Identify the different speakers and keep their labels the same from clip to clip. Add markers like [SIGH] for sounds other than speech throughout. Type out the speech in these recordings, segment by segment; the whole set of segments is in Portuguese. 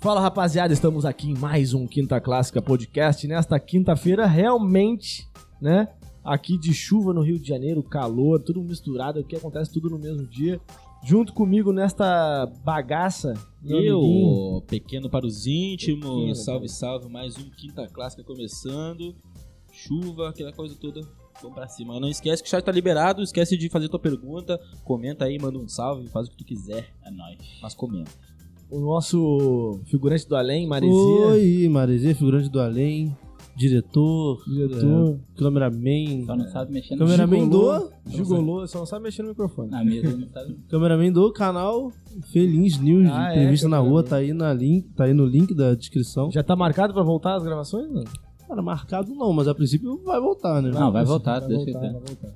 Speaker 1: Fala rapaziada, estamos aqui em mais um Quinta Clássica Podcast. Nesta quinta-feira, realmente, né? Aqui de chuva no Rio de Janeiro, calor, tudo misturado, aqui acontece tudo no mesmo dia. Junto comigo nesta bagaça, meu amiguinho.
Speaker 2: Eu, pequeno para os íntimos,
Speaker 1: Pequeno,
Speaker 2: salve, salve, mais um Quinta Clássica começando, chuva, aquela coisa toda, vamos pra cima. Não esquece que o chat tá liberado, esquece de fazer tua pergunta, comenta aí, manda um salve, faz o que tu quiser, é nóis, mas comenta.
Speaker 1: o nosso figurante do além, Maresia.
Speaker 3: Oi, Maresia, figurante do além, diretor,
Speaker 1: Diretor.
Speaker 3: é, cameraman,
Speaker 4: Só não sabe mexer no
Speaker 3: cameraman do,
Speaker 1: Gigolô, só não sabe mexer no microfone.
Speaker 4: Na mesa não sabe.
Speaker 3: cameraman do canal Feliz News,
Speaker 1: Ah, é,
Speaker 3: entrevista na rua,
Speaker 1: cameraman.
Speaker 3: tá aí na link, tá aí no link da descrição.
Speaker 1: Já tá marcado pra voltar as gravações? Não?
Speaker 3: Cara, marcado não, mas a princípio vai voltar, né?
Speaker 4: Não, vai voltar, deixa que tá.
Speaker 1: vai voltar.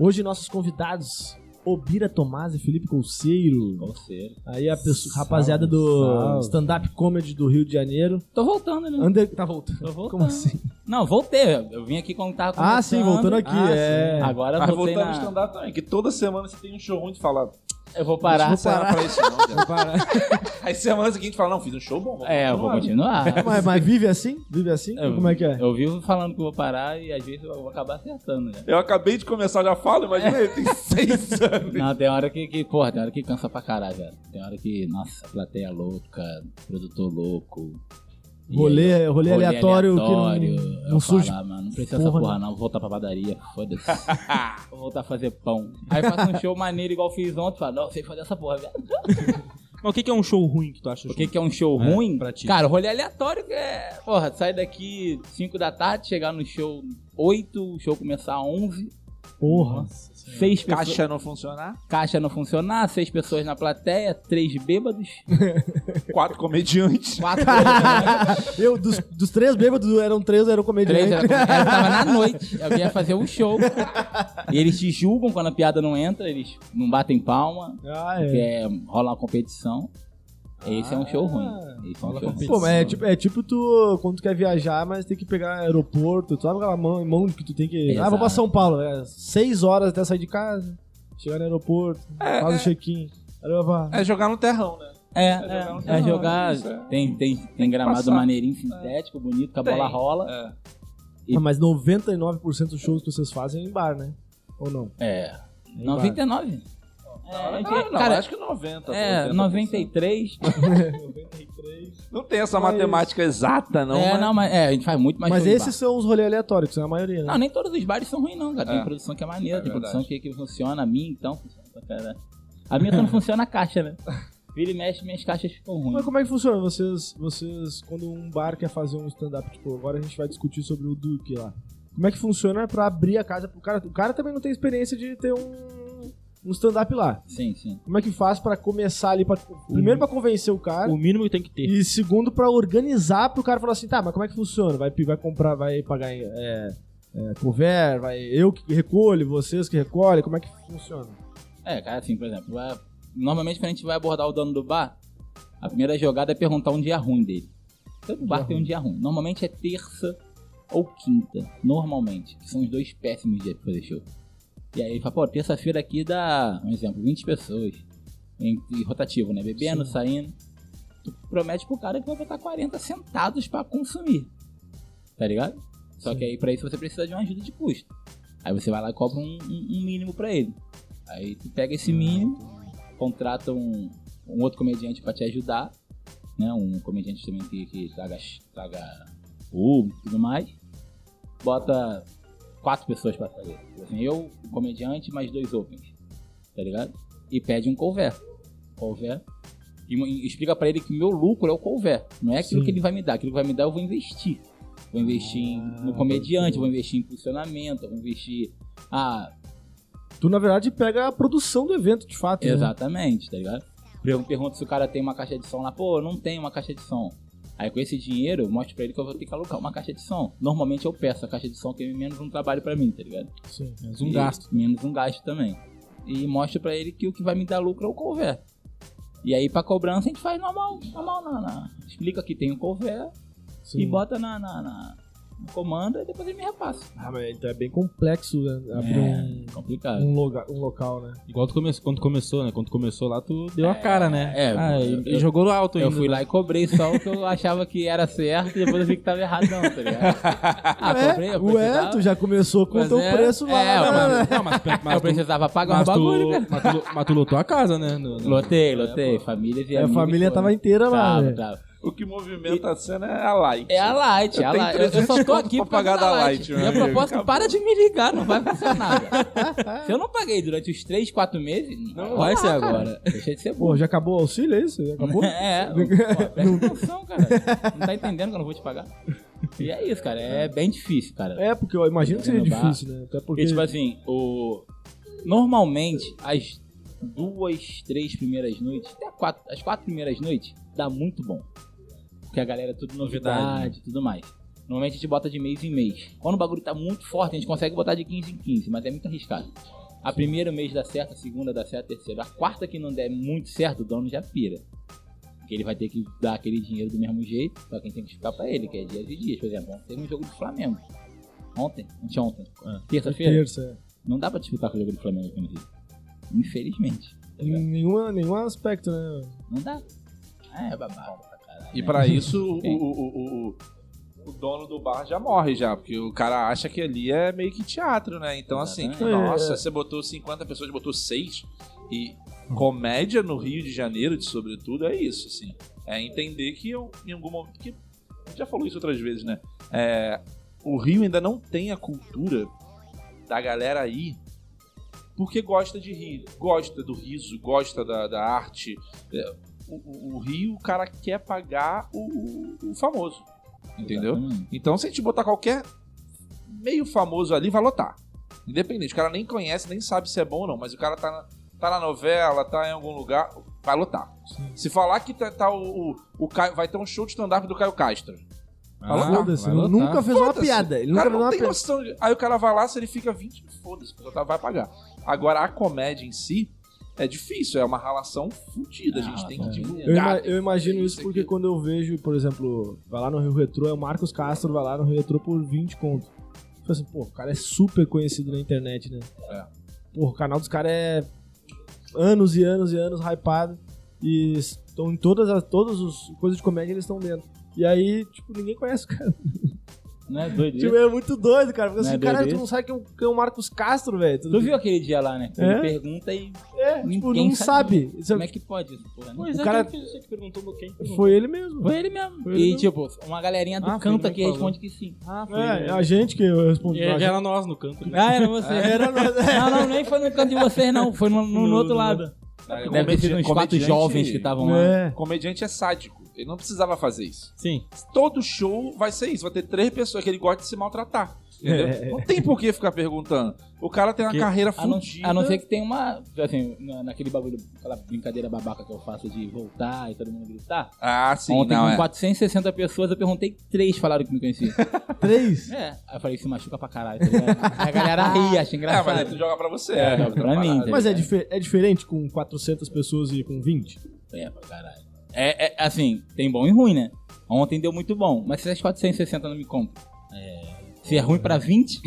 Speaker 1: Hoje nossos convidados, Obira Tomás e Felipe Conceiro.
Speaker 4: Bolseiro.
Speaker 1: Aí a pessoa- rapaziada do
Speaker 3: salve.
Speaker 1: stand-up comedy do Rio de Janeiro.
Speaker 4: Tô voltando, né?
Speaker 1: Under... Tá voltando.
Speaker 4: Tô voltando.
Speaker 1: Como assim?
Speaker 4: Não, voltei. eu- Eu vim aqui quando tava
Speaker 1: Ah, sim,
Speaker 4: começando.
Speaker 1: voltando aqui,
Speaker 4: sim.
Speaker 1: é.
Speaker 4: Agora
Speaker 5: Mas
Speaker 4: eu
Speaker 5: voltando
Speaker 4: voltei
Speaker 5: no
Speaker 4: na...
Speaker 5: stand-up também, que toda semana você tem um show ruim de falar.
Speaker 4: Eu vou
Speaker 5: Não
Speaker 4: parar.
Speaker 5: será pra isso, não,
Speaker 1: Então
Speaker 5: cara. [LAUGHS] Aí semana seguinte fala, não, fiz um show bom. vamos
Speaker 4: É, eu
Speaker 1: [LAUGHS]
Speaker 4: vou continuar.
Speaker 1: mas, mas vive assim? Vive assim?
Speaker 4: Eu-
Speaker 1: Como é que é?
Speaker 4: Eu vivo falando que eu vou parar e às vezes eu vou acabar acertando, né?
Speaker 5: Eu acabei de começar, já falo, imagina
Speaker 4: É.
Speaker 5: ele tem seis anos.
Speaker 4: Não, tem hora que, que, porra, tem hora que cansa pra caralho, velho. Tem hora que, nossa, plateia louca, produtor louco. E aí,
Speaker 1: Rolê, rolê aleatório,
Speaker 4: aleatório,
Speaker 1: que não,
Speaker 4: eu
Speaker 1: não surge.
Speaker 4: falar, mano, não precisa
Speaker 1: porra
Speaker 4: dessa porra não, vou voltar pra padaria, foda-se. vou voltar a fazer pão. Aí faço um show maneiro igual fiz ontem, falo, não, sei fazer essa porra, velho.
Speaker 2: [LAUGHS] Mas o que que é um show ruim que tu acha?
Speaker 4: O que que é um show
Speaker 2: É,
Speaker 4: ruim?
Speaker 2: pra ti.
Speaker 4: Cara, rolê aleatório que é, porra, sai daqui 5 da tarde, chegar no show 8, o show começar 11,
Speaker 1: Porra.
Speaker 4: seis pessoas...
Speaker 5: Caixa não funcionar,
Speaker 4: caixa não funcionar, seis pessoas na plateia, três bêbados,
Speaker 5: quatro comediantes.
Speaker 4: quatro
Speaker 1: Eu, dos, dos três bêbados, eram três, eram
Speaker 4: três,
Speaker 1: comediantes.
Speaker 4: era, era- tava na noite, alguém ia fazer um show. E eles te julgam quando a piada não entra, eles não batem palma,
Speaker 1: Ah,
Speaker 4: porque
Speaker 1: é.
Speaker 4: é, rola uma competição. Esse é um show ruim. Esse é um
Speaker 2: Ah, rola
Speaker 4: show ruim.
Speaker 2: competição.
Speaker 1: Pô, mas é tipo, é tipo tu, quando tu quer viajar, mas tem que pegar aeroporto, tu sabe aquela mão, mão que tu tem que... Ah, vou pra
Speaker 4: Exato.
Speaker 1: São Paulo, é seis horas até sair de casa, chegar no aeroporto, faz o check-in, aí eu vou-
Speaker 5: É jogar no terrão, né?
Speaker 4: É,
Speaker 5: É jogar um
Speaker 4: é, é
Speaker 5: terrão,
Speaker 4: jogar.
Speaker 5: isso é.
Speaker 4: Tem, tem, tem, gramado
Speaker 5: passar. É.
Speaker 4: maneirinho, sintético, bonito, que a
Speaker 5: Tem.
Speaker 4: bola rola.
Speaker 5: É.
Speaker 1: Ah, mas 99% dos shows que vocês fazem é em bar, né? Ou não?
Speaker 4: É.
Speaker 1: É em bar.
Speaker 4: 99. É,
Speaker 5: Ah, não, não,
Speaker 4: cara,
Speaker 5: acho que tá 90.
Speaker 4: é,
Speaker 5: 80%.
Speaker 4: 93. [LAUGHS]
Speaker 5: Não tem essa
Speaker 1: Mas-
Speaker 5: matemática exata, assim. não. né?
Speaker 4: é,
Speaker 5: mas-
Speaker 4: não, mas é, a gente faz muito mais
Speaker 1: Mas
Speaker 4: show em
Speaker 1: esses são os rolês aleatórios, que são a maioria,
Speaker 4: bar.
Speaker 1: né?
Speaker 4: Não, nem todos os bares são ruins, não, cara. Tem
Speaker 5: É.
Speaker 4: produção que é maneira,
Speaker 5: É
Speaker 4: tem
Speaker 5: verdade.
Speaker 4: produção que, que funciona. A minha, então, funciona pra caralho. A minha só não funciona a caixa, né? Vira e mexe, minhas caixas ficam ruins.
Speaker 1: Mas como é que funciona? Vocês, vocês, quando um bar quer fazer um stand-up, tipo, agora a gente vai discutir sobre o Duque lá. Como é que funciona pra abrir a casa pro cara? O cara também não tem experiência de ter um, um stand-up lá.
Speaker 4: Sim, sim.
Speaker 1: Como é que faz pra começar ali, pra, primeiro pra convencer o cara,
Speaker 2: O mínimo que tem que ter.
Speaker 1: e segundo pra organizar pro cara falar assim, tá, mas como é que funciona? Vai, pe- vai comprar, vai pagar em, é, é, couvert, vai, eu que recolho, vocês que recolhem, como é que funciona?
Speaker 4: É, cara, assim, por exemplo, vai- normalmente quando a gente vai abordar o dono do bar, a primeira jogada é perguntar um dia ruim dele. Todo bar tem um dia ruim. Normalmente é terça ou quinta, normalmente, que são os dois péssimos dias pra fazer show. E aí ele fala, pô, terça-feira aqui dá, um exemplo, 20 pessoas. Em, em rotativo, né? Bebendo, saindo. Tu promete pro cara que vai botar 40 centavos pra consumir. Tá ligado? Só que aí pra isso você precisa de uma ajuda de custo. Aí você vai lá e cobra um, um- um mínimo pra ele. Aí tu pega esse mínimo, contrata um, um outro comediante pra te ajudar, né? Um comediante também que, que traga, traga público e tudo mais. Bota quatro pessoas pra fazer. Tipo Assim, eu, o comediante, mais dois opens. Tá ligado? E pede um couvert. Couvert. E, mo- e explica pra ele que o meu lucro é o couvert. Não é aquilo
Speaker 1: Sim.
Speaker 4: que ele vai me dar. Aquilo que vai me dar eu vou investir. Vou investir em- no comediante, vou investir em funcionamento, vou investir. Ah,
Speaker 1: Tu, na verdade, pega a produção do evento, de
Speaker 2: Hum.
Speaker 1: fato. né?
Speaker 4: Exatamente, tá ligado? Eu pergunto se o cara tem uma caixa de som lá. Pô, eu não tenho uma caixa de som. Aí com esse dinheiro, eu mostro pra ele que eu vou ter que alugar uma caixa de som. Normalmente eu peço a caixa de som, tem menos um trabalho pra mim, tá ligado?
Speaker 1: Sim.
Speaker 2: Mas um
Speaker 4: E-
Speaker 2: gasto.
Speaker 4: Menos um gasto também. E mostro pra ele que o que vai me dar lucro é o couvert. E aí pra cobrança a gente faz normal, normal, na, na- Explica que tem o couvert
Speaker 1: Sim.
Speaker 4: e bota na, na, na- comanda e depois ele me repassa.
Speaker 1: Ah, mas então é bem complexo né? abrir
Speaker 4: É,
Speaker 1: um,
Speaker 4: complicado.
Speaker 2: Hum.
Speaker 1: um loga- um local, né?
Speaker 2: Igual tu começou, quando tu começou, né? Quando tu começou lá, tu deu a
Speaker 4: É,
Speaker 2: cara, né?
Speaker 4: é,
Speaker 2: Ah,
Speaker 4: eu-
Speaker 2: e, e
Speaker 4: eu-
Speaker 2: jogou no alto
Speaker 4: Eu
Speaker 2: ainda.
Speaker 4: fui lá e cobrei só o que eu achava que era certo e depois eu vi que tava errado não, tá ligado? Ah, cobrei, eu
Speaker 1: É? ué,
Speaker 4: precisava.
Speaker 1: tu já começou com o
Speaker 4: Mas
Speaker 1: teu
Speaker 4: é-
Speaker 1: preço lá. né, É
Speaker 4: é,
Speaker 1: lá, lá, lá.
Speaker 2: mas, não, mas, mas,
Speaker 4: eu
Speaker 2: tu-
Speaker 4: precisava pagar um
Speaker 2: mas,
Speaker 4: bagulho,
Speaker 1: né?
Speaker 2: tu, mas, tu, lu- mas tu lotou a casa, né? No- no-
Speaker 4: Lotei, lotei. Família e
Speaker 1: É, a
Speaker 4: amigos
Speaker 1: família
Speaker 4: foram.
Speaker 1: tava inteira lá.
Speaker 4: Tava,
Speaker 1: velho.
Speaker 4: tava.
Speaker 5: O que movimenta a cena é a light.
Speaker 4: É a Light,
Speaker 5: Eu
Speaker 4: é a
Speaker 5: tenho
Speaker 4: Light. Eu, eu
Speaker 5: 300
Speaker 4: só tô
Speaker 5: conto
Speaker 4: aqui
Speaker 5: pra
Speaker 4: por causa
Speaker 5: pagar da Light, meu
Speaker 4: Minha
Speaker 5: amigo.
Speaker 4: proposta, para de me ligar, não vai funcionar.
Speaker 1: [LAUGHS]
Speaker 4: velho. Se eu não paguei durante os 3, 4 meses, não,
Speaker 2: vai
Speaker 4: rolar,
Speaker 2: ser
Speaker 4: cara.
Speaker 2: agora.
Speaker 4: Deixa de ser burro.
Speaker 1: Pô, já acabou o auxílio, é isso? Já acabou?
Speaker 4: [LAUGHS]
Speaker 1: [LAUGHS]
Speaker 4: É, pô, presta atenção, cara. Não tá entendendo que eu não vou te pagar? E é isso, cara. É bem difícil, cara.
Speaker 1: É, porque eu imagino que seria
Speaker 4: Vendo bar.
Speaker 1: difícil, né? Até porque.
Speaker 4: Porque, tipo assim, o... normalmente, as duas, três primeiras noites, até quatro, as quatro primeiras noites, dá muito bom. Porque a galera é tudo
Speaker 1: né?
Speaker 4: novidade e tudo mais. Normalmente a gente bota de mês em mês. Quando o bagulho tá muito forte, a gente consegue botar de 15 em 15, mas é muito arriscado. A primeira mês dá certo, a segunda dá certo, a terceira. A quarta que não der muito certo, o dono já pira. Porque ele vai ter que dar aquele dinheiro do mesmo jeito, só quem tem que ficar pra ele, que é dia de dias. Por exemplo, ontem teve um jogo do Flamengo. Ontem? Anteontem. Terça-feira?
Speaker 1: terça.
Speaker 4: Não dá pra disputar com o jogo do Flamengo aqui no Rio. Infelizmente.
Speaker 1: é. Em nenhuma, nenhum aspecto, né?
Speaker 4: Não dá. Ah, é babado pra caralho.
Speaker 5: E
Speaker 4: né?
Speaker 5: pra isso, o,
Speaker 4: Tem.
Speaker 5: o- o- o- o dono do bar já morre já, porque o cara acha que ali é meio que teatro, né? Então, assim,
Speaker 4: Exatamente.
Speaker 5: nossa, você botou 50 pessoas, botou 6 e comédia no Rio de Janeiro, de sobretudo, é isso, assim. É entender que eu, em algum momento, que a gente já falou isso outras vezes, né? É, o Rio ainda não tem a cultura da galera aí porque gosta de rir, gosta do riso, gosta da, da arte. É, o, o- o Rio, o cara quer pagar o, o- o famoso, entendeu?
Speaker 4: Exatamente.
Speaker 5: Então, se a gente botar qualquer meio famoso ali, vai lotar. Independente, o cara nem conhece, nem sabe se é bom ou não, mas o cara tá na, tá na novela, tá em algum lugar, vai lotar. Se falar que tá, tá o, o, o Caio- vai ter um show de stand-up do Caio Castro. Vai lotar.
Speaker 1: Ah, Foda-se,
Speaker 2: vai
Speaker 1: nu-
Speaker 2: lotar.
Speaker 1: nunca fez uma
Speaker 5: Foda-se.
Speaker 1: piada. Ele
Speaker 5: O
Speaker 1: nunca
Speaker 5: cara
Speaker 1: fez
Speaker 5: não
Speaker 1: uma
Speaker 5: tem
Speaker 1: piada.
Speaker 5: noção. de- Aí o cara vai lá, se ele fica 20, foda-se, o pessoal vai pagar. Agora, a comédia em si é difícil, é uma relação fodida. A
Speaker 4: Ah,
Speaker 5: gente tem que
Speaker 4: bom.
Speaker 1: Eu, ima-
Speaker 5: divulgar.
Speaker 1: eu imagino
Speaker 5: É Isso
Speaker 1: isso porque
Speaker 5: aqui.
Speaker 1: quando eu vejo, por exemplo, vai lá no Rio Retrô, é o Marcos Castro, vai lá no Rio Retrô por 20 conto. Tipo assim, pô, o cara é super conhecido na internet, né?
Speaker 5: É.
Speaker 1: Pô, o canal dos caras é anos e anos e anos hypado. E estão em todas as todas as coisas de comédia eles estão dentro. E aí, tipo, ninguém conhece o cara.
Speaker 4: Não é doido
Speaker 1: Tipo,
Speaker 4: isso?
Speaker 1: é muito doido, cara. Porque
Speaker 4: Não é
Speaker 1: assim, cara,
Speaker 4: doido
Speaker 1: tu não sabe quem é o- quem é o Marcos Castro, velho.
Speaker 4: Tu viu aquele dia lá, né? Tu
Speaker 1: É?
Speaker 4: me pergunta e
Speaker 1: É, tipo,
Speaker 4: Ninguém
Speaker 1: não sabe. Isso é-
Speaker 4: como é que pode isso, porra, né?
Speaker 2: Pois é,
Speaker 1: O cara-
Speaker 2: quem fez isso que perguntou quem? perguntou?
Speaker 1: Foi ele mesmo.
Speaker 4: é, Foi ele mesmo.
Speaker 1: Foi
Speaker 4: e,
Speaker 1: ele
Speaker 4: tipo, uma galerinha do
Speaker 2: Ah, foi
Speaker 4: canto
Speaker 2: ele
Speaker 4: aqui
Speaker 2: que falou.
Speaker 4: responde que sim.
Speaker 2: Ah, foi.
Speaker 1: É,
Speaker 2: ele.
Speaker 1: a gente que eu
Speaker 3: um
Speaker 1: respondi.
Speaker 2: E
Speaker 3: é
Speaker 1: a gente-
Speaker 2: era É, nós no canto. né?
Speaker 4: Ah, era [LAUGHS] você.
Speaker 1: Era nós.
Speaker 4: Não, não, nem foi no canto de vocês, [LAUGHS] não. Foi no, no- no
Speaker 2: No-
Speaker 4: outro
Speaker 2: no-
Speaker 4: lado.
Speaker 5: Aí,
Speaker 4: Deve ter sido uns quatro
Speaker 5: comediante-
Speaker 4: jovens que estavam lá.
Speaker 1: É.
Speaker 5: Comediante é sádico. Ele não precisava fazer isso.
Speaker 2: Sim.
Speaker 5: Todo show vai ser isso. Vai ter três pessoas que ele gosta de se maltratar.
Speaker 4: [LAUGHS]
Speaker 5: Entendeu?
Speaker 1: É.
Speaker 5: Não tem por que ficar perguntando. O cara tem uma
Speaker 2: Que-
Speaker 5: carreira
Speaker 4: A não,
Speaker 5: fodida.
Speaker 4: a não ser que tenha uma. Assim, na- naquele bagulho, aquela brincadeira babaca que eu faço de voltar e todo mundo gritar.
Speaker 5: Ah, sim,
Speaker 4: Ontem,
Speaker 5: não
Speaker 4: com
Speaker 5: é.
Speaker 4: 460 pessoas, eu perguntei, três falaram que
Speaker 2: [LAUGHS]
Speaker 4: me conheciam.
Speaker 1: Três?
Speaker 4: é. Aí eu falei, se machuca pra caralho. Tá ligado? Aí a galera
Speaker 5: [LAUGHS]
Speaker 4: ri, acha
Speaker 5: É,
Speaker 4: engraçado.
Speaker 5: mas aí tu joga pra você.
Speaker 4: É,
Speaker 5: é,
Speaker 4: joga pra
Speaker 5: outra
Speaker 4: mim,
Speaker 5: parada.
Speaker 4: tá
Speaker 1: Mas é, dife- é diferente com 400 pessoas e com 20?
Speaker 4: É, pra caralho. É, é, assim, tem bom e ruim, né? Ontem deu muito bom, mas se as 460 não me compram. Se é ruim pra 20,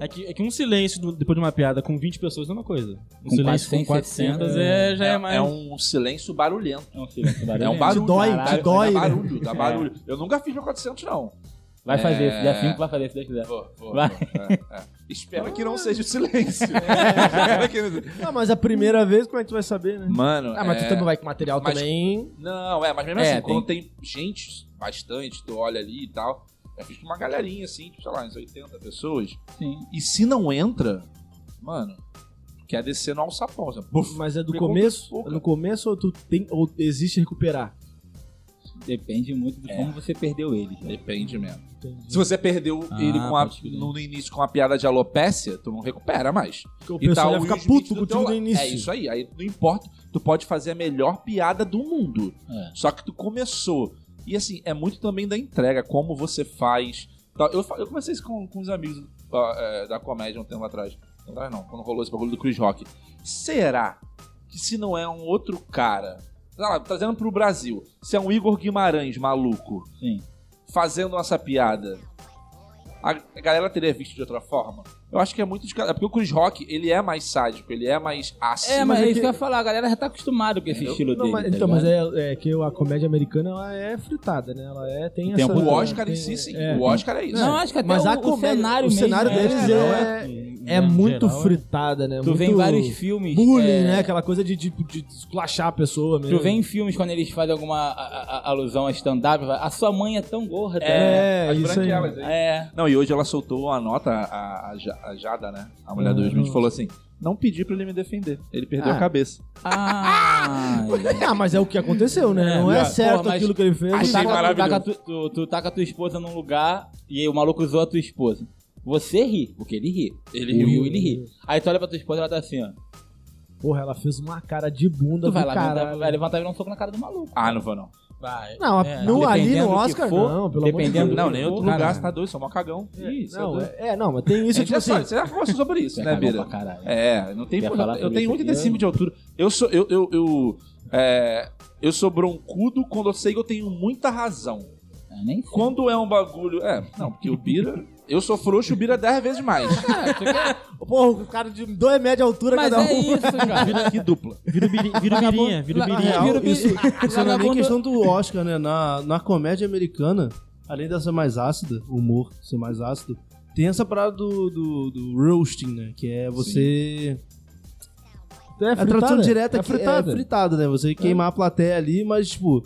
Speaker 2: É que, é que um silêncio do- depois de uma piada com 20 pessoas é uma coisa. Um
Speaker 4: Com
Speaker 2: silêncio com
Speaker 4: 460
Speaker 2: 400 é, já é, mais.
Speaker 5: é um silêncio barulhento.
Speaker 4: é um silêncio barulhento.
Speaker 5: É um barulho.
Speaker 1: Te dói,
Speaker 5: caralho,
Speaker 1: te
Speaker 5: mas
Speaker 1: dói,
Speaker 5: Dá
Speaker 1: né?
Speaker 5: barulho,
Speaker 4: [LAUGHS]
Speaker 5: dá barulho. Eu nunca fiz meu 400, não.
Speaker 4: É. Vai fazer,
Speaker 5: É.
Speaker 4: se der 5, vai fazer, se Deus quiser.
Speaker 5: Vou, vou,
Speaker 4: Vai.
Speaker 5: vou. É, é. Espero que não seja o
Speaker 4: [LAUGHS]
Speaker 5: silêncio.
Speaker 4: É.
Speaker 5: [LAUGHS] Espero que não
Speaker 2: é-
Speaker 5: seja.
Speaker 1: Ah, mas a primeira vez, como é que tu vai saber, né?
Speaker 5: Mano,
Speaker 1: Ah, mas
Speaker 5: é-
Speaker 1: tu também vai com material
Speaker 5: Mas-
Speaker 1: também.
Speaker 5: Não, é, mas mesmo
Speaker 4: É,
Speaker 5: assim, quando tem gente, bastante, tu olha ali e tal, eu fiz com uma galerinha, assim, tipo, sei lá, uns 80 pessoas.
Speaker 4: Sim.
Speaker 5: E se não entra, mano, quer descer no alçapão, assim, sabe? Buf. um
Speaker 1: Mas é do
Speaker 5: Pergunta
Speaker 1: começo?
Speaker 5: pouca.
Speaker 1: É no começo ou tu tem. ou existe recuperar?
Speaker 4: Depende muito
Speaker 5: É.
Speaker 4: de como você perdeu ele. né?
Speaker 5: Depende mesmo. Se
Speaker 1: Entendi.
Speaker 5: você perdeu
Speaker 4: Ah,
Speaker 5: ele com a-
Speaker 4: pode crer.
Speaker 5: no início com uma piada de alopécia, tu não recupera mais.
Speaker 1: Porque o
Speaker 5: E tá
Speaker 1: pessoal ia
Speaker 5: o
Speaker 1: ficar
Speaker 5: Will Smith
Speaker 1: puto
Speaker 5: do
Speaker 1: contigo
Speaker 5: teu
Speaker 1: no
Speaker 5: lado.
Speaker 1: início.
Speaker 5: É isso aí. Aí não importa, tu pode fazer a melhor piada do mundo.
Speaker 4: É.
Speaker 5: Só que tu começou. E assim, é muito também da entrega, como você faz. Tá, Eu, fa- eu comecei isso com, com os amigos ah, é, da comédia um tempo atrás. Não, atrás não, quando rolou esse bagulho do Chris Rock. Será que se não é um outro cara, sei lá, trazendo pro Brasil, se é um Igor Guimarães maluco
Speaker 4: Sim.
Speaker 5: fazendo essa piada, a a galera teria visto de outra forma? Eu acho que é muito de cada. Porque o Chris Rock, ele é mais sádico, ele é mais ácido.
Speaker 4: É,
Speaker 1: mas
Speaker 4: mas
Speaker 1: é
Speaker 4: é isso
Speaker 1: que-
Speaker 4: que eu ia falar, a galera já tá acostumada com esse estilo
Speaker 1: Não,
Speaker 4: dele.
Speaker 1: mas-
Speaker 4: tá
Speaker 1: então, mas
Speaker 4: ligado?
Speaker 1: é, é que a comédia americana ela é fritada, né? Ela é, tem
Speaker 4: Tem
Speaker 1: essa...
Speaker 5: O Oscar em
Speaker 1: tem-
Speaker 5: si, sim.
Speaker 1: é.
Speaker 5: O Oscar é isso.
Speaker 4: Não, acho que até
Speaker 1: Mas
Speaker 4: o,
Speaker 1: a
Speaker 4: o
Speaker 1: comédia-
Speaker 4: cenário
Speaker 1: o
Speaker 4: mesmo. né?
Speaker 1: cenário deles é- É muito
Speaker 2: frio.
Speaker 1: fritada, né?
Speaker 4: Tu
Speaker 1: muito
Speaker 4: vê em vários filmes.
Speaker 1: Bullying,
Speaker 4: é,
Speaker 1: né? Aquela coisa de, de, de esculachar a pessoa mesmo.
Speaker 4: Tu vê em filmes quando eles fazem alguma a- a- alusão a stand-up, a sua mãe é tão gorda.
Speaker 1: É,
Speaker 5: As
Speaker 1: isso aí.
Speaker 5: branquelas aí.
Speaker 4: É.
Speaker 5: Não, e hoje ela soltou a nota, a, a Ja- a Jada, né? A mulher do
Speaker 1: Uhum.
Speaker 5: Smith falou assim: não pedi pra ele me defender. Ele perdeu
Speaker 4: Ah.
Speaker 5: a cabeça.
Speaker 4: Ah.
Speaker 1: [LAUGHS] Ah, mas é o que aconteceu, né? Não é,
Speaker 4: é.
Speaker 1: certo
Speaker 4: Porra, mas-
Speaker 1: aquilo que ele fez.
Speaker 4: Tu
Speaker 5: Achei
Speaker 4: taca, tu,
Speaker 5: maravilhoso.
Speaker 4: taca, tu, tu, tu taca tua esposa num lugar e aí o maluco zoa a tua esposa. Você ri, porque ele ri.
Speaker 5: Ele
Speaker 4: o
Speaker 5: riu.
Speaker 4: Will, ele ri. Aí tu olha pra tua esposa e ela tá assim, ó.
Speaker 1: Porra, ela fez uma cara de bunda
Speaker 4: Tu vai
Speaker 1: do
Speaker 4: lá,
Speaker 1: cara.
Speaker 4: levantar, vai levantar e virar um soco na cara do maluco.
Speaker 5: Ah, não vou não.
Speaker 4: Vai.
Speaker 1: Não,
Speaker 4: É,
Speaker 1: no, ali
Speaker 4: dependendo
Speaker 1: no
Speaker 4: do que
Speaker 1: Oscar,
Speaker 4: for,
Speaker 1: não, pelo amor de
Speaker 4: dependendo
Speaker 1: Deus.
Speaker 4: do
Speaker 5: Não, nem outro lugar,
Speaker 4: Caralho.
Speaker 5: você tá doido, sou mó cagão. Ih, você é
Speaker 1: Não,
Speaker 5: doido.
Speaker 1: né? é, é, não, mas tem isso,
Speaker 5: A gente
Speaker 1: tipo
Speaker 5: já sabe,
Speaker 1: assim...
Speaker 5: Você já conversou sobre isso,
Speaker 4: Você
Speaker 5: né,
Speaker 4: cagou
Speaker 5: Bira?
Speaker 4: é, pra caralho.
Speaker 5: É, não tem
Speaker 4: Quer
Speaker 5: como.
Speaker 4: falar
Speaker 5: Eu
Speaker 4: sobre
Speaker 5: tenho
Speaker 4: isso
Speaker 5: 85 de altura. Eu sou. Eu, eu, eu, é, eu sou broncudo quando eu sei que eu tenho muita razão.
Speaker 4: Ah, nem sei.
Speaker 5: Quando é um bagulho. É, não, porque o Bira. Eu sou frouxo, o Bira é 10 vezes mais.
Speaker 1: Porra, o cara de 2 metros de altura
Speaker 4: Mas
Speaker 1: cada um.
Speaker 4: é isso, cara.
Speaker 5: que dupla.
Speaker 2: Vira o biri- vira o birinha, vira o
Speaker 3: Na
Speaker 2: birinha.
Speaker 3: real,
Speaker 4: vira o
Speaker 3: isso, isso não é nem
Speaker 4: Vagabundo-
Speaker 3: questão do Oscar, né? Na, na comédia americana, além dessa mais ácida, o humor ser mais ácido, tem essa parada do, do, do roasting, né? Que é você.
Speaker 1: É
Speaker 3: a tradução
Speaker 1: fritada,
Speaker 3: direta
Speaker 1: é
Speaker 3: que
Speaker 1: fritada.
Speaker 3: é fritada, né? Você queimar a plateia ali, mas, tipo,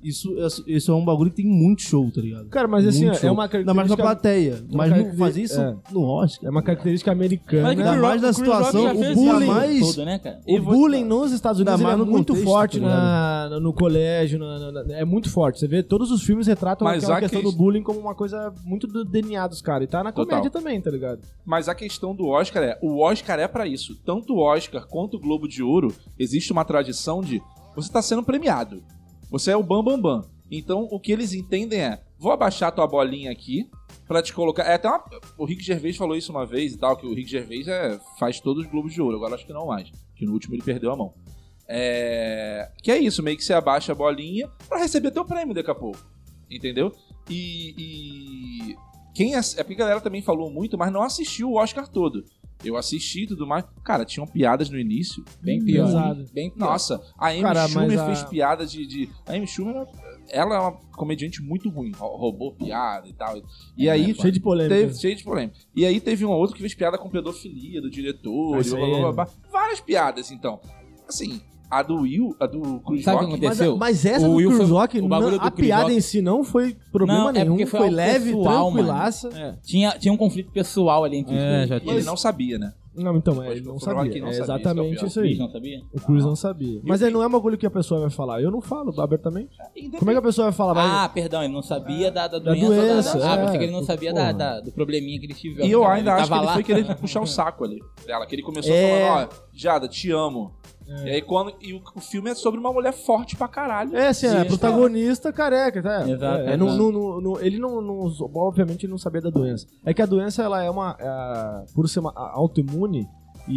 Speaker 3: isso, isso é um bagulho que tem muito show, tá ligado?
Speaker 1: Cara, mas assim,
Speaker 3: Muito
Speaker 1: é
Speaker 3: show.
Speaker 1: uma
Speaker 3: Ainda mais na
Speaker 1: característica...
Speaker 3: plateia.
Speaker 1: uma
Speaker 3: Mas não
Speaker 1: característica-
Speaker 3: fazer isso
Speaker 1: é.
Speaker 3: no Oscar.
Speaker 1: É uma característica
Speaker 2: Mas
Speaker 1: americana.
Speaker 3: Ainda
Speaker 2: Chris Rock-
Speaker 3: mais na
Speaker 2: o Chris Rock
Speaker 3: situação,
Speaker 2: já fez
Speaker 3: o
Speaker 2: esse
Speaker 3: bullying.
Speaker 2: trabalho
Speaker 3: mais-
Speaker 4: Tudo, né, cara?
Speaker 1: O bullying nos Estados Unidos
Speaker 3: Ainda
Speaker 1: ele é
Speaker 3: mais no
Speaker 1: muito
Speaker 3: contexto,
Speaker 1: forte
Speaker 3: tá
Speaker 1: na, no, no colégio, na- na- na- é muito forte. Você vê, todos os filmes retratam
Speaker 5: Mas
Speaker 1: aquela
Speaker 5: há
Speaker 1: questão
Speaker 5: que-
Speaker 1: do bullying como uma coisa muito do DNA dos caras. E tá na
Speaker 5: Total.
Speaker 1: comédia também, tá ligado?
Speaker 5: Mas a questão do Oscar é, o Oscar é pra isso. Tanto o Oscar quanto o Globo de Ouro, existe uma tradição de você tá sendo premiado. Você é o bam bam bam. Então o que eles entendem é, vou abaixar tua bolinha aqui pra te colocar. É até uma, o Rick Gervais falou isso uma vez e tal, que o Rick Gervais é, faz todos os Globos de Ouro. Agora acho que não mais, que no último ele perdeu a mão. É, que é isso, meio que você abaixa a bolinha pra receber teu prêmio daqui a pouco. Entendeu? E- e quem ass- é porque a galera também falou muito, mas não assistiu o Oscar todo. Eu assisti e tudo mais. Cara, tinham piadas no início.
Speaker 4: Bem pior.
Speaker 1: é Pesado.
Speaker 4: Bem pior.
Speaker 5: Nossa, a Amy
Speaker 1: Cara, mas
Speaker 5: Schumer
Speaker 1: a-
Speaker 5: fez piada de, de- A Amy Schumer, ela é uma comediante muito ruim. rou- Roubou piada e tal. E
Speaker 4: É,
Speaker 5: aí.
Speaker 1: Cheio de polêmica.
Speaker 5: Teve, cheio de polêmica. E aí teve um outro que fez piada com pedofilia do diretor.
Speaker 1: Ah,
Speaker 5: e
Speaker 1: isso
Speaker 5: blá,
Speaker 1: aí,
Speaker 5: blá, blá, blá. Várias piadas, então. Assim, a do Will, a do Cruz
Speaker 4: Sabe o que
Speaker 5: Rock,
Speaker 1: Mas,
Speaker 4: aconteceu?
Speaker 1: mas essa
Speaker 4: O
Speaker 1: do
Speaker 4: Will
Speaker 1: Chris
Speaker 4: foi-
Speaker 1: Rock,
Speaker 4: o bagulho
Speaker 1: não-
Speaker 4: do
Speaker 1: a
Speaker 4: Chris
Speaker 1: piada
Speaker 4: Rock-
Speaker 1: em si não foi problema
Speaker 4: Não, é
Speaker 1: nenhum.
Speaker 4: porque
Speaker 1: foi
Speaker 4: foi algo
Speaker 1: leve,
Speaker 4: pessoal,
Speaker 1: tranquilaça.
Speaker 4: Tinha, tinha um conflito pessoal ali entre
Speaker 2: É,
Speaker 4: os dois.
Speaker 2: já
Speaker 5: e ele não sabia, né?
Speaker 1: Não, então, é,
Speaker 5: Mas
Speaker 1: ele não
Speaker 5: o Chris Rock
Speaker 1: sabia.
Speaker 5: não
Speaker 1: É
Speaker 5: sabia,
Speaker 1: exatamente
Speaker 5: isso é o
Speaker 1: isso
Speaker 4: Eles
Speaker 1: aí.
Speaker 4: não sabia?
Speaker 1: O Cruz não sabia. Mas aí não é uma coisa que a pessoa vai falar. Eu não falo abertamente. Como é que a pessoa vai falar? Vai-
Speaker 4: Ah, perdão, ele não sabia da, da
Speaker 1: Da
Speaker 4: doença. da-
Speaker 1: doença,
Speaker 4: da- ah,
Speaker 1: é.
Speaker 4: pensei que ele não sabia da,
Speaker 1: Porra.
Speaker 4: da- do probleminha que ele tiveram.
Speaker 5: E eu
Speaker 4: Ele
Speaker 5: ainda acho que
Speaker 4: tava
Speaker 5: ele
Speaker 4: lá.
Speaker 5: foi querendo puxar o saco ali dela, que ele começou
Speaker 1: É.
Speaker 5: falando, ó, Jada, te amo. E aí quando. E o, o filme é sobre uma mulher forte pra caralho.
Speaker 1: É, assim, é
Speaker 4: Existe.
Speaker 1: protagonista careca, tá?
Speaker 4: Exato,
Speaker 1: É,
Speaker 4: exato.
Speaker 1: não- não- não- não- ele não, não- Obviamente ele não sabia da doença. É que a doença, ela é uma. é, por ser uma a- autoimune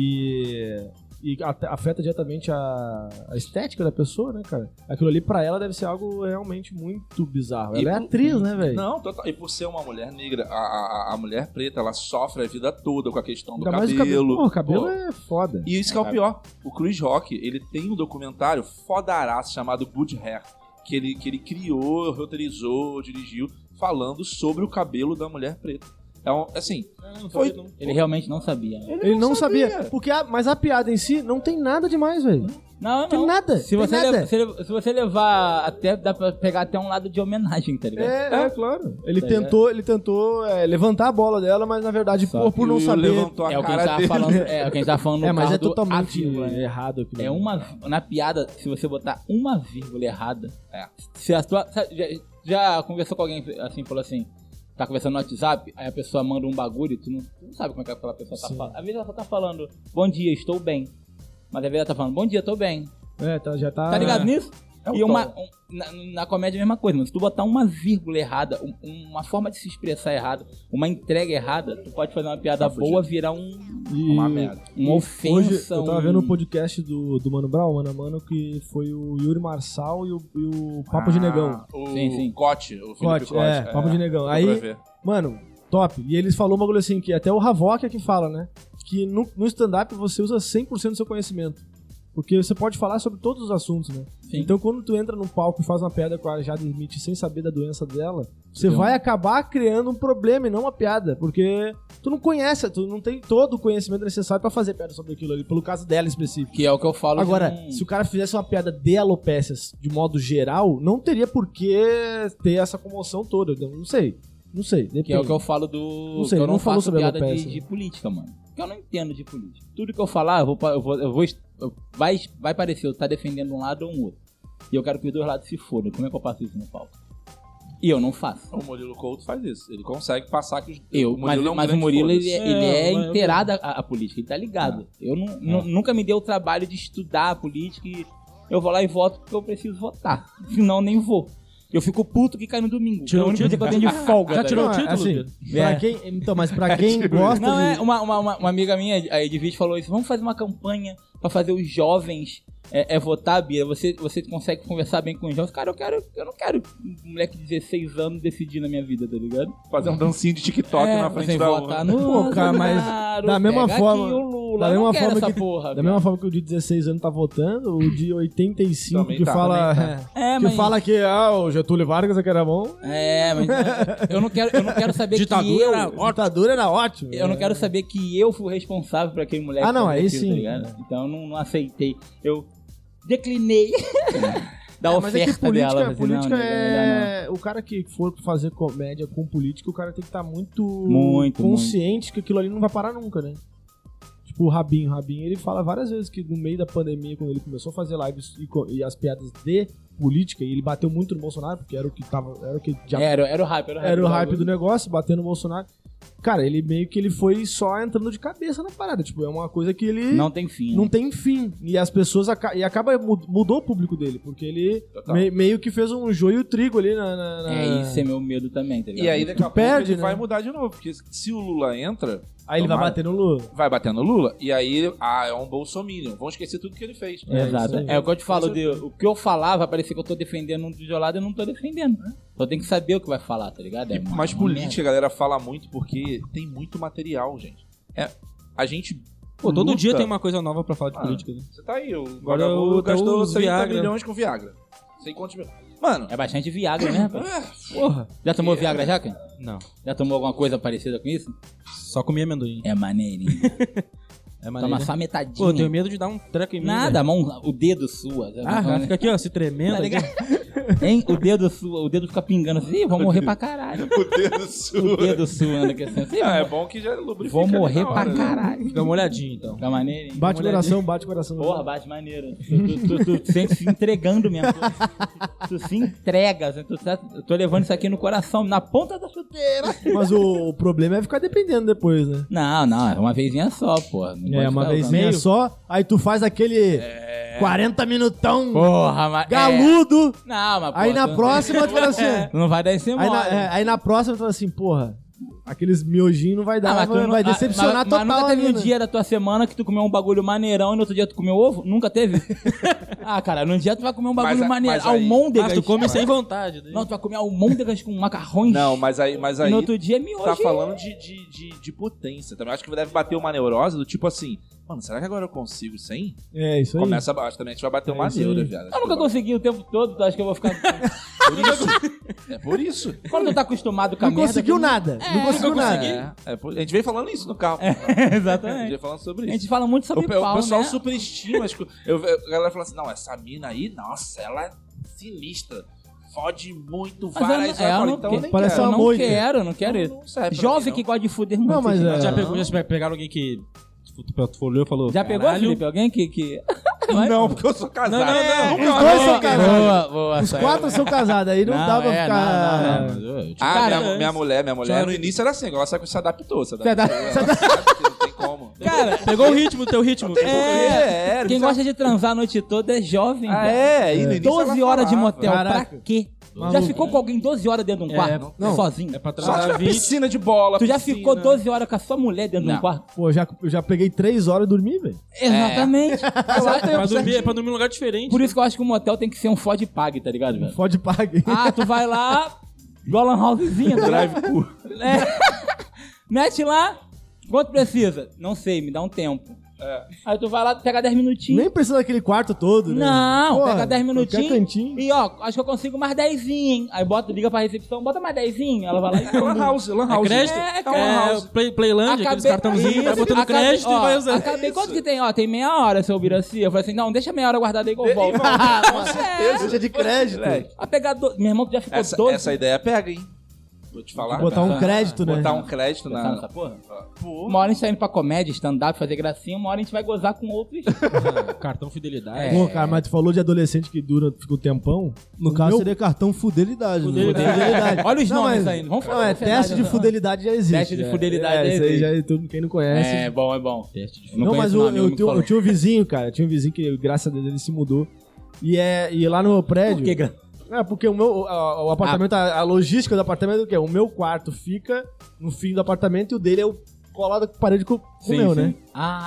Speaker 1: e. E a- afeta diretamente a, a estética da pessoa, né, cara? Aquilo ali pra ela deve ser algo realmente muito bizarro.
Speaker 5: E
Speaker 1: Ela é
Speaker 5: por-
Speaker 1: atriz, né, velho?
Speaker 5: Não, total. E por ser uma mulher negra, a, a, a mulher preta, ela sofre a vida toda com a questão do
Speaker 1: Ainda mais o cabelo.
Speaker 5: cabelo.
Speaker 1: Pô, o cabelo
Speaker 5: Pô.
Speaker 1: é foda.
Speaker 5: E isso que é o pior. O Chris Rock, ele tem um documentário fodaraço chamado Good Hair, que ele, que ele criou, roteirizou, dirigiu, falando sobre o cabelo da mulher preta. É um, assim, foi,
Speaker 4: Ele realmente não sabia.
Speaker 1: Ele, não sabia. Porque a- mas a piada em si não tem nada demais, velho.
Speaker 4: Não,
Speaker 1: Tem
Speaker 4: não.
Speaker 1: nada.
Speaker 4: Se
Speaker 1: tem
Speaker 4: você,
Speaker 1: nada.
Speaker 4: lev- se lev- se você levar até, dá pra pegar até um lado de homenagem, tá ligado?
Speaker 1: É, é, claro. Ele
Speaker 4: Tá
Speaker 1: tentou, ele tentou é, levantar a bola dela, mas na verdade,
Speaker 4: Só
Speaker 1: por, por não
Speaker 5: ele
Speaker 1: saber.
Speaker 5: levantou a
Speaker 4: É o que a
Speaker 5: cara
Speaker 4: gente tava
Speaker 5: dele.
Speaker 4: falando. É o que a gente tava falando no
Speaker 1: É, mas
Speaker 4: carro
Speaker 1: é
Speaker 4: do
Speaker 1: totalmente
Speaker 4: Ávila, né?
Speaker 1: errado aquilo.
Speaker 4: É uma. Na piada, se você botar uma vírgula errada.
Speaker 5: É.
Speaker 4: Se a tua. sabe, Já, já conversou com alguém assim, falou assim. Tá conversando no WhatsApp, aí a pessoa manda um bagulho e tu não, tu não sabe como é que aquela pessoa tá
Speaker 1: Sim.
Speaker 4: falando. Às vezes ela só tá falando, bom dia, estou bem. Mas às vezes ela tá falando, bom dia, tô bem.
Speaker 1: É, tá, já tá.
Speaker 3: Ah,
Speaker 4: Tá ligado nisso?
Speaker 5: É o
Speaker 4: e uma, um- na, na comédia é a mesma coisa, mano. Se tu botar uma vírgula errada, um- uma forma de se expressar errada, uma entrega errada, tu pode fazer uma piada
Speaker 5: Tá fudido.
Speaker 4: boa virar um,
Speaker 1: E
Speaker 5: Uma merda.
Speaker 4: uma ofensa.
Speaker 1: Hoje eu tava vendo
Speaker 4: um-
Speaker 1: um podcast do, do Mano Brown, Mano a Mano, que foi o Yuri Marçal e o, e o Papo de Negão.
Speaker 5: Ah, O
Speaker 4: Sim, sim.
Speaker 5: Cote, o
Speaker 1: Cote,
Speaker 5: Felipe
Speaker 3: é,
Speaker 5: Cote.
Speaker 1: é, Papo de Negão. Aí,
Speaker 5: pra ver.
Speaker 1: mano,
Speaker 3: top. E ele falou um bagulho assim, que até o Havok é que fala, né? Que no, no stand-up você usa 100% do seu conhecimento. Porque você pode falar sobre todos os assuntos, né?
Speaker 4: Sim.
Speaker 3: Então quando tu entra num palco e faz uma piada com a Jada Smith sem saber da doença dela, você
Speaker 4: Entendeu?
Speaker 3: vai acabar criando um problema e não uma piada. Porque tu não conhece, tu não tem todo o conhecimento necessário pra fazer piada sobre aquilo ali, pelo caso dela específico.
Speaker 4: Que é o que eu falo. de
Speaker 3: Agora,
Speaker 4: não-
Speaker 3: se o cara fizesse uma piada de alopécias de modo geral, não teria por que ter essa comoção toda. Eu Não sei. Não sei. Depende.
Speaker 4: Que é o que eu falo do.
Speaker 3: Não sei,
Speaker 4: que eu
Speaker 3: ele
Speaker 4: não,
Speaker 3: não falou
Speaker 4: faço
Speaker 3: sobre
Speaker 4: piada
Speaker 3: alopecia.
Speaker 4: de, de política, mano. Que eu não entendo de política. Tudo que eu falar, eu vou. pa- Eu vou, eu vou est- eu- vai, vai parecer eu tá defendendo um lado ou um outro. E eu quero que os dois lados se fodam. Como é que eu faço isso no palco? E eu não faço.
Speaker 5: O Murilo Couto faz isso. Ele consegue passar que os-
Speaker 4: Eu, mas,
Speaker 5: é um
Speaker 4: mas o
Speaker 5: grande
Speaker 4: Murilo,
Speaker 5: foda-se.
Speaker 4: ele é,
Speaker 1: É,
Speaker 4: ele
Speaker 1: mas
Speaker 4: é
Speaker 1: eu- É.
Speaker 4: inteirado a, a política, ele tá ligado. Eu não, nu- nunca me dei o trabalho de estudar a política e eu vou lá e voto porque eu preciso votar. [LAUGHS] Senão, nem vou. Eu fico puto que cai no domingo.
Speaker 1: Tirou
Speaker 4: é o
Speaker 1: o
Speaker 4: único dia que eu
Speaker 1: título? Ah,
Speaker 4: tenho de folga.
Speaker 1: Já
Speaker 4: tá
Speaker 1: tirou o
Speaker 3: Não, é
Speaker 1: título?
Speaker 3: assim,
Speaker 1: Pedro?
Speaker 3: pra
Speaker 4: [LAUGHS] É.
Speaker 3: quem- então, mas pra quem gosta
Speaker 4: Não,
Speaker 3: de...
Speaker 4: é, uma, uma, uma, uma amiga minha, a Edviz, falou isso. Vamos fazer uma campanha pra fazer os jovens é, é votar, Bia. Você, você consegue conversar bem com os jovens. Cara, eu quero. Eu não quero um moleque de 16 anos decidir na minha vida, tá ligado?
Speaker 5: Fazer um dancinho de TikTok
Speaker 4: É,
Speaker 5: na frente
Speaker 4: você
Speaker 5: da urna.
Speaker 4: votar no
Speaker 3: Pô, cara, mas
Speaker 4: Bolsonaro,
Speaker 3: da mesma
Speaker 4: pega
Speaker 3: forma-
Speaker 4: aqui o Lula.
Speaker 3: da
Speaker 4: Eu
Speaker 3: mesma
Speaker 4: não quero
Speaker 3: forma
Speaker 4: essa
Speaker 3: que-
Speaker 4: porra,
Speaker 3: Da
Speaker 4: Bia.
Speaker 3: mesma forma que o de 16 anos tá votando, o de 85
Speaker 5: Também
Speaker 3: que
Speaker 5: tá,
Speaker 3: fala...
Speaker 5: também
Speaker 3: [LAUGHS]
Speaker 4: É,
Speaker 3: Que
Speaker 4: mas...
Speaker 3: fala que ah, o Getúlio Vargas é que era bom.
Speaker 4: É, mas eu não quero, eu não quero saber que
Speaker 1: Ditadura
Speaker 4: eu...
Speaker 1: era
Speaker 3: A ditadura era ótimo.
Speaker 4: Eu não quero saber que eu fui o responsável por aquele moleque.
Speaker 3: É. Ah, não,
Speaker 4: fazer
Speaker 3: aí
Speaker 4: aquilo,
Speaker 3: sim.
Speaker 4: tá ligado? então eu não, não aceitei. Eu declinei da
Speaker 3: [LAUGHS] É, mas
Speaker 4: oferta
Speaker 3: é que política,
Speaker 4: dela. Eu falei,
Speaker 3: política
Speaker 4: não, nega, melhor
Speaker 3: é. O cara que for fazer comédia com política, o cara tem que estar muito,
Speaker 4: Muito,
Speaker 3: consciente que aquilo ali não vai parar nunca, né? Tipo, o Rabinho. O Rabinho, ele fala várias vezes que no meio da pandemia, quando ele começou a fazer lives e, co- e as piadas de política, e ele bateu muito no Bolsonaro, porque era o que tava. Era o que já
Speaker 4: não. Era, era o hype, É, era o hype.
Speaker 3: era o
Speaker 4: do
Speaker 3: hype do
Speaker 4: bagulho.
Speaker 3: negócio, batendo no Bolsonaro. Cara, ele meio que ele foi só entrando de cabeça na parada. Tipo, é uma coisa que ele
Speaker 4: Não tem fim.
Speaker 3: não
Speaker 4: né?
Speaker 3: tem fim. E as pessoas. aca- E acaba. mud- Mudou o público dele, porque ele
Speaker 5: Total.
Speaker 3: me- meio que fez um joio e trigo ali na. na- na-
Speaker 4: É, isso é meu medo também, tá ligado?
Speaker 5: E aí daqui a pouco
Speaker 3: perde,
Speaker 5: ele
Speaker 3: né?
Speaker 5: vai mudar de novo. Porque se o Lula entra,
Speaker 3: Aí ele vai
Speaker 5: Tomara.
Speaker 3: bater no Lula.
Speaker 5: vai bater no Lula. E aí, ele- ah, é um bolsominion. Vão esquecer tudo que ele fez.
Speaker 3: É,
Speaker 4: Exato.
Speaker 3: isso aí.
Speaker 4: É o que eu te falo, de, o que eu falar vai parecer que eu tô defendendo um dos lados e eu não tô defendendo. Só tem que saber o que vai falar, tá ligado? É, uma-
Speaker 5: Mas
Speaker 4: uma
Speaker 5: política, a galera fala muito porque tem muito material, gente. É, a gente.
Speaker 1: Pô, todo
Speaker 5: luta-
Speaker 1: dia tem uma coisa nova pra falar de
Speaker 5: Ah.
Speaker 1: política, né?
Speaker 5: Você tá aí, o
Speaker 1: Agora
Speaker 5: Vagabundo
Speaker 1: o- tá
Speaker 5: gastou
Speaker 1: os
Speaker 5: 30
Speaker 1: Viagra.
Speaker 5: milhões com Viagra. Sei quantos mil. Mano,
Speaker 4: merda. É bastante Viagra, né? rapaz?
Speaker 1: Porra.
Speaker 4: Já
Speaker 5: É.
Speaker 4: tomou Viagra já, cara?
Speaker 1: Não.
Speaker 4: Já tomou alguma coisa parecida com isso?
Speaker 1: Só comi amendoim.
Speaker 4: É maneirinho.
Speaker 1: É
Speaker 4: Toma
Speaker 1: maneiro.
Speaker 4: só metadinha.
Speaker 1: Pô, eu tenho medo de dar um treco em mim.
Speaker 4: Tá Nada, a mão, o dedo sua. Então,
Speaker 1: velho. Ah, fica aqui, ó, se tremendo.
Speaker 4: Tá ligado? Hein? O dedo sua, o dedo fica pingando assim, "Ih, vou morrer pra caralho.
Speaker 5: o dedo sua. [LAUGHS]
Speaker 4: O dedo suando aqui assim, assim,
Speaker 5: Ah, é bom que já lubrifica.
Speaker 4: vou
Speaker 5: ali na
Speaker 4: morrer
Speaker 5: hora,
Speaker 4: pra
Speaker 5: né?
Speaker 4: caralho.
Speaker 1: Dá uma olhadinha, então.
Speaker 4: Fica maneiro, hein?
Speaker 3: Bate
Speaker 1: mulher-
Speaker 3: coração, bate coração.
Speaker 4: tá Porra, bate maneiro. né? Tu, tu, tu, tu sente se entregando mesmo. Tu, tu se entrega. assim, Tu, tá- eu tô levando isso aqui no coração, na ponta da chuteira.
Speaker 3: Mas o, o problema é ficar dependendo depois, né?
Speaker 4: Não, não, é uma vezinha só, pô. Não pode
Speaker 3: É, uma
Speaker 4: ficar
Speaker 3: vez
Speaker 4: tá. usando.
Speaker 3: só, aí tu faz aquele 40 minutão
Speaker 4: Porra, mas. é.
Speaker 3: galudo,
Speaker 4: Não, mas. pô,
Speaker 3: aí na
Speaker 4: tu- [LAUGHS]
Speaker 3: próxima tu fala assim.
Speaker 4: Tu não vai dar esse
Speaker 3: Aí
Speaker 4: mole.
Speaker 3: na, é, aí na próxima tu fala assim, porra, aqueles miojinhos não vai dar,
Speaker 4: Ah, mas tu
Speaker 3: vai,
Speaker 4: não-
Speaker 3: vai
Speaker 4: ah,
Speaker 3: decepcionar
Speaker 4: mas,
Speaker 3: total.
Speaker 4: Mas nunca teve
Speaker 3: ali,
Speaker 4: um
Speaker 3: né?
Speaker 4: dia da tua semana que tu comeu um bagulho maneirão e no outro dia tu comeu ovo? Nunca
Speaker 3: [LAUGHS]
Speaker 4: teve? ah, cara, num dia tu vai comer um bagulho
Speaker 5: Mas a-
Speaker 4: maneiro.
Speaker 5: mas aí- Ah,
Speaker 4: Almôndegas.
Speaker 1: Mas tu come sem vontade. né?
Speaker 4: Não, tu vai comer almôndegas com macarrões.
Speaker 5: Não, mas aí, mas
Speaker 4: E
Speaker 5: aí
Speaker 4: no outro dia é miojo.
Speaker 5: tá
Speaker 4: hein?
Speaker 5: falando de, de, de, de potência também. Acho que deve bater uma neurose do tipo assim. Mano, será que agora eu consigo 100?
Speaker 3: É, isso aí.
Speaker 5: Começa abaixo também, a gente vai bater
Speaker 3: É
Speaker 5: uma
Speaker 3: isso
Speaker 5: neura,
Speaker 3: aí.
Speaker 5: viado.
Speaker 4: Eu nunca consegui o tempo todo, tu acha que eu
Speaker 5: [LAUGHS]
Speaker 4: vou ficar...
Speaker 5: Por isso. É por isso.
Speaker 4: Quando tu tá acostumado com a
Speaker 3: Não
Speaker 4: merda... né?
Speaker 3: conseguiu nada. não conseguiu nada.
Speaker 5: É, é por- a gente veio falando isso no carro. A gente [LAUGHS]
Speaker 4: [LAUGHS] Exatamente.
Speaker 5: veio falando sobre
Speaker 4: A
Speaker 5: isso.
Speaker 4: gente fala muito
Speaker 5: O,
Speaker 4: sobre
Speaker 5: pe- o
Speaker 4: pau,
Speaker 5: pessoal
Speaker 4: né?
Speaker 5: superestima. as co- eu, eu- a galera fala assim: não, essa mina aí, nossa, ela é sinistra. Fode muito,
Speaker 4: Mas é,
Speaker 5: vara.
Speaker 4: eu
Speaker 5: isso
Speaker 4: não-
Speaker 5: aí."
Speaker 4: eu
Speaker 5: falo,
Speaker 4: não
Speaker 5: então
Speaker 4: quero.
Speaker 5: nem
Speaker 3: Parece
Speaker 5: quero.
Speaker 3: uma
Speaker 4: Eu não
Speaker 3: moita.
Speaker 4: quero, não quero
Speaker 5: Não-
Speaker 4: isso.
Speaker 5: não serve pra mim,
Speaker 4: Jovem
Speaker 5: não.
Speaker 4: que gosta de fuder muito.
Speaker 3: Não, mas
Speaker 4: entendeu?
Speaker 3: é-
Speaker 1: Já pegou, já pegaram alguém que... tipo, tu- Tu olhou e falou...
Speaker 4: Já pegou,
Speaker 1: "Caralho,
Speaker 4: Felipe? Alguém que... que...
Speaker 5: Não, porque eu sou
Speaker 4: É,
Speaker 5: casado. Ah,
Speaker 1: Não, não,
Speaker 4: um
Speaker 1: não.
Speaker 3: Os dois são casados.
Speaker 4: Boa, boa.
Speaker 3: Os
Speaker 4: saiu.
Speaker 3: quatro são casados, aí não, dá pra
Speaker 4: é,
Speaker 3: ficar.
Speaker 4: não, não, não, eu- tipo,
Speaker 5: Ah,
Speaker 4: cara,
Speaker 5: minha, minha mulher, minha mulher
Speaker 1: Claro.
Speaker 5: no início era assim, agora só que se adaptou. Se
Speaker 3: Você
Speaker 5: adaptou.
Speaker 3: dá- você dá-
Speaker 5: Não tem como.
Speaker 4: [LAUGHS]
Speaker 1: Cara, pegou o ritmo, teu ritmo.
Speaker 5: É, é, é,
Speaker 4: quem
Speaker 5: não
Speaker 4: gosta de transar a noite toda é jovem.
Speaker 5: Ah,
Speaker 4: velho.
Speaker 5: é? E no início
Speaker 4: 12
Speaker 5: ela
Speaker 4: horas de
Speaker 5: falava.
Speaker 4: motel,
Speaker 3: Caraca.
Speaker 4: pra quê? Já
Speaker 3: Maluco.
Speaker 4: ficou com alguém 12 horas dentro de um quarto?
Speaker 3: não.
Speaker 4: Sozinho?
Speaker 1: É pra
Speaker 5: Só
Speaker 1: transar
Speaker 5: na
Speaker 1: 20.
Speaker 5: piscina de bola.
Speaker 4: Tu já
Speaker 5: piscina. né?
Speaker 4: ficou 12 horas com a sua mulher dentro de um
Speaker 5: Não.
Speaker 3: [LAUGHS]
Speaker 4: quarto?
Speaker 3: Pô, já, eu já peguei três horas e dormi, velho.
Speaker 4: Exatamente. Eu acho-
Speaker 1: Pra dormir, é pra dormir em um lugar diferente.
Speaker 4: Por isso que eu acho que o motel tem que ser um fode pague, tá ligado, velho?
Speaker 3: Fode pague.
Speaker 4: Ah, tu vai lá, Roland Housezinha, tá ligado?
Speaker 5: Drive-thru.
Speaker 4: É. Mete lá, quanto precisa? Não sei, me dá um tempo.
Speaker 6: É.
Speaker 4: Aí tu vai lá, pega 10 minutinhos.
Speaker 3: Nem precisa daquele quarto todo, né?
Speaker 4: Não,
Speaker 3: Porra,
Speaker 4: pega 10
Speaker 3: Qualquer
Speaker 4: minutinhos.
Speaker 3: cantinho.
Speaker 4: E ó, acho que eu consigo mais 10, hein? Aí bota, liga pra recepção, bota mais 10. Ela vai lá
Speaker 5: É
Speaker 4: e.
Speaker 6: [LAUGHS]
Speaker 5: Lan House, Lan House.
Speaker 6: crédito?
Speaker 4: É,
Speaker 5: um lan
Speaker 6: É,
Speaker 5: house.
Speaker 6: Play, Playland, aqueles cartãozinhos, vai botando
Speaker 4: acabei-
Speaker 6: crédito
Speaker 4: ó,
Speaker 6: e vai usando.
Speaker 4: Acabei, quanto que tem? Ó, tem meia hora, seu Biraci. Eu falei assim, não, deixa meia hora guardada aí que
Speaker 5: [LAUGHS]
Speaker 4: eu volto. é,
Speaker 5: Com certeza.
Speaker 3: Seja de crédito.
Speaker 5: Moleque,
Speaker 4: A pegar do... Meu irmão tu já é, ficou
Speaker 5: Essa,
Speaker 4: 12.
Speaker 5: essa ideia pega, hein? Vou te falar.
Speaker 3: Botar um
Speaker 5: cara.
Speaker 3: crédito, né?
Speaker 5: Botar um crédito
Speaker 4: Pensar
Speaker 5: na.
Speaker 4: nessa porra?
Speaker 5: Pô,
Speaker 4: Uma hora a gente tá indo pra comédia, stand-up, fazer gracinha, uma hora a gente vai gozar com outros. [LAUGHS] É.
Speaker 6: Cartão fidelidade.
Speaker 3: Pô, cara, mas tu falou de adolescente que dura, fica um tempão.
Speaker 1: No
Speaker 3: O
Speaker 1: caso,
Speaker 3: meu-
Speaker 1: seria cartão fudelidade. né?
Speaker 3: [LAUGHS] Fidelidade.
Speaker 4: Olha os
Speaker 3: Não,
Speaker 4: nomes
Speaker 3: mas-
Speaker 4: aí, não vamos
Speaker 3: Não,
Speaker 4: falar.
Speaker 3: é teste de fidelidade já existe.
Speaker 4: Teste de
Speaker 3: né?
Speaker 4: fidelidade
Speaker 3: é,
Speaker 4: já
Speaker 3: isso aí
Speaker 4: existe.
Speaker 3: já todo quem não conhece.
Speaker 4: É, bom, é bom.
Speaker 3: Não, mas
Speaker 4: conheço
Speaker 3: eu,
Speaker 4: nome,
Speaker 3: eu,
Speaker 4: não
Speaker 3: tinha-
Speaker 4: falo.
Speaker 3: eu tinha um vizinho, cara. Tinha um vizinho que, graças a Deus, ele se mudou. E, é, e lá no meu prédio.
Speaker 4: Por Ah. que, gra-
Speaker 3: É, porque o meu a- o apartamento, a, a logística do apartamento é o quê? O meu quarto fica no fim do apartamento e o dele é o colado com a parede com com o
Speaker 4: Sim,
Speaker 3: meu,
Speaker 4: sim.
Speaker 3: né?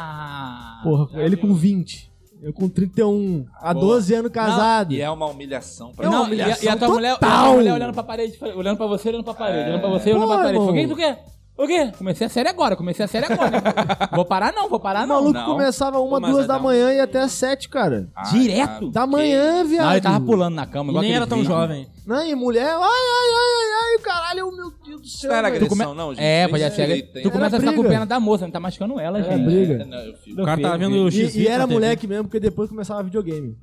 Speaker 4: Ah.
Speaker 3: Porra, ele com 20. Eu com 31. Há 12 anos casado.
Speaker 5: e é uma humilhação pra
Speaker 4: Não, é
Speaker 5: mim.
Speaker 4: e, a- e a tua mulher, e a tua mulher olhando pra parede, olhando pra você, olhando pra parede, olhando pra você, olhando
Speaker 3: Pô,
Speaker 4: pra parede.
Speaker 3: irmão.
Speaker 4: O que tu quer? O quê? Comecei a série agora, comecei a série agora. né? vou parar não, vou parar
Speaker 3: o
Speaker 4: não.
Speaker 3: maluco
Speaker 5: não.
Speaker 3: começava uma,
Speaker 5: Mas
Speaker 3: duas
Speaker 5: é
Speaker 3: da
Speaker 5: não.
Speaker 3: manhã e até sete, cara.
Speaker 5: Ah,
Speaker 4: Direto?
Speaker 3: Da manhã, viado.
Speaker 4: Não, ele tava pulando na cama, igual
Speaker 6: Nem
Speaker 4: aquele
Speaker 6: era tão
Speaker 4: vídeo.
Speaker 6: jovem.
Speaker 3: Não, e mulher, ai, ai, ai, ai, ai, caralho, meu Deus do céu.
Speaker 5: Não era
Speaker 3: velho.
Speaker 5: agressão,
Speaker 4: come-
Speaker 5: não, gente.
Speaker 4: É,
Speaker 5: Nem
Speaker 4: pode
Speaker 5: sei,
Speaker 4: ser.
Speaker 5: tem-
Speaker 4: Tu começa a ficar com
Speaker 3: briga.
Speaker 4: pena da moça, tá machucando ela,
Speaker 3: Era
Speaker 4: gente.
Speaker 3: briga.
Speaker 5: É, não, eu fico-
Speaker 6: O cara
Speaker 4: tá
Speaker 6: tava vendo o X.
Speaker 3: E, e era mulher que mesmo, porque depois começava videogame.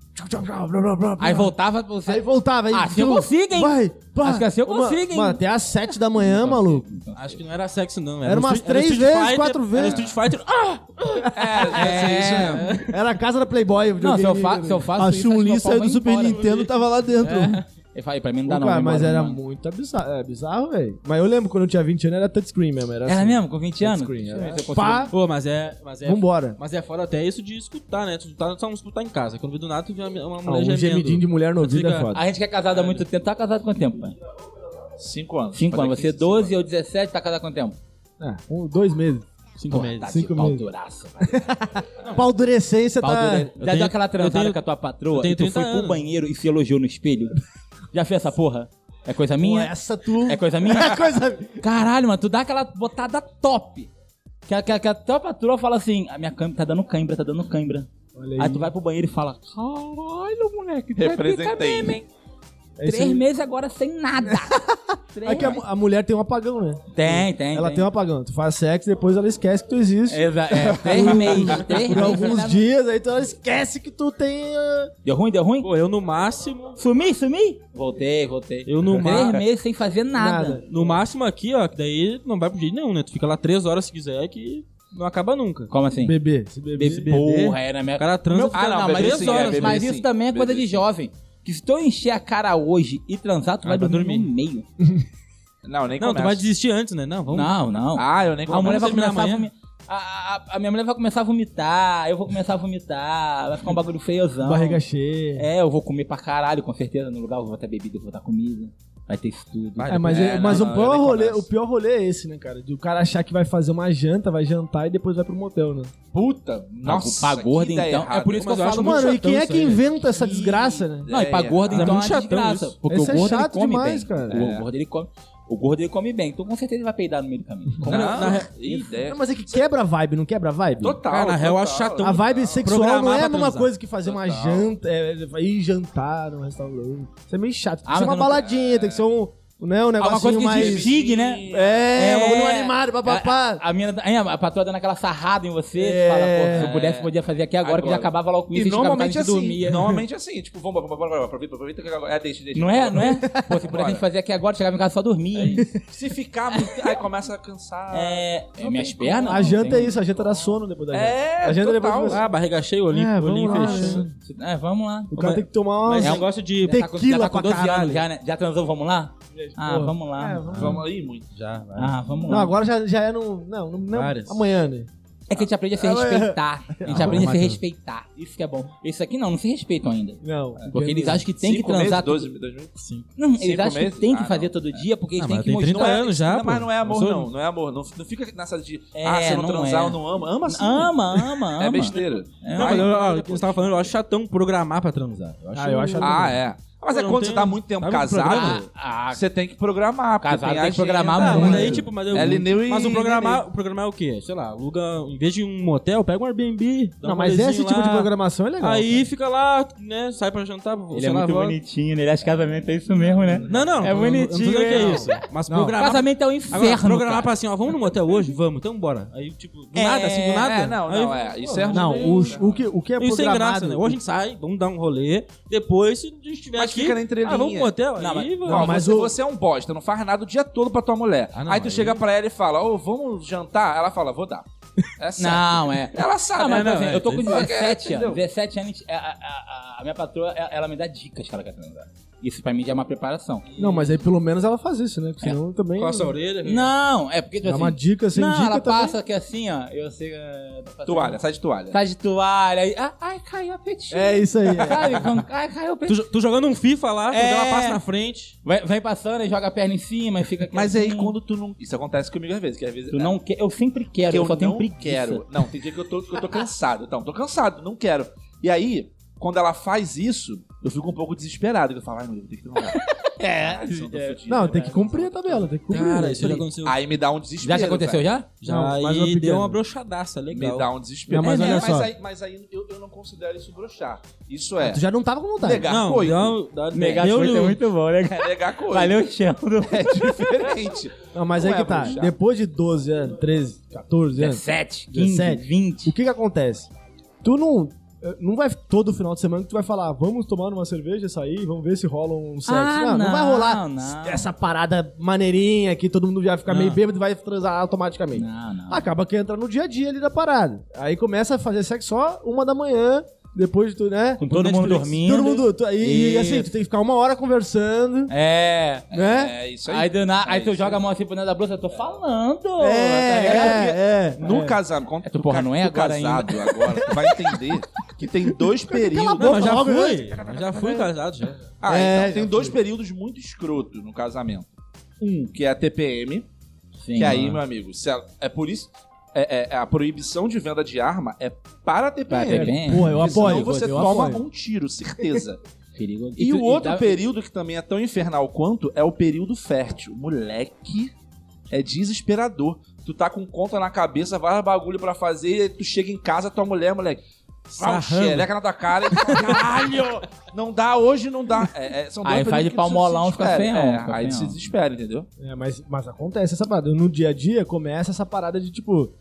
Speaker 4: Aí voltava pra você.
Speaker 3: Aí voltava. Aí,
Speaker 4: Ah, se eu consigo, hein?
Speaker 3: Vai, pá.
Speaker 4: Acho que assim eu
Speaker 3: Uma-
Speaker 4: consigo, hein?
Speaker 3: Mano, até às 7 da manhã, maluco.
Speaker 6: Então, Acho que não era sexo, não.
Speaker 3: Era
Speaker 6: um
Speaker 3: umas
Speaker 6: Street- um
Speaker 3: três
Speaker 6: Street
Speaker 3: vezes,
Speaker 6: Fighter,
Speaker 3: quatro vezes.
Speaker 6: Era Street Fighter. Ah!
Speaker 5: É, isso mesmo.
Speaker 3: Era a casa da Playboy.
Speaker 4: Não,
Speaker 3: videogame,
Speaker 4: se eu, fa se eu faço
Speaker 1: A
Speaker 3: um
Speaker 4: isso, é um acho que
Speaker 1: Chun-Li
Speaker 4: meu pau
Speaker 1: saiu
Speaker 4: vai
Speaker 1: do Super
Speaker 4: embora.
Speaker 1: Nintendo e tava lá dentro.
Speaker 6: É, tá,
Speaker 4: Ele fala, "Ih, pra mim não
Speaker 3: Pô,
Speaker 4: dá não.
Speaker 3: cara,
Speaker 4: vou
Speaker 3: mas
Speaker 4: embora,
Speaker 3: era
Speaker 6: né?
Speaker 4: mano."
Speaker 3: muito bizarro, é bizarro, velho. Mas eu lembro quando eu tinha 20 anos, era touchscreen mesmo. Era,
Speaker 4: Era
Speaker 3: assim.
Speaker 4: mesmo, com 20 anos?
Speaker 3: Touchscreen,
Speaker 4: Deixa eu ver
Speaker 3: era.
Speaker 4: se eu consigo-
Speaker 3: é. Pá,
Speaker 6: Pô, mas é. Mas é
Speaker 3: vambora.
Speaker 6: Mas é fora até isso de escutar, né? Tu tá só não escutar em casa. Quando vê do nada, tu vê uma, uma
Speaker 3: Ah,
Speaker 6: mulher
Speaker 3: um
Speaker 6: gemendo.
Speaker 3: gemidinho de mulher no ouvido é
Speaker 6: Fica-
Speaker 3: foda.
Speaker 4: A gente que é casado há muito tempo. Tá casado há quanto tempo, pai?
Speaker 5: Cinco anos.
Speaker 4: 5
Speaker 5: Fazer
Speaker 4: anos. Você é
Speaker 5: 15, cinco
Speaker 4: 12 ou 17, tá casado há quanto tempo?
Speaker 3: É, um, dois meses.
Speaker 6: Cinco meses.
Speaker 4: Tá de
Speaker 3: Cinco
Speaker 4: pau
Speaker 3: meses.
Speaker 4: duraço, velho.
Speaker 3: Pau durecência
Speaker 4: Pau
Speaker 3: tá...
Speaker 4: dura- Já
Speaker 6: tenho-
Speaker 4: deu aquela transada
Speaker 6: eu tenho-
Speaker 4: com a tua patroa
Speaker 6: eu tenho
Speaker 4: e tu
Speaker 6: 30
Speaker 4: foi pro
Speaker 6: anos.
Speaker 4: banheiro e se elogiou no espelho? Já fez essa porra? É coisa
Speaker 3: Pô,
Speaker 4: minha?
Speaker 3: essa tu...
Speaker 4: É coisa minha? [LAUGHS]
Speaker 3: É coisa...
Speaker 4: Caralho, mano, tu dá aquela botada top. Que, a- que, a- que a tua patroa fala assim, a minha câimbra tá dando cãibra, tá dando cãibra.
Speaker 3: Olha
Speaker 4: Aí. tu vai pro banheiro e fala, caralho, moleque, tu é pica
Speaker 5: Representei.
Speaker 4: mesmo, hein?
Speaker 3: É isso
Speaker 4: Três
Speaker 3: aí.
Speaker 4: meses agora sem nada. Três
Speaker 3: É que a,
Speaker 4: meses.
Speaker 3: a mulher tem um apagão, né?
Speaker 4: [LAUGHS] Tem, tem,
Speaker 3: Ela tem um apagão. Tu faz sexo, depois ela esquece que tu existe.
Speaker 4: Exa
Speaker 3: [LAUGHS]
Speaker 4: é, três meses, três
Speaker 3: um Por
Speaker 4: meses.
Speaker 3: alguns
Speaker 4: [LAUGHS] né?
Speaker 3: dias, aí tu ela esquece que tu tem... ah,
Speaker 4: Deu ruim, deu ruim?
Speaker 6: Pô, eu no máximo.
Speaker 4: Sumi, sumi? Voltei, voltei.
Speaker 6: Eu no
Speaker 4: Três
Speaker 6: máximo.
Speaker 4: meses sem fazer nada.
Speaker 3: Nada.
Speaker 6: No máximo aqui, ó, que daí não vai pro jeito nenhum, né? Tu fica lá três horas se quiser que não acaba nunca.
Speaker 4: Como assim?
Speaker 3: Bebê. Se bebê...
Speaker 6: Bebê.
Speaker 4: Porra, é na minha...
Speaker 6: O cara transa
Speaker 4: Meu-
Speaker 6: fica
Speaker 4: Ah, não, mas,
Speaker 5: bebê
Speaker 4: isso,
Speaker 5: sim, é,
Speaker 4: mas
Speaker 5: bebê
Speaker 4: isso
Speaker 5: sim.
Speaker 4: também é coisa
Speaker 5: Bebê
Speaker 4: de
Speaker 5: sim.
Speaker 4: jovem. Que se tu encher a cara hoje e transar, tu vai
Speaker 6: Ah, vai
Speaker 4: dormir,
Speaker 6: dormir.
Speaker 4: no meio.
Speaker 5: Não, nem
Speaker 6: Não, tu
Speaker 5: começa.
Speaker 6: vai desistir antes, né? Não, vamos.
Speaker 4: Não, não.
Speaker 5: Ah, eu nem
Speaker 4: a
Speaker 5: começo.
Speaker 4: mulher vai
Speaker 6: terminar
Speaker 4: começar a
Speaker 6: amanhã.
Speaker 4: vomitar. A, a- a minha mulher vai começar a vomitar, eu vou começar a vomitar, vai ficar um bagulho feiozão.
Speaker 3: Barriga cheia.
Speaker 4: É, eu vou comer pra caralho, com certeza, no lugar, eu vou botar bebida, eu vou botar comida, vai ter isso tudo.
Speaker 5: Vai.
Speaker 3: É, mas,
Speaker 5: É,
Speaker 3: é- mas
Speaker 5: não,
Speaker 3: o,
Speaker 5: não, eu
Speaker 3: pior
Speaker 5: nem
Speaker 3: rolê,
Speaker 5: começo.
Speaker 3: o pior rolê é esse, né, cara? De o cara achar que vai fazer uma janta, vai jantar e depois vai pro motel, né?
Speaker 5: Puta, nossa.
Speaker 4: pra
Speaker 5: que
Speaker 4: gorda,
Speaker 5: ideia
Speaker 4: então,
Speaker 5: errada.
Speaker 4: é por isso que
Speaker 5: Mas
Speaker 4: eu falo
Speaker 6: muito
Speaker 3: Mano, e
Speaker 6: chatão
Speaker 3: quem é
Speaker 6: isso
Speaker 3: que
Speaker 6: aí, né?
Speaker 3: inventa essa desgraça, né?
Speaker 4: Não, e pra
Speaker 5: É,
Speaker 4: gordo,
Speaker 6: é
Speaker 4: então, é
Speaker 6: muito
Speaker 4: uma
Speaker 6: chatão
Speaker 4: desgraça.
Speaker 6: isso.
Speaker 4: Porque
Speaker 3: Esse
Speaker 4: o
Speaker 3: é
Speaker 4: gordo,
Speaker 3: chato
Speaker 4: ele come
Speaker 3: demais,
Speaker 4: bem.
Speaker 3: cara.
Speaker 4: O gordo, ele come... O gordo, ele come bem, então com certeza ele vai peidar no meio do caminho.
Speaker 5: acho-
Speaker 4: Como
Speaker 5: Não,
Speaker 6: na re-
Speaker 5: que ideia.
Speaker 3: Não, mas é que quebra a vibe, não quebra a vibe?
Speaker 5: Total.
Speaker 6: Cara, na real, eu
Speaker 5: total.
Speaker 6: acho chatão.
Speaker 3: A
Speaker 4: Ah,
Speaker 3: vibe sexual não
Speaker 6: Programar
Speaker 3: é
Speaker 6: pra
Speaker 3: a mesma
Speaker 6: transar.
Speaker 3: coisa que fazer uma
Speaker 5: Total.
Speaker 3: janta, é, é, ir jantar num restaurante. Isso é meio chato. Tem
Speaker 4: Ah,
Speaker 3: que ser
Speaker 4: mas
Speaker 3: uma
Speaker 4: eu não-
Speaker 3: baladinha, tem que ser um, né, um
Speaker 4: Ah,
Speaker 6: É
Speaker 4: uma coisa
Speaker 3: negocinho
Speaker 4: que
Speaker 3: mais...
Speaker 4: desfigue, né?
Speaker 3: É,
Speaker 4: É.
Speaker 3: um bagulho animado,
Speaker 4: A,
Speaker 3: papapá.
Speaker 4: a, mina, aí a patroa dando aquela sarrada em você,
Speaker 3: É.
Speaker 4: tu fala, pô, se eu pudesse, eu podia fazer aqui agora, que já
Speaker 5: Agora.
Speaker 4: acabava logo com isso,
Speaker 5: E normalmente
Speaker 4: a gente
Speaker 5: assim,
Speaker 4: dormia.
Speaker 5: normalmente assim, tipo, vamos, vamos, vamos, vamos, aproveita, aproveita que agora, é, deixa, deixa.
Speaker 4: Não é? Não é? Pô, se pudesse
Speaker 5: Bora. É
Speaker 4: a gente fazer aqui agora, chegava em casa só dormia. hein?
Speaker 5: Se ficar muito, aí começa a cansar.
Speaker 4: É, é,
Speaker 5: Não
Speaker 4: minhas
Speaker 5: tem
Speaker 4: pernas.
Speaker 3: A janta é isso, a janta dá sono depois da janta.
Speaker 5: É,
Speaker 3: a janta depois
Speaker 5: total.
Speaker 3: que você-
Speaker 6: Ah, barriga cheia, olhinho,
Speaker 3: É, vamos
Speaker 6: olhinho
Speaker 3: lá,
Speaker 6: fechando.
Speaker 3: né?
Speaker 4: É, vamos lá.
Speaker 3: O cara tem que tomar uma...
Speaker 6: Mas
Speaker 4: é um-
Speaker 6: é um negócio de.
Speaker 3: Tem-
Speaker 4: Já tá com-
Speaker 3: tequila
Speaker 4: já tá com
Speaker 3: pra
Speaker 4: 12
Speaker 3: caralho.
Speaker 4: anos já, né? Já transou, vamos lá? Ah,
Speaker 3: Porra.
Speaker 4: vamos lá.
Speaker 3: É, vamos
Speaker 5: Vamos aí, muito.
Speaker 6: Já, vai.
Speaker 4: Ah, vamos
Speaker 3: Não,
Speaker 4: lá.
Speaker 3: agora já, já é no. Não, no, não
Speaker 6: Várias.
Speaker 3: amanhã, né?
Speaker 4: É que a gente aprende a se respeitar. A gente
Speaker 3: Ah,
Speaker 4: aprende a se
Speaker 3: Matheus.
Speaker 4: respeitar. Isso que é bom. Isso aqui não, não se respeitam ainda.
Speaker 3: Não.
Speaker 4: Porque eles acham que tem que
Speaker 5: Cinco
Speaker 4: transar.
Speaker 5: meses, 12, 12 meses.
Speaker 4: Não, eles
Speaker 5: cinco
Speaker 4: acham que
Speaker 5: meses?
Speaker 4: tem que
Speaker 5: Ah,
Speaker 4: fazer
Speaker 5: não.
Speaker 4: todo dia, porque eles
Speaker 6: Ah,
Speaker 4: têm
Speaker 6: mas
Speaker 4: que
Speaker 6: tem 30
Speaker 4: mostrar.
Speaker 6: anos já,
Speaker 5: Não, mas
Speaker 6: pô.
Speaker 5: não é amor,
Speaker 6: Sou-
Speaker 5: não. Não é amor. Não, não fica nessa de. ah,
Speaker 4: É,
Speaker 5: se eu não
Speaker 4: não
Speaker 5: transar,
Speaker 4: é.
Speaker 5: eu não amo. Ama sim.
Speaker 4: Ama, ama, ama.
Speaker 5: É besteira.
Speaker 4: É,
Speaker 6: Não,
Speaker 5: Vai,
Speaker 6: mas eu,
Speaker 5: manda
Speaker 6: ó, o que
Speaker 5: depois.
Speaker 6: você tava falando, eu acho chatão programar pra transar. Eu acho,
Speaker 3: Ah, eu acho
Speaker 5: Ah, é. Mas
Speaker 6: Pô,
Speaker 5: é
Speaker 6: não
Speaker 5: quando
Speaker 6: tem-
Speaker 5: você tá muito tempo
Speaker 6: sabe um programa?
Speaker 5: casado,
Speaker 4: Ah,
Speaker 5: você tem que programar. porque
Speaker 4: Casado tem que
Speaker 5: agenda,
Speaker 4: programar
Speaker 5: né?
Speaker 6: Mas
Speaker 4: muito.
Speaker 6: aí, tipo, mas eu.
Speaker 5: É Lineu e
Speaker 6: mas o
Speaker 5: Nenê.
Speaker 6: programar, o programar é o quê? Sei lá, aluga. Em vez de um motel, pega um Airbnb. dá
Speaker 3: Não,
Speaker 6: um
Speaker 3: mas esse
Speaker 6: rolezinho
Speaker 3: tipo de
Speaker 6: lá.
Speaker 3: programação é legal.
Speaker 6: Aí fica lá, né? Sai pra jantar.
Speaker 1: Ele
Speaker 6: sei
Speaker 1: é
Speaker 6: lá,
Speaker 1: muito
Speaker 6: volta.
Speaker 1: bonitinho, né? ele acha que casamento é isso mesmo, né?
Speaker 6: Não, não.
Speaker 1: É
Speaker 6: não, não, não tô
Speaker 1: bonitinho,
Speaker 6: dizendo que é
Speaker 1: hein?
Speaker 6: isso. Mas
Speaker 3: Não.
Speaker 6: programar.
Speaker 4: casamento é um
Speaker 6: Agora,
Speaker 4: inferno.
Speaker 6: programar
Speaker 4: cara.
Speaker 6: pra assim, ó, vamos no motel hoje? Vamos, então bora. Aí, tipo, do
Speaker 5: É,
Speaker 6: nada, assim, do nada.
Speaker 5: é, não, não,
Speaker 6: Aí,
Speaker 5: é, isso é
Speaker 3: Não,
Speaker 5: ruim,
Speaker 3: o,
Speaker 5: né?
Speaker 3: o, que, o que é programado...
Speaker 6: Isso sem graça, né? Hoje a gente sai, vamos dar um rolê. Depois, se a gente estiver
Speaker 5: Mas
Speaker 6: aqui.
Speaker 5: fica na entrelinha.
Speaker 6: Ah, vamos pro motel?
Speaker 4: Não,
Speaker 6: aí,
Speaker 4: mas-
Speaker 6: vamos.
Speaker 5: Não,
Speaker 3: Não, mas
Speaker 5: você,
Speaker 3: o-
Speaker 5: você é um bosta, não faz nada o dia todo pra tua mulher.
Speaker 3: Ah, não,
Speaker 5: aí tu
Speaker 3: aí-
Speaker 5: chega pra ela e fala, ô, vamos jantar? Ela fala, vou dar. É sério.
Speaker 4: Não, é.
Speaker 5: Ela sabe,
Speaker 4: Ah, mas,
Speaker 5: né?
Speaker 4: por exemplo, eu tô com
Speaker 5: Entendeu?
Speaker 4: 17
Speaker 5: Entendeu?
Speaker 4: anos. 17 anos, é, a, a- a- a minha patroa, ela, ela me dá dicas que ela quer transar. Isso pra mim já é uma preparação.
Speaker 3: Não, mas aí pelo menos ela faz isso, né? Porque senão também...
Speaker 6: Coça a orelha.
Speaker 4: Não, é porque, tipo
Speaker 3: Dá uma
Speaker 4: assim...
Speaker 3: dica sem
Speaker 4: Não,
Speaker 3: dica
Speaker 4: ela
Speaker 3: também.
Speaker 4: passa aqui assim, ó. Eu sei... é, passa-
Speaker 5: Toalha, sai de toalha.
Speaker 4: Tá de toalha. aí, ah, ai, caiu o apetite.
Speaker 3: É isso aí. é.
Speaker 4: Sabe? quando- ai, caiu o apetite.
Speaker 6: Tu, tu jogando um FIFA lá, tu
Speaker 4: É.
Speaker 6: dá uma passa na frente.
Speaker 4: Vai, vai passando e joga a perna em cima e fica...
Speaker 5: Mas
Speaker 4: quietinho.
Speaker 5: aí quando tu não. Isso acontece comigo às vezes, que às vezes.
Speaker 4: Tu não quer... Eu sempre quero,
Speaker 5: que
Speaker 4: eu,
Speaker 5: eu,
Speaker 4: só tenho
Speaker 5: não
Speaker 4: preguiça.
Speaker 5: quero. Não, tem dia que eu tô, que eu tô cansado. Então, tô cansado, não quero. E aí, quando ela faz isso, eu fico um pouco desesperado. que Eu falo, ai meu Deus, tem que tomar.
Speaker 4: [LAUGHS]
Speaker 5: é,
Speaker 3: Não, tem que cumprir tá a tabela, tem que cumprir.
Speaker 6: Cara, isso é já aconteceu.
Speaker 5: Aí me dá um desespero.
Speaker 4: Já te aconteceu, é
Speaker 5: velho.
Speaker 4: já?
Speaker 6: Já
Speaker 3: Não, mais uma
Speaker 6: aí deu
Speaker 3: pequena.
Speaker 6: uma brochadaça legal.
Speaker 5: Me dá um desespero.
Speaker 3: Não, mas
Speaker 5: É,
Speaker 3: olha
Speaker 5: né,
Speaker 3: só. Tá,
Speaker 5: aí, mas aí eu, eu não considero isso broxar. Isso é.
Speaker 3: Tu já não tava com vontade.
Speaker 5: Legal.
Speaker 6: Não,
Speaker 5: Foi.
Speaker 6: dá, dá,
Speaker 1: Negar
Speaker 6: deu-
Speaker 1: coisa é muito bom, né? cara?
Speaker 5: É [LAUGHS] negar coisa.
Speaker 1: Valeu o chão do...
Speaker 5: É diferente.
Speaker 3: Não, mas
Speaker 5: Não
Speaker 3: aí
Speaker 5: é
Speaker 3: que tá.
Speaker 5: bruxar.
Speaker 3: Depois de 12 anos, 13, 14
Speaker 4: É.
Speaker 3: anos,
Speaker 4: 17, 15,
Speaker 3: 17.
Speaker 4: 20.
Speaker 3: o que que acontece? Tu não... eh, Não vai todo final de semana que tu vai falar, vamos tomar uma cerveja, sair, vamos ver se rola um sexo. não, não vai rolar
Speaker 4: não.
Speaker 3: essa parada maneirinha que todo mundo vai ficar
Speaker 6: Não.
Speaker 3: meio bêbado e vai transar automaticamente.
Speaker 4: Não, não.
Speaker 3: Acaba que entra no dia a dia ali da parada. Aí começa a fazer sexo só uma da manhã, depois de tu, né?
Speaker 1: Com todo
Speaker 6: Netflix.
Speaker 1: mundo dormindo.
Speaker 3: Todo mundo. tu- e, e assim,
Speaker 4: Isso.
Speaker 3: tu tem que ficar uma hora conversando,
Speaker 4: É.
Speaker 3: né?
Speaker 5: É isso aí.
Speaker 4: Aí, do nada,
Speaker 5: É
Speaker 4: aí tu
Speaker 5: isso
Speaker 4: joga a mão assim por dentro da blusa, eu tô falando.
Speaker 3: É,
Speaker 4: tá ligado?
Speaker 3: é, é.
Speaker 5: No casamento, quando
Speaker 4: É, tu, porra,
Speaker 5: ca-
Speaker 4: não é
Speaker 5: tu
Speaker 4: agora
Speaker 5: casado agora, tu vai entender que tem dois períodos.
Speaker 6: Não, mas já
Speaker 3: Logo,
Speaker 6: fui. Já fui casado, já.
Speaker 5: Ah,
Speaker 3: É,
Speaker 5: então, tem dois períodos muito escrotos no casamento. Um, que é a TPM,
Speaker 4: Sim,
Speaker 5: que aí,
Speaker 4: mano.
Speaker 5: meu amigo, se a- é por isso. É, é- a proibição de venda de arma é para a TPM.
Speaker 4: Vai, bem,
Speaker 3: Porra, eu
Speaker 5: porque
Speaker 3: apoio.
Speaker 5: senão você
Speaker 3: eu
Speaker 5: toma
Speaker 3: apoio.
Speaker 5: um tiro, certeza.
Speaker 4: perigo.
Speaker 5: e
Speaker 4: tu-
Speaker 5: o outro
Speaker 4: dá-
Speaker 5: período que também é tão infernal quanto é o período fértil. Moleque, é desesperador. Tu tá com conta na cabeça, vários bagulho pra fazer, aí tu chega em casa, tua mulher, moleque. Vai um
Speaker 6: Sarrando.
Speaker 5: xereca na tua cara e tu fala, caralho! Não dá, hoje não dá. É, é, são dois
Speaker 4: Aí
Speaker 5: períodos
Speaker 4: faz de
Speaker 5: que tu
Speaker 4: palmolão,
Speaker 5: se
Speaker 4: fica
Speaker 5: desespera.
Speaker 4: feião,
Speaker 5: É,
Speaker 4: fica
Speaker 5: aí tu se
Speaker 4: feião.
Speaker 5: desespera, entendeu?
Speaker 3: É, mas, mas acontece essa parada. No dia a dia começa essa parada de tipo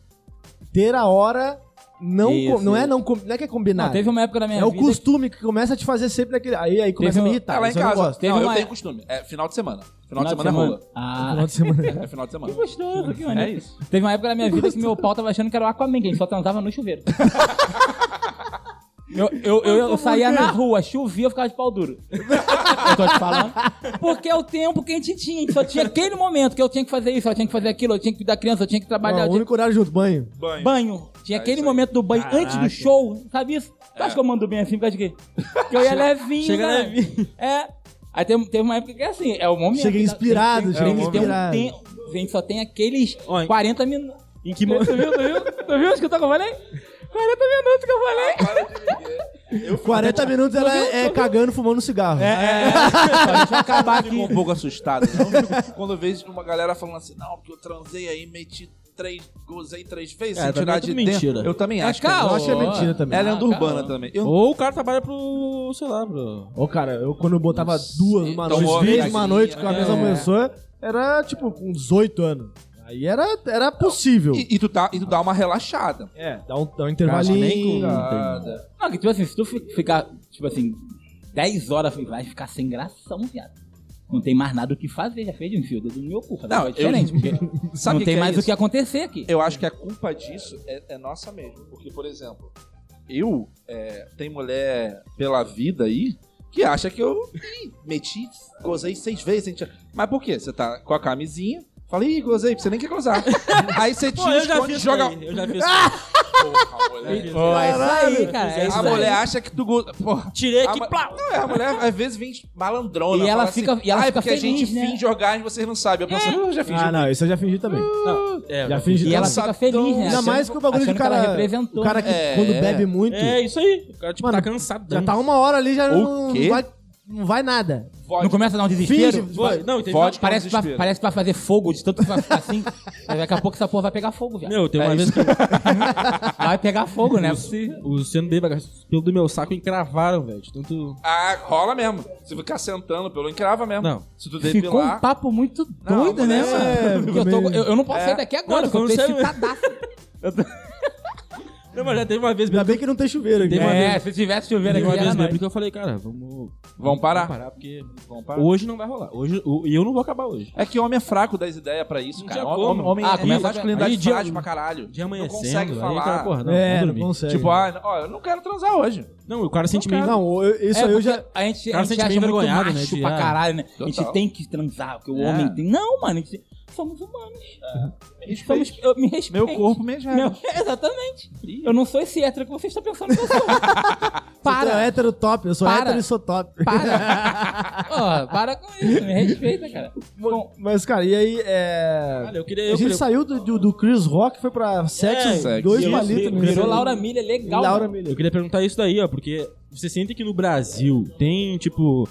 Speaker 3: ter a hora não
Speaker 4: Isso,
Speaker 3: com- não é
Speaker 4: isso.
Speaker 3: não, com- não é que é
Speaker 4: Não,
Speaker 3: combinado.
Speaker 4: Ah, teve uma época da minha
Speaker 3: é o
Speaker 4: vida.
Speaker 3: costume que começa a te fazer sempre naquele aí aí começa a me
Speaker 4: um-
Speaker 1: Ah,
Speaker 3: irritar.
Speaker 5: é lá em
Speaker 3: isso eu não
Speaker 5: casa.
Speaker 3: gosto.
Speaker 4: Teve
Speaker 5: Não, eu
Speaker 4: uma-
Speaker 5: tenho costume. É final de semana.
Speaker 4: que-
Speaker 5: Final de semana é rola.
Speaker 4: Ah,
Speaker 3: Final de semana.
Speaker 5: É final de
Speaker 4: que
Speaker 5: semana.
Speaker 4: gostoso, que
Speaker 5: É
Speaker 4: maneiro.
Speaker 5: isso.
Speaker 4: Teve uma época da minha vida que meu pau tava achando que era o Aquaman, que a gente só transava no
Speaker 3: [LAUGHS]
Speaker 4: chuveiro. Eu, eu, eu, eu saía na rua, chovia, eu ficava de pau duro. Eu tô te falando. Porque é o tempo que a gente tinha. A gente só tinha aquele momento que eu tinha que fazer isso, eu tinha que fazer aquilo, eu tinha que cuidar da criança, eu tinha que trabalhar.
Speaker 3: Não,
Speaker 4: eu
Speaker 3: o
Speaker 4: tinha
Speaker 3: único horário junto, banho.
Speaker 5: Banho.
Speaker 4: Banho. Tinha
Speaker 5: É
Speaker 4: aquele
Speaker 5: isso aí. É.
Speaker 4: momento do banho antes do show, sabe isso? Tu acha que eu mando bem assim por causa de quê? Porque
Speaker 5: [LAUGHS]
Speaker 4: eu ia levinho,
Speaker 6: Chega
Speaker 4: né?
Speaker 6: levinho.
Speaker 4: É. Aí tem- teve uma época que é assim, é o momento.
Speaker 3: Chega inspirado,
Speaker 4: Tem- tem-
Speaker 3: chega
Speaker 4: tem um
Speaker 3: inspirado.
Speaker 4: tempo- A gente só tem aqueles
Speaker 6: Ó, em-
Speaker 4: 40 minutos.
Speaker 6: Em que
Speaker 4: Tu
Speaker 6: momento?
Speaker 4: viu, tu viu? Tu viu o que eu falei? 40 minutos que eu falei.
Speaker 3: 40 minutos ela é, é cagando, fumando cigarro. É,
Speaker 5: acabar aqui. um pouco assustado. Não, Eu fico- [LAUGHS] quando eu vejo uma galera falando assim, não, porque eu transei aí, meti três, gozei três vezes, sem
Speaker 6: É, pra mim
Speaker 5: tirar
Speaker 6: é
Speaker 5: de
Speaker 6: tudo
Speaker 5: dentro.
Speaker 6: mentira.
Speaker 5: Eu também acho. que
Speaker 3: eu
Speaker 4: caô.
Speaker 3: acho que é mentira também.
Speaker 5: É lenda
Speaker 4: Ah,
Speaker 5: urbana
Speaker 4: calma.
Speaker 5: também. Eu,
Speaker 6: Ou o cara trabalha pro, sei lá, pro...
Speaker 3: Ô, cara, eu quando eu botava duas numa
Speaker 5: Então,
Speaker 3: noite,
Speaker 5: ó,
Speaker 3: três
Speaker 5: pegadinha,
Speaker 3: numa noite com a
Speaker 5: né?
Speaker 3: mesma
Speaker 5: É.
Speaker 3: pessoa, era tipo com 18 anos. Aí era, era possível.
Speaker 5: e, e tu dá, e tu dá uma relaxada.
Speaker 3: É, dá um, dá um intervalinho.
Speaker 5: Nada.
Speaker 4: Não, que tipo assim, se tu fi- ficar, tipo assim, 10 horas, assim, vai ficar sem gração, viado. Não tem mais nada o que fazer, já fez um fio dedo no meu cu.
Speaker 5: Não,
Speaker 4: Não, é diferente, porque
Speaker 5: [LAUGHS] Sabe
Speaker 4: não
Speaker 5: que
Speaker 4: tem
Speaker 5: que é
Speaker 4: mais
Speaker 5: isso?
Speaker 4: o que acontecer aqui.
Speaker 5: Eu acho que a culpa disso é, é nossa mesmo. Porque, por exemplo, eu é, tem mulher pela vida aí que acha que eu ih, meti, gozei seis vezes. Gente... Mas por quê? Você tá com a camisinha, fala, ih, gozei, você nem quer gozar.
Speaker 4: [LAUGHS]
Speaker 5: aí você
Speaker 6: Pô,
Speaker 5: tira,
Speaker 6: eu já
Speaker 5: esconde,
Speaker 6: fiz
Speaker 5: joga.
Speaker 6: isso aí, Eu já [LAUGHS] fiz isso aí.
Speaker 5: [LAUGHS] Porra,
Speaker 6: Ah!
Speaker 5: mulher.
Speaker 4: Pô, é isso aí, cara. É isso
Speaker 5: A
Speaker 4: aí.
Speaker 5: mulher acha que tu goza. Porra.
Speaker 6: Tirei
Speaker 5: A
Speaker 6: aqui,
Speaker 5: mu-
Speaker 6: plá.
Speaker 5: Não, é, a mulher às vezes vem malandrona.
Speaker 4: E ela
Speaker 5: fala
Speaker 4: fica-
Speaker 5: assim,
Speaker 4: e ela
Speaker 5: ah, é
Speaker 4: fica
Speaker 5: porque a gente
Speaker 4: feliz, né? É.
Speaker 5: finge orgasmo, vocês não sabem. Eu penso, "Ah, eu já fingi.
Speaker 3: Ah, não, isso eu já fingi também.
Speaker 6: É,
Speaker 3: já fingi
Speaker 4: E ela
Speaker 3: também.
Speaker 4: fica feliz, né?
Speaker 3: Ah. Ainda
Speaker 4: Achando-
Speaker 3: mais que o bagulho do
Speaker 4: achando que ela
Speaker 3: cara.
Speaker 4: representou. né?
Speaker 3: O cara que
Speaker 5: É.
Speaker 3: quando bebe muito,
Speaker 6: é isso aí. O cara, tipo,
Speaker 3: Mano,
Speaker 6: tá cansado.
Speaker 3: já tá uma hora ali, já
Speaker 5: O
Speaker 3: não,
Speaker 5: quê?
Speaker 3: não vai não vai nada.
Speaker 5: Vodka.
Speaker 4: Não começa a dar um desespero?
Speaker 3: Finge-
Speaker 6: Foi, não, teve
Speaker 5: Vodka
Speaker 4: Parece,
Speaker 5: é um
Speaker 4: pra,
Speaker 5: desespero.
Speaker 4: parece pra fazer fogo de tanto que vai ficar assim. Aí daqui a pouco essa porra vai pegar fogo,
Speaker 6: uma-
Speaker 4: viado.
Speaker 6: Meu, teve uma vez É que
Speaker 4: Vai pegar fogo,
Speaker 6: [LAUGHS]
Speaker 4: né? Você-
Speaker 6: o Luciano Bem, pelo do meu saco, encravaram, velho. de Tanto.
Speaker 5: Ah, rola mesmo. Se ficar sentando pelo encrava mesmo.
Speaker 6: Não.
Speaker 5: Se tu
Speaker 4: Ficou um
Speaker 5: depilar...
Speaker 4: papo muito
Speaker 5: Não,
Speaker 4: doido, né,
Speaker 5: mas-
Speaker 4: mano?
Speaker 5: É,
Speaker 4: Porque eu, tô- eu- eu não posso sair daqui agora,
Speaker 6: Não,
Speaker 4: porque eu tô
Speaker 6: falando sério.
Speaker 4: excitadaço.
Speaker 6: [LAUGHS] Não, mas já teve [LAUGHS] uma vez
Speaker 3: Ainda bem que não tem chuveiro aqui.
Speaker 6: Teve uma
Speaker 3: É.
Speaker 4: É, se tivesse chovendo
Speaker 6: Teve
Speaker 4: aqui,
Speaker 6: uma
Speaker 4: era
Speaker 6: vez mesmo
Speaker 4: nóis.
Speaker 6: que é eu falei, cara, né? vamos.
Speaker 5: Vão parar.
Speaker 6: Vamos parar, porque
Speaker 5: Vão parar.
Speaker 6: hoje não vai rolar. Hoje, o- e eu não vou acabar hoje.
Speaker 5: É que homem é fraco das ideias pra isso,
Speaker 6: Não
Speaker 5: cara.
Speaker 6: tinha
Speaker 5: Homem,
Speaker 6: Tá como.
Speaker 5: homem
Speaker 4: Ah,
Speaker 5: é
Speaker 4: começa-
Speaker 5: masculinidade
Speaker 6: aí dia-
Speaker 5: frágil pra caralho.
Speaker 6: De amanhecendo,
Speaker 5: Não consegue
Speaker 6: aí,
Speaker 5: falar.
Speaker 6: cara, porra, não,
Speaker 3: É,
Speaker 6: vou
Speaker 3: não
Speaker 6: dormir.
Speaker 3: consegue.
Speaker 5: Tipo, ah, ó, eu não quero transar hoje.
Speaker 6: Não, e o cara sente meio.
Speaker 3: Não, eu- isso
Speaker 4: É,
Speaker 3: aí eu
Speaker 4: porque
Speaker 3: já.
Speaker 4: A gente, a
Speaker 6: cara
Speaker 4: gente
Speaker 6: sente
Speaker 4: acha
Speaker 6: meio
Speaker 4: muito
Speaker 6: envergonhado, né,
Speaker 4: macho
Speaker 6: de-
Speaker 4: pra
Speaker 6: ah,
Speaker 4: caralho, né? A gente
Speaker 5: total.
Speaker 4: tem que transar, porque o
Speaker 5: É.
Speaker 4: homem tem... Não, mano, a gente... somos humanos. Somos- eu me respeito.
Speaker 5: Meu corpo, minhas
Speaker 4: Meu-
Speaker 5: regras.
Speaker 4: [LAUGHS] Exatamente. Eu não sou esse hétero que você está pensando que eu sou.
Speaker 3: Para. Eu
Speaker 4: É, para,
Speaker 3: hétero top, eu sou
Speaker 4: Para.
Speaker 3: hétero e sou top.
Speaker 4: para. Ó, para com isso, me respeita, cara. Bom,
Speaker 3: Mas, cara, e aí, é.
Speaker 6: Cara, eu queria.
Speaker 3: a
Speaker 6: Eu
Speaker 3: gente
Speaker 6: queria...
Speaker 3: saiu do, do- do Chris Rock, foi pra sexo,
Speaker 5: sexo.
Speaker 3: dois
Speaker 6: Isso,
Speaker 3: palitos.
Speaker 6: virou
Speaker 3: mesmo.
Speaker 4: virou Laura Milha legal. né?
Speaker 3: Laura
Speaker 5: né?
Speaker 4: mano.
Speaker 6: Eu
Speaker 3: Miller.
Speaker 6: queria perguntar isso daí, ó, porque você sente que no Brasil tem, tipo,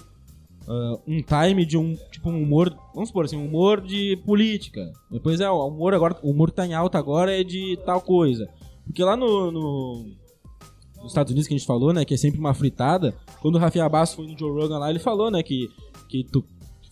Speaker 6: ah, um time de um, tipo, um humor, vamos supor assim, um humor de política. Depois é, o humor agora, o humor que tá em alta agora é de tal coisa. Porque lá no, no- nos Estados Unidos que a gente falou, né, que é sempre uma fritada, quando o Rafinha Basso foi no Joe Rogan lá, ele falou, né, que, que tu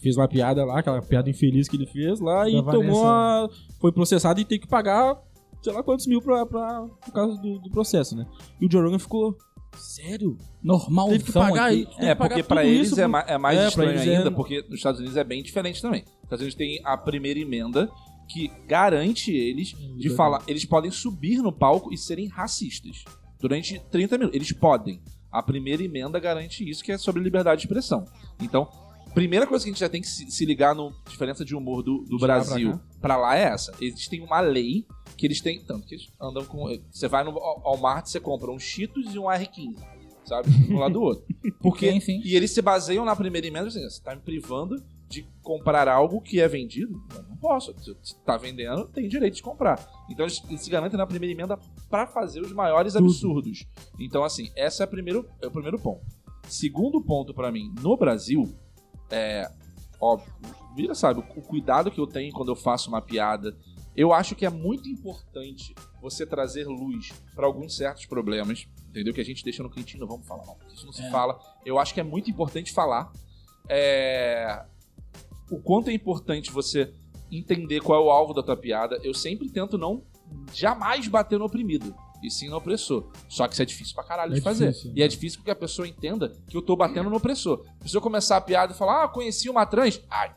Speaker 6: fez uma piada lá, aquela piada infeliz que ele fez lá e
Speaker 3: Vanessa.
Speaker 6: tomou a, foi processado e tem que pagar sei lá quantos mil pra, pra, por causa do, do processo, né. E o Joe Rogan ficou, sério?
Speaker 4: Normal
Speaker 6: Teve que pagar
Speaker 4: aqui.
Speaker 6: aí.
Speaker 5: É, porque pra
Speaker 6: tudo
Speaker 5: eles
Speaker 6: isso
Speaker 5: é,
Speaker 6: pro-
Speaker 5: ma- é mais
Speaker 6: É, pra
Speaker 5: estranho
Speaker 6: eles é-
Speaker 5: ainda, porque nos Estados Unidos é bem diferente também. Nos Estados Unidos tem a primeira emenda que garante eles de falar. Eles podem subir no palco e serem racistas durante 30 minutos. Eles podem. A primeira emenda garante isso, que é sobre liberdade de expressão. Então, primeira coisa que a gente já tem que se, se ligar na diferença de humor do, do
Speaker 6: De lá pra
Speaker 5: Brasil pra lá é essa. Eles têm uma lei que eles têm. Tanto que eles andam com. Você vai no ao ao Walmart, você compra um Cheetos e um R15. Sabe? Um lado do outro. Porque
Speaker 4: Sim, sim.
Speaker 5: e eles se baseiam na primeira emenda assim, você tá me privando de comprar algo que é vendido? Eu não posso. Se se tá vendendo, tem direito de comprar. Então eles, eles se garantem na primeira emenda pra fazer os maiores absurdos. Então, assim, esse é, a primeiro, é o primeiro ponto. Segundo ponto pra mim, no Brasil, é óbvio, vira, sabe, o cuidado que eu tenho quando eu faço uma piada. Eu acho que é muito importante você trazer luz pra alguns certos problemas, entendeu? Que a gente deixa no cantinho, não vamos falar, não. Isso não se
Speaker 4: É.
Speaker 5: fala. Eu acho que é muito importante falar é, o quanto é importante você entender qual é o alvo da tua piada. Eu sempre tento não jamais bater no oprimido. E sim no opressor. Só que isso é difícil pra caralho
Speaker 3: É
Speaker 5: de fazer.
Speaker 3: difícil.
Speaker 5: E é difícil porque a pessoa entenda que eu tô batendo no opressor. Se eu começar a piada e falar, ah, conheci uma trans. Ai,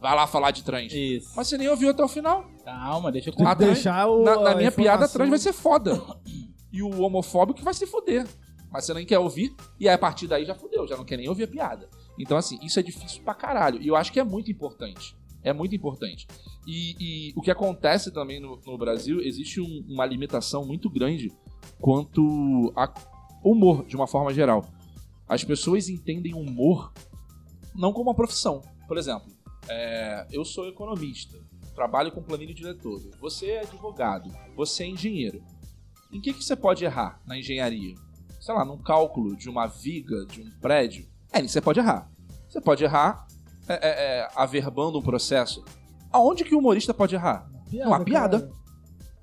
Speaker 5: vai lá falar de trans.
Speaker 4: Isso.
Speaker 5: Mas você nem ouviu até o final.
Speaker 4: Calma, deixa eu
Speaker 3: Tem que
Speaker 5: Ah, tá.
Speaker 3: deixar o.
Speaker 5: Na, na
Speaker 3: a
Speaker 5: minha piada,
Speaker 3: é informação.
Speaker 5: trans vai ser foda. E o homofóbico que vai se foder. Mas você nem quer ouvir, e aí a partir daí já fodeu, já não quer nem ouvir a piada. Então, assim, isso é difícil pra caralho. E eu acho que é muito importante. É muito importante. E, e o que acontece também no, no Brasil, existe um- uma limitação muito grande quanto a humor, de uma forma geral. As pessoas entendem humor não como uma profissão. Por exemplo, é, eu sou economista, trabalho com planilha diretora. Você é advogado, você é engenheiro. Em que, que você pode errar na engenharia? Sei lá, num cálculo de uma viga, de um prédio? É, nisso você pode errar. Você pode errar é, é, é, averbando um processo. Aonde que o humorista pode errar? Uma piada.
Speaker 3: cara.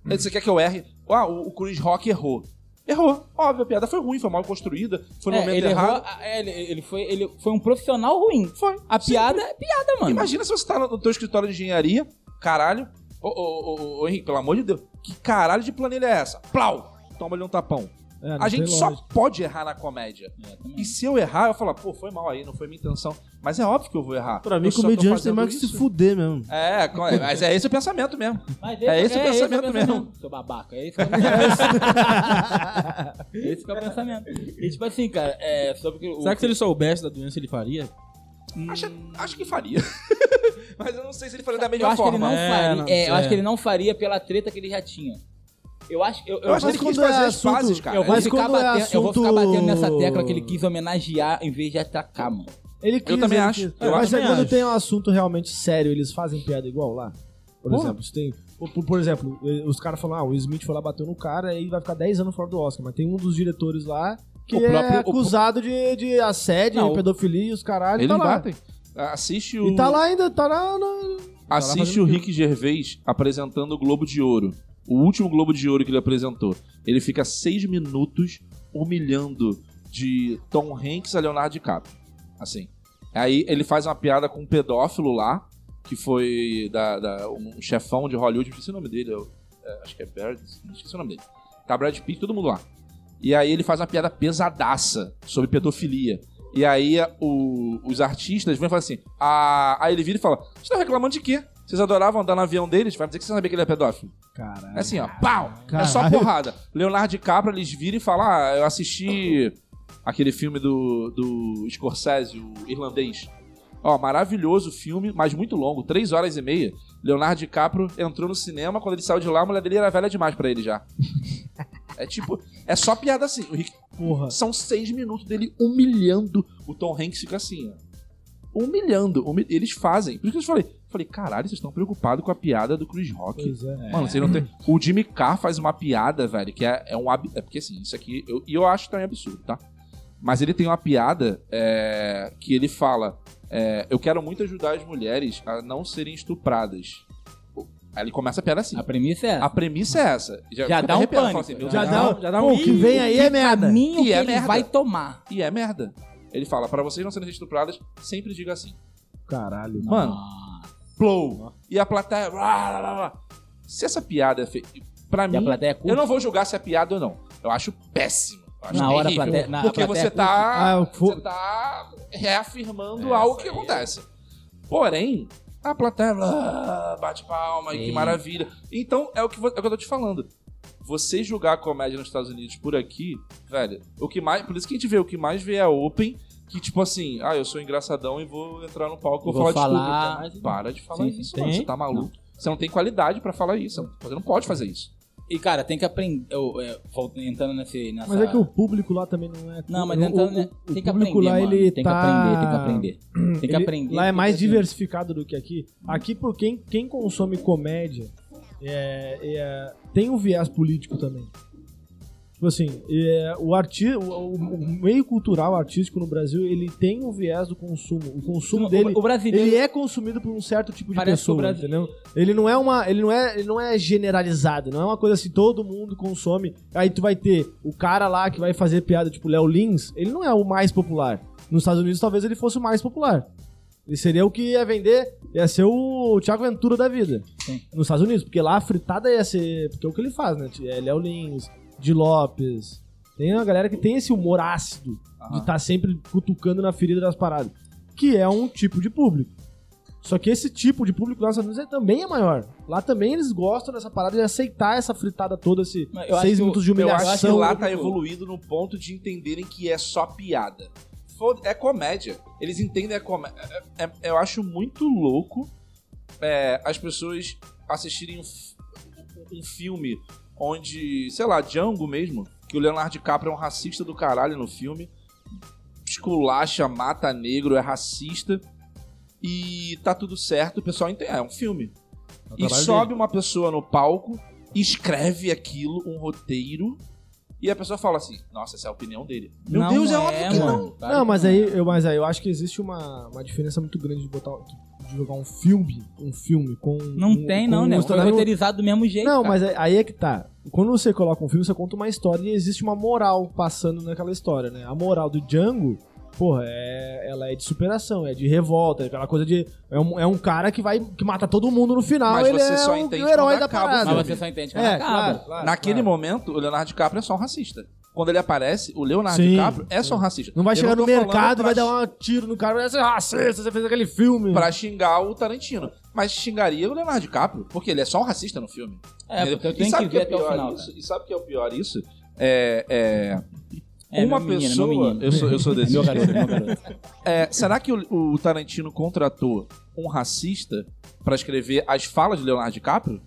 Speaker 5: Aí Você quer que eu erre? Ah, o, o Chris Rock errou. Errou. Óbvio, a piada foi ruim, foi mal construída, foi no
Speaker 4: É,
Speaker 5: momento
Speaker 4: ele, errou,
Speaker 5: errado.
Speaker 4: a- é, ele, ele foi, ele foi um profissional ruim.
Speaker 5: Foi.
Speaker 4: A
Speaker 5: Sim.
Speaker 4: piada é piada, mano.
Speaker 5: Imagina se você tá no teu escritório de engenharia, caralho. Ô, ô, ô, ô, ô, Henrique, pelo amor de Deus, que caralho de planilha é essa? Plau! Toma ali um tapão.
Speaker 3: É, não
Speaker 5: a
Speaker 3: tem
Speaker 5: gente só
Speaker 3: lógica.
Speaker 5: pode errar na comédia.
Speaker 4: É, também.
Speaker 5: E se eu errar, eu falo, pô, foi mal aí, não foi minha intenção. Mas é óbvio que eu vou errar.
Speaker 7: Pra mim,
Speaker 5: Eu só tô
Speaker 7: comediante tem
Speaker 5: fazendo
Speaker 7: mais que se
Speaker 5: isso.
Speaker 7: fuder mesmo.
Speaker 5: É, co- é, mas é esse o pensamento mesmo.
Speaker 4: Mas
Speaker 5: É esse o pensamento
Speaker 4: Seu babaca, é esse que é o pensamento. [LAUGHS] esse que é o pensamento. E tipo assim, cara, é, sobre que o-
Speaker 6: Será que se ele soubesse da doença ele faria?
Speaker 5: Acho, acho que faria. [LAUGHS] mas eu não sei se ele faria da
Speaker 4: eu
Speaker 5: mesma
Speaker 4: acho que ele
Speaker 5: forma.
Speaker 4: não
Speaker 6: É,
Speaker 4: faria.
Speaker 6: não
Speaker 4: é, eu
Speaker 6: sei.
Speaker 4: acho que ele não faria pela treta que ele já tinha. Eu acho, eu, eu,
Speaker 5: Eu acho que
Speaker 3: Mas
Speaker 5: ele quis
Speaker 3: quando é
Speaker 5: fazer as
Speaker 3: assunto-
Speaker 5: fases, cara.
Speaker 4: eu vou
Speaker 3: Mas
Speaker 4: ficar
Speaker 3: quando é
Speaker 4: batendo, eu vou ficar
Speaker 3: assunto-
Speaker 4: batendo nessa tecla que ele quis homenagear em vez de atacar, mano.
Speaker 3: Ele quis,
Speaker 5: também
Speaker 3: ele
Speaker 5: acho.
Speaker 3: quis.
Speaker 6: Eu
Speaker 3: mas
Speaker 6: também
Speaker 3: é quando
Speaker 6: acho.
Speaker 3: tem um assunto realmente sério, eles fazem piada igual lá. Por
Speaker 5: Porra.
Speaker 3: exemplo, se tem. Por, por- por exemplo, eh, os caras falam, ah, o Smith foi lá, bateu no cara e vai ficar 10 anos fora do Oscar. Mas tem um dos diretores lá que
Speaker 5: o próprio-
Speaker 3: é
Speaker 5: o-
Speaker 3: acusado de, de assédio,
Speaker 4: Não, o-
Speaker 3: pedofilia e os caralhos.
Speaker 5: Eles
Speaker 3: tá lá.
Speaker 5: batem. Assiste o,
Speaker 3: E tá lá ainda, tá lá no...
Speaker 5: assiste o Rick Gervais apresentando o Globo de Ouro. O último Globo de Ouro que ele apresentou. Ele fica seis minutos humilhando de Tom Hanks a Leonardo DiCaprio. Assim. Aí ele faz uma piada com um pedófilo lá, que foi da, da- um chefão de Hollywood, esqueci o nome dele, eu- é, acho que é Bird, esqueci o nome dele. Tá Brad Pitt, todo mundo lá. E aí ele faz uma piada pesadaça sobre pedofilia. E aí a- o- os artistas vêm e falam assim: a, aí ele vira e fala: Vocês estão reclamando de quê? Vocês adoravam andar no avião deles? Vai dizer que você sabia que ele é pedófilo.
Speaker 3: Caralho.
Speaker 5: É assim, ó, pau! É
Speaker 3: Caralho.
Speaker 5: só porrada. Leonardo DiCaprio, eles viram e falam: Ah, eu assisti aquele filme do, do Scorsese, o irlandês. Ó, maravilhoso filme, mas muito longo, três horas e meia. Leonardo DiCaprio entrou no cinema, quando ele saiu de lá, a mulher dele era velha demais pra ele já. é tipo, é só piada assim. O Rick
Speaker 3: Porra.
Speaker 5: são seis minutos dele humilhando. O Tom Hanks fica assim, ó. Humilhando. humi- Eles fazem. Por isso que eu falei. Falei, caralho, vocês estão preocupados com a piada do Chris Rock.
Speaker 3: Pois é.
Speaker 5: Mano, vocês não tem. O Jimmy Carr faz uma piada, velho, que é, é um. ab- É porque assim, isso aqui. eu- E eu, acho também absurdo, tá? Mas ele tem uma piada é, que ele fala: é, Eu quero muito ajudar as mulheres a não serem estupradas. Aí ele começa a piada assim.
Speaker 4: A premissa é essa.
Speaker 5: A premissa é essa.
Speaker 4: Já
Speaker 5: fico
Speaker 4: dá um
Speaker 5: arrepiado, falo
Speaker 4: pânico.
Speaker 5: meu
Speaker 3: Já
Speaker 5: Deus.
Speaker 3: dá, já dá um... Pô, o que vem aí é merda.
Speaker 4: caminho
Speaker 5: E
Speaker 4: que
Speaker 5: é
Speaker 4: ele
Speaker 5: merda.
Speaker 4: vai tomar.
Speaker 5: E é merda. Ele fala, pra vocês não serem estupradas, sempre diga assim.
Speaker 3: Caralho.
Speaker 5: Mano.
Speaker 4: Ah,
Speaker 5: Blow. E a plateia... rá, rá, rá, rá. Se essa piada é feita... Pra
Speaker 4: e a
Speaker 5: mim,
Speaker 4: plateia curte.
Speaker 5: eu não vou julgar se é piada ou não. Eu acho péssimo. Eu acho
Speaker 4: Na hora a
Speaker 5: terrível.
Speaker 4: plateia- na- a
Speaker 5: Porque
Speaker 4: plateia é
Speaker 5: você tá,
Speaker 3: curte. Ah, eu
Speaker 5: você
Speaker 3: fu-
Speaker 5: tá
Speaker 4: É,
Speaker 5: reafirmando algo que acontece. Porém, a plateia ah, bate palma, e que
Speaker 4: Sim.
Speaker 5: maravilha. Então, é o, que, vo- é o que eu tô te falando. Você julgar a comédia nos Estados Unidos por aqui, velho, o que mais. Por isso que a gente vê, o que mais vê é a Open, que tipo assim, ah, eu sou engraçadão e vou entrar no palco e
Speaker 4: E
Speaker 5: vou falar,
Speaker 4: vou
Speaker 5: desculpa.
Speaker 4: falar-
Speaker 5: Cara, mas Para de falar
Speaker 4: Sim,
Speaker 5: isso,
Speaker 4: tem.
Speaker 5: mano. Você tá maluco. Você não tem qualidade pra falar isso. Você não pode fazer isso.
Speaker 4: E, cara, tem que aprender. eu, é, voltando- entrando nesse, nessa.
Speaker 3: Mas é que o público lá também não é...
Speaker 4: Não, mas
Speaker 3: o-
Speaker 4: entrando.
Speaker 3: o-
Speaker 4: né,
Speaker 3: o
Speaker 4: tem que
Speaker 3: público
Speaker 4: aprender.
Speaker 3: lá,
Speaker 4: mano.
Speaker 3: ele
Speaker 4: tem
Speaker 3: tá-
Speaker 4: que aprender, tem que aprender. Tem que
Speaker 3: Ele-
Speaker 4: aprender.
Speaker 3: Lá é
Speaker 4: tem que
Speaker 3: mais
Speaker 4: aprender.
Speaker 3: diversificado do que aqui. Aqui, por quem, quem consome comédia, é- é- tem um viés político também. Tipo assim, é, o, arti o, o- o meio cultural artístico no Brasil, ele tem um viés do consumo. O consumo
Speaker 4: O-
Speaker 3: dele...
Speaker 4: O, brasileiro.
Speaker 3: Ele é consumido por um certo tipo de
Speaker 4: Parece
Speaker 3: pessoa,
Speaker 4: o Brasil.
Speaker 3: entendeu? Ele não é uma, ele não é, ele não é generalizado, não é uma coisa assim todo mundo consome. Aí tu vai ter o cara lá que vai fazer piada tipo Léo Lins, ele não é o mais popular. Nos Estados Unidos talvez ele fosse o mais popular. Ele seria o que ia vender, ia ser o Thiago Ventura da vida.
Speaker 4: Sim.
Speaker 3: Nos Estados Unidos, porque lá a fritada ia ser, porque é o que ele faz, né? É Léo Lins, de Lopes. Tem uma galera que tem esse humor ácido de estar sempre cutucando na ferida das paradas, que é um tipo de público. Só que esse tipo de público lá nos Estados Unidos é- também é maior. Lá também eles gostam dessa parada de aceitar essa fritada toda, esse
Speaker 4: Mas eu acho
Speaker 3: seis
Speaker 4: que o-
Speaker 3: minutos de
Speaker 5: Eu acho que
Speaker 3: humilhação.
Speaker 5: lá tá evoluído no ponto de entenderem que é só piada. Foda- É comédia. Eles entendem é a comédia. é, eu acho muito louco é, as pessoas assistirem um, f- um filme onde, sei lá, Django mesmo, que o Leonardo DiCaprio é um racista do caralho no filme, esculacha, mata negro, é racista, e tá tudo certo, o pessoal entende. É um filme. E sobe uma pessoa no palco, escreve aquilo, um roteiro, e a pessoa fala assim: Nossa, essa é a opinião dele. Meu
Speaker 4: Não
Speaker 5: Deus, é
Speaker 4: é,
Speaker 5: óbvio que
Speaker 4: mano.
Speaker 5: não.
Speaker 4: Claro
Speaker 3: Não,
Speaker 4: que
Speaker 3: mas aí, eu, mas aí eu acho que existe uma, uma diferença muito grande de botar de jogar um filme, um filme com
Speaker 4: Não
Speaker 3: um-
Speaker 4: tem,
Speaker 3: com
Speaker 4: não,
Speaker 3: um
Speaker 4: né? Foi
Speaker 3: stand-up-
Speaker 4: roteirizado do mesmo jeito.
Speaker 3: Não,
Speaker 4: cara.
Speaker 3: mas aí- aí é que tá. Quando você coloca um filme, você conta uma história e existe uma moral passando naquela história, né? A moral do Django, porra, é, ela é de superação, é de revolta, é aquela coisa de. É um, é um cara que vai que mata todo mundo no final,
Speaker 5: Mas
Speaker 3: ele
Speaker 5: você
Speaker 3: é
Speaker 5: só
Speaker 3: um-
Speaker 5: entende
Speaker 3: o herói
Speaker 5: quando
Speaker 3: da
Speaker 5: acaba o
Speaker 3: parada.
Speaker 4: Mas
Speaker 5: filme.
Speaker 4: você só entende quando
Speaker 3: É,
Speaker 4: acaba.
Speaker 3: claro, claro,
Speaker 5: Naquele
Speaker 3: claro.
Speaker 5: momento, o Leonardo DiCaprio é só um racista. Quando ele aparece, o Leonardo
Speaker 3: Sim.
Speaker 5: DiCaprio é só um racista.
Speaker 3: Não vai
Speaker 5: Eu
Speaker 3: chegar
Speaker 5: não
Speaker 3: no
Speaker 5: tô falando
Speaker 3: mercado e
Speaker 5: pra
Speaker 3: vai dar um tiro no cara, vai ser racista, você fez aquele filme.
Speaker 5: Pra xingar o Tarantino. Mas xingaria o Leonardo DiCaprio, porque ele é só um racista no filme.
Speaker 4: É,
Speaker 5: entendeu?
Speaker 4: porque eu
Speaker 5: e
Speaker 4: tenho
Speaker 5: sabe
Speaker 4: que
Speaker 5: que é
Speaker 4: ver até o
Speaker 5: pior
Speaker 4: final.
Speaker 5: isso? E sabe o que é o pior isso? É. é,
Speaker 4: É,
Speaker 5: uma
Speaker 4: meu menino,
Speaker 5: pessoa.
Speaker 4: meu menino.
Speaker 5: eu, sou, eu
Speaker 3: [LAUGHS]
Speaker 5: sou
Speaker 4: cara.
Speaker 5: desse.
Speaker 4: Meu garoto, meu garoto.
Speaker 5: É, será que o, o Tarantino contratou um racista pra escrever as falas de Leonardo DiCaprio?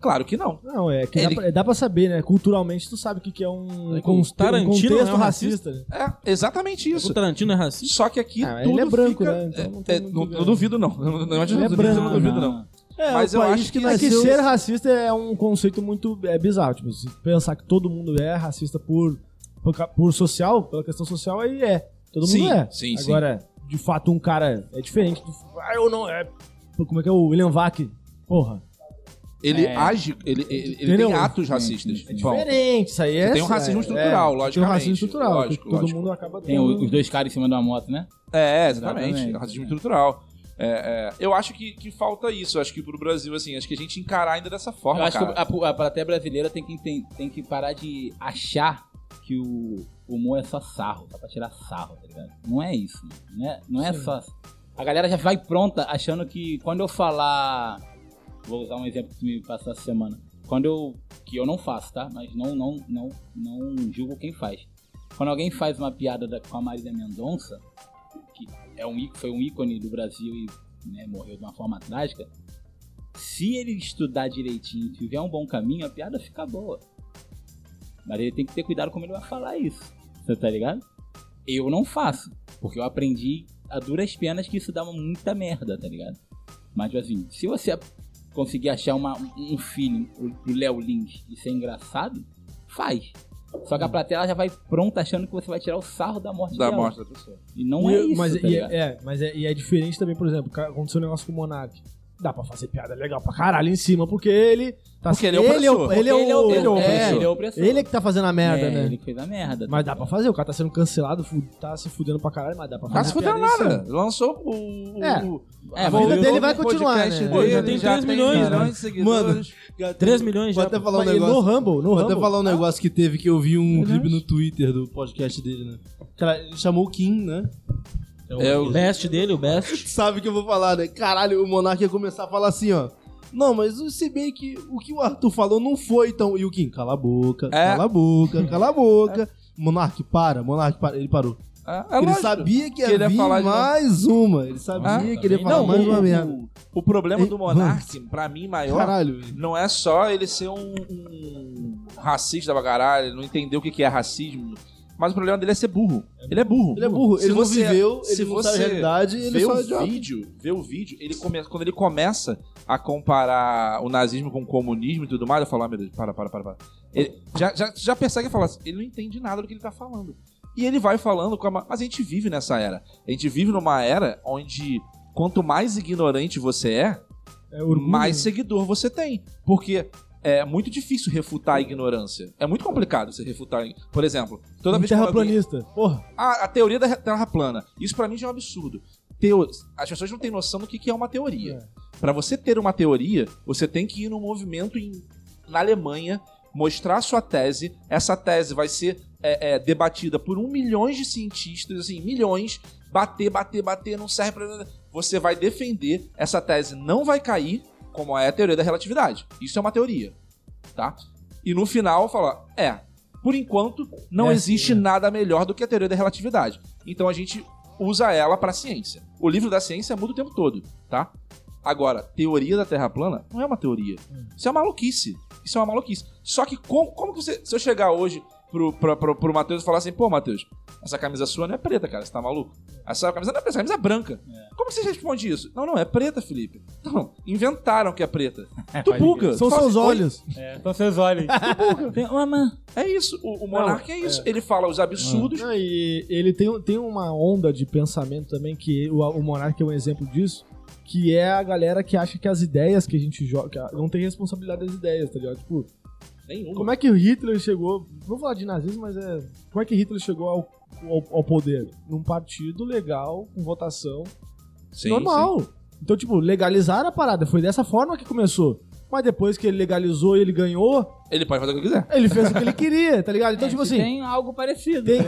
Speaker 5: Claro que não.
Speaker 3: Não, é que dá,
Speaker 5: Ele-
Speaker 3: pra, dá pra saber, né? Culturalmente, tu sabe o que, que é um,
Speaker 6: É que o
Speaker 3: conte- um
Speaker 6: Tarantino
Speaker 3: contexto
Speaker 6: não é um
Speaker 3: racista. né?
Speaker 5: É exatamente isso.
Speaker 6: O Tarantino é racista?
Speaker 5: Só que aqui
Speaker 3: Ah,
Speaker 5: tudo
Speaker 3: ele é branco,
Speaker 5: fica-
Speaker 3: né? Então não tem
Speaker 5: É,
Speaker 3: muito
Speaker 5: não,
Speaker 3: ver.
Speaker 5: não duvido não. [LAUGHS] Não, não, não,
Speaker 3: Ele é
Speaker 5: não,
Speaker 3: branco,
Speaker 5: não duvido não.
Speaker 3: É,
Speaker 5: Mas
Speaker 3: o
Speaker 5: eu
Speaker 3: país
Speaker 5: acho
Speaker 3: que
Speaker 5: que
Speaker 3: nasceu...
Speaker 5: nasceu-
Speaker 3: ser racista é um conceito muito é, bizarro. Tipo, se pensar que todo mundo é racista por por, ca- por social, pela questão social, aí é. Todo mundo
Speaker 5: Sim,
Speaker 3: é.
Speaker 5: sim, sim.
Speaker 3: Agora, de fato, um cara é diferente do. Ah, eu não. É, pô, como é que é o William Vac? Porra.
Speaker 5: Ele
Speaker 4: É.
Speaker 5: age, ele, ele, ele
Speaker 3: Entendeu? É
Speaker 5: tem atos racistas.
Speaker 4: sim.
Speaker 5: Bom,
Speaker 3: Diferente, isso aí é.
Speaker 5: tem um racismo estrutural,
Speaker 3: é,
Speaker 5: logicamente.
Speaker 3: Tem um racismo estrutural.
Speaker 5: Lógico,
Speaker 3: que todo
Speaker 5: lógico.
Speaker 3: mundo acaba
Speaker 4: Tem o-
Speaker 3: tendo.
Speaker 4: os dois caras em cima de uma moto, né?
Speaker 5: É, exatamente.
Speaker 4: Exatamente.
Speaker 5: É racismo estrutural. É, é, eu acho que, que falta isso. Acho que pro Brasil, assim, acho que a gente encarar ainda dessa forma,
Speaker 4: Eu acho
Speaker 5: cara.
Speaker 4: que a, a plateia brasileira tem que, enten- tem que parar de achar que o humor é só sarro, só pra tirar sarro, tá ligado? Não é isso, mano. não é, não é só. A galera já vai pronta achando que quando eu falar. Vou usar um exemplo que me passou essa semana. Quando eu. Que eu não faço, tá? Mas não, não, não, não julgo quem faz. Quando alguém faz uma piada da- com a Marília Mendonça, que é um, í- foi um ícone do Brasil e né, morreu de uma forma trágica, se ele estudar direitinho, tiver um bom caminho, a piada fica boa. Mas ele tem que ter cuidado como ele vai falar isso. Você tá ligado? Eu não faço, porque eu aprendi a duras penas que isso dava muita merda, tá ligado? Mas assim, se você conseguir achar uma- um filho do Léo Lins e ser engraçado, faz. Só que a plateia ela já vai pronta achando que você vai tirar o sarro da morte
Speaker 3: é
Speaker 5: Da
Speaker 3: um
Speaker 4: dela.
Speaker 5: morte da pessoa.
Speaker 4: E não
Speaker 3: E-
Speaker 4: é isso,
Speaker 3: mas
Speaker 4: tá
Speaker 3: e
Speaker 4: ligado?
Speaker 3: é, é, mas é, e é diferente também, por exemplo, ca- aconteceu um negócio com o Monark. Dá pra fazer piada legal pra caralho em cima, porque ele tá
Speaker 5: Porque ele é o
Speaker 3: ele é o,
Speaker 5: opressor.
Speaker 3: ele é o,
Speaker 4: ele é o
Speaker 3: é,
Speaker 4: ele é o opressor.
Speaker 3: ele é que tá fazendo a merda,
Speaker 4: É,
Speaker 3: né?
Speaker 4: Ele que fez a merda. tá
Speaker 3: Mas dá pra
Speaker 4: ligado?
Speaker 3: fazer, o cara tá sendo cancelado, fu- tá se fudendo pra caralho, mas dá pra
Speaker 5: Tá
Speaker 3: fazer.
Speaker 5: se fudendo
Speaker 3: piada é em cima.
Speaker 5: nada. Lançou o. o-
Speaker 3: É.
Speaker 5: o-
Speaker 4: É,
Speaker 3: A
Speaker 4: mas
Speaker 3: vida
Speaker 4: ele-
Speaker 3: dele vai continuar,
Speaker 5: podcast
Speaker 3: né?
Speaker 5: dele,
Speaker 3: Ele já
Speaker 6: tem
Speaker 5: já
Speaker 6: três milhões,
Speaker 3: né?
Speaker 5: milhões de seguidores.
Speaker 6: 3 milhões
Speaker 1: Vou
Speaker 6: É, já. tá
Speaker 1: até
Speaker 6: pô.
Speaker 1: falar um
Speaker 3: Mas e
Speaker 1: negócio.
Speaker 3: no Rumble, no
Speaker 1: Vou até
Speaker 3: Rumble.
Speaker 1: falar um negócio que teve que eu vi
Speaker 3: É
Speaker 1: um
Speaker 6: Verdade.
Speaker 1: clipe no Twitter do podcast dele, né? Cara, ele chamou o Kim, né?
Speaker 6: É o best dele, o best.
Speaker 1: Sabe o que eu vou falar, né? Caralho, o Monark ia começar a falar assim, ó. Não, mas se bem que o que o Arthur falou não foi tão. E o Kim, cala a boca,
Speaker 5: É.
Speaker 1: cala a boca, cala a boca. Monark, para, Monark, para. Ele parou.
Speaker 5: É, é
Speaker 1: ele
Speaker 5: lógico.
Speaker 1: sabia que ia,
Speaker 5: que ele ia
Speaker 1: vir
Speaker 5: falar de novo.
Speaker 1: mais uma. Ele
Speaker 5: Ah,
Speaker 1: sabia que ele ia
Speaker 4: também
Speaker 1: falar
Speaker 5: não,
Speaker 1: mais
Speaker 5: o-
Speaker 1: uma
Speaker 5: o-
Speaker 1: merda.
Speaker 5: O problema
Speaker 1: Ei,
Speaker 5: do Monark, pra mim, maior,
Speaker 1: Caralho, velho.
Speaker 5: não é só ele ser um, um racista pra caralho, ele não entender o que que é racismo. Mas o problema dele é ser burro. Ele é burro.
Speaker 1: Ele é burro,
Speaker 5: Se
Speaker 1: ele não
Speaker 5: você-
Speaker 1: viveu,
Speaker 5: se
Speaker 1: ele não sabe a
Speaker 5: você
Speaker 1: realidade, ele
Speaker 5: vê
Speaker 1: só é
Speaker 5: o
Speaker 1: idiota.
Speaker 5: vídeo, vê o vídeo, ele come- quando ele começa a comparar o nazismo com o comunismo e tudo mais, eu falo, ah, meu Deus, para, para, para, para. Ele já, já, já persegue e fala assim, ele não entende nada do que ele tá falando. E ele vai falando com a... ma- Mas a gente vive nessa era. A gente vive numa era onde quanto mais ignorante você é,
Speaker 3: É orgulho,
Speaker 5: mais
Speaker 3: né?
Speaker 5: seguidor você tem. Porque é muito difícil refutar a ignorância. É muito complicado você refutar. Por exemplo, toda
Speaker 3: Um
Speaker 5: vez que quando alguém-
Speaker 3: terraplanista. Porra,
Speaker 5: a, a teoria da terra plana. Isso pra mim já é um absurdo. Teo- As pessoas não têm noção do que, que é uma teoria. Pra você ter uma teoria, você tem que ir num movimento em- na Alemanha, mostrar sua tese. Essa tese vai ser é, é, debatida por um milhão de cientistas, assim, milhões. Bater, bater, bater, não serve pra nada. Você vai defender, essa tese não vai cair, como é a teoria da relatividade. Isso é uma teoria, tá? E no final fala, é, por enquanto não
Speaker 3: É assim,
Speaker 5: existe
Speaker 3: né?
Speaker 5: nada melhor do que a teoria da relatividade. Então a gente usa ela pra ciência. O livro da ciência muda o tempo todo, tá? Agora, teoria da Terra plana não é uma teoria. Isso é uma maluquice. Isso é uma maluquice. Só que como, como que você... Se eu chegar hoje pro, pro, pro, pro Matheus e falar assim, pô, Matheus, essa camisa sua não é preta, cara, você tá maluco? Essa camisa não é preta, essa camisa é branca. Como que você responde isso? Não, não, é preta, Felipe. Não, inventaram que é
Speaker 3: [LAUGHS]
Speaker 5: preta. Tu buga.
Speaker 3: são
Speaker 5: Tu fala
Speaker 3: seus
Speaker 5: assim, "Oi,
Speaker 3: olhos.
Speaker 8: São seus olhos.
Speaker 4: Tem uma
Speaker 3: Então,
Speaker 4: man-
Speaker 5: é isso, o, o monarca é Ah, isso. Ele fala os absurdos.
Speaker 3: Não, e ele tem, um- tem uma onda de pensamento também, que o, o Monark é um exemplo disso, que é a galera que acha que as ideias que a gente joga. que a- Não tem responsabilidade das ideias, tá ligado? Tipo,
Speaker 5: Nenhum.
Speaker 3: como é que o Hitler chegou. Vou falar de nazismo, mas é. Como é que Hitler chegou ao, ao, ao poder? Num partido legal, com votação.
Speaker 5: Sim,
Speaker 3: normal. Então, tipo, legalizaram a parada. Foi dessa forma que começou. Mas depois que ele legalizou e ele ganhou,
Speaker 5: sim. Ele pode fazer o que quiser.
Speaker 3: ele fez o que ele queria, tá ligado? Então, tipo assim, tem,
Speaker 4: É, Tem algo parecido.
Speaker 3: tem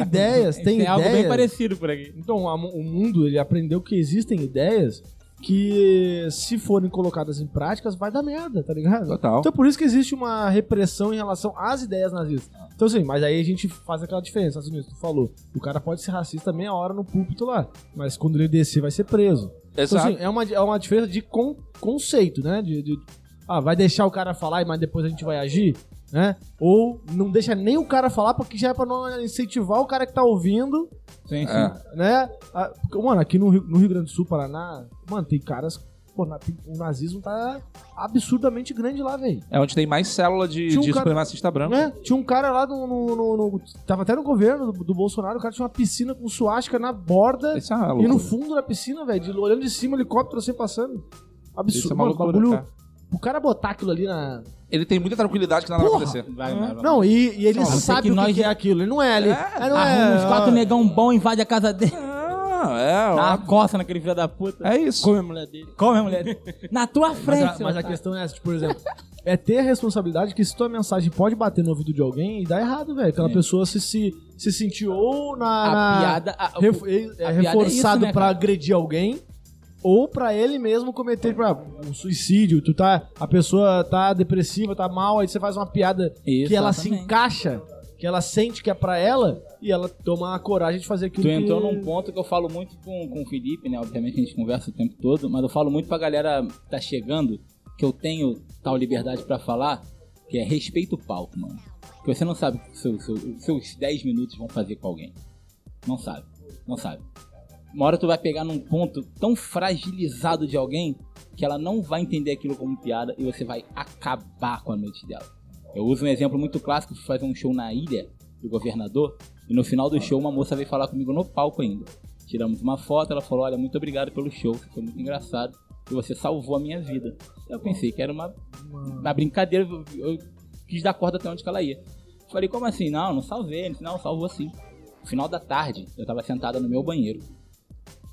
Speaker 4: [LAUGHS]
Speaker 3: ideias, tem, ideias.
Speaker 8: algo bem parecido por aqui.
Speaker 3: Então, a mu- o mundo, ele aprendeu que existem ideias que, se forem colocadas em práticas, vai dar merda, tá ligado?
Speaker 5: Total.
Speaker 3: Então, por isso que existe uma repressão em relação às ideias nazistas. Então, assim, mas aí a gente faz aquela diferença. Estados Unidos, tu falou, o cara pode ser racista meia hora no púlpito lá, mas quando ele descer, vai ser preso. Então,
Speaker 5: Exato.
Speaker 3: assim, é uma, é uma diferença de con- conceito, né? De, de- ah, vai deixar o cara falar, mas depois a gente vai agir, né? Ou não deixa nem o cara falar, porque já é pra não incentivar o cara que tá ouvindo,
Speaker 4: Sim, sim.
Speaker 5: É.
Speaker 3: né? Ah, porque, mano, aqui no Rio, no Rio Grande do Sul, Paraná, mano, tem caras. pô, pô, na- tem- o nazismo tá absurdamente grande lá, velho.
Speaker 5: É onde tem mais célula de,
Speaker 3: Tinha um
Speaker 5: de
Speaker 3: cara-
Speaker 5: supremacista branco.
Speaker 3: É, tinha um cara lá no, no- no- no- Tava até no governo do, do Bolsonaro, o cara tinha uma piscina com suástica na borda
Speaker 5: Isso é uma
Speaker 3: e
Speaker 5: loucura.
Speaker 3: no fundo da piscina, velho, de- olhando de cima, helicóptero assim passando.
Speaker 5: Isso
Speaker 3: Absurdo.
Speaker 5: é uma
Speaker 3: mano,
Speaker 5: loucura,
Speaker 3: bagulho-
Speaker 5: cara.
Speaker 3: O cara botar aquilo ali na.
Speaker 5: Ele tem muita tranquilidade que nada
Speaker 3: Porra!
Speaker 5: vai acontecer.
Speaker 4: Vai, vai, vai.
Speaker 3: Não, e, e ele
Speaker 4: Não, eu sei
Speaker 3: sabe
Speaker 4: que
Speaker 3: o que,
Speaker 4: nós
Speaker 3: que é
Speaker 4: já-
Speaker 3: aquilo. Ele não é ali.
Speaker 5: É,
Speaker 3: Ah, não
Speaker 4: Arruma uns quatro
Speaker 3: ah,
Speaker 4: negão bom, invade a casa dele.
Speaker 5: Ah, é,
Speaker 4: Dá
Speaker 5: ó.
Speaker 4: uma coça naquele filho da puta.
Speaker 5: É isso.
Speaker 4: Come a mulher dele. Come a
Speaker 3: [LAUGHS]
Speaker 4: mulher dele. Na tua
Speaker 3: Mas,
Speaker 4: frente.
Speaker 3: a, mas a
Speaker 4: otário.
Speaker 3: questão é essa, tipo, por exemplo, é ter a responsabilidade que se tua mensagem pode bater no ouvido de alguém e dar errado, velho. Aquela
Speaker 4: É.
Speaker 3: pessoa se, se, se sentiu ou na. na-
Speaker 4: A piada... a- o-
Speaker 3: ref- é- é
Speaker 4: a piada é
Speaker 3: reforçado
Speaker 4: isso, né,
Speaker 3: pra
Speaker 4: cara?
Speaker 3: agredir alguém ou pra ele mesmo cometer tipo, ah, um suicídio. Tu tá, a pessoa tá depressiva, tá mal, aí você faz uma piada que ela se
Speaker 4: Exatamente.
Speaker 3: encaixa, que ela sente que é pra ela e ela toma a coragem de fazer aquilo
Speaker 4: Tu
Speaker 3: que...
Speaker 4: entrou num ponto que eu falo muito com, com o Felipe, né? Obviamente a gente conversa o tempo todo, mas eu falo muito pra galera que tá chegando que eu tenho tal liberdade pra falar, que é respeito o palco, mano. Porque você não sabe o que seu- seu- os seus 10 minutos vão fazer com alguém. Não sabe, não sabe. Uma hora tu vai pegar num ponto tão fragilizado de alguém que ela não vai entender aquilo como piada e você vai acabar com a noite dela. Eu uso um exemplo muito clássico, fui fazer um show na ilha do governador, e no final do show uma moça veio falar comigo no palco ainda. Tiramos uma foto, ela falou, olha, muito obrigado pelo show, você foi muito engraçado, e você salvou a minha vida. Eu pensei que era uma, uma brincadeira, eu, eu quis dar corda até onde que ela ia. Falei, como assim? Não, não salvei, Ele disse, não, salvou sim. No final da tarde, eu tava sentada no meu banheiro,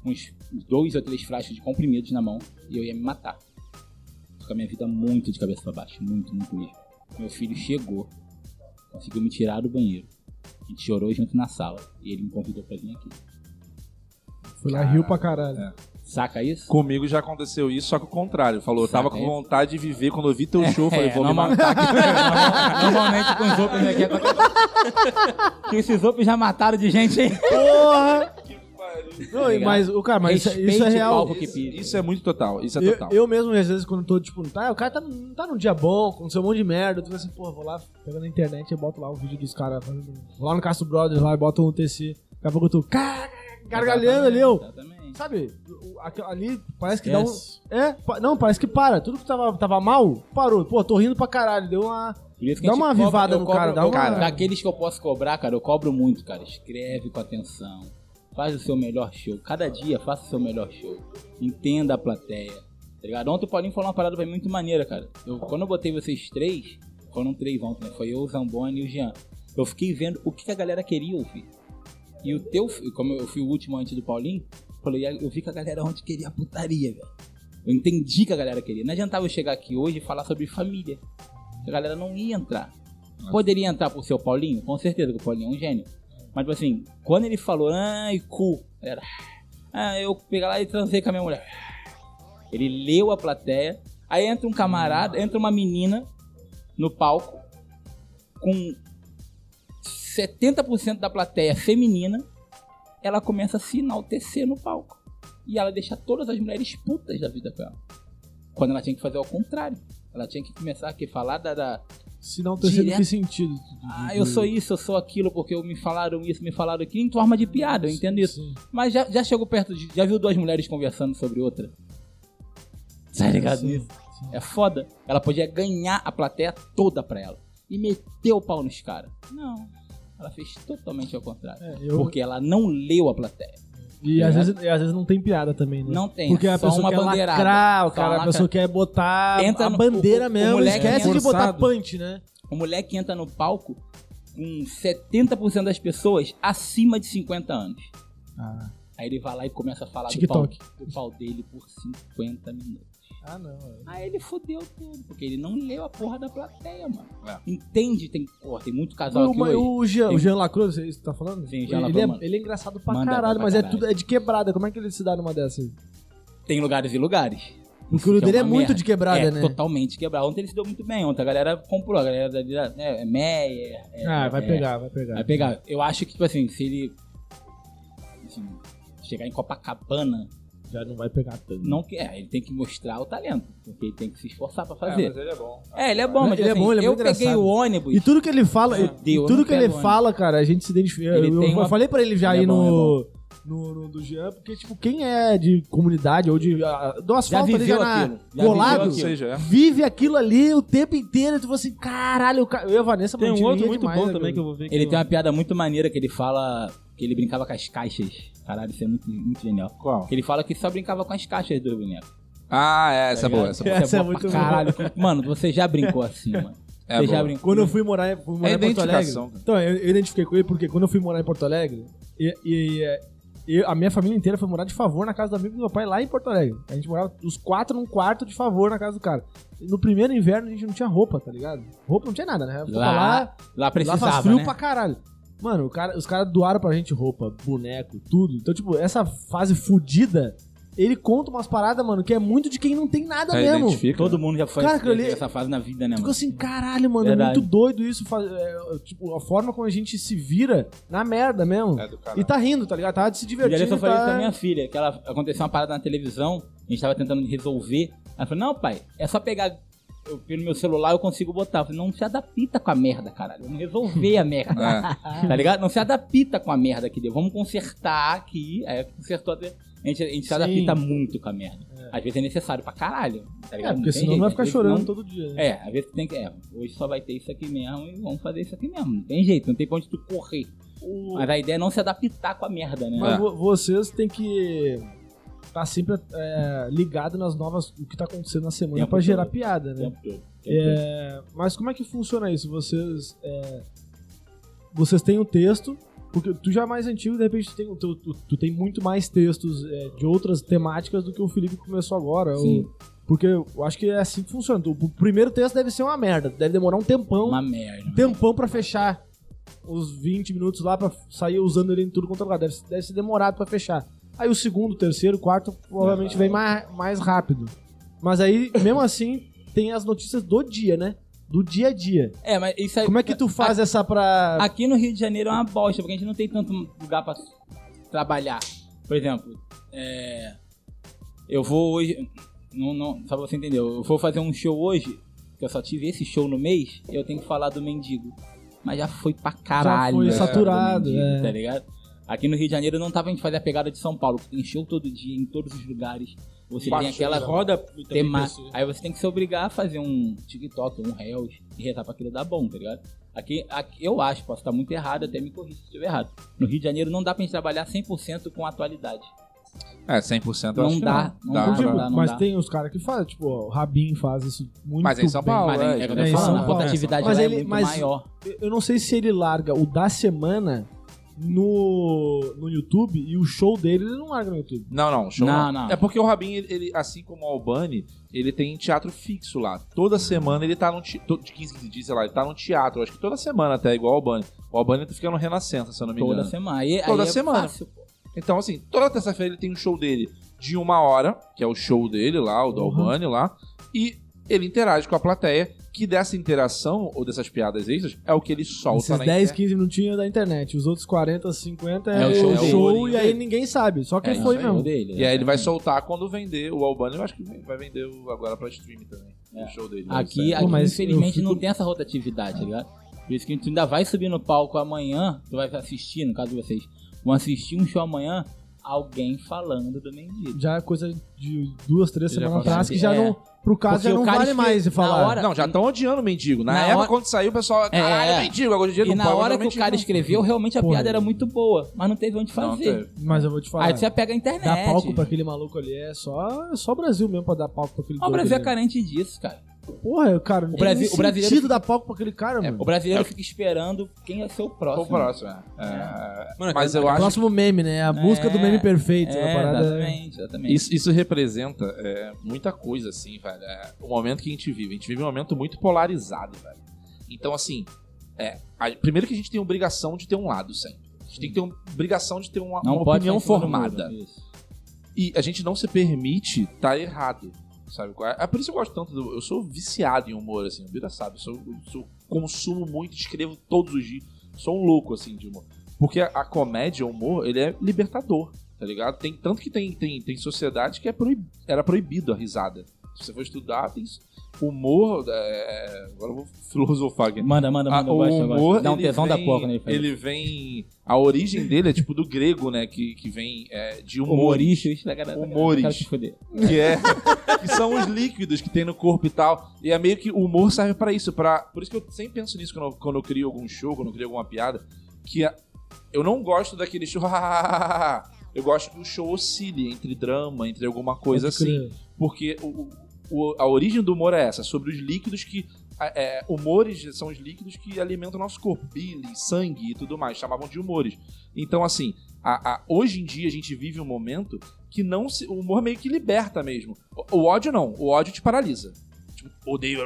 Speaker 4: com uns dois ou três frascos de comprimidos na mão, e eu ia me matar. Ficou a minha vida muito de cabeça pra baixo, muito, muito mesmo. Meu filho chegou, conseguiu me tirar do banheiro. A gente chorou junto na sala e ele me convidou pra vir aqui.
Speaker 3: Foi lá, riu pra caralho.
Speaker 4: Saca isso?
Speaker 5: Comigo já aconteceu isso, só que o contrário. Falou, eu tava
Speaker 4: Saca,
Speaker 5: com
Speaker 4: é.
Speaker 5: vontade de viver quando eu vi teu show. Falei, vou me
Speaker 4: normal-
Speaker 5: É, matar. [LAUGHS]
Speaker 4: Normalmente com os outros aqui acontece. Que esses outros já mataram de gente aí.
Speaker 3: Porra! Não, e- mas, o cara, mas isso,
Speaker 4: tá Respeite
Speaker 3: isso é
Speaker 4: o
Speaker 3: real.
Speaker 4: palco que
Speaker 5: Isso,
Speaker 4: pisa.
Speaker 5: isso é muito total.
Speaker 4: Tá,
Speaker 5: Isso é
Speaker 3: Eu,
Speaker 5: total.
Speaker 3: eu mesmo, às vezes, quando tô, tipo, tá, o cara tá, não tá num dia bom, aconteceu um monte de merda, tu fala assim, pô, vou lá, pega na internet e boto lá o vídeo dos caras, fazendo- vou lá no Castro Brothers lá e boto um TC, daqui a pouco eu tô "Car- gargalhando ali, eu,
Speaker 4: Exatamente.
Speaker 3: sabe, o- aquilo ali parece que dá um... É, pa- não, parece que para, tudo que tava, tava mal, parou, pô, tô rindo pra caralho, deu uma...
Speaker 4: Por isso
Speaker 3: Dá
Speaker 4: a gente
Speaker 3: uma avivada
Speaker 4: eu
Speaker 3: no cara, dá
Speaker 4: eu-
Speaker 3: uma-
Speaker 4: cara, Daqueles que eu posso cobrar, cara, eu cobro muito, cara. Escreve com atenção. Faz o seu melhor show. Cada dia faça o seu melhor show. Entenda a plateia. Tá ligado? Ontem o Paulinho falou uma parada pra mim muito maneira, cara. Eu, quando eu botei vocês três, foram três ontem, né? Foi eu, o Zamboni e o Jean. Eu fiquei vendo o que a galera queria ouvir. E o teu, como eu fui o último antes do Paulinho, eu falei, "Ah, eu vi que a galera onde queria putaria, velho. Eu entendi que a galera queria. Não adiantava eu chegar aqui hoje e falar sobre família. A galera não ia entrar. Poderia entrar por ser o Paulinho? Com certeza que o Paulinho é um gênio. Mas, tipo assim, quando ele falou, ai, cu, a galera, ah, eu pegar lá e transei com a minha mulher. Ele leu a plateia. Aí entra um camarada, entra uma menina no palco com 70% da plateia feminina. Ela começa a se enaltecer no palco. E ela deixa todas as mulheres putas da vida com ela. Quando ela tinha que fazer ao contrário. Ela tinha que começar a que falar da- da,
Speaker 3: Se não ter sido
Speaker 4: Direto.
Speaker 3: que sentido.
Speaker 4: ah,
Speaker 3: Uhum.
Speaker 4: eu sou isso, eu sou aquilo, porque me falaram isso, me falaram aquilo, em forma de piada, eu entendo isso.
Speaker 3: Sim.
Speaker 4: Mas já, já chegou perto de. Já viu duas mulheres conversando sobre outra? Tá ligado nisso? É foda. Ela podia ganhar a plateia toda pra ela. E meteu o pau nos caras. Não. Ela fez totalmente ao contrário.
Speaker 3: É, eu-
Speaker 4: Porque ela não leu a plateia.
Speaker 3: e, às
Speaker 4: É.
Speaker 3: vezes, e às vezes não tem piada também, né?
Speaker 4: Não tem.
Speaker 3: Porque
Speaker 4: é
Speaker 3: a
Speaker 4: só
Speaker 3: pessoa
Speaker 4: uma
Speaker 3: quer
Speaker 4: bandeirada.
Speaker 3: lacrar, o
Speaker 4: Só
Speaker 3: cara,
Speaker 4: uma
Speaker 3: a pessoa
Speaker 4: lacra-
Speaker 3: quer botar
Speaker 4: Entra
Speaker 3: a
Speaker 4: no-
Speaker 3: bandeira
Speaker 4: o- o- o
Speaker 3: mesmo,
Speaker 4: moleque
Speaker 3: esquece de botar
Speaker 4: forçado.
Speaker 3: punch, né?
Speaker 4: O Um moleque entra no palco com 70% das pessoas acima de 50 anos. Aí ele vai lá e começa a falar do pau,
Speaker 3: Ah. TikTok.
Speaker 4: do pau dele por 50 minutos.
Speaker 3: Ah, não.
Speaker 4: Aí ele fodeu tudo, porque ele não leu a porra da plateia, mano.
Speaker 5: É.
Speaker 4: Entende? Tem, porra, tem muito casal
Speaker 3: O,
Speaker 4: aqui
Speaker 3: ma-
Speaker 4: hoje.
Speaker 3: o Jean, o
Speaker 4: Tem-
Speaker 3: Jean Lacroix,
Speaker 4: é
Speaker 3: você você tá falando?
Speaker 4: Sim, o Jean
Speaker 3: ele,
Speaker 4: Lacroix,
Speaker 3: é,
Speaker 4: mano.
Speaker 3: ele é engraçado pra
Speaker 4: Manda
Speaker 3: caralho,
Speaker 4: pra
Speaker 3: mas é,
Speaker 4: caralho.
Speaker 3: tudo, é de quebrada. Como é que ele se dá numa dessa aí?
Speaker 4: Tem lugares e lugares.
Speaker 3: O curu
Speaker 4: que é
Speaker 3: dele é,
Speaker 4: uma
Speaker 3: muito
Speaker 4: merda.
Speaker 3: de quebrada,
Speaker 4: é
Speaker 3: né?
Speaker 4: totalmente quebrar. Ontem ele se deu muito bem. Ontem a galera comprou. A galera da vida né, é Meyer. é-
Speaker 3: Ah, vai
Speaker 4: é-
Speaker 3: pegar, vai pegar.
Speaker 4: Vai pegar. Eu acho que, tipo assim, se ele assim, chegar em Copacabana,
Speaker 3: Já não vai pegar tanto.
Speaker 4: não que, é, ele tem que mostrar o talento, porque ele tem que se esforçar pra
Speaker 5: É,
Speaker 4: fazer.
Speaker 5: mas ele é bom.
Speaker 4: É, ele é bom, mas
Speaker 3: Ele é
Speaker 4: assim,
Speaker 3: bom, ele é
Speaker 4: eu
Speaker 3: muito
Speaker 4: peguei
Speaker 3: engraçado.
Speaker 4: o ônibus.
Speaker 3: E tudo que ele fala,
Speaker 4: Meu
Speaker 3: e
Speaker 4: Deus, eu
Speaker 3: tudo
Speaker 4: não
Speaker 3: que ele
Speaker 4: pego
Speaker 3: fala, cara, a gente se identifica. Eu,
Speaker 4: Ele
Speaker 3: eu-
Speaker 4: tem
Speaker 3: eu
Speaker 4: uma-
Speaker 3: falei pra ele já
Speaker 4: Ele
Speaker 3: aí
Speaker 4: é bom,
Speaker 3: no,
Speaker 1: no, no do Jean, porque, tipo, quem é de comunidade ou de. ah, do
Speaker 4: Já
Speaker 1: asfalto ali já
Speaker 4: viveu
Speaker 1: na-
Speaker 4: aquilo. Já
Speaker 1: colado?
Speaker 5: Ou
Speaker 4: viveu aquilo.
Speaker 5: seja, é.
Speaker 1: vive aquilo ali o tempo inteiro. E tu fala assim, caralho, o ca- eu e a Vanessa
Speaker 2: Tem um
Speaker 1: Mantini
Speaker 2: outro
Speaker 1: ia
Speaker 2: muito
Speaker 1: demais,
Speaker 2: bom
Speaker 1: né,
Speaker 2: também que
Speaker 1: cara?
Speaker 2: eu vou ver. que
Speaker 4: Ele
Speaker 2: eu-
Speaker 4: tem uma piada muito maneira que ele fala que ele brincava com as caixas. Caralho, isso é muito, muito genial.
Speaker 5: Qual?
Speaker 4: Que ele fala que só brincava com as caixas do boneco.
Speaker 5: Ah, é, essa é boa, essa é boa.
Speaker 4: Isso
Speaker 1: Essa é
Speaker 4: bom
Speaker 1: muito
Speaker 4: pra
Speaker 1: boa.
Speaker 4: caralho. que- Mano, você já brincou assim, mano.
Speaker 5: É
Speaker 4: você
Speaker 5: boa.
Speaker 4: já brincou.
Speaker 1: Quando eu fui morar, em- fui morar
Speaker 5: É
Speaker 1: em Porto Alegre.
Speaker 5: identificação. cara.
Speaker 1: Então, eu, eu identifiquei com ele porque quando eu fui morar em Porto Alegre, e, e- e- eu- a minha família inteira foi morar de favor na casa do amigo do meu pai lá em Porto Alegre. A gente morava os quatro num quarto de favor na casa do cara. No primeiro inverno a gente não tinha roupa, tá ligado? Roupa não tinha nada, né? Roupa
Speaker 4: Lá
Speaker 1: lá
Speaker 4: Lá precisava,
Speaker 1: lá faz frio
Speaker 4: né?
Speaker 1: pra caralho. Mano, o cara- os caras doaram pra gente roupa, boneco, tudo. Então, tipo, essa fase fudida, ele conta umas paradas, mano, que é muito de quem não tem nada
Speaker 5: É,
Speaker 1: Tá mesmo.
Speaker 5: identifica.
Speaker 4: Todo mundo já foi
Speaker 1: Cara, aquilo ali-
Speaker 4: essa fase na vida, né,
Speaker 1: Ficou
Speaker 4: mano?
Speaker 1: assim, caralho, mano,
Speaker 4: Verdade.
Speaker 1: é muito doido isso. fa- é, tipo, a forma como a gente se vira na merda mesmo.
Speaker 5: É do
Speaker 1: e
Speaker 5: caralho.
Speaker 1: tá rindo, tá ligado? Tá se
Speaker 4: E ali
Speaker 1: divertindo.
Speaker 4: eu só
Speaker 1: tá...
Speaker 4: falei isso pra minha filha, que ela aconteceu uma parada na televisão, a gente tava tentando resolver. Ela falou, não, pai, é só pegar eu, pelo meu celular eu consigo botar. Eu falei, não se adapta com a merda, caralho. Vamos resolver a merda.
Speaker 5: É.
Speaker 1: Ah.
Speaker 4: [LAUGHS] Tá ligado? Não se adapta com a merda que deu. Vamos consertar aqui. Aí consertou até. A gente, a gente se
Speaker 1: Sim.
Speaker 4: adapta muito com a merda. Às vezes é necessário pra caralho. Tá ligado?
Speaker 1: É, porque
Speaker 4: tem
Speaker 1: senão
Speaker 4: jeito.
Speaker 1: não vai
Speaker 4: Às
Speaker 1: ficar
Speaker 4: vezes
Speaker 1: chorando
Speaker 4: não-
Speaker 1: todo dia. né?
Speaker 4: É, às vezes tem que. É, hoje só vai ter isso aqui mesmo e vamos fazer isso aqui mesmo. Não tem jeito, não tem pra onde tu correr.
Speaker 1: O-
Speaker 4: Mas a ideia é não se adaptar com a merda, né?
Speaker 1: Mas
Speaker 5: É.
Speaker 1: vo- vocês têm que estar sempre é, ligado nas novas. o que tá acontecendo na semana
Speaker 4: Tempo
Speaker 1: pra gerar
Speaker 4: todo.
Speaker 1: piada, né?
Speaker 4: Tempo todo.
Speaker 1: É, mas como é que funciona isso? Vocês é, vocês têm o texto, porque tu já é mais antigo, de repente tu tem, tu, tu- tu tem muito mais textos é, de outras temáticas do que o Felipe começou agora.
Speaker 4: Sim.
Speaker 1: ou- porque eu acho que é assim que funciona. O o primeiro texto deve ser uma merda, deve demorar um tempão,
Speaker 4: Uma merda.
Speaker 1: tempão para fechar os 20 minutos lá pra sair usando ele em tudo quanto é lugar. Deve, deve ser demorado pra fechar. Aí o segundo, terceiro, quarto provavelmente vem mais, mais rápido. Mas aí, mesmo assim, tem as notícias do dia, né? Do dia a dia.
Speaker 4: É, mas isso aí.
Speaker 1: Como é que tu faz essa pra.
Speaker 4: Aqui no Rio de Janeiro é uma bosta, porque a gente não tem tanto lugar pra trabalhar. Por exemplo, é, eu vou hoje. Não, não, só pra você entender, eu vou fazer um show hoje, que eu só tive esse show no mês, eu tenho que falar do mendigo. Mas já foi pra caralho.
Speaker 1: foi
Speaker 4: né,
Speaker 1: saturado,
Speaker 4: do
Speaker 1: é.
Speaker 4: Tá ligado? Aqui no Rio de Janeiro não tava a gente fazer a pegada de São Paulo, que tem show todo dia, em todos os lugares. Você tem aquela
Speaker 2: roda também
Speaker 4: tema...
Speaker 2: pessoa.
Speaker 4: Aí você tem que se obrigar a fazer um TikTok, um Reels e rezar pra aquilo dar bom, tá ligado? Aqui, aqui- eu acho, posso estar muito errado, até me corrija se eu estiver errado. No Rio de Janeiro não dá pra gente trabalhar 100% com a atualidade.
Speaker 5: É, 100% eu
Speaker 4: Não
Speaker 5: acho que
Speaker 4: dá,
Speaker 5: não.
Speaker 4: não
Speaker 5: Dá
Speaker 4: dá.
Speaker 5: pra-
Speaker 1: Tipo,
Speaker 4: não
Speaker 1: mas
Speaker 4: dá.
Speaker 1: tem os caras que fazem, tipo, ó, o Rabin faz isso muito
Speaker 5: Mas é em São
Speaker 1: bem.
Speaker 5: Paulo,
Speaker 4: mas
Speaker 5: é,
Speaker 4: é,
Speaker 5: isso
Speaker 4: é,
Speaker 5: que
Speaker 4: o
Speaker 5: eu
Speaker 4: que eu
Speaker 1: é
Speaker 4: tô
Speaker 1: isso,
Speaker 4: falando,
Speaker 1: não,
Speaker 4: a
Speaker 1: não,
Speaker 4: rotatividade
Speaker 1: mas
Speaker 4: lá é
Speaker 1: ele-
Speaker 4: muito
Speaker 1: mas-
Speaker 4: maior.
Speaker 1: Eu não sei se ele larga o da semana no, no YouTube e o show dele ele não larga no YouTube.
Speaker 5: Não, não, show
Speaker 4: Não,
Speaker 5: não,
Speaker 4: não.
Speaker 5: É porque o Rabin, ele, ele, assim como o Albani, ele tem teatro fixo lá. Toda semana ele tá num te- to- De 15, 15 dias, sei lá, ele tá num teatro. Acho que toda semana até, igual o Albani. O Albani tá ficando no Renascença, se eu não me
Speaker 4: Toda
Speaker 5: engano.
Speaker 4: semana. Aí,
Speaker 5: Toda
Speaker 4: aí é
Speaker 5: semana.
Speaker 4: fácil, pô.
Speaker 5: Então, assim, toda terça-feira ele tem um show dele de uma hora, que é o show dele lá, o do
Speaker 1: Uhum.
Speaker 5: Albani lá, e ele interage com a plateia, que dessa interação, ou dessas piadas extras, é o que ele solta
Speaker 1: Esses
Speaker 5: na
Speaker 1: 10,
Speaker 5: internet.
Speaker 1: 15 minutinhos da internet. Os outros 40, 50 é,
Speaker 4: É
Speaker 1: o
Speaker 4: o
Speaker 1: show,
Speaker 4: show
Speaker 5: dele.
Speaker 1: e aí ninguém sabe. Só quem
Speaker 5: É,
Speaker 1: foi
Speaker 5: isso aí.
Speaker 1: mesmo.
Speaker 4: Dele, né?
Speaker 5: E aí ele vai soltar quando vender o Albani, eu acho que vai vender o- agora pra stream também. O show dele.
Speaker 4: É. Aqui,
Speaker 1: Pô,
Speaker 4: aqui
Speaker 1: mas
Speaker 4: infelizmente,
Speaker 1: eu fico-
Speaker 4: não tem essa rotatividade, tá ligado? Por isso que tu ainda vai subir no palco amanhã, tu vai assistir, no caso de vocês, vão assistir um show amanhã, alguém falando do mendigo.
Speaker 1: Já é coisa de duas, três
Speaker 5: Eu já
Speaker 1: semanas
Speaker 5: falei.
Speaker 1: atrás que já
Speaker 4: É.
Speaker 1: não. Pro caso
Speaker 4: Porque
Speaker 1: já
Speaker 4: o
Speaker 1: não
Speaker 4: cara
Speaker 1: vale
Speaker 4: escre-
Speaker 1: mais de
Speaker 4: na
Speaker 1: falar.
Speaker 4: hora-
Speaker 5: Não, já estão odiando o mendigo. Na,
Speaker 4: é- Na
Speaker 5: época,
Speaker 4: hora-
Speaker 5: quando saiu, o pessoal. Caralho,
Speaker 4: é.
Speaker 5: mendigo. Agora em dia
Speaker 4: E
Speaker 5: não
Speaker 4: na
Speaker 5: pode,
Speaker 4: hora que o
Speaker 5: realmente
Speaker 4: cara
Speaker 5: não.
Speaker 4: escreveu, realmente a
Speaker 1: Porra.
Speaker 4: piada era muito boa, mas não teve
Speaker 5: Não,
Speaker 4: onde fazer.
Speaker 5: teve.
Speaker 1: Mas eu vou te falar.
Speaker 4: Aí é tu já pega a internet.
Speaker 1: Dar palco pra aquele maluco ali é só, é só o Brasil mesmo pra dar palco pra aquele
Speaker 4: Ah, O
Speaker 1: doido
Speaker 4: Brasil é
Speaker 1: ali.
Speaker 4: carente disso, cara.
Speaker 1: Porra, cara, não
Speaker 4: O
Speaker 1: tem
Speaker 4: Brasil-
Speaker 1: nem
Speaker 4: o brasileiro-
Speaker 1: sentido dar palco pra aquele cara, mano.
Speaker 4: O
Speaker 5: É.
Speaker 4: brasileiro fica esperando quem vai ser o
Speaker 5: Foi o
Speaker 4: próximo.
Speaker 5: próximo. é. É,
Speaker 2: Mano,
Speaker 5: Mas eu
Speaker 1: O
Speaker 5: acho
Speaker 1: próximo meme, né? A busca do meme perfeito.
Speaker 4: É,
Speaker 1: a parada é-
Speaker 4: exatamente,
Speaker 5: que
Speaker 4: exatamente.
Speaker 5: isso, isso representa é, muita coisa, assim, velho. É, o momento que a gente vive. A gente vive um momento muito polarizado, velho. Então, assim. é, a- primeiro que a gente tem obrigação de ter um lado sempre. A gente tem que ter um- obrigação de ter uma,
Speaker 4: não
Speaker 5: é uma
Speaker 4: pode
Speaker 5: opinião
Speaker 4: ficar em cima do
Speaker 5: formada.
Speaker 4: muro, isso.
Speaker 5: e a gente não se permite estar tá errado, sabe? qual É É por isso que eu gosto tanto do... Eu sou viciado em humor, assim, o Bira sabe. Eu sou, eu sou- consumo muito, escrevo todos os dias. Sou um louco, assim, de humor. Porque a, a comédia, o humor, ele é libertador, tá ligado? Tem, tanto que tem, tem, tem sociedade que é proib- era proibido a risada. Se você for estudar, tem... humor. é, agora eu vou filosofar aqui.
Speaker 4: Manda, manda,
Speaker 5: Ah,
Speaker 4: manda. eu
Speaker 5: o
Speaker 4: gosto, eu gosto.
Speaker 5: humor,
Speaker 4: Dá um
Speaker 5: ele
Speaker 4: tesão da
Speaker 5: vem-
Speaker 4: porra quando ele faz isso.
Speaker 5: Ele vem. A origem dele é tipo do grego, né? Que, que vem é, de humor.
Speaker 4: Humorista, isso é da galera.
Speaker 5: Humores.
Speaker 4: Cara, se fuder.
Speaker 5: que é que são os líquidos que tem no corpo e tal. E é meio que o humor serve pra isso, para por isso que eu sempre penso nisso quando eu, quando eu crio algum show, quando eu crio alguma piada, que a- eu não gosto daquele show. [LAUGHS] eu gosto que o show oscile entre drama, entre alguma coisa assim. Porque o- o- o- a origem do humor é essa, sobre os líquidos que. a- é, humores são os líquidos que alimentam o nosso corpo, bile, sangue e tudo mais, chamavam de humores. Então, assim, a- a- hoje em dia a gente vive um momento que não se, o humor meio que liberta mesmo. O, o ódio não, o ódio te paralisa. Tipo, odeio.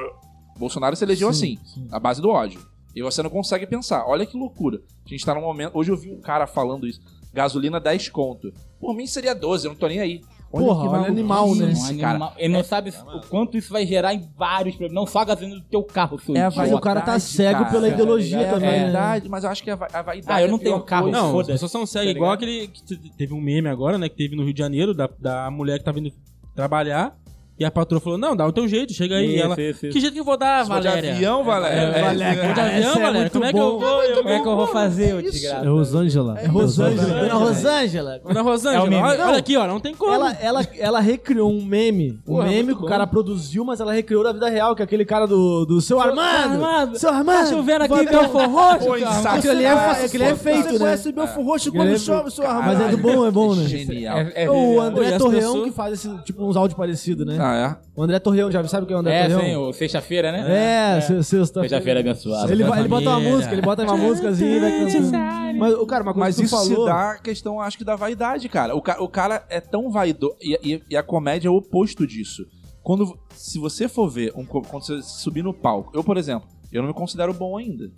Speaker 5: Bolsonaro se elegeu assim, a base do ódio. E você não consegue pensar. Olha que loucura. A gente tá num momento. Hoje eu vi um cara falando isso. Gasolina 10 conto. Por mim seria 12, eu não tô nem aí.
Speaker 1: Porra,
Speaker 3: que
Speaker 1: olha
Speaker 3: maluco.
Speaker 1: animal, né?
Speaker 4: Um animal. Ele não sabe o quanto isso vai gerar em vários problemas. Não só a gasolina do teu carro, seu
Speaker 5: É,
Speaker 4: idiota.
Speaker 5: vai-
Speaker 1: Mas o cara tá
Speaker 5: Verdade,
Speaker 1: cego
Speaker 5: cara.
Speaker 1: pela ideologia
Speaker 5: É a
Speaker 1: também. né?
Speaker 5: vaidade, mas eu acho que a, va- a vaidade.
Speaker 4: Ah, eu não
Speaker 5: é pior
Speaker 4: tenho carro.
Speaker 5: coisa.
Speaker 4: Não,
Speaker 6: Não, as
Speaker 4: foda-se,
Speaker 6: pessoas são cegas.
Speaker 4: tá
Speaker 6: igual aquele que te- teve um meme agora, né? Que teve no Rio de Janeiro, da, da mulher que tá vindo trabalhar. E a patroa falou, não, dá o teu jeito, chega aí. E ela, que jeito que eu vou dar,
Speaker 5: Se for de
Speaker 6: Valéria?
Speaker 5: avião, Valéria.
Speaker 6: É,
Speaker 1: Valéria,
Speaker 6: Vou de
Speaker 1: cara,
Speaker 6: avião,
Speaker 1: essa é
Speaker 6: Valéria,
Speaker 1: muito
Speaker 6: como é que eu
Speaker 1: bom.
Speaker 6: vou? Eu- Como é que eu vou fazer, ô
Speaker 3: É
Speaker 6: desgraça?
Speaker 3: Rosângela.
Speaker 1: É Rosângela. Dona Rosângela.
Speaker 6: Dona
Speaker 1: É o meme.
Speaker 6: Rosângela, olha,
Speaker 1: Não.
Speaker 6: olha aqui, ó, não tem como.
Speaker 1: Ela, ela, ela recriou um meme. Um
Speaker 6: Porra,
Speaker 1: meme
Speaker 6: muito
Speaker 1: que o
Speaker 6: bom.
Speaker 1: cara produziu, mas ela recriou da vida real, que é aquele cara do, do seu Armando.
Speaker 6: Armando,
Speaker 1: Seu Armando.
Speaker 6: Tá chovendo aqui,
Speaker 1: vou um
Speaker 6: meu
Speaker 1: até-
Speaker 6: forroxo,
Speaker 5: Oi,
Speaker 6: cara.
Speaker 5: saco.
Speaker 1: Aquilo ali é, fa- aquilo ali é feito,
Speaker 3: Você
Speaker 1: né?
Speaker 3: conhece meu forroxo
Speaker 1: Ele
Speaker 3: quando
Speaker 1: é-
Speaker 3: chove, seu
Speaker 5: Ah,
Speaker 3: armário.
Speaker 1: Mas é do bom, é bom, né?
Speaker 5: Genial.
Speaker 1: É o
Speaker 6: E
Speaker 1: André
Speaker 6: as
Speaker 1: Torreão
Speaker 6: pessoas-
Speaker 1: que faz esse, tipo uns áudios parecidos, né?
Speaker 5: Ah,
Speaker 1: O André Torreão, já sabe o que é o André
Speaker 4: É, sim,
Speaker 1: Torreão?
Speaker 4: o sexta-feira, né?
Speaker 1: É, se- sexta.
Speaker 4: Sexta-feira é abençoada.
Speaker 1: Ele, vai- ele bota uma
Speaker 6: Família.
Speaker 1: música, assim, ele bota uma músicazinha e vai cantando. né? Mas, o cara, uma coisa
Speaker 5: Mas
Speaker 1: que tu
Speaker 5: isso
Speaker 1: falou...
Speaker 5: se dá a questão, acho que, da vaidade, cara. O, ca- o cara é tão vaidoso. E, e- e a comédia é o oposto disso. Quando, se você for ver, um co- quando você subir no palco, eu, por exemplo, eu não me considero bom ainda.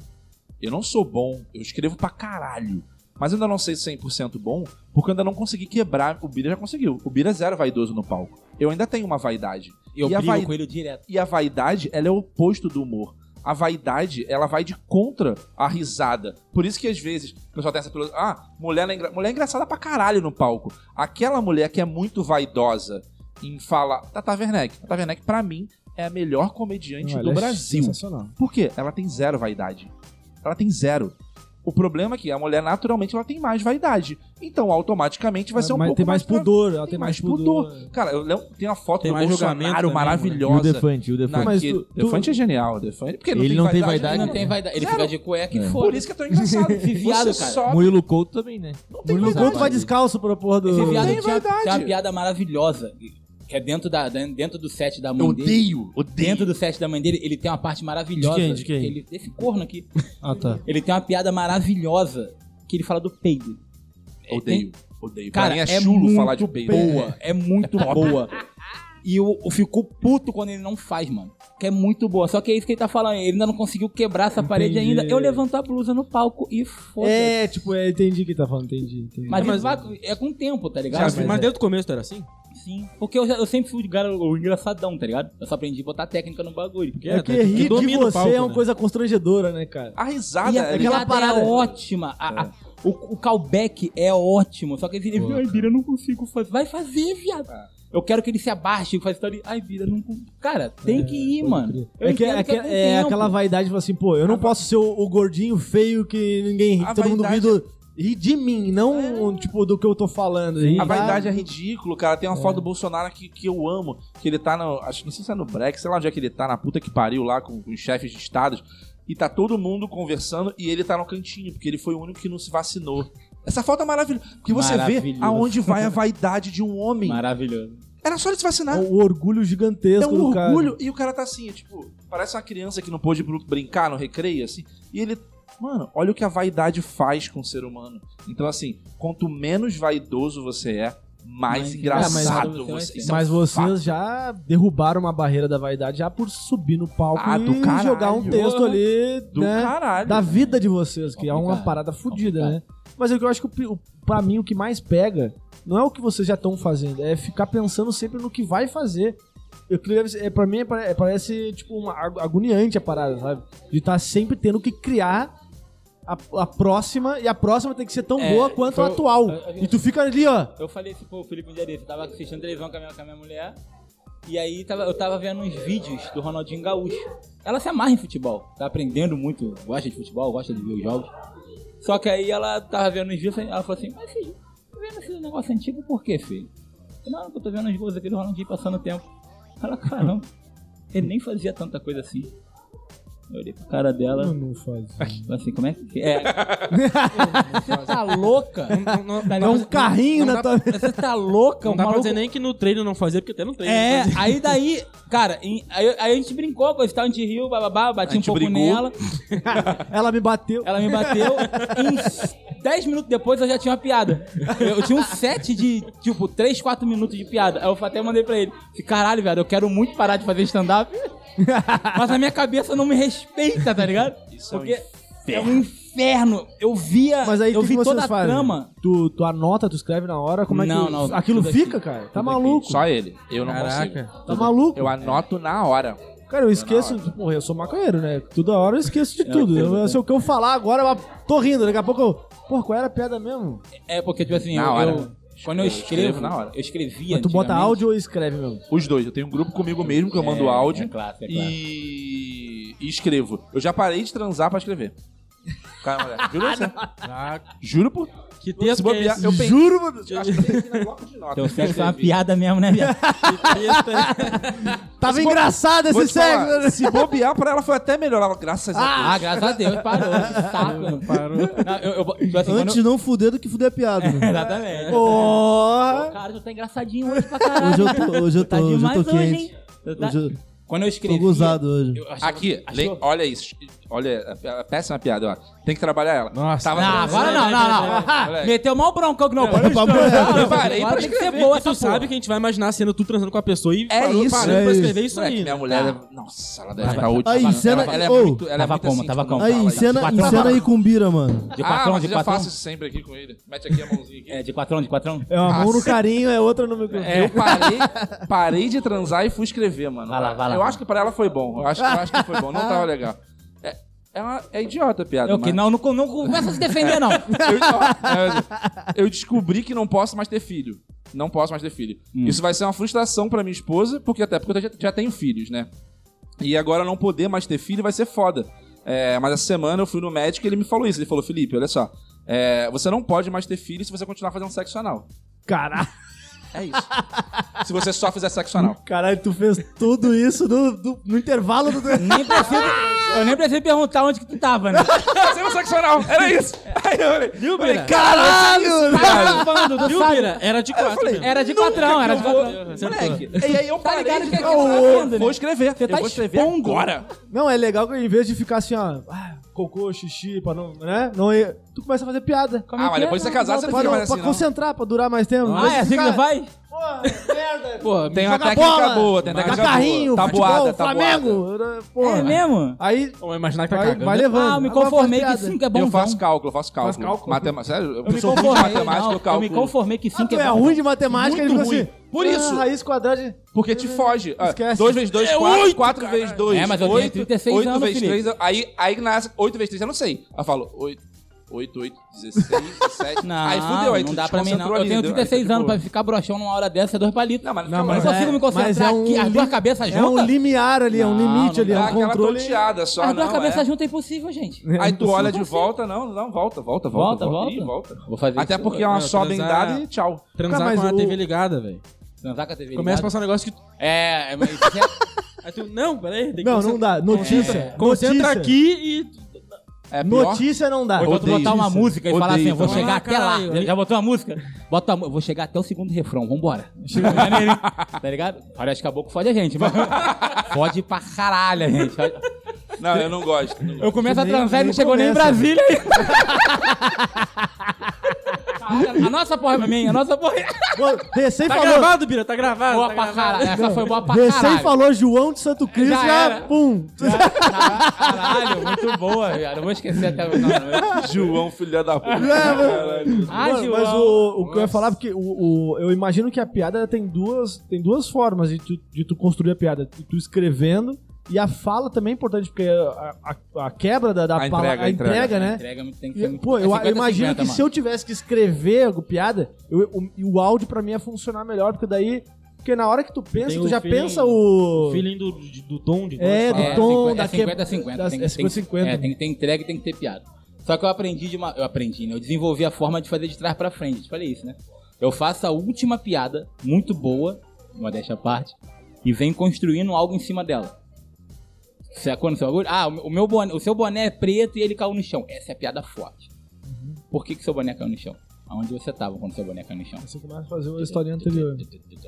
Speaker 5: Eu não sou bom, eu escrevo pra caralho. Mas eu ainda não sei 100% bom, porque eu ainda não consegui quebrar. O Bira já conseguiu. O Bira é zero vaidoso no palco. Eu ainda tenho uma vaidade.
Speaker 4: Eu
Speaker 5: E a
Speaker 4: brigo
Speaker 5: vai-
Speaker 4: com ele direto.
Speaker 5: E a vaidade, ela é o oposto do humor. A vaidade, ela vai de contra a risada. Por isso que às vezes o pessoal tem essa pelo Ah, mulher, não é engra- mulher é engraçada pra caralho no palco. Aquela mulher que é muito vaidosa em falar. Tata Werneck. Tata Werneck, pra mim, é a melhor comediante
Speaker 1: Não, ela
Speaker 5: do
Speaker 1: é
Speaker 5: Brasil.
Speaker 1: Sensacional.
Speaker 5: Por quê? Ela tem zero vaidade. Ela tem zero. O problema é que a mulher, naturalmente, ela tem mais vaidade. Então, automaticamente, vai ser um
Speaker 1: mas
Speaker 5: pouco
Speaker 1: tem mais
Speaker 5: pra-
Speaker 1: pudor, ela tem
Speaker 5: Tem
Speaker 1: mais
Speaker 5: mais é.
Speaker 1: pudor.
Speaker 5: Cara, eu lembro, tem uma foto
Speaker 6: Tem
Speaker 5: do
Speaker 6: mais
Speaker 5: Bolsonaro
Speaker 6: julgamento também,
Speaker 5: maravilhosa.
Speaker 9: Defante, o
Speaker 5: Naquele-
Speaker 1: Mas é tu- tu-
Speaker 5: Defante é genial, Defante. Porque
Speaker 9: Ele não tem vaidade,
Speaker 4: Ele
Speaker 5: né?
Speaker 4: não tem vaidade. Ele
Speaker 5: Zero.
Speaker 4: fica de cueca e
Speaker 5: Por
Speaker 4: foda.
Speaker 5: isso que é tão engraçado.
Speaker 4: Esse viado,
Speaker 5: Você
Speaker 4: cara.
Speaker 5: sobe,
Speaker 9: Murilo Couto também, né?
Speaker 5: tem
Speaker 1: Murilo
Speaker 5: vaidade.
Speaker 1: Couto vai descalço pra porra do...
Speaker 4: Esse
Speaker 5: tem
Speaker 4: viado tinha,
Speaker 5: vaidade.
Speaker 4: tinha uma piada maravilhosa. Que é dentro, da, da- dentro do set da
Speaker 5: Eu
Speaker 4: mãe dele.
Speaker 5: odeio, odeio.
Speaker 4: Dentro do set da mãe dele, ele tem uma parte maravilhosa.
Speaker 3: De quem? De quem?
Speaker 4: que ele- esse corno aqui.
Speaker 3: Ah, tá.
Speaker 4: Ele tem uma piada maravilhosa que ele fala do peido. É,
Speaker 5: Odeio, odeio. pra
Speaker 4: Cara,
Speaker 5: mim é,
Speaker 4: é
Speaker 5: chulo
Speaker 4: muito
Speaker 5: falar de
Speaker 4: tem-
Speaker 5: peito.
Speaker 4: boa, é muito boa. E eu, eu fico puto quando ele não faz, mano. Que é muito boa. Só que é isso que ele tá falando. Ele ainda não conseguiu quebrar essa parede
Speaker 1: Entendi.
Speaker 4: ainda. Eu levanto a blusa no palco e foda-se.
Speaker 1: É, tipo, é, entendi o que tá falando, entendi. entendi.
Speaker 4: Mas,
Speaker 6: Mas-
Speaker 4: isso vai- é com o tempo, tá ligado?
Speaker 6: Mas,
Speaker 1: mas é.
Speaker 6: desde o começo era assim?
Speaker 4: Sim. Porque eu, já- eu sempre fui o cara o engraçadão, tá ligado? Eu só aprendi a botar técnica no bagulho.
Speaker 1: é porque rir de você é uma coisa constrangedora, né, cara?
Speaker 5: A risada
Speaker 4: E
Speaker 5: é
Speaker 4: a
Speaker 1: aquela
Speaker 4: piada
Speaker 1: parada.
Speaker 4: é ótima. A- a- o, o callback é ótimo. Só que ele vira, ai, Bira, eu não consigo fazer. Vai fazer, viado.
Speaker 1: Ah.
Speaker 4: Eu quero que ele se abaixe e faça história. Ai, Bira, eu não consigo. Cara, tem que ir, mano. Eu
Speaker 1: É, que,
Speaker 4: entendo
Speaker 1: é, que-
Speaker 4: com
Speaker 1: é
Speaker 4: tempo.
Speaker 1: aquela vaidade, tipo assim, pô, eu não posso ser o, o gordinho feio que ninguém ri,
Speaker 5: A
Speaker 1: todo mundo ri,
Speaker 5: vaidade-
Speaker 1: do, ri de mim, não, tipo, do que eu tô falando. ri
Speaker 5: A
Speaker 1: da-
Speaker 5: vaidade é ridículo, cara. Tem uma foto do Bolsonaro que, que eu amo. Que ele tá no. Acho, não sei se é no Brexit, sei lá onde é que ele tá, na puta que pariu lá com, com os chefes de estados. E tá todo mundo conversando e ele tá no cantinho, porque ele foi o único que não se vacinou. Essa foto é maravilhosa. Porque você vê
Speaker 4: Maravilhoso.
Speaker 5: aonde vai a vaidade de um homem.
Speaker 4: Maravilhoso.
Speaker 5: Era só ele se vacinar.
Speaker 1: O orgulho
Speaker 5: É
Speaker 1: gigantesco
Speaker 5: um
Speaker 1: do cara.
Speaker 5: orgulho. E o cara tá assim, tipo, parece uma criança que não pôde br- brincar no recreio, assim. E ele. Mano, olha o que a vaidade faz com o ser humano. Então, assim, quanto menos vaidoso você é, mais
Speaker 4: Mais
Speaker 5: engraçado
Speaker 4: engraçado você
Speaker 5: você
Speaker 4: vai
Speaker 5: Isso é.
Speaker 1: Mas
Speaker 5: um fato.
Speaker 1: vocês já derrubaram uma barreira da vaidade já por subir no palco
Speaker 5: Ah,
Speaker 1: e
Speaker 5: do caralho.
Speaker 1: jogar um texto ali,
Speaker 5: Do
Speaker 1: né?
Speaker 5: caralho.
Speaker 1: da vida de vocês, que é uma
Speaker 4: Complicado,
Speaker 1: parada fodida, né?
Speaker 4: complicado.
Speaker 1: Mas é que eu acho que o pi- o- pra mim o que mais pega não é o que vocês já estão fazendo, é ficar pensando sempre no que vai fazer. Eu queria, é, pra mim é, pare- é, parece tipo uma ag- agoniante a parada, sabe? De estar sempre tendo que criar a, a próxima e a próxima tem que ser tão
Speaker 4: É,
Speaker 1: boa quanto
Speaker 5: então,
Speaker 1: a
Speaker 4: foi o-
Speaker 1: atual.
Speaker 4: a- a gente-
Speaker 1: E tu fica ali, ó.
Speaker 4: tipo, Eu falei isso pro Felipe um dia desse. Eu tava assistindo televisão com a minha, com a minha mulher. E aí tava- eu tava vendo uns vídeos do Ronaldinho Gaúcho. Ela se amarra em futebol, tá aprendendo muito, gosta de futebol, gosta de ver os jogos. Só que aí ela tava vendo uns vídeos, ela falou assim, mas filho, tá vendo esse negócio antigo por quê, filho? Eu, Não, eu tô vendo os gols aqui do Ronaldinho passando o tempo. Ela, caramba, ele nem fazia tanta coisa assim. Eu olhei pra cara dela,
Speaker 3: Eu não fazia.
Speaker 4: falei assim, como é que... É, você tá louca? Tá
Speaker 6: Não, não,
Speaker 3: É um carrinho
Speaker 6: não
Speaker 3: na
Speaker 6: dá-
Speaker 3: tua.
Speaker 4: Você tá louca?
Speaker 6: Não
Speaker 4: o
Speaker 6: dá pra
Speaker 4: maluco
Speaker 6: dizer nem que no treino não fazia, porque até no treino.
Speaker 4: É,
Speaker 6: não
Speaker 5: né?
Speaker 6: fazia.
Speaker 4: aí daí, cara, em- aí, aí a gente brincou, coisa, e tal, a gente riu, bababá, eu
Speaker 5: A
Speaker 4: bati um
Speaker 5: gente
Speaker 4: pouco
Speaker 5: brigou.
Speaker 4: nela,
Speaker 3: Ela me bateu.
Speaker 4: ela me bateu. em 10 minutos depois eu já tinha uma piada. Eu, eu tinha um set de, tipo, 3, 4 minutos de piada. Aí eu até mandei pra ele: falei, caralho, velho, eu quero muito parar de fazer stand-up, [LAUGHS] mas a minha cabeça não me respeita, tá ligado?
Speaker 5: Isso é um
Speaker 4: Porque é um inferno. Eu via,
Speaker 3: Mas aí o
Speaker 4: eu
Speaker 3: que
Speaker 4: vi
Speaker 3: que vocês
Speaker 4: toda a
Speaker 3: fazem?
Speaker 4: trama.
Speaker 3: Tu, tu anota, tu escreve na hora, como é que
Speaker 4: Não, não,
Speaker 3: aquilo
Speaker 4: tudo aqui.
Speaker 3: fica, cara? Tá maluco?
Speaker 5: Só ele. Eu não
Speaker 6: Caraca.
Speaker 5: consigo.
Speaker 3: Tá maluco?
Speaker 5: Eu anoto na hora.
Speaker 3: Cara, eu esqueço, de- porra, eu sou maconheiro, né? Toda hora eu esqueço de tudo. Eu, eu sei o que eu falar agora, mas tô rindo. Daqui a pouco eu. Porra, qual era a piada mesmo?
Speaker 4: É, porque, tipo assim,
Speaker 5: Na
Speaker 4: eu,
Speaker 5: hora.
Speaker 4: eu- quando eu
Speaker 5: Eu
Speaker 4: escrevo,
Speaker 5: escrevo na hora.
Speaker 4: eu escrevia.
Speaker 3: Mas tu bota
Speaker 4: antigamente.
Speaker 3: áudio ou escreve mesmo?
Speaker 5: Os dois. Eu tenho um grupo comigo mesmo que eu mando
Speaker 4: É,
Speaker 5: áudio
Speaker 4: é clássico, é clássico.
Speaker 5: e... e escrevo. Eu já parei de transar pra escrever. Cara, mulher, Juro pra você.
Speaker 6: Caraca,
Speaker 5: Juro por.
Speaker 6: que texto
Speaker 4: [LAUGHS]
Speaker 5: Se
Speaker 6: que é
Speaker 5: bobear,
Speaker 6: esse?
Speaker 5: eu Tipo, pensei. Juro, mano. Eu acho que tem aqui na bloco de
Speaker 4: Teu
Speaker 5: notas.
Speaker 4: sexo é uma piada mesmo, né, viado?
Speaker 6: Que texto [LAUGHS] é esse?
Speaker 3: Tava engraçado
Speaker 5: Vou
Speaker 3: esse
Speaker 5: te falar,
Speaker 3: sexo! né?
Speaker 5: se bobear pra ela foi até melhor. Ela, graças a Deus.
Speaker 4: [LAUGHS] Ah, graças a Deus, parou. Que saco.
Speaker 6: Parou.
Speaker 4: Não, eu, eu, tipo assim,
Speaker 10: Antes
Speaker 4: quando
Speaker 10: de não fuder do que fuder a piada. né?
Speaker 6: É.
Speaker 4: eu... Exatamente.
Speaker 3: Porra!
Speaker 4: Cara, tu tá engraçadinho hoje pra caralho.
Speaker 10: Hoje eu tô, hoje eu tô,
Speaker 4: tá
Speaker 10: hoje eu
Speaker 4: demais
Speaker 10: tô quente.
Speaker 4: hein? Tu tá-
Speaker 10: Hoje eu
Speaker 4: Quando eu
Speaker 10: tô
Speaker 4: escrevi...
Speaker 10: gozado hoje.
Speaker 4: eu achava-
Speaker 5: Aqui,
Speaker 4: achou-
Speaker 5: le- olha isso. Olha a- a péssima piada, ó. Tem que trabalhar ela.
Speaker 6: Nossa.
Speaker 5: Tava
Speaker 4: Não, agora não, não, não.
Speaker 6: É.
Speaker 5: Moleque.
Speaker 4: Meteu mal o broncão que não
Speaker 3: É, [LAUGHS]
Speaker 4: pode.
Speaker 10: pra mulher.
Speaker 5: Eu parei pra
Speaker 4: Agora tem que ser
Speaker 5: escrever.
Speaker 4: boa
Speaker 6: E tu
Speaker 4: essa
Speaker 6: sabe
Speaker 4: sabe
Speaker 6: que a gente vai imaginar a cena tu transando com a pessoa e
Speaker 5: É
Speaker 6: parou-
Speaker 5: isso, Tá.
Speaker 6: parando
Speaker 10: é
Speaker 6: pra
Speaker 10: isso.
Speaker 6: escrever isso
Speaker 5: Moleque,
Speaker 6: aí.
Speaker 5: minha
Speaker 6: né?
Speaker 5: mulher. deve- Nossa, ela deve estar última.
Speaker 10: Aí,
Speaker 5: Ela-
Speaker 10: cena-
Speaker 5: Ela é
Speaker 10: Ô,
Speaker 5: muito. Ela é
Speaker 4: tava
Speaker 5: muito
Speaker 4: como,
Speaker 5: assim,
Speaker 4: tava
Speaker 5: quando
Speaker 4: como?
Speaker 5: fala
Speaker 10: Aí,
Speaker 5: isso.
Speaker 10: cena,
Speaker 4: Patrão,
Speaker 10: encena
Speaker 4: patrão.
Speaker 10: aí com Bira, mano.
Speaker 4: De
Speaker 5: Ah,
Speaker 4: quatrão,
Speaker 5: mas
Speaker 4: de
Speaker 5: eu já
Speaker 4: quatrão.
Speaker 5: faço isso sempre aqui com ele. Mete aqui a mãozinha aqui. [LAUGHS]
Speaker 4: É, de quatrão, de quatrão.
Speaker 3: É uma mão no carinho, é outra no microfone.
Speaker 5: Eu parei, parei de transar e fui escrever, mano.
Speaker 4: Vai lá, vai lá.
Speaker 5: Eu acho que pra ela foi bom. Eu acho, eu acho que foi bom. Não tava legal. É, é, uma- é idiota a piada.
Speaker 4: Eu que
Speaker 5: mas-
Speaker 4: não, não, não começa a se defender, não.
Speaker 5: Eu, ó, eu descobri que não posso mais ter filho. Não posso mais ter filho. Isso vai ser uma frustração pra minha esposa, porque até porque eu já, já tenho filhos, né? E agora não poder mais ter filho vai ser foda. É, mas essa semana eu fui no médico e ele me falou isso. Ele falou, Felipe, olha só. é, você não pode mais ter filho se você continuar fazendo sexo anal.
Speaker 3: Caralho,
Speaker 5: É isso. se você só fizer sexo anal. [LAUGHS]
Speaker 3: caralho, tu fez tudo isso no, do- no intervalo do.
Speaker 4: Nem preciso, eu nem preciso perguntar onde que tu tava, né?
Speaker 5: Fazendo sexo anal. Era isso. Aí eu falei,
Speaker 6: Viu, Bira?
Speaker 5: caralho,
Speaker 4: Tava gravando, tu
Speaker 6: Viu,
Speaker 4: sabe?
Speaker 6: Bira? Era de quatro mesmo.
Speaker 4: Era de quatrão, era de quatrão.
Speaker 5: Moleque. E aí eu
Speaker 4: Tá
Speaker 5: parei
Speaker 4: ligado
Speaker 5: de
Speaker 4: que é que
Speaker 5: transar.
Speaker 4: tá vendo, né?
Speaker 5: Vou escrever.
Speaker 4: Você
Speaker 5: eu
Speaker 4: tá
Speaker 5: vou escrever
Speaker 4: expondo.
Speaker 5: agora.
Speaker 3: Não, é legal que em vez de ficar assim, ó, ah, cocô, xixi, pra não. né? Não, é- tu começa a fazer piada.
Speaker 4: Como é
Speaker 5: Ah,
Speaker 4: que
Speaker 5: mas
Speaker 4: é?
Speaker 5: depois de você casar, você não
Speaker 3: Pra,
Speaker 5: fica
Speaker 3: não-
Speaker 5: mais
Speaker 3: pra
Speaker 5: assim, não.
Speaker 3: concentrar, pra durar mais tempo.
Speaker 4: Ah, é assim que você vai?
Speaker 3: Porra, é merda!
Speaker 6: Pô,
Speaker 5: Tem uma
Speaker 3: Joga
Speaker 5: técnica
Speaker 3: bola,
Speaker 5: boa, Tá tem uma
Speaker 3: Joga
Speaker 5: técnica
Speaker 3: carrinho,
Speaker 5: boa.
Speaker 3: futebol,
Speaker 5: Tabuada, tabuada.
Speaker 3: Flamengo! Porra.
Speaker 4: É mesmo?
Speaker 3: Aí
Speaker 6: Vamos imaginar que tá
Speaker 3: vai,
Speaker 6: cagando.
Speaker 3: vai levando.
Speaker 4: Ah, eu me
Speaker 3: Agora faz
Speaker 4: conformei que
Speaker 3: piada.
Speaker 4: 5 é bom.
Speaker 5: Eu faço cálculo, eu faço cálculo.
Speaker 3: Faz cálculo?
Speaker 5: Matemática, sério? Eu,
Speaker 4: Eu me
Speaker 5: sou ruim de
Speaker 4: conformei,
Speaker 5: matemática,
Speaker 4: não,
Speaker 5: eu
Speaker 4: eu me
Speaker 5: cálculo.
Speaker 4: conformei que
Speaker 3: Ah,
Speaker 4: 5
Speaker 3: tu é ruim de matemática,
Speaker 5: Muito
Speaker 3: ele fica
Speaker 5: ruim.
Speaker 3: assim.
Speaker 5: Por
Speaker 3: ah,
Speaker 5: isso.
Speaker 3: Raiz quadrada é de.
Speaker 5: Porque te foge.
Speaker 3: Esquece.
Speaker 5: 2 vezes 2, 4. 4 vezes 2,
Speaker 4: É, mas eu tenho 36
Speaker 5: 8
Speaker 4: anos,
Speaker 5: vezes
Speaker 4: Felipe.
Speaker 5: 3, aí, aí nasce 8 vezes 3, eu não sei. Aí eu falo 8, 8, 8, 16, 17.
Speaker 4: Não,
Speaker 5: aí fudeu, aí
Speaker 4: não
Speaker 5: tu
Speaker 4: dá pra mim não.
Speaker 5: desconcentrou
Speaker 4: Eu
Speaker 5: ali, né?
Speaker 4: tenho
Speaker 5: entendeu?
Speaker 4: 36
Speaker 5: Aí
Speaker 4: anos, pra
Speaker 5: tu
Speaker 4: ficar broxão numa hora dessa é dois palitos.
Speaker 5: ficou- Não, mas
Speaker 3: Não,
Speaker 4: Eu
Speaker 3: mas
Speaker 4: não consigo me
Speaker 3: Mas é
Speaker 4: concentrar
Speaker 3: um
Speaker 4: aqui, as duas
Speaker 3: li-
Speaker 4: cabeças
Speaker 3: É um
Speaker 4: juntas.
Speaker 3: limiar ali, é um
Speaker 4: Não,
Speaker 3: limite ali, é
Speaker 5: dá
Speaker 3: um
Speaker 5: aquela
Speaker 3: controle.
Speaker 5: tonteada só,
Speaker 4: As
Speaker 5: não
Speaker 4: duas cabeças
Speaker 5: é?
Speaker 4: juntas é impossível, gente.
Speaker 5: Aí tu olha de
Speaker 4: Não consigo.
Speaker 5: volta, não, não, volta, volta,
Speaker 4: Volta,
Speaker 5: volta. Ih,
Speaker 4: volta.
Speaker 5: volta.
Speaker 4: Vou fazer
Speaker 5: Até
Speaker 4: isso.
Speaker 5: porque é uma
Speaker 6: Não,
Speaker 5: só bem
Speaker 6: transar-
Speaker 5: dada e tchau.
Speaker 6: Transar
Speaker 3: Cara, mas
Speaker 6: com a
Speaker 3: o-
Speaker 6: TV ligada, velho.
Speaker 4: Transar com a TV
Speaker 6: Começa a
Speaker 4: ligada.
Speaker 6: passar um negócio que...
Speaker 4: É, é, mas... [LAUGHS]
Speaker 6: Aí tu, não, peraí. tem que
Speaker 3: Não, não
Speaker 6: concentrar-
Speaker 3: dá. Notícia.
Speaker 6: Concentra
Speaker 3: notícia.
Speaker 6: aqui e...
Speaker 5: É pior.
Speaker 3: Notícia não dá.
Speaker 4: Ou então tu
Speaker 5: Odeio
Speaker 4: botar uma
Speaker 5: isso.
Speaker 4: música e falar
Speaker 5: Odeio
Speaker 4: assim, eu vou
Speaker 5: também.
Speaker 4: chegar
Speaker 6: Ah,
Speaker 4: até lá.
Speaker 6: caralho.
Speaker 4: Já- Já botou uma música? Bota uma- vou chegar até o segundo refrão, vambora. [LAUGHS] Chega maneiro, hein? tá ligado? Parece que acabou fode a gente, [LAUGHS] mas... Fode pra caralho, a gente.
Speaker 5: Não, eu não gosto. não
Speaker 4: Eu começo a
Speaker 3: Nem-
Speaker 4: transar e não
Speaker 3: nem
Speaker 4: chegou nem em
Speaker 3: começa.
Speaker 4: Brasília ainda. Caralho, [LAUGHS] A nossa porra é pra mim, a nossa porra é...
Speaker 3: Pô, Recém
Speaker 6: Tá
Speaker 3: falou.
Speaker 6: gravado, Bira, tá gravado.
Speaker 4: Boa
Speaker 6: tá
Speaker 4: pra
Speaker 6: gravado.
Speaker 4: caralho. Essa foi boa pra
Speaker 3: Recém
Speaker 4: caralho.
Speaker 3: falou João de Santo Cristo,
Speaker 4: Já
Speaker 3: já,
Speaker 4: era.
Speaker 3: pum.
Speaker 4: Caralho, muito boa, viado. Tá Eu vou esquecer até o final. né?
Speaker 5: João, filha da puta.
Speaker 4: Ah,
Speaker 3: Mano,
Speaker 4: João.
Speaker 3: mas o, o que eu ia falar, porque o, o- eu imagino que a piada tem duas, tem duas formas de tu, de tu construir a piada. Tu, tu escrevendo e a fala também é importante, porque a, a- a quebra da, da
Speaker 5: A
Speaker 3: palavra,
Speaker 5: entrega,
Speaker 3: a
Speaker 5: a
Speaker 3: entrega,
Speaker 5: entrega.
Speaker 3: né?
Speaker 4: Entrega muito, tem que ser
Speaker 3: E,
Speaker 4: muito...
Speaker 3: Pô,
Speaker 4: é
Speaker 3: eu, eu
Speaker 4: 50,
Speaker 3: imagino
Speaker 4: 50,
Speaker 3: que
Speaker 4: mano.
Speaker 3: se eu tivesse que escrever algo, piada, eu- o, e o áudio pra mim ia funcionar melhor, porque daí
Speaker 1: Porque na hora que tu pensa,
Speaker 6: Tem
Speaker 1: tu
Speaker 6: o
Speaker 1: já
Speaker 6: feeling-
Speaker 1: pensa o.
Speaker 6: [LAUGHS] O feeling do, de- do tom de
Speaker 1: É,
Speaker 6: voz,
Speaker 1: do
Speaker 6: fala.
Speaker 1: tom.
Speaker 4: é
Speaker 1: da que-
Speaker 4: 50 a 50.
Speaker 1: das-
Speaker 4: Tem,
Speaker 1: é 50,
Speaker 4: tem-
Speaker 1: 50.
Speaker 4: é, tem que ter entrega e tem que ter piada. Só que eu aprendi de uma. Eu aprendi, né? Eu desenvolvi a forma de fazer de trás pra frente. Te falei isso, né? Eu faço a última piada, muito boa, modéstia à parte, e venho construindo algo em cima dela. Você acorda no seu bagulho? Ah, o meu- o, meu boné, o seu boné é preto e ele caiu no chão. Essa é a piada forte.
Speaker 3: Uhum.
Speaker 4: Por que, que seu boné caiu no chão? Aonde você tava quando seu boné caiu no chão?
Speaker 1: Você começa a fazer uma historinha anterior.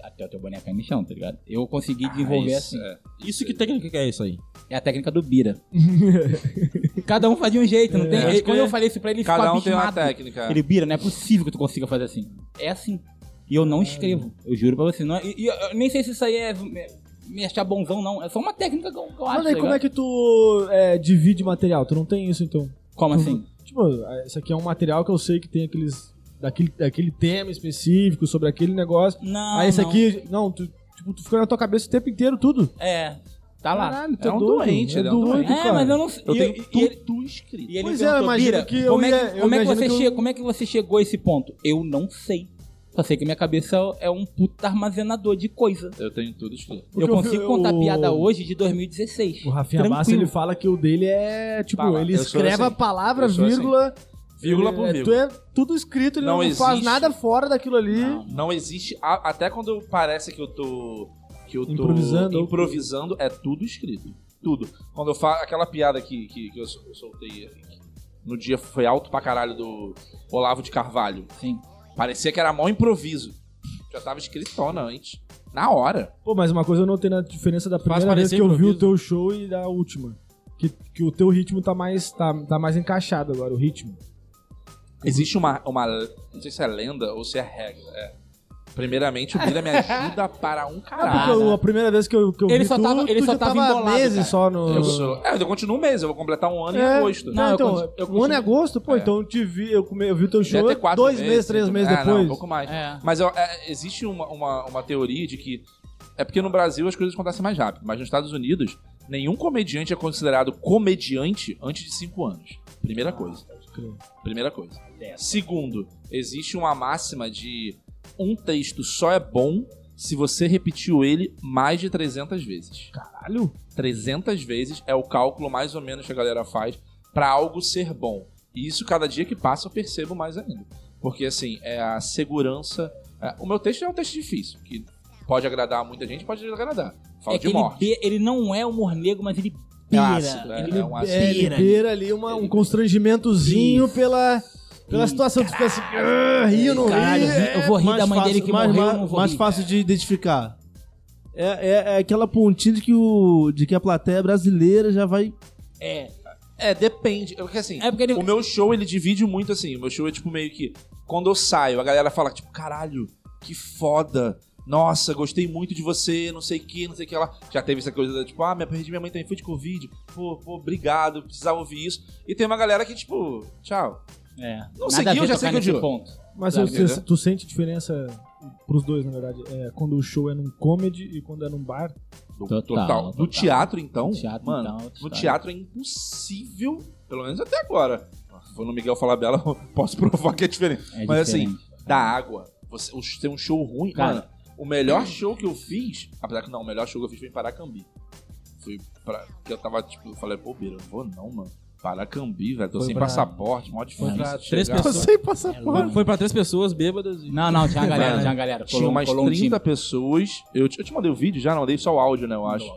Speaker 4: Até o teu boné caiu no chão, tá ligado? Eu consegui desenvolver
Speaker 5: Ah,
Speaker 4: assim.
Speaker 5: isso, é.
Speaker 6: Isso que técnica que é isso aí?
Speaker 4: É a técnica do Bira. Cada um fazia um jeito, não tem?
Speaker 6: acho
Speaker 4: Ele-
Speaker 6: que
Speaker 4: quando eu
Speaker 6: é.
Speaker 4: falei isso pra ele, ele
Speaker 5: Cada
Speaker 4: ficou
Speaker 5: um tem uma
Speaker 4: abismado.
Speaker 5: técnica.
Speaker 4: Ele, Bira, não é possível que tu consiga fazer assim. É assim. E eu não escrevo. Eu juro pra você. Não, é, e, e eu, eu nem sei se isso aí é me- me achar bonzão, não. É só uma técnica que eu, que eu acho.
Speaker 1: Mas aí,
Speaker 4: tá
Speaker 1: como é
Speaker 4: ligado?
Speaker 1: que tu é, divide material? Tu não tem isso então?
Speaker 4: Como assim?
Speaker 1: Tipo, ah, isso aqui é um material que eu sei que tem aqueles. Daquele, daquele tema específico, sobre aquele negócio.
Speaker 4: Não.
Speaker 1: aí Ah, esse
Speaker 4: Ah, não.
Speaker 1: aqui. Não, tu, tipo, tu fica na tua cabeça o tempo inteiro, tudo.
Speaker 4: É. Tá lá.
Speaker 1: Caralho, tu
Speaker 5: É um
Speaker 1: doido,
Speaker 5: doente,
Speaker 1: é
Speaker 5: ele é um
Speaker 1: doido,
Speaker 5: doente.
Speaker 1: cara.
Speaker 4: É, mas eu não sei.
Speaker 5: Eu
Speaker 4: e-
Speaker 5: tenho
Speaker 4: e- e ele-
Speaker 5: tudo, tudo escrito.
Speaker 4: E ele
Speaker 1: Pois
Speaker 4: pois
Speaker 1: é, eu imagino
Speaker 4: Bira,
Speaker 1: que eu
Speaker 4: como,
Speaker 1: ia-
Speaker 4: é,
Speaker 1: eu
Speaker 4: que- como é que
Speaker 1: imagino
Speaker 4: você
Speaker 1: que eu-
Speaker 4: che- como é que você chegou a esse ponto? Eu não sei. Só sei que minha cabeça é um puta armazenador de coisa.
Speaker 5: Eu tenho tudo escrito.
Speaker 1: Porque
Speaker 4: eu
Speaker 1: eu vi-
Speaker 4: consigo contar
Speaker 1: eu-
Speaker 4: piada hoje de 2016.
Speaker 1: O Rafinha Bassa,
Speaker 4: Tranquilo.
Speaker 1: ele fala que o dele é. Tipo,
Speaker 5: Palavra.
Speaker 1: ele
Speaker 5: Eu sou
Speaker 1: escreve a
Speaker 5: assim.
Speaker 1: palavra,
Speaker 5: Eu sou assim.
Speaker 1: vírgula.
Speaker 5: Vírgula
Speaker 1: é,
Speaker 5: por
Speaker 1: é, tu
Speaker 5: vírgula.
Speaker 1: é tudo escrito, ele não,
Speaker 5: Não
Speaker 1: faz
Speaker 5: existe.
Speaker 1: nada fora daquilo ali.
Speaker 4: Não.
Speaker 5: Hum. Não existe. a- Até quando parece que eu tô. Que eu tô
Speaker 1: Improvisando.
Speaker 5: improvisando, é tudo escrito. Tudo. Quando eu falo. Aquela piada que, que, que eu sol- eu soltei assim, que no dia foi alto pra caralho do Olavo de Carvalho.
Speaker 4: Sim.
Speaker 5: Parecia que era mó improviso. Já tava escritona antes. Na hora.
Speaker 1: Pô, mas uma coisa eu notei na diferença da primeira vez
Speaker 6: parecer
Speaker 1: que eu vi o
Speaker 6: improviso.
Speaker 1: teu show e da última. Que, que o teu ritmo tá mais, tá, tá mais encaixado agora, o ritmo.
Speaker 5: Existe uma, uma. Não sei se é lenda ou se é regra. É. Primeiramente, o
Speaker 1: [LAUGHS]
Speaker 5: Bira me ajuda para um
Speaker 1: Ah, Porque
Speaker 5: caralho.
Speaker 1: eu- a primeira vez que eu, que eu
Speaker 4: Ele
Speaker 1: vi
Speaker 4: só
Speaker 1: tu,
Speaker 4: tava- ele
Speaker 1: tu
Speaker 4: só
Speaker 1: já
Speaker 4: tava
Speaker 1: tava há
Speaker 4: embolado,
Speaker 1: meses
Speaker 4: cara.
Speaker 1: só no...
Speaker 5: Eu sou. É, eu continuo um mês, eu vou completar um ano
Speaker 1: É.
Speaker 5: em agosto.
Speaker 1: Não,
Speaker 4: Não, eu
Speaker 1: então,
Speaker 4: conti- eu
Speaker 1: um ano
Speaker 4: conti-
Speaker 1: em agosto, pô,
Speaker 5: É.
Speaker 1: então eu te vi, eu, come- eu vi o teu
Speaker 5: Já
Speaker 1: show
Speaker 5: até quatro
Speaker 1: dois meses, três
Speaker 5: cinco-
Speaker 1: meses
Speaker 5: Ah,
Speaker 1: depois.
Speaker 5: Não, um pouco mais.
Speaker 4: É.
Speaker 5: Mas ó, é, existe uma, uma, uma teoria de que. É porque no Brasil as coisas acontecem mais rápido, mas nos Estados Unidos, nenhum comediante é considerado comediante antes de 5 anos.
Speaker 1: Ah,
Speaker 5: Primeira coisa. Primeira coisa. Segundo, existe uma máxima de um texto só é bom se você repetiu ele mais de 300 vezes.
Speaker 1: Caralho.
Speaker 5: 300 vezes é o cálculo mais ou menos que a galera faz pra algo ser bom. E isso cada dia que passa eu percebo mais ainda. Porque assim, é a segurança. é, o meu texto é um texto difícil, que pode agradar muita gente, pode desagradar. Falo
Speaker 4: é
Speaker 5: de
Speaker 4: que ele,
Speaker 5: morte.
Speaker 4: be- ele não é humor negro, mas ele
Speaker 5: É
Speaker 4: beira.
Speaker 5: ácido, é,
Speaker 4: ele
Speaker 5: é um ácido.
Speaker 1: É, ele beira ali uma- um constrangimentozinho pela, pela situação. Tu fica assim, "Ah, ri ou não é
Speaker 4: Caralho,
Speaker 1: ri?
Speaker 4: eu vi- eu vou rir
Speaker 3: mais
Speaker 4: da mãe
Speaker 3: fácil-
Speaker 4: dele que
Speaker 3: mais,
Speaker 4: morreu,
Speaker 3: mais-
Speaker 4: não vou
Speaker 3: mais
Speaker 4: rir.
Speaker 3: fácil de identificar. É, é- é aquela pontinha de que, o, de que a plateia brasileira já vai.
Speaker 4: É.
Speaker 5: É, depende. Porque assim,
Speaker 4: É porque ele-
Speaker 5: o meu show ele divide muito assim. O meu show é tipo meio que. Quando eu saio, a galera fala, tipo, caralho, que foda. Nossa, gostei muito de você, não sei o que, não sei o que lá. Já teve essa coisa, da, tipo, ah, minha perdi minha mãe também foi de Covid. Pô, pô, obrigado, precisava ouvir isso. E tem uma galera que, tipo, tchau.
Speaker 4: É.
Speaker 5: Não
Speaker 4: Nada
Speaker 5: seguiu,
Speaker 4: a ver
Speaker 5: já
Speaker 4: tocar
Speaker 5: sei que eu
Speaker 4: nesse
Speaker 5: digo.
Speaker 4: ponto.
Speaker 1: Mas
Speaker 4: Sabe,
Speaker 1: você-
Speaker 5: entendeu?
Speaker 1: tu sente diferença pros dois, na verdade, é, quando o show é num comedy e quando é num bar?
Speaker 5: Do-
Speaker 4: Total,
Speaker 5: No
Speaker 4: total.
Speaker 5: teatro, então,
Speaker 4: No teatro,
Speaker 5: mano,
Speaker 4: então, é outra
Speaker 5: no
Speaker 4: história.
Speaker 5: teatro é impossível, pelo menos até agora. Foi no Miguel Falabella, [LAUGHS] eu posso provar que é diferente.
Speaker 4: É
Speaker 5: Mas assim,
Speaker 4: diferente.
Speaker 5: da água. Você, os- tem um show ruim.
Speaker 4: Cara.
Speaker 5: Mano, o melhor show que eu fiz. Apesar que não, o melhor show que eu fiz foi em Paracambi. Fui pra. Que eu tava, tipo, eu falei, pô, Beira, eu não vou não, mano. Paracambi, velho. Tô
Speaker 6: Foi
Speaker 5: sem
Speaker 6: pra-
Speaker 5: passaporte, mó difícil.
Speaker 6: pra
Speaker 5: de
Speaker 6: três
Speaker 5: chegar.
Speaker 6: pessoas.
Speaker 1: Sem passar
Speaker 6: Foi- Foi pra três pessoas bêbadas e.
Speaker 4: Não, não, tinha
Speaker 5: [LAUGHS]
Speaker 4: uma galera,
Speaker 5: Mano,
Speaker 4: tinha uma galera.
Speaker 5: Tinha
Speaker 4: Colou-
Speaker 5: umas
Speaker 4: colou um
Speaker 5: 30
Speaker 4: time.
Speaker 5: pessoas. Eu te, eu te mandei o vídeo já, não mandei só o áudio, né, eu acho.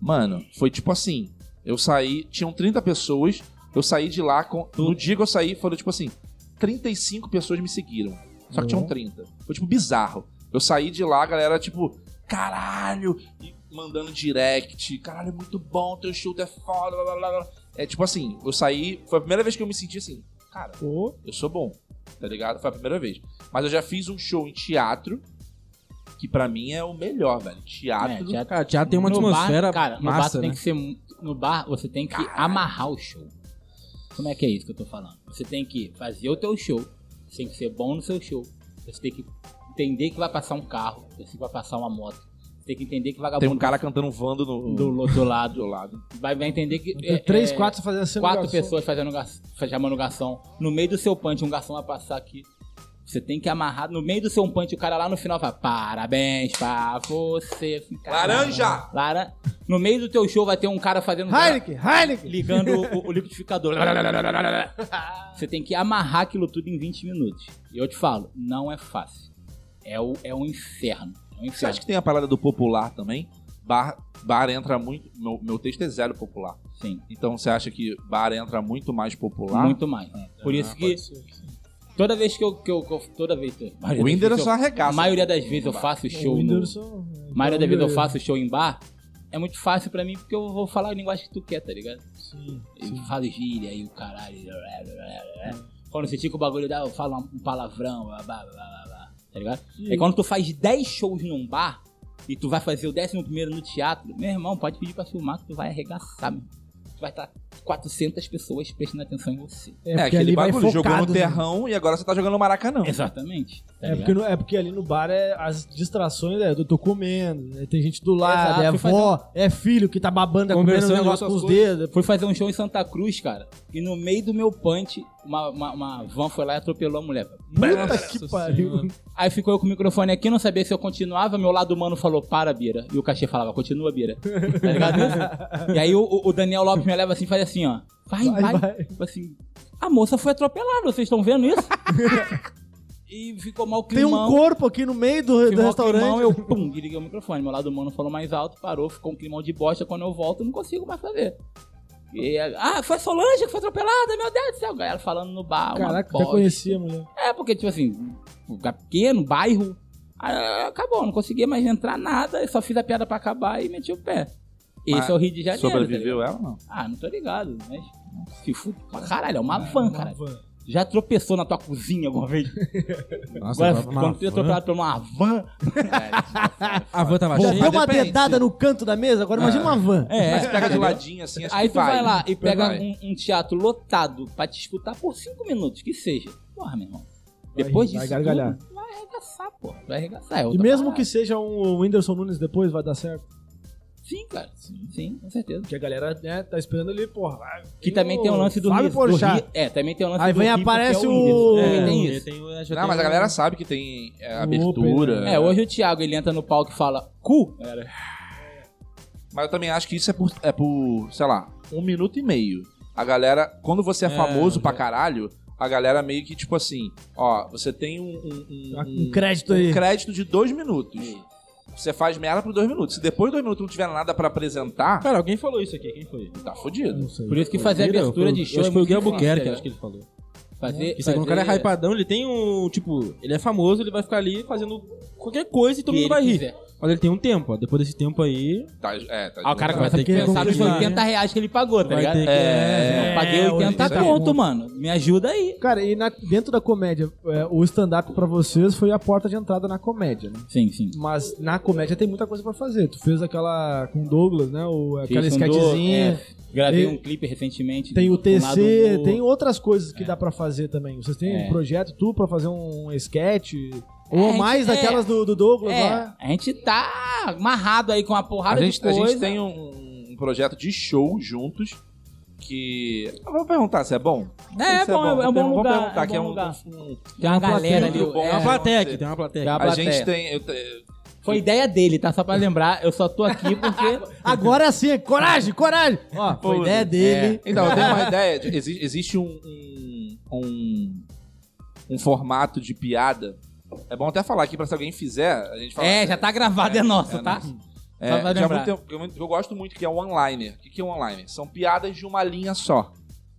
Speaker 5: Mano, foi tipo assim. Eu saí, tinham 30 pessoas. Eu saí de lá com. No dia que eu saí, foram tipo assim: 35 pessoas me seguiram. Só que tinham 30. Foi tipo bizarro. Eu saí de lá, a galera, tipo, caralho! E mandando direct. Caralho, é muito bom, teu show é foda. Blá, blá, blá, blá. É tipo assim, eu saí. Foi a primeira vez que eu me senti assim, cara,
Speaker 1: Pô,
Speaker 5: eu sou bom, tá ligado? Foi a primeira vez. Mas eu já fiz um show em teatro, que pra mim é o melhor, velho.
Speaker 4: É,
Speaker 5: Teatro.
Speaker 4: tinha-
Speaker 6: Cara, já tem uma
Speaker 4: No bar, tipo,
Speaker 6: atmosfera
Speaker 4: cara, no bar
Speaker 6: massa,
Speaker 4: tu tem
Speaker 6: né?
Speaker 4: que ser mu- no bar você tem que amarrar o show. Como é que é isso que eu tô falando? Você tem que fazer o teu show, você tem que ser bom no seu show. Você tem que entender que vai passar um carro, você que vai passar uma moto. Você tem que entender que
Speaker 5: Tem
Speaker 4: vagabundo
Speaker 5: um cara cantando um vando no.
Speaker 4: tá do, lo- do lado
Speaker 5: do lado.
Speaker 4: vai, vai entender que é,
Speaker 1: três,
Speaker 4: é,
Speaker 1: quatro fazendo cena
Speaker 4: quatro
Speaker 1: garçom.
Speaker 4: pessoas fazendo ga- fa- chamando garçom. No meio do seu punch um garçom vai passar aqui. Você tem que amarrar no meio do seu punch, o cara lá no final fala, parabéns pra você. Caralho.
Speaker 5: Laranja!
Speaker 4: Laran... No meio do teu show vai ter um cara fazendo...
Speaker 1: Heineken, Heineken!
Speaker 4: ligando o, o liquidificador. Você tem que amarrar aquilo tudo em 20 minutos. E eu te falo, não é fácil. É, o, é um inferno. É um
Speaker 5: Você
Speaker 4: inferno.
Speaker 5: acha que tem a parada do popular também? Bar, bar entra muito. Meu, meu texto é zero popular.
Speaker 4: Sim.
Speaker 5: Então você acha que bar entra muito mais popular?
Speaker 4: Muito mais.
Speaker 5: Ah, tá.
Speaker 4: Por isso que toda vez que eu, que eu- que eu- toda vez que eu-
Speaker 5: O Winder é só
Speaker 4: a
Speaker 5: arregaça.
Speaker 4: maioria das vezes eu faço show,
Speaker 1: o é
Speaker 4: no-
Speaker 1: Whindersson.
Speaker 4: a maioria das vezes eu faço show em bar. É muito fácil pra mim porque eu vou falar a linguagem que tu quer, tá ligado?
Speaker 1: Sim,
Speaker 4: Eu falo gíria e o caralho. blá, blá, blá, blá. Quando você tica o bagulho, dá, eu falo um palavrão, blá, blá, blá, blá, blá, tá ligado? É quando tu faz 10 shows num bar e tu vai fazer o 11 primeiro no teatro, meu irmão, pode pedir pra filmar que tu vai arregaçar, meu. Tu vai estar 400 pessoas prestando atenção em você.
Speaker 5: É,
Speaker 1: porque
Speaker 5: aquele
Speaker 1: ali vai
Speaker 5: bagulho. Jogou
Speaker 1: focado,
Speaker 5: no
Speaker 1: né?
Speaker 5: terrão e agora você tá jogando no Maracanã.
Speaker 4: Exatamente. tá
Speaker 1: É
Speaker 4: ligado?
Speaker 1: porque, no- é porque ali no bar é as distrações, né? Eu tô comendo, né? tem gente do lado,
Speaker 4: Exato,
Speaker 1: é
Speaker 4: fui fazer
Speaker 1: avó, é filho que tá babando, tá comendo um
Speaker 6: Conversando
Speaker 1: negócio com
Speaker 6: outras
Speaker 1: os dedos.
Speaker 4: Fui fazer um show em Santa Cruz, cara, e no meio do meu punch, uma, uma, uma van foi lá e atropelou a mulher.
Speaker 1: Puta que pariu.
Speaker 4: Aí ficou eu com o microfone aqui, não sabia se eu continuava. Meu lado humano falou, para, Bira. E o cachê falava, continua, Bira. Tá ligado? isso? e aí o, o Daniel Lopes me leva assim e faz assim, ó. Vai,
Speaker 1: Vai,
Speaker 4: vai.
Speaker 1: vai.
Speaker 4: Tipo Assim, a moça foi atropelada, vocês estão vendo isso? e ficou mal
Speaker 1: Tem um
Speaker 4: climão.
Speaker 1: corpo aqui no meio do, do
Speaker 4: ficou mal
Speaker 1: restaurante.
Speaker 4: climão, eu pum, desliguei o microfone. Meu lado humano falou mais alto, parou, ficou um climão de bosta. Quando eu volto, eu não consigo mais fazer. E, ah, foi a Solange que foi atropelada, meu Deus do céu. Galera falando no bar. uma
Speaker 1: Caraca, até
Speaker 4: bosta.
Speaker 1: conhecia a mulher.
Speaker 4: É, porque, tipo assim, lugar pequeno, bairro. ah, Acabou, não conseguia mais entrar nada, eu só fiz a piada pra acabar e meti o pé. Esse
Speaker 5: Mas
Speaker 4: é o Rio de Janeiro. tá ligado?
Speaker 5: Sobreviveu ela ou não?
Speaker 4: ah, não tô ligado, mas. Se fude pra caralho, é
Speaker 1: Ah,
Speaker 4: uma van, cara. Já tropeçou na tua cozinha alguma vez?
Speaker 6: Nossa,
Speaker 4: Agora,
Speaker 6: tava uma
Speaker 4: quando tu é
Speaker 6: van.
Speaker 4: atropelado por uma van. É,
Speaker 6: A van tava
Speaker 1: Bom,
Speaker 6: cheia.
Speaker 1: deu uma dedada no canto da mesa, agora imagina uma van.
Speaker 4: É,
Speaker 5: Mas pega de
Speaker 4: entendeu?
Speaker 5: ladinho assim, acho
Speaker 4: Aí
Speaker 5: que
Speaker 4: tu vai, lá e pega
Speaker 5: Vai.
Speaker 4: um, um teatro lotado pra te escutar por cinco minutos, que seja. Porra, meu irmão. Depois
Speaker 1: vai
Speaker 4: disso.
Speaker 1: gargalhar.
Speaker 4: tudo, vai arregaçar, pô. Vai arregaçar. É
Speaker 1: E
Speaker 4: outra
Speaker 1: mesmo
Speaker 4: parada.
Speaker 1: que seja um Whindersson Nunes depois, vai dar certo.
Speaker 4: Sim, cara. Sim, sim com certeza.
Speaker 1: Porque a galera né, tá esperando ali, porra. vai,
Speaker 4: Que também tem o lance do
Speaker 1: Fábio
Speaker 4: Rio, do
Speaker 1: Porchat.
Speaker 4: Rio- É, também tem o lance
Speaker 1: Aí
Speaker 4: do
Speaker 1: vem
Speaker 4: Rio,
Speaker 1: aparece
Speaker 4: porque é
Speaker 1: o-
Speaker 4: Whindersson,
Speaker 6: É,
Speaker 4: também tem
Speaker 6: tem-
Speaker 4: isso.
Speaker 6: tem- já
Speaker 5: Não,
Speaker 6: tem
Speaker 5: mas a
Speaker 6: um-
Speaker 5: galera sabe que tem é,
Speaker 1: O
Speaker 5: abertura.
Speaker 1: open,
Speaker 4: É, hoje o Thiago, ele entra no palco e fala, cu. É
Speaker 5: Mas eu também acho que isso é por, é por, sei lá, um minuto e meio. A galera, quando você é, famoso pra caralho, a galera meio que tipo assim, ó, você tem um, um- um-
Speaker 4: Ah,
Speaker 1: Um
Speaker 5: um
Speaker 1: crédito aí.
Speaker 5: crédito de dois minutos. Você faz merda por dois minutos. Se depois de dois minutos não tiver nada pra apresentar,
Speaker 6: Cara, alguém falou isso aqui. Quem foi?
Speaker 5: tá fudido.
Speaker 1: Não sei.
Speaker 4: Por isso que fazer
Speaker 6: Foi-
Speaker 4: abertura
Speaker 6: foi-
Speaker 4: de show
Speaker 6: Acho
Speaker 4: é
Speaker 6: que foi o
Speaker 4: muito
Speaker 6: Gui
Speaker 4: difícil,
Speaker 6: Albuquerque,
Speaker 4: cara.
Speaker 6: acho que ele falou.
Speaker 4: Fazer,
Speaker 6: Isso aí, quando o cara é hypadão, ele tem um. Tipo, ele é famoso, ele vai ficar ali fazendo qualquer coisa e todo mundo vai rir. Mas ele tem um tempo, ó. Depois desse tempo aí.
Speaker 5: Tá, é, tá
Speaker 4: Ah, o cara
Speaker 1: Tá,
Speaker 4: começa a ter que
Speaker 1: porque
Speaker 4: pensar nos
Speaker 1: conquistar,
Speaker 4: 80 reais que ele pagou, tá
Speaker 6: Vai
Speaker 4: ligado?
Speaker 6: ter que-
Speaker 4: Eu
Speaker 5: É,
Speaker 4: paguei 80
Speaker 1: isso aí.
Speaker 4: conto, mano. Me ajuda aí.
Speaker 1: Cara, e na- dentro da comédia, é, o stand-up pra vocês foi a porta de entrada na comédia, né?
Speaker 4: Sim, sim.
Speaker 1: Mas na comédia tem muita coisa pra fazer. Tu fez aquela com o Douglas, né? O, aquela
Speaker 4: Fiz um do-
Speaker 1: sketchzinha.
Speaker 4: é, gravei
Speaker 1: Eu-
Speaker 4: um clipe recentemente.
Speaker 1: Tem o
Speaker 4: com lado
Speaker 1: TC,
Speaker 4: do-
Speaker 1: tem outras coisas que dá pra fazer também. Vocês têm
Speaker 4: É.
Speaker 1: um projeto tu pra fazer um sketch?
Speaker 4: a
Speaker 1: Ou
Speaker 4: gente-
Speaker 1: mais
Speaker 4: é.
Speaker 1: daquelas do, do Douglas
Speaker 4: É,
Speaker 1: lá?
Speaker 4: a gente tá amarrado aí com uma
Speaker 5: a
Speaker 4: porrada de
Speaker 5: gente, a
Speaker 4: coisa.
Speaker 5: gente tem um, um projeto de show juntos que. Eu vou perguntar se é bom.
Speaker 4: É, é
Speaker 5: Se
Speaker 4: bom, é um bom
Speaker 5: Vamos
Speaker 4: lugar.
Speaker 5: perguntar,
Speaker 4: é
Speaker 5: que é
Speaker 4: bom
Speaker 5: um-
Speaker 4: lugar.
Speaker 5: um-
Speaker 4: Tem uma galera ali.
Speaker 5: plateia muito boa.
Speaker 4: é.
Speaker 6: Tem uma plateia aqui, tem uma plateia.
Speaker 4: Tem uma
Speaker 5: a gente
Speaker 4: plateia.
Speaker 5: tem. eu te-
Speaker 4: Foi ideia dele, tá? Só pra lembrar, eu só tô aqui porque.
Speaker 1: Agora sim, coragem, coragem! Ó, foi
Speaker 5: Foda.
Speaker 1: ideia dele.
Speaker 5: Então, eu tenho uma ideia. de- exi- existe um, um, um, um formato de piada. É bom até falar aqui pra se alguém fizer, a gente fala.
Speaker 4: É, já tá gravado, é nosso,
Speaker 5: né? é
Speaker 4: tá?
Speaker 5: nosso.
Speaker 4: só pra
Speaker 5: É, já há
Speaker 4: lembrar.
Speaker 5: muito tempo, eu, eu gosto muito que é um one-liner. O que, que é um one-liner? São piadas de uma linha só.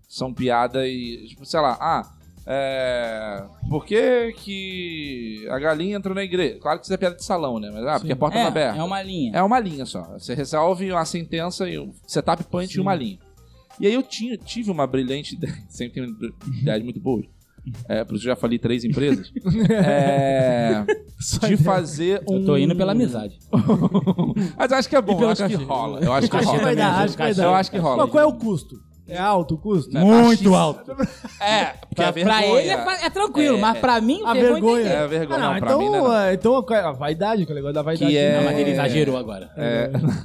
Speaker 5: São piadas, tipo, sei lá, ah, é, por que, que a galinha entrou na igreja? Claro que isso é piada de salão, né? Mas, ah, porque a porta tá aberta.
Speaker 4: É, é uma linha.
Speaker 5: É uma linha só. Você resolve uma sentença e um setup punch e uma linha. E aí eu tinha, tive uma brilhante [LAUGHS] ideia, sempre tenho uma ideia muito boa. É, por isso eu já falei três empresas. É, de fazer um.
Speaker 4: Eu tô indo pela amizade.
Speaker 5: Mas eu acho que é bom, eu acho que
Speaker 6: cachê.
Speaker 5: rola. Eu acho que
Speaker 1: Acho que
Speaker 5: rola.
Speaker 1: vai dar, acho que vai dar.
Speaker 5: Eu acho que rola.
Speaker 1: Mas qual é o custo? É alto o custo?
Speaker 6: Muito alto.
Speaker 5: É, porque
Speaker 4: Pra,
Speaker 5: a vergonha.
Speaker 4: pra ele é, fa- é tranquilo,
Speaker 5: É,
Speaker 4: mas
Speaker 5: é.
Speaker 4: pra mim,
Speaker 1: A
Speaker 4: vergonha
Speaker 1: vergonha.
Speaker 5: É
Speaker 4: tem
Speaker 5: a vergonha,
Speaker 1: Ah,
Speaker 5: não, pra
Speaker 1: então,
Speaker 5: mim não.
Speaker 1: é, então a vaidade, que é o negócio da vaidade.
Speaker 5: Que é-
Speaker 4: que- Não, mas ele
Speaker 5: É.
Speaker 4: exagerou agora.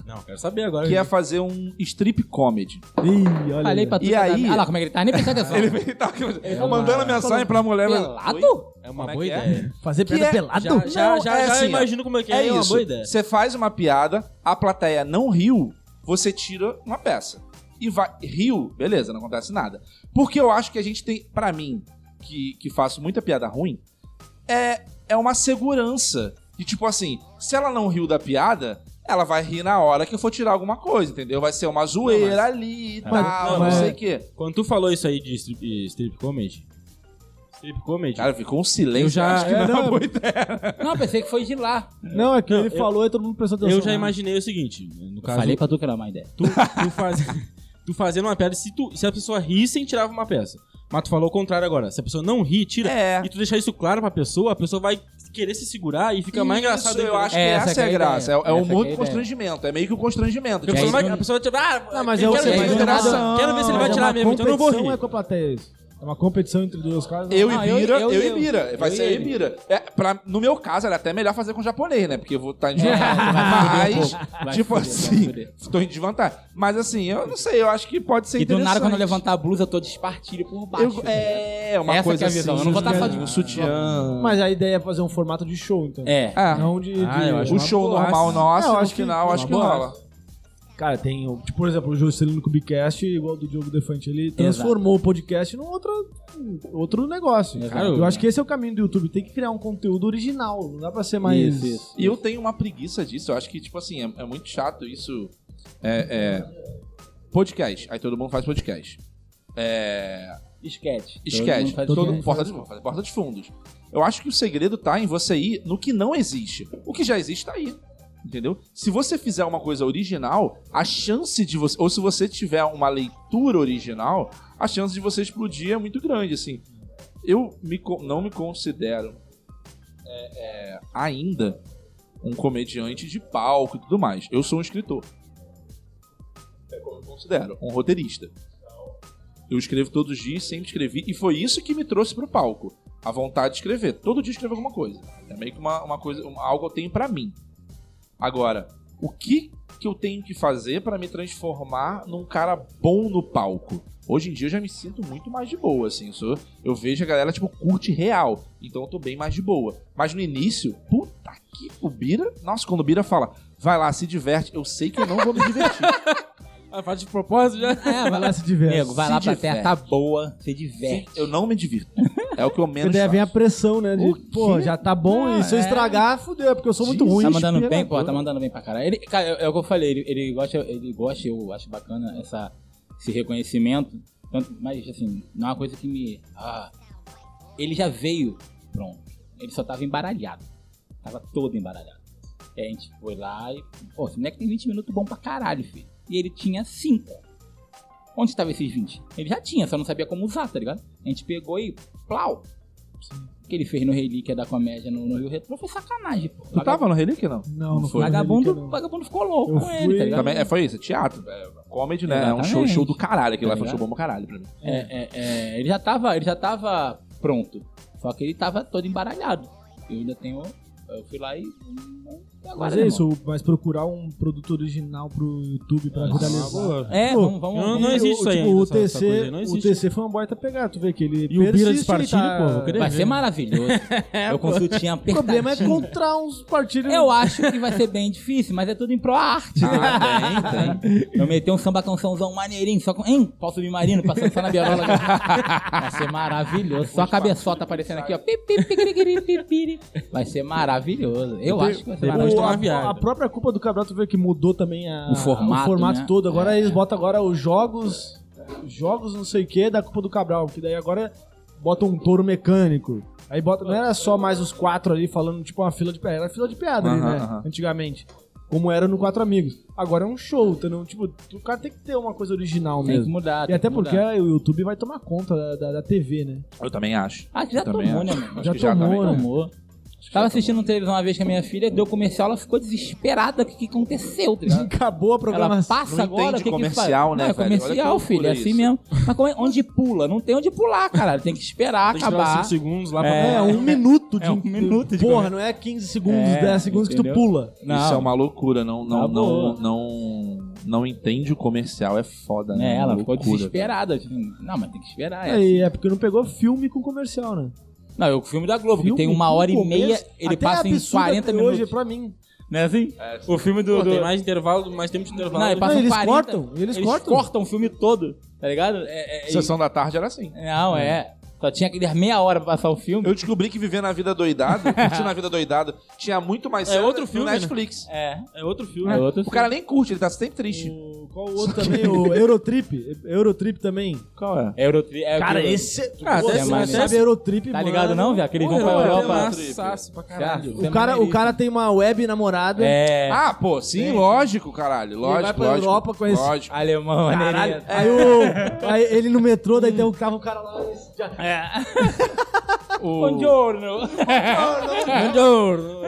Speaker 6: Não, quero saber agora.
Speaker 5: Que é fazer um strip comedy.
Speaker 1: Ih, olha
Speaker 4: Falei
Speaker 1: aí.
Speaker 4: pra tu.
Speaker 5: E
Speaker 4: que eu tava-
Speaker 5: aí-
Speaker 4: Olha lá como é que ele tá nem prestando
Speaker 5: [LAUGHS]
Speaker 4: atenção.
Speaker 5: Ele ele tá ele tá mandando a mensagem pra mulher. mas- Oi?
Speaker 4: Pelado?
Speaker 6: É uma
Speaker 5: Como é
Speaker 6: boa
Speaker 5: que é?
Speaker 6: ideia.
Speaker 1: Fazer
Speaker 5: Que
Speaker 1: piada
Speaker 5: é-
Speaker 1: pelado?
Speaker 6: Já, já,
Speaker 5: Não,
Speaker 6: já,
Speaker 5: é
Speaker 6: já
Speaker 5: assim, ó.
Speaker 6: imagino como é que é.
Speaker 5: É
Speaker 6: uma
Speaker 5: isso.
Speaker 6: boa ideia.
Speaker 5: Você faz uma piada, a plateia não riu, você tira uma peça. E vai. Riu, beleza, não acontece nada. Porque eu acho que a gente tem, pra mim, que, que faço muita piada ruim, é, é uma segurança. De tipo assim, se ela não riu da piada, ela vai rir na hora que eu for tirar alguma coisa, entendeu? Vai ser uma zoeira ali e tal,
Speaker 6: Mas-
Speaker 5: não,
Speaker 6: não, mas-
Speaker 5: sei o quê.
Speaker 6: Quando tu falou isso aí de strip, strip comedy, strip comedy,
Speaker 5: Cara, ficou um
Speaker 6: eu
Speaker 5: silêncio.
Speaker 6: já,
Speaker 1: É,
Speaker 6: [LAUGHS]
Speaker 1: não,
Speaker 4: Não, eu pensei que foi de lá.
Speaker 1: não, é que
Speaker 6: Não,
Speaker 1: ele
Speaker 6: eu-
Speaker 1: falou e todo mundo prestou atenção.
Speaker 6: eu já
Speaker 1: Ah,
Speaker 6: imaginei o seguinte, no caso,
Speaker 4: Falei pra tu que era uma ideia.
Speaker 5: Tá
Speaker 6: tu, tu, faz, [LAUGHS] tu fazendo uma piada, se, tu, se a pessoa rissem, tirava uma peça. Mas tu falou o contrário agora, se a pessoa não ri, tira.
Speaker 5: É.
Speaker 6: E tu deixar isso claro pra pessoa, a pessoa vai querer se segurar e fica mais engraçado.
Speaker 5: Isso, eu
Speaker 6: ainda.
Speaker 5: acho
Speaker 4: É,
Speaker 5: que
Speaker 4: essa
Speaker 5: essa é a
Speaker 4: que é a
Speaker 5: graça. É, é
Speaker 4: ideia.
Speaker 5: o
Speaker 4: Essa que é a
Speaker 5: humor do
Speaker 4: ideia.
Speaker 5: constrangimento. É meio que o constrangimento. assim,
Speaker 6: Porque a pessoa,
Speaker 4: aí
Speaker 6: vai,
Speaker 4: não-
Speaker 6: a pessoa vai tirar. Ah,
Speaker 1: Não, mas
Speaker 6: eu
Speaker 1: é
Speaker 6: quero,
Speaker 1: você,
Speaker 6: ver
Speaker 1: mas
Speaker 6: se ele
Speaker 1: é
Speaker 6: vai
Speaker 1: uma-
Speaker 6: tirar- quero ver se ele
Speaker 1: mas
Speaker 6: vai
Speaker 1: é
Speaker 6: tirar
Speaker 1: uma
Speaker 6: mesmo, então eu não vou
Speaker 1: competição,
Speaker 6: rir.
Speaker 1: É com a plateia isso. É uma competição entre duas casas.
Speaker 5: Eu
Speaker 4: Não,
Speaker 5: e
Speaker 4: eu-
Speaker 5: Bira, eu,
Speaker 4: eu-
Speaker 5: e
Speaker 4: eu-
Speaker 5: Bira. Vai
Speaker 4: eu
Speaker 5: ser
Speaker 4: e
Speaker 5: eu e Bira. É, pra- no meu caso, era até melhor fazer com japonês, né? Porque eu vou estar em desvantagem. Mas,
Speaker 4: É. Vai
Speaker 5: tipo
Speaker 4: fuder, vai
Speaker 5: assim,
Speaker 4: fuder.
Speaker 5: tô em desvantagem. Mas assim, eu não sei, eu acho que pode ser
Speaker 4: E do
Speaker 5: interessante.
Speaker 4: nada, quando eu levantar a blusa, eu tô despartilho por baixo.
Speaker 5: Eu- é, uma
Speaker 4: Essa
Speaker 5: coisa
Speaker 4: que é a visão,
Speaker 5: assim.
Speaker 4: eu não vou estar
Speaker 5: né?
Speaker 4: só de-
Speaker 5: Um sutiã.
Speaker 1: Mas a ideia é fazer um formato de show, então.
Speaker 4: É.
Speaker 5: É,
Speaker 1: Não de...
Speaker 6: Ah,
Speaker 1: de-
Speaker 6: eu acho
Speaker 5: o
Speaker 6: uma
Speaker 5: show
Speaker 6: boa.
Speaker 4: assim.
Speaker 5: normal nosso,
Speaker 1: É, eu
Speaker 5: no
Speaker 1: acho que-
Speaker 5: final, acho que
Speaker 1: uma boa.
Speaker 5: rola.
Speaker 1: Cara, tem, o- tipo, por exemplo, o Juscelino Kubicast, igual do Diogo Defante, ele transformou o podcast num outro, outro negócio.
Speaker 4: Exato.
Speaker 1: Cara, eu acho que esse é o caminho do YouTube, tem que criar um conteúdo original, não dá pra ser mais...
Speaker 4: Isso, isso.
Speaker 5: E eu tenho uma preguiça disso. Eu acho que, tipo assim, é, é muito chato isso. É, é, Podcast. Aí todo mundo faz podcast. É...
Speaker 4: Esquete.
Speaker 5: Esquete.
Speaker 4: Todo mundo faz
Speaker 5: Todo
Speaker 4: esquete.
Speaker 5: porta, de, porta de fundos. Eu acho que o segredo tá em você ir no que não existe. O que já existe tá aí. Entendeu? Se você fizer uma coisa original, a chance de você. Ou se você tiver uma leitura original, a chance de você explodir é muito grande, assim. Eu me con- não me considero é, é, ainda um comediante de palco e tudo mais. Eu sou um escritor. É como eu considero, um roteirista. Eu escrevo todos os dias, sempre escrevi, e foi isso que me trouxe pro palco. A vontade de escrever. Todo dia eu escrevo alguma coisa. É meio que uma, uma coisa, uma- algo que eu tenho pra mim. Agora, o que que eu tenho que fazer pra me transformar num cara bom no palco? Hoje em dia eu já me sinto muito mais de boa, assim. Eu, sou- eu vejo a galera, tipo, curte real. Então eu tô bem mais de boa. Mas no início, puta que o Bira. Nossa, quando o Bira fala, vai lá, se diverte, eu sei que eu não vou me divertir.
Speaker 6: Ah, faz de propósito já.
Speaker 4: É, vai lá.
Speaker 1: Lá se diverte.
Speaker 4: Nego, vai lá
Speaker 5: Se
Speaker 4: pra
Speaker 5: diverte.
Speaker 4: terra, tá boa, se diverte.
Speaker 5: eu não me divirto. É o que eu menos.
Speaker 1: Porque daí
Speaker 5: faço.
Speaker 1: vem a pressão, né? De,
Speaker 5: O quê?
Speaker 1: pô, já tá bom e se eu
Speaker 4: é.
Speaker 1: estragar, fudeu, porque eu sou muito ruim.
Speaker 5: Jesus.
Speaker 4: Tá mandando bem,
Speaker 1: inspirador.
Speaker 4: pô, tá mandando bem pra caralho. Ele, cara, é, é o que eu falei, ele, ele gosta, ele gosta, eu acho bacana essa, esse reconhecimento. Tanto, mas assim, não é uma coisa que me. Ah, ele já veio pronto. Ele só tava embaralhado. Tava todo embaralhado. E a gente foi lá e. Pô, esse moleque tem 20 minutos bom pra caralho, filho. E ele tinha 5. Onde estavam esses 20? Ele já tinha, só não sabia como usar, tá ligado? A gente pegou e. Plau! O que ele fez no Relíquia da Comédia no, no Rio Retro foi sacanagem, pô.
Speaker 1: tá
Speaker 5: Tu tava no Relíquia, não?
Speaker 1: Não, não
Speaker 5: Foi.
Speaker 1: foi.
Speaker 4: Vagabundo,
Speaker 1: relíquia, não.
Speaker 4: vagabundo ficou louco
Speaker 1: Eu
Speaker 4: com ele,
Speaker 1: fui-
Speaker 4: tá ligado?
Speaker 5: Também, é, foi isso, é teatro. É, comedy, né? É um
Speaker 4: Exatamente.
Speaker 5: show, show do caralho. Aquilo
Speaker 4: Tá
Speaker 5: lá foi um show
Speaker 4: ligado?
Speaker 5: bom pra caralho pra mim.
Speaker 4: É, é, é, ele, já tava, ele já tava pronto. Só que ele tava todo embaralhado. Eu ainda tenho. Eu fui lá e. e Agora,
Speaker 1: Mas
Speaker 4: né,
Speaker 1: é isso, mas procurar um produto original pro YouTube pra viralizar.
Speaker 4: irmão? É,
Speaker 1: Pô,
Speaker 4: vamos, vamos.
Speaker 6: eu não
Speaker 4: vamos.
Speaker 6: existe
Speaker 1: O-
Speaker 6: isso aí
Speaker 1: tipo,
Speaker 6: ainda,
Speaker 1: o
Speaker 6: essa- essa
Speaker 1: TC,
Speaker 6: coisa aí, não
Speaker 1: o
Speaker 6: existe.
Speaker 1: TC foi uma baita pegada, tu vê que ele
Speaker 6: E o Bira
Speaker 1: persiste,
Speaker 6: despartilha,
Speaker 1: ele
Speaker 6: pô, vou querer
Speaker 4: Vai
Speaker 6: ver.
Speaker 4: ser maravilhoso. eu com tinha
Speaker 1: O
Speaker 4: [LAUGHS]
Speaker 1: problema é
Speaker 4: apertadinho.
Speaker 1: encontrar uns partidos.
Speaker 4: Eu acho que vai ser bem difícil, mas é tudo em pró arte.
Speaker 5: Ah, tem, tem.
Speaker 4: Eu meti um samba cançãozão maneirinho, só com. Hein? Pau submarino, passando só na viola. Vai ser maravilhoso. Só a cabeçota aparecendo aqui, ó. Pi, pi, pi, pi, pi, pi, pi, pi. Vai ser maravilhoso. Eu acho que vai ser
Speaker 1: O-
Speaker 6: Depois
Speaker 4: maravilhoso.
Speaker 6: tomar
Speaker 1: a,
Speaker 6: viagem.
Speaker 1: a própria culpa do campeonato vê que mudou também a-
Speaker 4: O formato, né?
Speaker 1: todo. Agora eles botam agora os jogos, jogos não sei o que da culpa do Cabral, que daí agora botam um touro mecânico. Aí bota, não era só mais os quatro ali falando tipo uma fila de piada, era fila de piada ali,
Speaker 5: Aham,
Speaker 1: né?
Speaker 5: aham.
Speaker 1: Antigamente. Como era no Quatro Amigos. Agora é um show, entendeu? Tipo, o cara tem que ter uma coisa original né?
Speaker 4: Tem que
Speaker 1: mesmo.
Speaker 4: mudar.
Speaker 1: E
Speaker 4: tem
Speaker 1: até
Speaker 4: que
Speaker 1: porque
Speaker 4: mudar.
Speaker 1: o YouTube vai tomar conta da, da- da TV, né?
Speaker 5: Eu também acho.
Speaker 4: Ah, já
Speaker 5: Eu também
Speaker 4: tomou, né,
Speaker 5: acho.
Speaker 4: mano?
Speaker 5: Acho
Speaker 1: Já
Speaker 5: que
Speaker 1: tomou,
Speaker 5: também
Speaker 1: né?
Speaker 5: acho.
Speaker 4: Tomou. Tava assistindo televisão uma vez com a minha filha, deu comercial, ela ficou desesperada. O que, que aconteceu? tá
Speaker 1: [LAUGHS]
Speaker 4: ligado?
Speaker 1: Acabou a
Speaker 4: Ela
Speaker 1: programação.
Speaker 4: passa
Speaker 5: Não
Speaker 4: agora.
Speaker 5: entende
Speaker 4: o que
Speaker 5: comercial,
Speaker 4: que faz?
Speaker 5: né,
Speaker 4: Não,
Speaker 5: velho?
Speaker 4: é
Speaker 5: Olha que
Speaker 4: comercial,
Speaker 5: loucura
Speaker 4: filho. É assim
Speaker 5: isso.
Speaker 4: mesmo. Mas como é- onde pula? Não tem onde pular, cara. Tem que esperar
Speaker 6: Tem que esperar
Speaker 4: acabar.
Speaker 6: cinco segundos lá pra.
Speaker 1: É, um minuto de.
Speaker 4: É um minuto de
Speaker 1: Porra, não é 15 segundos,
Speaker 4: É,
Speaker 1: 10 segundos que
Speaker 4: entendeu?
Speaker 1: tu pula.
Speaker 4: Não.
Speaker 5: Isso é uma loucura. Não, não,
Speaker 4: Tá
Speaker 5: não,
Speaker 4: boa.
Speaker 5: não, não entende o comercial. É foda, né?
Speaker 4: É, ela
Speaker 5: Uma
Speaker 4: ficou
Speaker 5: loucura,
Speaker 4: desesperada. tipo, Não, mas tem que esperar. é.
Speaker 1: Aí, é porque não pegou filme com comercial, né?
Speaker 4: Não, é o filme da Globo, que
Speaker 1: Filme
Speaker 4: tem uma
Speaker 1: com
Speaker 4: hora e
Speaker 1: começo-
Speaker 4: meia, ele
Speaker 1: Até
Speaker 4: passa
Speaker 1: é
Speaker 4: em
Speaker 1: absurdo
Speaker 4: 40
Speaker 1: até
Speaker 4: minutos.
Speaker 1: Hoje, pra mim.
Speaker 4: Né, assim? O filme do.
Speaker 6: Pô,
Speaker 4: do-
Speaker 6: tem mais intervalo, mais tempo de intervalo.
Speaker 4: Não, ele passa
Speaker 1: Não, eles
Speaker 4: 40.
Speaker 1: cortam, eles cortam.
Speaker 4: o filme todo, tá ligado? É, é-
Speaker 5: né? Sessão da tarde era assim.
Speaker 4: Não, é. Só tinha aqueles meia hora pra passar o filme.
Speaker 5: Eu descobri que viver na vida
Speaker 4: [LAUGHS]
Speaker 5: doidada, curtindo a vida doidada, tinha muito mais
Speaker 6: É
Speaker 5: série
Speaker 6: outro
Speaker 5: no
Speaker 6: filme, né?
Speaker 5: Netflix.
Speaker 4: É.
Speaker 6: É outro filme.
Speaker 4: É outro
Speaker 5: O cara nem curte, ele tá sempre triste.
Speaker 1: O- Qual o outro também? O Eurotrip. Eurotrip também.
Speaker 5: Qual é?
Speaker 4: filme. É Eurotrip. É
Speaker 1: Cara,
Speaker 4: aquilo.
Speaker 1: esse.
Speaker 6: Ah,
Speaker 1: Pô,
Speaker 6: deve-
Speaker 1: você
Speaker 4: deve-
Speaker 1: sabe Eurotrip,
Speaker 4: Tá
Speaker 1: mano.
Speaker 4: ligado, não, viado? Que eles vão pra Europa.
Speaker 6: Nossa, pra
Speaker 4: caralho.
Speaker 6: caralho.
Speaker 1: O cara, o cara tem uma web namorada.
Speaker 4: É.
Speaker 5: Ah, pô, sim, lógico, caralho. Lógico,
Speaker 1: vai pra
Speaker 5: lógico.
Speaker 1: Europa com esse-
Speaker 5: Lógico.
Speaker 4: Alemão,
Speaker 1: Caralho.
Speaker 4: né?
Speaker 1: Aí, o, aí ele no metrô, daí tem um, tava um cara lá. esse já-
Speaker 4: Buongiorno. Buongiorno.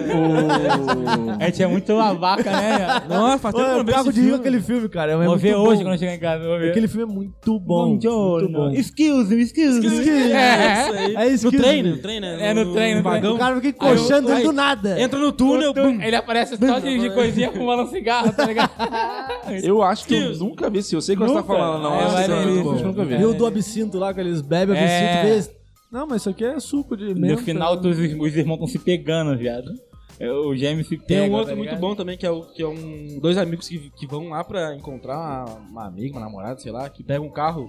Speaker 4: A gente é muito uma vaca,
Speaker 5: tá.
Speaker 4: né?
Speaker 6: Nossa, faz tempo que
Speaker 1: Olha,
Speaker 6: eu não
Speaker 1: o
Speaker 6: vejo
Speaker 1: Carro
Speaker 6: esse
Speaker 1: de Rio,
Speaker 6: filme.
Speaker 1: aquele filme, cara. É
Speaker 4: Vou
Speaker 1: muito
Speaker 4: ver
Speaker 1: bom.
Speaker 4: hoje quando chegar em casa. Vou ver.
Speaker 1: Aquele filme é muito bom. Muito bom.
Speaker 4: [LAUGHS] Buongiorno. Excuse me, excuse me.
Speaker 6: É, isso aí.
Speaker 1: É isso
Speaker 6: No
Speaker 1: que-
Speaker 6: trem, né? no trem, né?
Speaker 4: [LAUGHS] É, no trem, no
Speaker 6: vagão.
Speaker 1: O cara fica encoxando
Speaker 6: Aí eu-
Speaker 1: do nada.
Speaker 6: É. Entra no túnel, bum.
Speaker 4: Ele aparece só de, de coisinha fumando um cigarro, tá ligado?
Speaker 5: [LAUGHS] Eu acho que eu nunca vi esse. Eu sei o que você tá falando, não.
Speaker 4: É,
Speaker 5: Eu acho que
Speaker 4: vai
Speaker 5: esse é
Speaker 4: ver.
Speaker 5: muito bom. Eu nunca vi.
Speaker 1: E o do absinto lá, que eles bebem
Speaker 4: É.
Speaker 1: absinto desse. Não, mas isso aqui é suco de menta.
Speaker 4: No final, todos os, os irmãos estão se pegando, viado. É, O gêmeo se pega.
Speaker 6: Tem um outro
Speaker 4: tá
Speaker 6: muito
Speaker 4: ligado?
Speaker 6: bom também, que é, o, que é um. Dois amigos que, que vão lá pra encontrar uma, uma amiga, uma namorada, sei lá, que pega um carro.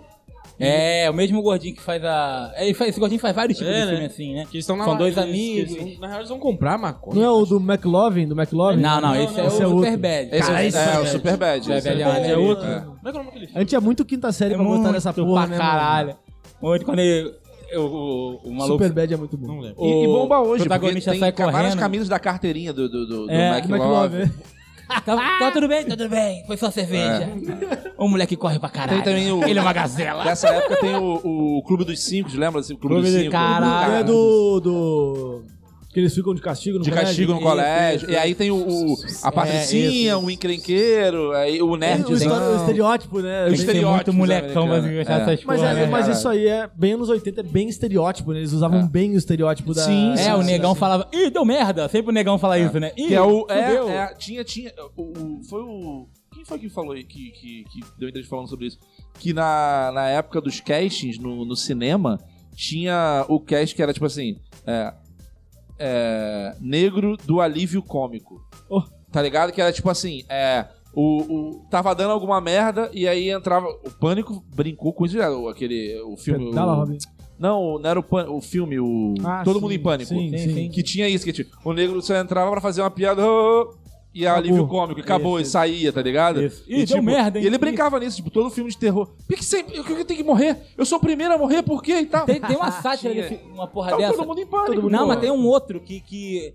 Speaker 4: É, o mesmo gordinho que faz a. é, Ele faz, esse gordinho faz vários tipos
Speaker 6: É,
Speaker 4: de
Speaker 6: né?
Speaker 4: filme assim, né?
Speaker 6: Que eles estão na
Speaker 4: São dois
Speaker 6: eles-
Speaker 4: amigos.
Speaker 6: eles vão- na real, eles vão comprar maconha.
Speaker 1: Não é o do McLovin? Do McLovin?
Speaker 4: Não, não, esse é
Speaker 1: esse é
Speaker 4: o
Speaker 1: outro.
Speaker 4: Superbad.
Speaker 5: Esse
Speaker 1: Cara,
Speaker 5: é,
Speaker 1: isso
Speaker 5: é,
Speaker 1: é
Speaker 5: o Superbad.
Speaker 4: É,
Speaker 5: esse
Speaker 4: velho,
Speaker 5: Superbad.
Speaker 4: é outro.
Speaker 6: Como é que é o nome daquele
Speaker 1: A
Speaker 6: filme?
Speaker 1: gente é muito quinta série
Speaker 4: É
Speaker 1: pra botar
Speaker 4: muito
Speaker 1: nessa porra,
Speaker 4: pra
Speaker 1: né,
Speaker 4: caralho. Onde quando ele. eu- o, o
Speaker 1: mano?
Speaker 4: maluco.
Speaker 1: Superbad é muito bom.
Speaker 6: Não lembro.
Speaker 5: E, e bomba hoje,
Speaker 4: O
Speaker 5: porque
Speaker 4: protagonista
Speaker 5: tem
Speaker 4: sai
Speaker 5: ca- várias
Speaker 4: correndo.
Speaker 5: camisas da carteirinha do, do, do, do
Speaker 4: É,
Speaker 5: Mac
Speaker 1: Do
Speaker 5: Love.
Speaker 1: McLovin.
Speaker 4: [LAUGHS] Tá, tá tudo bem, tá tudo bem. Foi só cerveja. O moleque corre pra caralho.
Speaker 5: Tem também o-
Speaker 4: Ele é uma gazela.
Speaker 5: Nessa época tem o, o Clube dos Cinco, lembra? Assim, o Clube,
Speaker 4: Clube
Speaker 5: dos
Speaker 4: do-
Speaker 5: Cinco.
Speaker 4: Caralho.
Speaker 1: É do, do... Que eles ficam de castigo no
Speaker 5: De castigo no
Speaker 1: colégio.
Speaker 5: colégio. E aí tem o, o- a Patricinha, o encrenqueiro, aí o
Speaker 1: Tem
Speaker 5: nerd.
Speaker 1: o, história- o estereótico, né?
Speaker 4: Tem que ser muito
Speaker 5: estereótipos
Speaker 4: molecão pra
Speaker 5: americanos.
Speaker 4: gostar
Speaker 5: É.
Speaker 4: dessas
Speaker 1: Mas,
Speaker 4: porra,
Speaker 1: é-
Speaker 4: né?
Speaker 1: mas isso aí é bem anos 80, é bem estereótipo, né? Eles usavam
Speaker 5: É.
Speaker 1: bem o estereótipo da.
Speaker 5: Sim, sim,
Speaker 4: É, o negão falava, ih, deu merda. Sempre o negão fala isso, né? Ih,
Speaker 5: Que é o. É,
Speaker 4: fudeu."
Speaker 5: é, tinha, tinha. O, o- foi o. Quem foi que falou aí que, que, que deu entrevista falando sobre isso? Que na, na época dos castings no, no cinema, tinha o cast que era tipo assim. É, é, negro do alívio cômico.
Speaker 1: Oh.
Speaker 5: Tá ligado? Que era tipo assim. É, o, o- tava dando alguma merda e aí entrava. O pânico brincou com isso. né? O- Aquele. O filme. o-
Speaker 1: Dala, Robin.
Speaker 5: não, não era o, Pân- o filme, o.
Speaker 1: Ah,
Speaker 5: Todo
Speaker 1: sim,
Speaker 5: mundo em pânico.
Speaker 1: sim, sim.
Speaker 5: Que tinha isso, que tinha, o negro só entrava pra fazer uma piada "Oh", e a
Speaker 1: Acabou.
Speaker 5: alívio cômico, e acabou, e saía, tá ligado?
Speaker 4: Ih, deu merda, hein?
Speaker 5: E ele
Speaker 4: Ih.
Speaker 5: brincava nisso, tipo, todo filme de terror. Por que sempre, eu, eu tenho que morrer? Eu sou o primeiro a morrer, por quê? E tal.
Speaker 4: Tem, tem uma sátira,
Speaker 5: Tinha.
Speaker 4: [LAUGHS] desse, uma porra
Speaker 5: Tava
Speaker 4: dessa.
Speaker 5: todo mundo em pânico.
Speaker 4: Não,
Speaker 5: pô.
Speaker 4: mas tem um outro que. que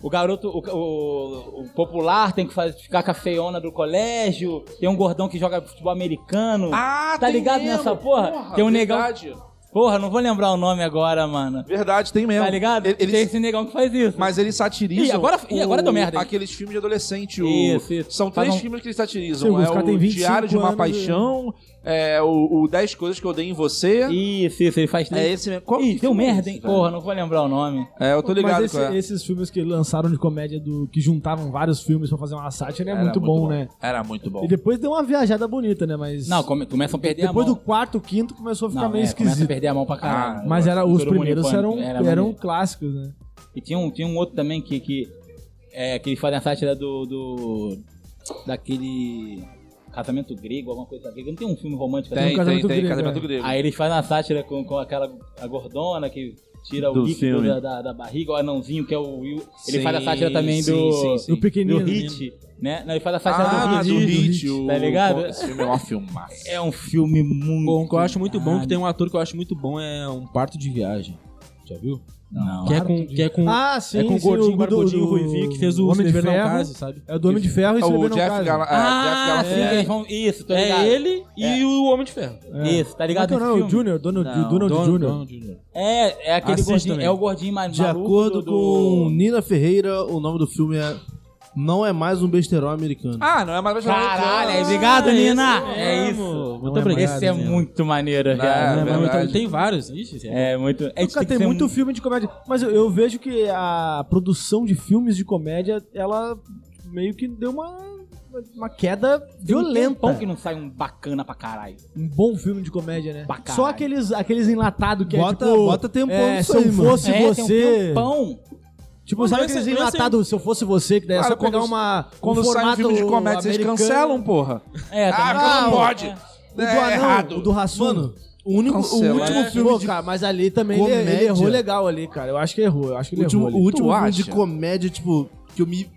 Speaker 4: o garoto, o, o- o popular tem que faz- ficar com a feiona do colégio. Tem um gordão que joga futebol americano.
Speaker 5: Ah,
Speaker 4: Tá
Speaker 5: tem
Speaker 4: ligado
Speaker 5: mesmo,
Speaker 4: nessa porra? Tem um negão-
Speaker 5: verdade.
Speaker 4: Porra, não vou lembrar o nome agora, mano.
Speaker 5: Verdade, tem mesmo.
Speaker 4: Tá ligado?
Speaker 5: Ele-
Speaker 4: Tem
Speaker 5: Eles,
Speaker 4: esse negão que faz isso.
Speaker 5: mas eles satirizam.
Speaker 4: Ih, agora- ih, agora deu
Speaker 5: o-
Speaker 4: merda, hein?
Speaker 5: Aqueles filmes de adolescente. O,
Speaker 4: Isso, isso.
Speaker 5: São
Speaker 4: Faz
Speaker 5: três
Speaker 4: um-
Speaker 5: filmes que eles
Speaker 1: Sim,
Speaker 5: satirizam.
Speaker 1: os
Speaker 5: é
Speaker 1: caras
Speaker 5: o
Speaker 1: têm 25
Speaker 5: Diário de uma
Speaker 1: anos e-
Speaker 5: Paixão, é, o, o 10 Coisas que Eu Odeio em Você.
Speaker 4: é- Isso, isso, ele faz.
Speaker 5: É esse mesmo. Qual-
Speaker 4: Ih, deu merda, hein?
Speaker 5: Velho.
Speaker 4: Porra, não vou lembrar o nome.
Speaker 5: É, eu tô ligado
Speaker 1: Mas esse-
Speaker 5: com ela.
Speaker 1: esses filmes que lançaram de comédia do que juntavam vários filmes pra fazer uma sátira é
Speaker 5: Era
Speaker 1: muito, bom, né?
Speaker 5: Era muito bom.
Speaker 1: E depois deu uma viajada bonita, né? Mas
Speaker 4: Não, come- começam a perder
Speaker 1: depois
Speaker 4: a mão.
Speaker 1: do quarto, quinto começou a ficar
Speaker 4: Não,
Speaker 1: meio
Speaker 4: é, Começa a
Speaker 1: esquisito.
Speaker 4: perder a mão pra caralho.
Speaker 1: Mas era, os
Speaker 4: Todo mundo em
Speaker 1: primeiros
Speaker 4: pânico,
Speaker 1: eram,
Speaker 4: era
Speaker 1: eram
Speaker 4: maneiro.
Speaker 1: clássicos, né?
Speaker 4: E tinha um, tinha um outro também que, que, é, que eles fazem a sátira do, do. daquele. Casamento grego, alguma coisa grega. Não tem um filme romântico
Speaker 5: Tem,
Speaker 1: um
Speaker 5: tem, tem,
Speaker 1: casamento grego,
Speaker 5: casamento
Speaker 1: é.
Speaker 5: grego.
Speaker 4: Aí eles fazem a sátira com, com aquela a gordona que tira
Speaker 5: Do
Speaker 4: o líquido
Speaker 5: filme.
Speaker 4: da, da, da barriga, o anãozinho que é o Will. Ele
Speaker 5: Sim,
Speaker 4: faz a sátira também
Speaker 5: sim,
Speaker 4: do.
Speaker 5: sim, sim.
Speaker 1: Do pequenino.
Speaker 4: Do hit, né? Não, ele faz a sátira
Speaker 5: ah,
Speaker 4: do
Speaker 5: do
Speaker 4: hit.
Speaker 5: Hit.
Speaker 1: Hit,
Speaker 5: o-
Speaker 4: tá ligado?
Speaker 5: Esse filme é um filmaço.
Speaker 4: É um filme muito. Ah,
Speaker 6: Bom, que eu acho muito bom, que tem um ator que eu acho muito bom, é um parto de viagem. Já viu?
Speaker 4: Não.
Speaker 6: Que é com, que é com,
Speaker 1: Ah, sim,
Speaker 6: é com o
Speaker 1: sim,
Speaker 6: gordinho,
Speaker 1: do-
Speaker 6: barba gordinho,
Speaker 1: do-
Speaker 6: ruivinho, que fez o
Speaker 1: Homem de
Speaker 6: Escrever
Speaker 1: Ferro.
Speaker 6: Não Case, sabe?
Speaker 1: É o do Homem de Ferro e
Speaker 5: Ah,
Speaker 1: escreveu
Speaker 5: o
Speaker 1: no
Speaker 5: Jeff,
Speaker 1: caso.
Speaker 5: Gala, ah,
Speaker 4: Ah,
Speaker 5: Jeff
Speaker 4: sim, que
Speaker 5: Galafinha.
Speaker 4: eles vão. Isso, tô tá ligado.
Speaker 6: É ele e o Homem de Ferro.
Speaker 4: Isso, tá ligado?
Speaker 1: Não,
Speaker 4: esse
Speaker 1: não, o
Speaker 4: filme?
Speaker 1: Junior, Donald,
Speaker 4: Não,
Speaker 1: Donald
Speaker 6: Donald
Speaker 1: Jr.
Speaker 6: Donald Jr.
Speaker 4: É, é aquele
Speaker 6: Assiste
Speaker 4: gordinho.
Speaker 6: também.
Speaker 4: É o gordinho mais
Speaker 3: De
Speaker 4: maluco
Speaker 3: acordo
Speaker 4: do-
Speaker 3: com Nina Ferreira, o nome do filme é Não é mais um besterol americano.
Speaker 5: Ah, não é mais
Speaker 4: Caralho, aí, obrigado,
Speaker 6: Ah,
Speaker 4: Nina!
Speaker 6: esse
Speaker 4: É
Speaker 6: mesmo.
Speaker 4: isso.
Speaker 6: Muito obrigado,
Speaker 4: Esse é
Speaker 6: Nina.
Speaker 4: muito maneiro,
Speaker 5: Ah,
Speaker 6: Não,
Speaker 4: cara.
Speaker 5: é
Speaker 6: mas então
Speaker 5: verdade.
Speaker 6: tem vários. Ixi, esse é-
Speaker 4: É muito. a gente
Speaker 1: Cara,
Speaker 4: que
Speaker 1: tem
Speaker 4: ser um-
Speaker 1: muito filme de comédia. Mas eu, eu vejo que a produção de filmes de comédia, ela meio que deu uma, uma queda violenta.
Speaker 4: Pão que não sai um bacana pra caralho.
Speaker 1: Um bom filme de comédia, né?
Speaker 4: Pra caralho.
Speaker 1: Só aqueles, aqueles enlatados que
Speaker 3: bota,
Speaker 1: é tipo...
Speaker 3: bota tempão
Speaker 1: é,
Speaker 3: nisso
Speaker 1: se
Speaker 3: aí,
Speaker 1: eu
Speaker 3: mano.
Speaker 1: fosse
Speaker 4: é, tem
Speaker 1: você...
Speaker 4: um pão.
Speaker 1: tipo,
Speaker 6: Mas
Speaker 1: sabe
Speaker 6: esse-
Speaker 1: aqueles
Speaker 6: esse-
Speaker 1: enlatados, se eu fosse você, que daí é
Speaker 5: Cara,
Speaker 1: só pegar
Speaker 5: quando-
Speaker 1: uma...
Speaker 5: Quando
Speaker 1: um
Speaker 5: sai um
Speaker 1: formato
Speaker 5: filme de comédia, vocês
Speaker 1: americano.
Speaker 5: cancelam, porra.
Speaker 4: É, tá
Speaker 5: Ah,
Speaker 4: ligado?
Speaker 5: não pode.
Speaker 4: É.
Speaker 1: O do
Speaker 5: É,
Speaker 1: anão,
Speaker 5: errado.
Speaker 1: o do Rassum.
Speaker 3: Mano, o único, o
Speaker 5: Cancela. né?
Speaker 3: último
Speaker 1: É,
Speaker 3: filme
Speaker 1: pô,
Speaker 3: de
Speaker 1: cara, mas ali também ele,
Speaker 3: comédia.
Speaker 1: ele errou legal ali, cara. Eu acho que errou, eu acho que
Speaker 3: O
Speaker 1: ele
Speaker 3: último,
Speaker 1: errou ali.
Speaker 3: o último
Speaker 5: Tu
Speaker 3: filme de
Speaker 5: acha?
Speaker 3: comédia, tipo, que eu me.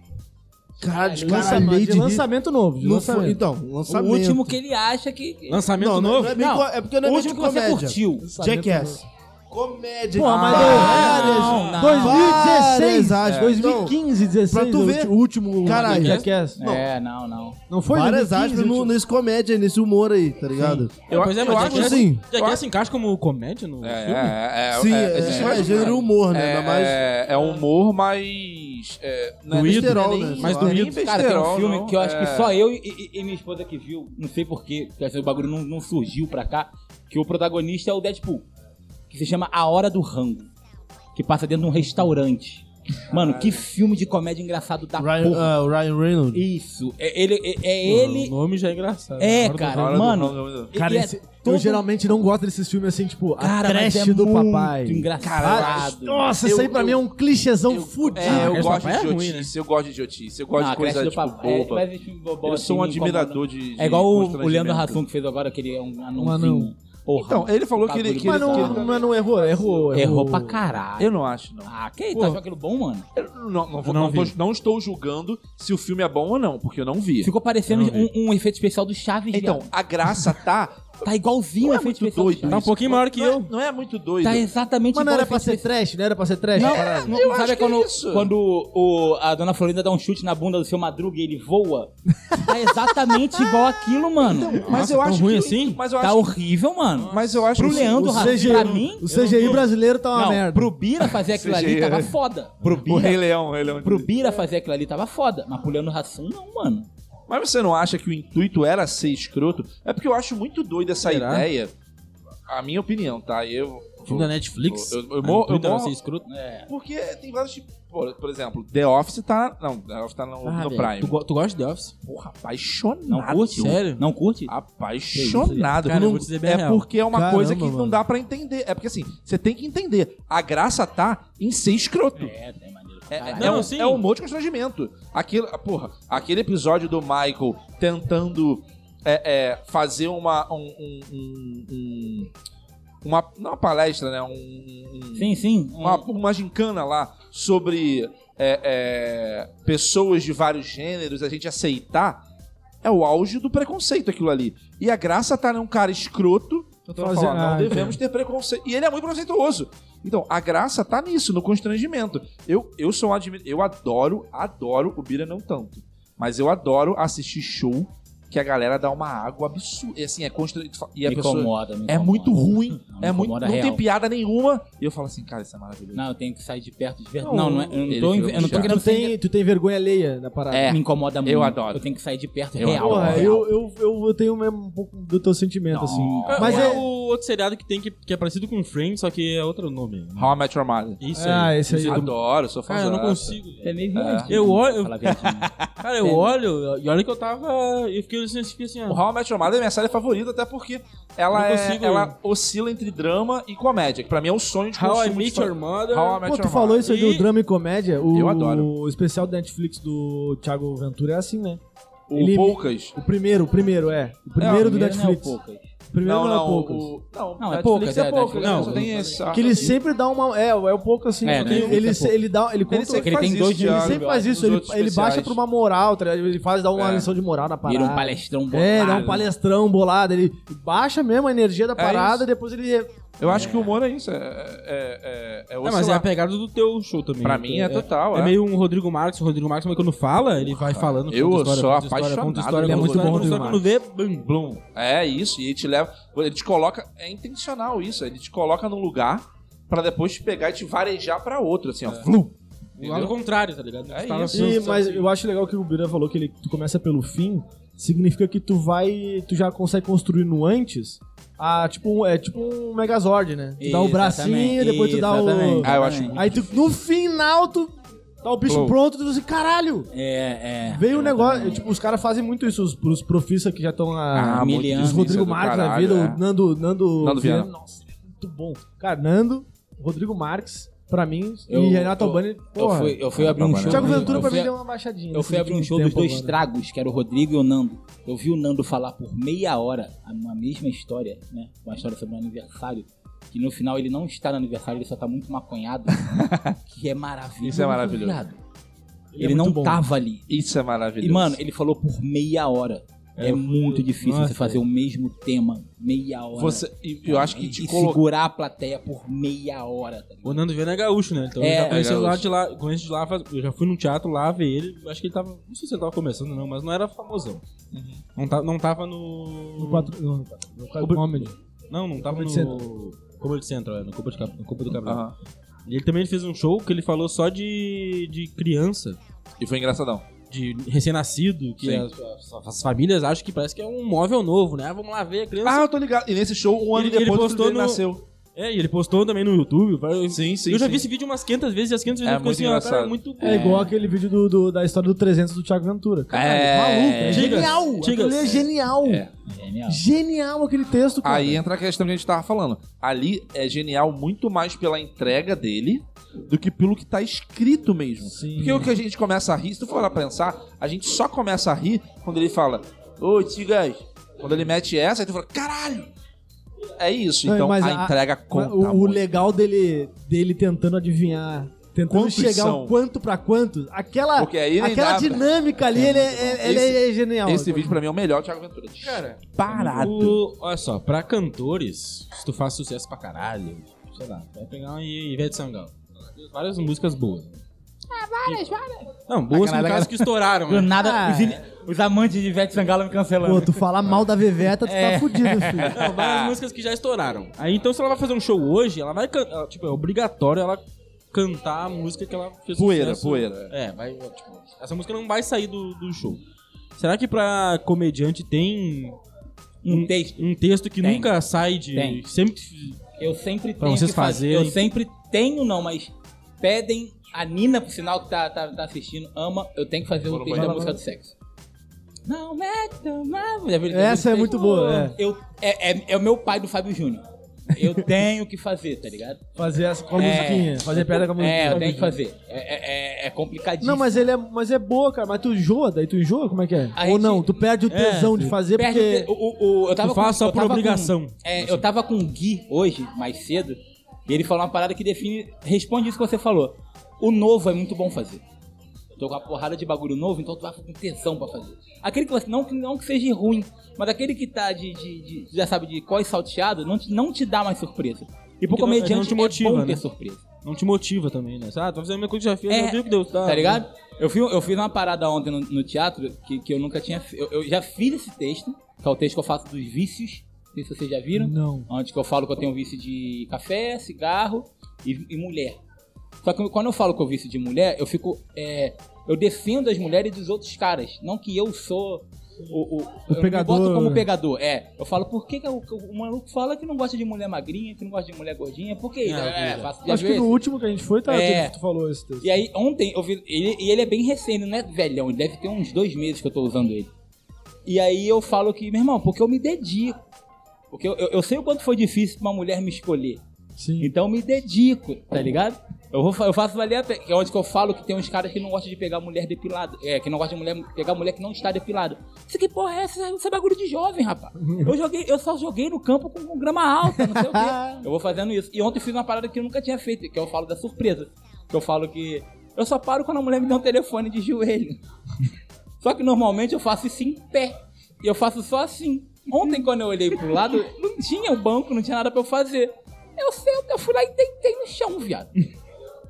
Speaker 3: Cara,
Speaker 1: De lançamento,
Speaker 3: descaralhei
Speaker 1: de
Speaker 3: de rir.
Speaker 1: lançamento novo, de
Speaker 3: Não
Speaker 1: lançamento.
Speaker 3: foi, então,
Speaker 4: O
Speaker 3: lançamento.
Speaker 4: último que ele acha que.
Speaker 6: Lançamento
Speaker 3: Não, não,
Speaker 6: novo.
Speaker 3: não é bem.
Speaker 4: Não,
Speaker 3: co- É porque não é
Speaker 4: o
Speaker 3: bem
Speaker 4: último
Speaker 3: de
Speaker 4: que você
Speaker 3: comédia.
Speaker 4: curtiu.
Speaker 3: Jackass. Comédia. Ah, é,
Speaker 1: Porra, mas
Speaker 3: várias,
Speaker 4: não, não.
Speaker 3: várias,
Speaker 1: 2016,
Speaker 3: acho.
Speaker 1: acho, 2015, 16,
Speaker 3: pra tu
Speaker 1: o
Speaker 3: ver.
Speaker 1: ulti- o último
Speaker 3: Caralho.
Speaker 1: do Jackass. Não,
Speaker 4: É, não, não.
Speaker 1: não foi
Speaker 3: várias
Speaker 1: 2015,
Speaker 3: aspas no,
Speaker 1: o
Speaker 3: nesse comédia, nesse humor aí, tá ligado?
Speaker 5: Eu,
Speaker 6: Pois é,
Speaker 5: eu
Speaker 6: mas
Speaker 5: acho
Speaker 3: que
Speaker 5: assim.
Speaker 3: sim.
Speaker 6: Já que se encaixa como comédia no
Speaker 5: É, é,
Speaker 6: filme?
Speaker 5: é,
Speaker 3: Sim,
Speaker 5: é,
Speaker 3: é,
Speaker 5: existe mais
Speaker 3: é
Speaker 5: um-
Speaker 3: gênero humor, né?
Speaker 5: É,
Speaker 3: Ainda mais.
Speaker 5: é, é um humor mais. É, não é
Speaker 3: Doído.
Speaker 5: besterol,
Speaker 3: Besterol, né?
Speaker 5: Mas
Speaker 3: Claro.
Speaker 5: doído.
Speaker 4: Cara, tem um filme
Speaker 5: não,
Speaker 4: que eu acho
Speaker 5: é.
Speaker 4: que só eu e, e- e minha esposa que viu, não sei porquê, porque acho que o bagulho não, não surgiu pra cá, que o protagonista é o Deadpool, que se chama A Hora do Rango, que passa dentro de um restaurante. Mano, que filme de comédia engraçado da
Speaker 3: Ryan,
Speaker 4: porra.
Speaker 3: ah, o Ryan Reynolds.
Speaker 4: Isso, é ele... É, é
Speaker 6: O
Speaker 4: ele
Speaker 6: nome já é engraçado.
Speaker 4: é,
Speaker 6: Agora
Speaker 5: Na hora
Speaker 4: cara,
Speaker 5: do
Speaker 4: mano...
Speaker 5: Rango-
Speaker 4: ele
Speaker 1: Cara,
Speaker 4: é
Speaker 1: esse-
Speaker 4: todo-
Speaker 1: eu geralmente não gosto desses filmes assim, tipo,
Speaker 4: Cara,
Speaker 1: a
Speaker 4: mas
Speaker 1: creche
Speaker 4: é
Speaker 1: do
Speaker 4: muito
Speaker 1: papai.
Speaker 4: engraçado.
Speaker 1: Nossa, isso aí pra mim é um clichêzão fudido.
Speaker 5: É, eu
Speaker 6: Essa
Speaker 5: gosto de
Speaker 6: parte é ruim,
Speaker 5: idiotice, eu gosto de idiotice, eu gosto
Speaker 4: Não,
Speaker 5: de
Speaker 4: a Creche
Speaker 5: coisa
Speaker 4: do
Speaker 5: tipo
Speaker 4: Papai- é,
Speaker 5: boba.
Speaker 4: mas esse filme bobão
Speaker 5: Eu sou um
Speaker 4: assim me incomoda.
Speaker 5: admirador de. de
Speaker 4: É igual o, o
Speaker 5: constrangimento.
Speaker 4: Leandro Hassum que fez agora, que ele é um anãozinho.
Speaker 1: anão.
Speaker 4: Porra,
Speaker 5: Então, ele falou que ele.
Speaker 4: bagulho
Speaker 5: Que
Speaker 1: mas,
Speaker 5: ele
Speaker 1: não,
Speaker 5: que ele-
Speaker 1: mas não errou, errou,
Speaker 4: errou pra caralho.
Speaker 5: Eu não acho, não.
Speaker 4: Ah, que
Speaker 5: Pô.
Speaker 4: Tu achou aquilo bom, mano?
Speaker 5: Eu não, não,
Speaker 6: Eu
Speaker 5: não,
Speaker 6: não
Speaker 5: tô-
Speaker 6: vi.
Speaker 5: não estou julgando se o filme é bom ou não, porque eu não vi.
Speaker 4: Ficou parecendo
Speaker 6: Eu não
Speaker 4: um, um efeito especial do Chaves,
Speaker 5: Então,
Speaker 4: viado.
Speaker 5: a graça tá.
Speaker 4: Tá igualzinho o
Speaker 5: Não é
Speaker 4: efeito
Speaker 5: muito
Speaker 4: especial
Speaker 5: doido,
Speaker 4: do Chaves.
Speaker 6: Tá um pouquinho maior que
Speaker 5: não, é,
Speaker 6: eu.
Speaker 5: não é muito doido.
Speaker 4: Tá exatamente
Speaker 1: Mas não
Speaker 4: igual
Speaker 1: era
Speaker 3: Tipo,
Speaker 4: o
Speaker 1: pra
Speaker 4: efeito
Speaker 1: ser trash? Não era pra ser trash?
Speaker 4: especial.
Speaker 1: Caralho.
Speaker 4: Não,
Speaker 5: eu
Speaker 4: não sabe
Speaker 5: acho que
Speaker 4: quando,
Speaker 5: é isso.
Speaker 4: quando o, a dona Florinda dá um chute na bunda do seu madruga e ele voa? Tá exatamente igual aquilo, mano.
Speaker 5: Então, mas eu
Speaker 6: tão
Speaker 5: acho
Speaker 6: ruim
Speaker 5: que,
Speaker 6: assim?
Speaker 5: Mas eu
Speaker 4: tá
Speaker 5: acho,
Speaker 4: horrível, mano.
Speaker 5: mas eu acho
Speaker 4: Pro
Speaker 5: que-
Speaker 4: Leandro
Speaker 1: O
Speaker 4: Hassum,
Speaker 5: é
Speaker 4: pra
Speaker 5: um-
Speaker 4: mim.
Speaker 1: CGI, o CGI brasileiro tá uma
Speaker 4: não,
Speaker 1: merda.
Speaker 4: pro Bira fazer aquilo ali
Speaker 5: CGI,
Speaker 4: tava
Speaker 5: é. [LAUGHS]
Speaker 4: foda. Pro
Speaker 5: O Rei
Speaker 4: Bira,
Speaker 5: Leão, o Rei Leão.
Speaker 4: pro Bira fazer aquilo ali tava foda. Mas pro Leandro Hassum, não, mano.
Speaker 5: Mas você não acha que o intuito era ser escroto? É porque eu acho muito doido essa
Speaker 6: Será?
Speaker 5: ideia. A minha opinião, tá? Eu.
Speaker 6: Filme da Netflix.
Speaker 5: Eu- eu- eu
Speaker 6: Ah,
Speaker 5: morro-
Speaker 6: no Twitter
Speaker 5: eu
Speaker 6: vai
Speaker 5: morro-
Speaker 6: ser escroto.
Speaker 4: É.
Speaker 5: Porque tem vários tipos. Por, por exemplo, The Office tá. Não, The Office tá no,
Speaker 6: Ah,
Speaker 5: no
Speaker 6: velho,
Speaker 5: Prime.
Speaker 6: Tu, go- tu gosta de The Office?
Speaker 5: Porra, apaixonado.
Speaker 4: Não curte?
Speaker 6: Sério?
Speaker 4: Não curte?
Speaker 5: Apaixonado.
Speaker 6: Cara, eu
Speaker 5: Não-
Speaker 6: vou te dizer bem a
Speaker 5: é
Speaker 6: real.
Speaker 5: porque é uma
Speaker 3: Caramba,
Speaker 5: coisa que não
Speaker 3: mano.
Speaker 5: dá pra entender. É porque assim, você tem que entender. A graça tá em ser escroto. É,
Speaker 4: É, assim, tem maneiro.
Speaker 5: é,
Speaker 4: Caralho.
Speaker 6: Não,
Speaker 5: um,
Speaker 6: sim.
Speaker 5: é um monte de constrangimento. Aquele, porra, aquele episódio do Michael tentando é, é, fazer uma. um- um- um- um- uma. Não uma palestra, né? Um, um-
Speaker 4: Sim, sim.
Speaker 5: uma, uma gincana lá sobre é, é, pessoas de vários gêneros, a gente aceitar, é o auge do preconceito aquilo ali. E a graça tá num cara escroto, tentando
Speaker 1: Fazer-
Speaker 5: falar, não
Speaker 1: ah,
Speaker 5: devemos ter preconceito. E ele é muito preconceituoso. Então, a graça tá nisso, no constrangimento. Eu, eu sou um admiro, eu adoro, adoro, o Bira não tanto, mas eu adoro assistir show que a galera dá uma água absurda. E assim, é constrangedor. E a
Speaker 4: me
Speaker 5: pessoa.
Speaker 4: incomoda, me
Speaker 5: É
Speaker 4: incomoda.
Speaker 5: muito ruim,
Speaker 4: Não, me
Speaker 5: é muito,
Speaker 4: incomoda
Speaker 5: não tem
Speaker 4: real.
Speaker 5: piada nenhuma. E eu falo assim, cara, isso é maravilhoso.
Speaker 4: Não, eu tenho que sair de perto de verdade. Não, não é, eu, não
Speaker 5: Ele ficou
Speaker 4: tô, eu não tô
Speaker 5: chateado.
Speaker 4: querendo
Speaker 1: Tu
Speaker 4: ser
Speaker 1: tem, tu tem vergonha alheia na parada.
Speaker 4: engra- Me incomoda muito.
Speaker 5: adoro.
Speaker 4: É, Eu tenho que sair de perto
Speaker 5: Eu
Speaker 4: real.
Speaker 1: Porra,
Speaker 4: real.
Speaker 1: eu, eu, eu, eu tenho mesmo um pouco do teu sentimento,
Speaker 4: Não.
Speaker 1: assim.
Speaker 4: É,
Speaker 1: Mas
Speaker 6: é,
Speaker 1: é.
Speaker 6: o outro seriado que tem que, que é parecido com Friends, só que é outro nome.
Speaker 5: How I Met Your Mother.
Speaker 6: Isso
Speaker 1: Ah,
Speaker 6: aí.
Speaker 1: esse aí.
Speaker 6: do-
Speaker 5: Adoro, sou fã.
Speaker 6: Cara, eu não
Speaker 5: dessa.
Speaker 6: consigo. velho.
Speaker 4: É meio viagem.
Speaker 6: Eu olho- eu-
Speaker 4: Falar a verdade.
Speaker 6: Cara, eu olho e olha que eu tava. Eu fiquei assim, eu fiquei assim
Speaker 5: O
Speaker 6: ó.
Speaker 5: How I Met Your Mother é minha série favorita, até porque ela,
Speaker 6: Não
Speaker 5: é-
Speaker 6: consigo.
Speaker 5: ela oscila entre drama e comédia, que pra mim é um sonho de
Speaker 6: How I
Speaker 5: consumo de
Speaker 6: Meet
Speaker 5: fa-
Speaker 6: Your Mother.
Speaker 5: How I Met
Speaker 1: Pô,
Speaker 5: Your
Speaker 1: tu falou
Speaker 5: Mother.
Speaker 1: isso aí
Speaker 6: E-
Speaker 1: do drama e comédia. O,
Speaker 5: Eu adoro.
Speaker 1: O especial da Netflix do Thiago Ventura é assim, né?
Speaker 5: O
Speaker 1: Ele-
Speaker 5: Poucas.
Speaker 1: O primeiro, o primeiro, é. O primeiro do
Speaker 4: Primeiro [LAUGHS] não é
Speaker 1: Netflix.
Speaker 4: o Poucas.
Speaker 1: o primeiro
Speaker 5: Não,
Speaker 1: não,
Speaker 5: não,
Speaker 1: é o Poucas.
Speaker 5: o- Não,
Speaker 4: Não, é
Speaker 5: Netflix
Speaker 4: Poucas, é,
Speaker 5: é poucas.
Speaker 4: Netflix.
Speaker 5: né?
Speaker 6: Não,
Speaker 5: Só tem esse.
Speaker 1: Que ele sempre dá uma. É, é o Poucas, assim.
Speaker 4: É,
Speaker 1: só
Speaker 4: né?
Speaker 1: que ele, ele,
Speaker 4: É
Speaker 1: se- ele dá. Ele
Speaker 5: Ele
Speaker 1: conta.
Speaker 5: sempre é
Speaker 4: ele
Speaker 5: faz
Speaker 4: tem
Speaker 5: isso,
Speaker 4: dois
Speaker 5: Thiago.
Speaker 1: ele sempre faz isso,
Speaker 5: Nos
Speaker 1: ele,
Speaker 5: outros
Speaker 1: ele baixa
Speaker 5: especiais.
Speaker 1: pra uma moral, tá ligado? Ele faz, dá uma
Speaker 5: É.
Speaker 1: lição de moral na parada.
Speaker 4: Vira um palestrão bolado.
Speaker 1: É, dá um palestrão bolado. Ele baixa mesmo a energia da
Speaker 5: É
Speaker 1: parada,
Speaker 5: isso.
Speaker 1: depois ele
Speaker 5: Eu acho que o humor é isso. É, é, é, é
Speaker 6: mas é a
Speaker 5: oscilar.
Speaker 6: pegada do teu show também.
Speaker 5: Pra mim é total.
Speaker 6: É meio um Rodrigo Marques. O Rodrigo Marques, mas quando fala, ele vai falando.
Speaker 5: eu
Speaker 6: conta história,
Speaker 5: sou
Speaker 6: conta história,
Speaker 5: apaixonado
Speaker 6: Conta história,
Speaker 5: pelo
Speaker 6: conta história,
Speaker 1: Rodrigo
Speaker 6: conta história, Quando vê, bum,
Speaker 5: Bloom. É isso, e ele te leva. Ele te coloca. É intencional isso. Ele te coloca num lugar pra depois te pegar e te varejar pra outro, assim, ó. Flum.
Speaker 6: O lado
Speaker 5: Entendeu?
Speaker 6: contrário, tá ligado?
Speaker 5: É
Speaker 6: Tu tava
Speaker 5: isso.
Speaker 6: pensando-
Speaker 1: E, mas eu acho legal que o Biran falou que ele, tu começa pelo fim, significa que tu vai. Tu já consegue construir no antes. Ah, tipo, um- é tipo um Megazord, né? Tu dá o
Speaker 4: Exatamente,
Speaker 1: bracinho, depois tu dá o.
Speaker 4: exatamente. É,
Speaker 5: Ah, eu acho
Speaker 4: Exatamente.
Speaker 1: Aí tu, no final tu tá o bicho
Speaker 5: Flow.
Speaker 1: pronto, tu diz assim, caralho!
Speaker 4: É, é.
Speaker 1: Veio o negócio.
Speaker 4: Exatamente.
Speaker 1: Tipo, os caras fazem muito isso, os, os profissa que já estão
Speaker 5: Ah,
Speaker 1: na.
Speaker 4: Ah,
Speaker 5: muito
Speaker 4: miliano,
Speaker 1: os
Speaker 5: difícil,
Speaker 1: Rodrigo
Speaker 5: do
Speaker 1: Marques na
Speaker 5: caralho,
Speaker 1: vida,
Speaker 5: é.
Speaker 1: o Nando. Nando,
Speaker 5: Nando Viana.
Speaker 1: Nossa, ele é muito bom. Cara, Nando, Rodrigo Marques, pra mim,
Speaker 4: Eu-
Speaker 1: e Renato
Speaker 4: eu-
Speaker 1: Albani,
Speaker 4: Eu
Speaker 1: porra.
Speaker 4: fui, eu fui abrir um
Speaker 5: Trabalhar.
Speaker 4: show.
Speaker 1: Thiago
Speaker 4: eu
Speaker 1: Ventura pra
Speaker 4: fui-
Speaker 1: mim deu uma baixadinha.
Speaker 4: Eu fui
Speaker 1: nesse
Speaker 4: abrir um
Speaker 1: último
Speaker 4: show dos
Speaker 1: tempo
Speaker 4: dois
Speaker 1: agora.
Speaker 4: tragos, que era o Rodrigo e o Nando. Eu vi o Nando falar por meia hora a- uma mesma história, né? Uma história sobre um aniversário. Que no final ele não está no aniversário, ele só tá muito maconhado. que é maravilhoso.
Speaker 5: Isso é maravilhoso.
Speaker 4: viado.
Speaker 1: Ele é
Speaker 4: Ele,
Speaker 1: muito
Speaker 4: não
Speaker 1: bom.
Speaker 4: tava ali.
Speaker 5: Isso é maravilhoso.
Speaker 4: E, mano, ele falou por meia hora. É, muito difícil
Speaker 6: Nossa.
Speaker 4: você fazer o mesmo tema meia hora.
Speaker 5: Você, e- eu acho que te
Speaker 4: e
Speaker 5: colocar.
Speaker 4: segurar a plateia por meia hora. Tá ligado?
Speaker 6: O Nando Viana é gaúcho, né? Então
Speaker 4: É,
Speaker 6: eu já
Speaker 4: é
Speaker 6: conheci lá
Speaker 5: gaúcho.
Speaker 6: de lá, conheço de lá, faz- eu já fui num teatro lá ver ele, acho que ele tava, não sei se ele tava começando não, mas não era famosão.
Speaker 5: Uhum.
Speaker 6: Não, tá, não tava no...
Speaker 1: No patro- no- no
Speaker 6: Obre-
Speaker 1: Comedy.
Speaker 6: Não, não tava
Speaker 1: Comedy
Speaker 6: no... Copa de Centro, é, no Copa, de Cap... no Copa do Cabral.
Speaker 5: Aham.
Speaker 6: E ele também fez um show que ele falou só de, de criança,
Speaker 5: E foi engraçadão.
Speaker 6: de recém-nascido, que
Speaker 5: Sim.
Speaker 6: as, as- as famílias acham que parece que é um móvel novo, né? Ah, vamos lá ver a criança.
Speaker 5: Ah, eu tô ligado. E nesse show, um ano
Speaker 6: Ele- ele
Speaker 5: depois,
Speaker 6: postou
Speaker 5: ele
Speaker 6: no-
Speaker 5: nasceu.
Speaker 6: É, e ele postou também no YouTube. vai-
Speaker 5: Sim, sim.
Speaker 6: eu já
Speaker 5: sim.
Speaker 6: vi esse vídeo umas 500 vezes e as 500 vezes
Speaker 5: É
Speaker 6: eu fico
Speaker 5: muito
Speaker 6: assim, ó, cara,
Speaker 5: engraçado.
Speaker 6: é muito...
Speaker 1: É igual aquele vídeo do, do- da história do 300 do Thiago Ventura. Caralho,
Speaker 5: É.
Speaker 1: maluco. É
Speaker 6: Diga,
Speaker 1: genial.
Speaker 6: diga.
Speaker 1: Aquilo é genial.
Speaker 5: É.
Speaker 4: Genial.
Speaker 1: Genial aquele texto, cara.
Speaker 5: Aí entra a questão que a gente tava falando. Ali é genial muito mais pela entrega dele do que pelo que tá escrito mesmo.
Speaker 1: Sim.
Speaker 5: Porque o que a gente começa a rir, se tu for lá pensar, a gente só começa a rir quando ele fala, ô tigas. Quando ele mete essa, aí tu fala, caralho! É isso,
Speaker 1: Não,
Speaker 5: então
Speaker 1: mas
Speaker 5: a,
Speaker 1: a-
Speaker 5: entrega conta.
Speaker 1: o, o
Speaker 5: muito.
Speaker 1: legal dele, dele tentando adivinhar, tentando
Speaker 5: Quantos
Speaker 1: chegar
Speaker 5: são?
Speaker 1: o quanto pra quanto, aquela,
Speaker 5: Porque aí nem
Speaker 1: aquela
Speaker 5: dá,
Speaker 1: dinâmica ali, ele, é- ele
Speaker 5: Esse-
Speaker 1: é genial.
Speaker 5: Esse vídeo pra mim é o melhor Thiago Ventura. Cara, parado.
Speaker 6: O- olha só, pra cantores, se tu faz sucesso pra caralho, sei lá, vai pegar um uma Ivete Sangalo. Ela fez Várias músicas boas. Ah, várias, várias. Não, boas no
Speaker 4: Aquela-
Speaker 6: caso que estouraram,
Speaker 4: Do
Speaker 6: né?
Speaker 5: [LAUGHS]
Speaker 4: é nada,
Speaker 1: Ah.
Speaker 4: os, in- os amantes de Ivete Sangalo me cancelando.
Speaker 1: Pô, tu falar mal da Veveta, tu
Speaker 5: É.
Speaker 1: tá
Speaker 5: [LAUGHS]
Speaker 1: fudido, filho.
Speaker 6: Não,
Speaker 5: Ah.
Speaker 6: várias músicas que já estouraram. Aí então, se ela vai fazer um show hoje, ela vai can- ela, tipo, é obrigatório ela cantar a música que ela fez
Speaker 5: Poeira,
Speaker 6: sucesso.
Speaker 5: poeira.
Speaker 6: É, vai, tipo, essa música não vai sair do, do show. Será que pra comediante tem
Speaker 4: Um texto.
Speaker 6: um texto que
Speaker 4: Tem.
Speaker 6: nunca sai de.
Speaker 4: Tem.
Speaker 6: Sempre.
Speaker 4: Eu sempre
Speaker 6: Pra
Speaker 4: tenho
Speaker 6: vocês
Speaker 4: que faz-
Speaker 6: fazerem.
Speaker 4: Eu sempre tenho, não, mas pedem. A Nina, por sinal, que tá, tá, tá assistindo, ama. Eu tenho que fazer o
Speaker 5: Foram
Speaker 4: texto
Speaker 5: banhar.
Speaker 4: da música do sexo. Não, mete,
Speaker 1: Essa é muito boa, é.
Speaker 4: Eu, é, é, é o meu pai do Fábio Júnior. Eu [LAUGHS] tenho que fazer, tá ligado?
Speaker 1: Fazer essa, com a
Speaker 4: É.
Speaker 1: musiquinha, fazer pedra com a musiquinha.
Speaker 5: né?
Speaker 4: É, eu tenho que fazer. É, é, é, é complicadíssimo.
Speaker 1: Não, mas ele é, mas é boa, cara. Mas tu enjoa, daí tu enjoa? Como é que é?
Speaker 4: A
Speaker 1: Ou
Speaker 4: gente-
Speaker 1: não, tu perde o
Speaker 5: É.
Speaker 1: tesão de fazer
Speaker 4: Perde
Speaker 1: é porque.
Speaker 4: o te- o- o- eu tava
Speaker 6: Tu faz
Speaker 4: com-
Speaker 6: só
Speaker 4: eu
Speaker 6: por
Speaker 4: tava com-
Speaker 6: obrigação.
Speaker 4: é, eu tava com o Gui hoje, mais cedo, e ele falou uma parada que define. Responde isso que você falou. O novo é muito bom fazer. Eu tô com uma porrada de bagulho novo, então tu vai com tesão pra fazer. Aquele que você. Não, que- não que seja ruim, mas aquele que tá de. de- de- já sabe, de cós salteado, não te, não te dá mais surpresa. E pro
Speaker 6: Porque não-
Speaker 4: comediante
Speaker 6: não te motiva,
Speaker 4: é bom
Speaker 6: né?
Speaker 4: ter surpresa.
Speaker 6: Não te motiva também, né? Ah, tá fazendo a mesma coisa que já fez,
Speaker 4: É,
Speaker 6: não viu que deu.
Speaker 4: Tá ligado? Eu fiz, eu fiz uma parada ontem no, no teatro que, que eu nunca tinha. fi- Eu, eu já fiz esse texto, que é o texto que eu faço dos vícios. Não sei se vocês já viram.
Speaker 1: Não.
Speaker 4: Onde que eu falo que eu tenho vício de café, cigarro e, e mulher. Só que quando eu falo que eu vício de mulher, eu fico. é, eu defendo as mulheres dos outros caras. Não que eu sou. O, o, eu não
Speaker 1: pegador. né?
Speaker 4: Me boto como pegador, é. Eu falo, por que, que o, que o maluco fala que não gosta de mulher magrinha, que não gosta de mulher gordinha? Por que?
Speaker 6: Ah,
Speaker 4: É,
Speaker 6: beleza.
Speaker 4: faço de
Speaker 1: Acho que
Speaker 4: vezes.
Speaker 1: no último que a gente foi, tá?
Speaker 4: É.
Speaker 1: Tu, tu falou esse texto.
Speaker 4: E aí, ontem, eu vi. Ele, e ele é bem recente, não é velhão. Ele deve ter uns dois meses que eu tô usando ele. E aí eu falo que, meu irmão, porque eu me dedico. Porque eu, eu, eu sei o quanto foi difícil pra uma mulher me escolher.
Speaker 1: Sim.
Speaker 4: Então eu me dedico, tá ligado? Eu, vou, fa- eu faço valer a pe- que é onde que eu falo que tem uns caras que não gostam de pegar mulher depilada. É, que não gostam de mulher, pegar mulher que não está depilada. Isso que porra é essa? Isso é bagulho de jovem, rapaz. Eu, joguei, eu só joguei no campo com, com grama alta, não sei o
Speaker 1: Ah.
Speaker 4: quê. Eu vou fazendo isso. E ontem eu fiz uma parada que eu nunca tinha feito, que eu falo da surpresa. Que eu falo que eu só paro quando a mulher me dá um telefone de joelho. Só que normalmente eu faço isso em pé. E eu faço só assim. Ontem, quando eu olhei pro lado, não tinha o banco, não tinha nada pra eu fazer. Eu sei, eu fui lá e deitei no chão, viado.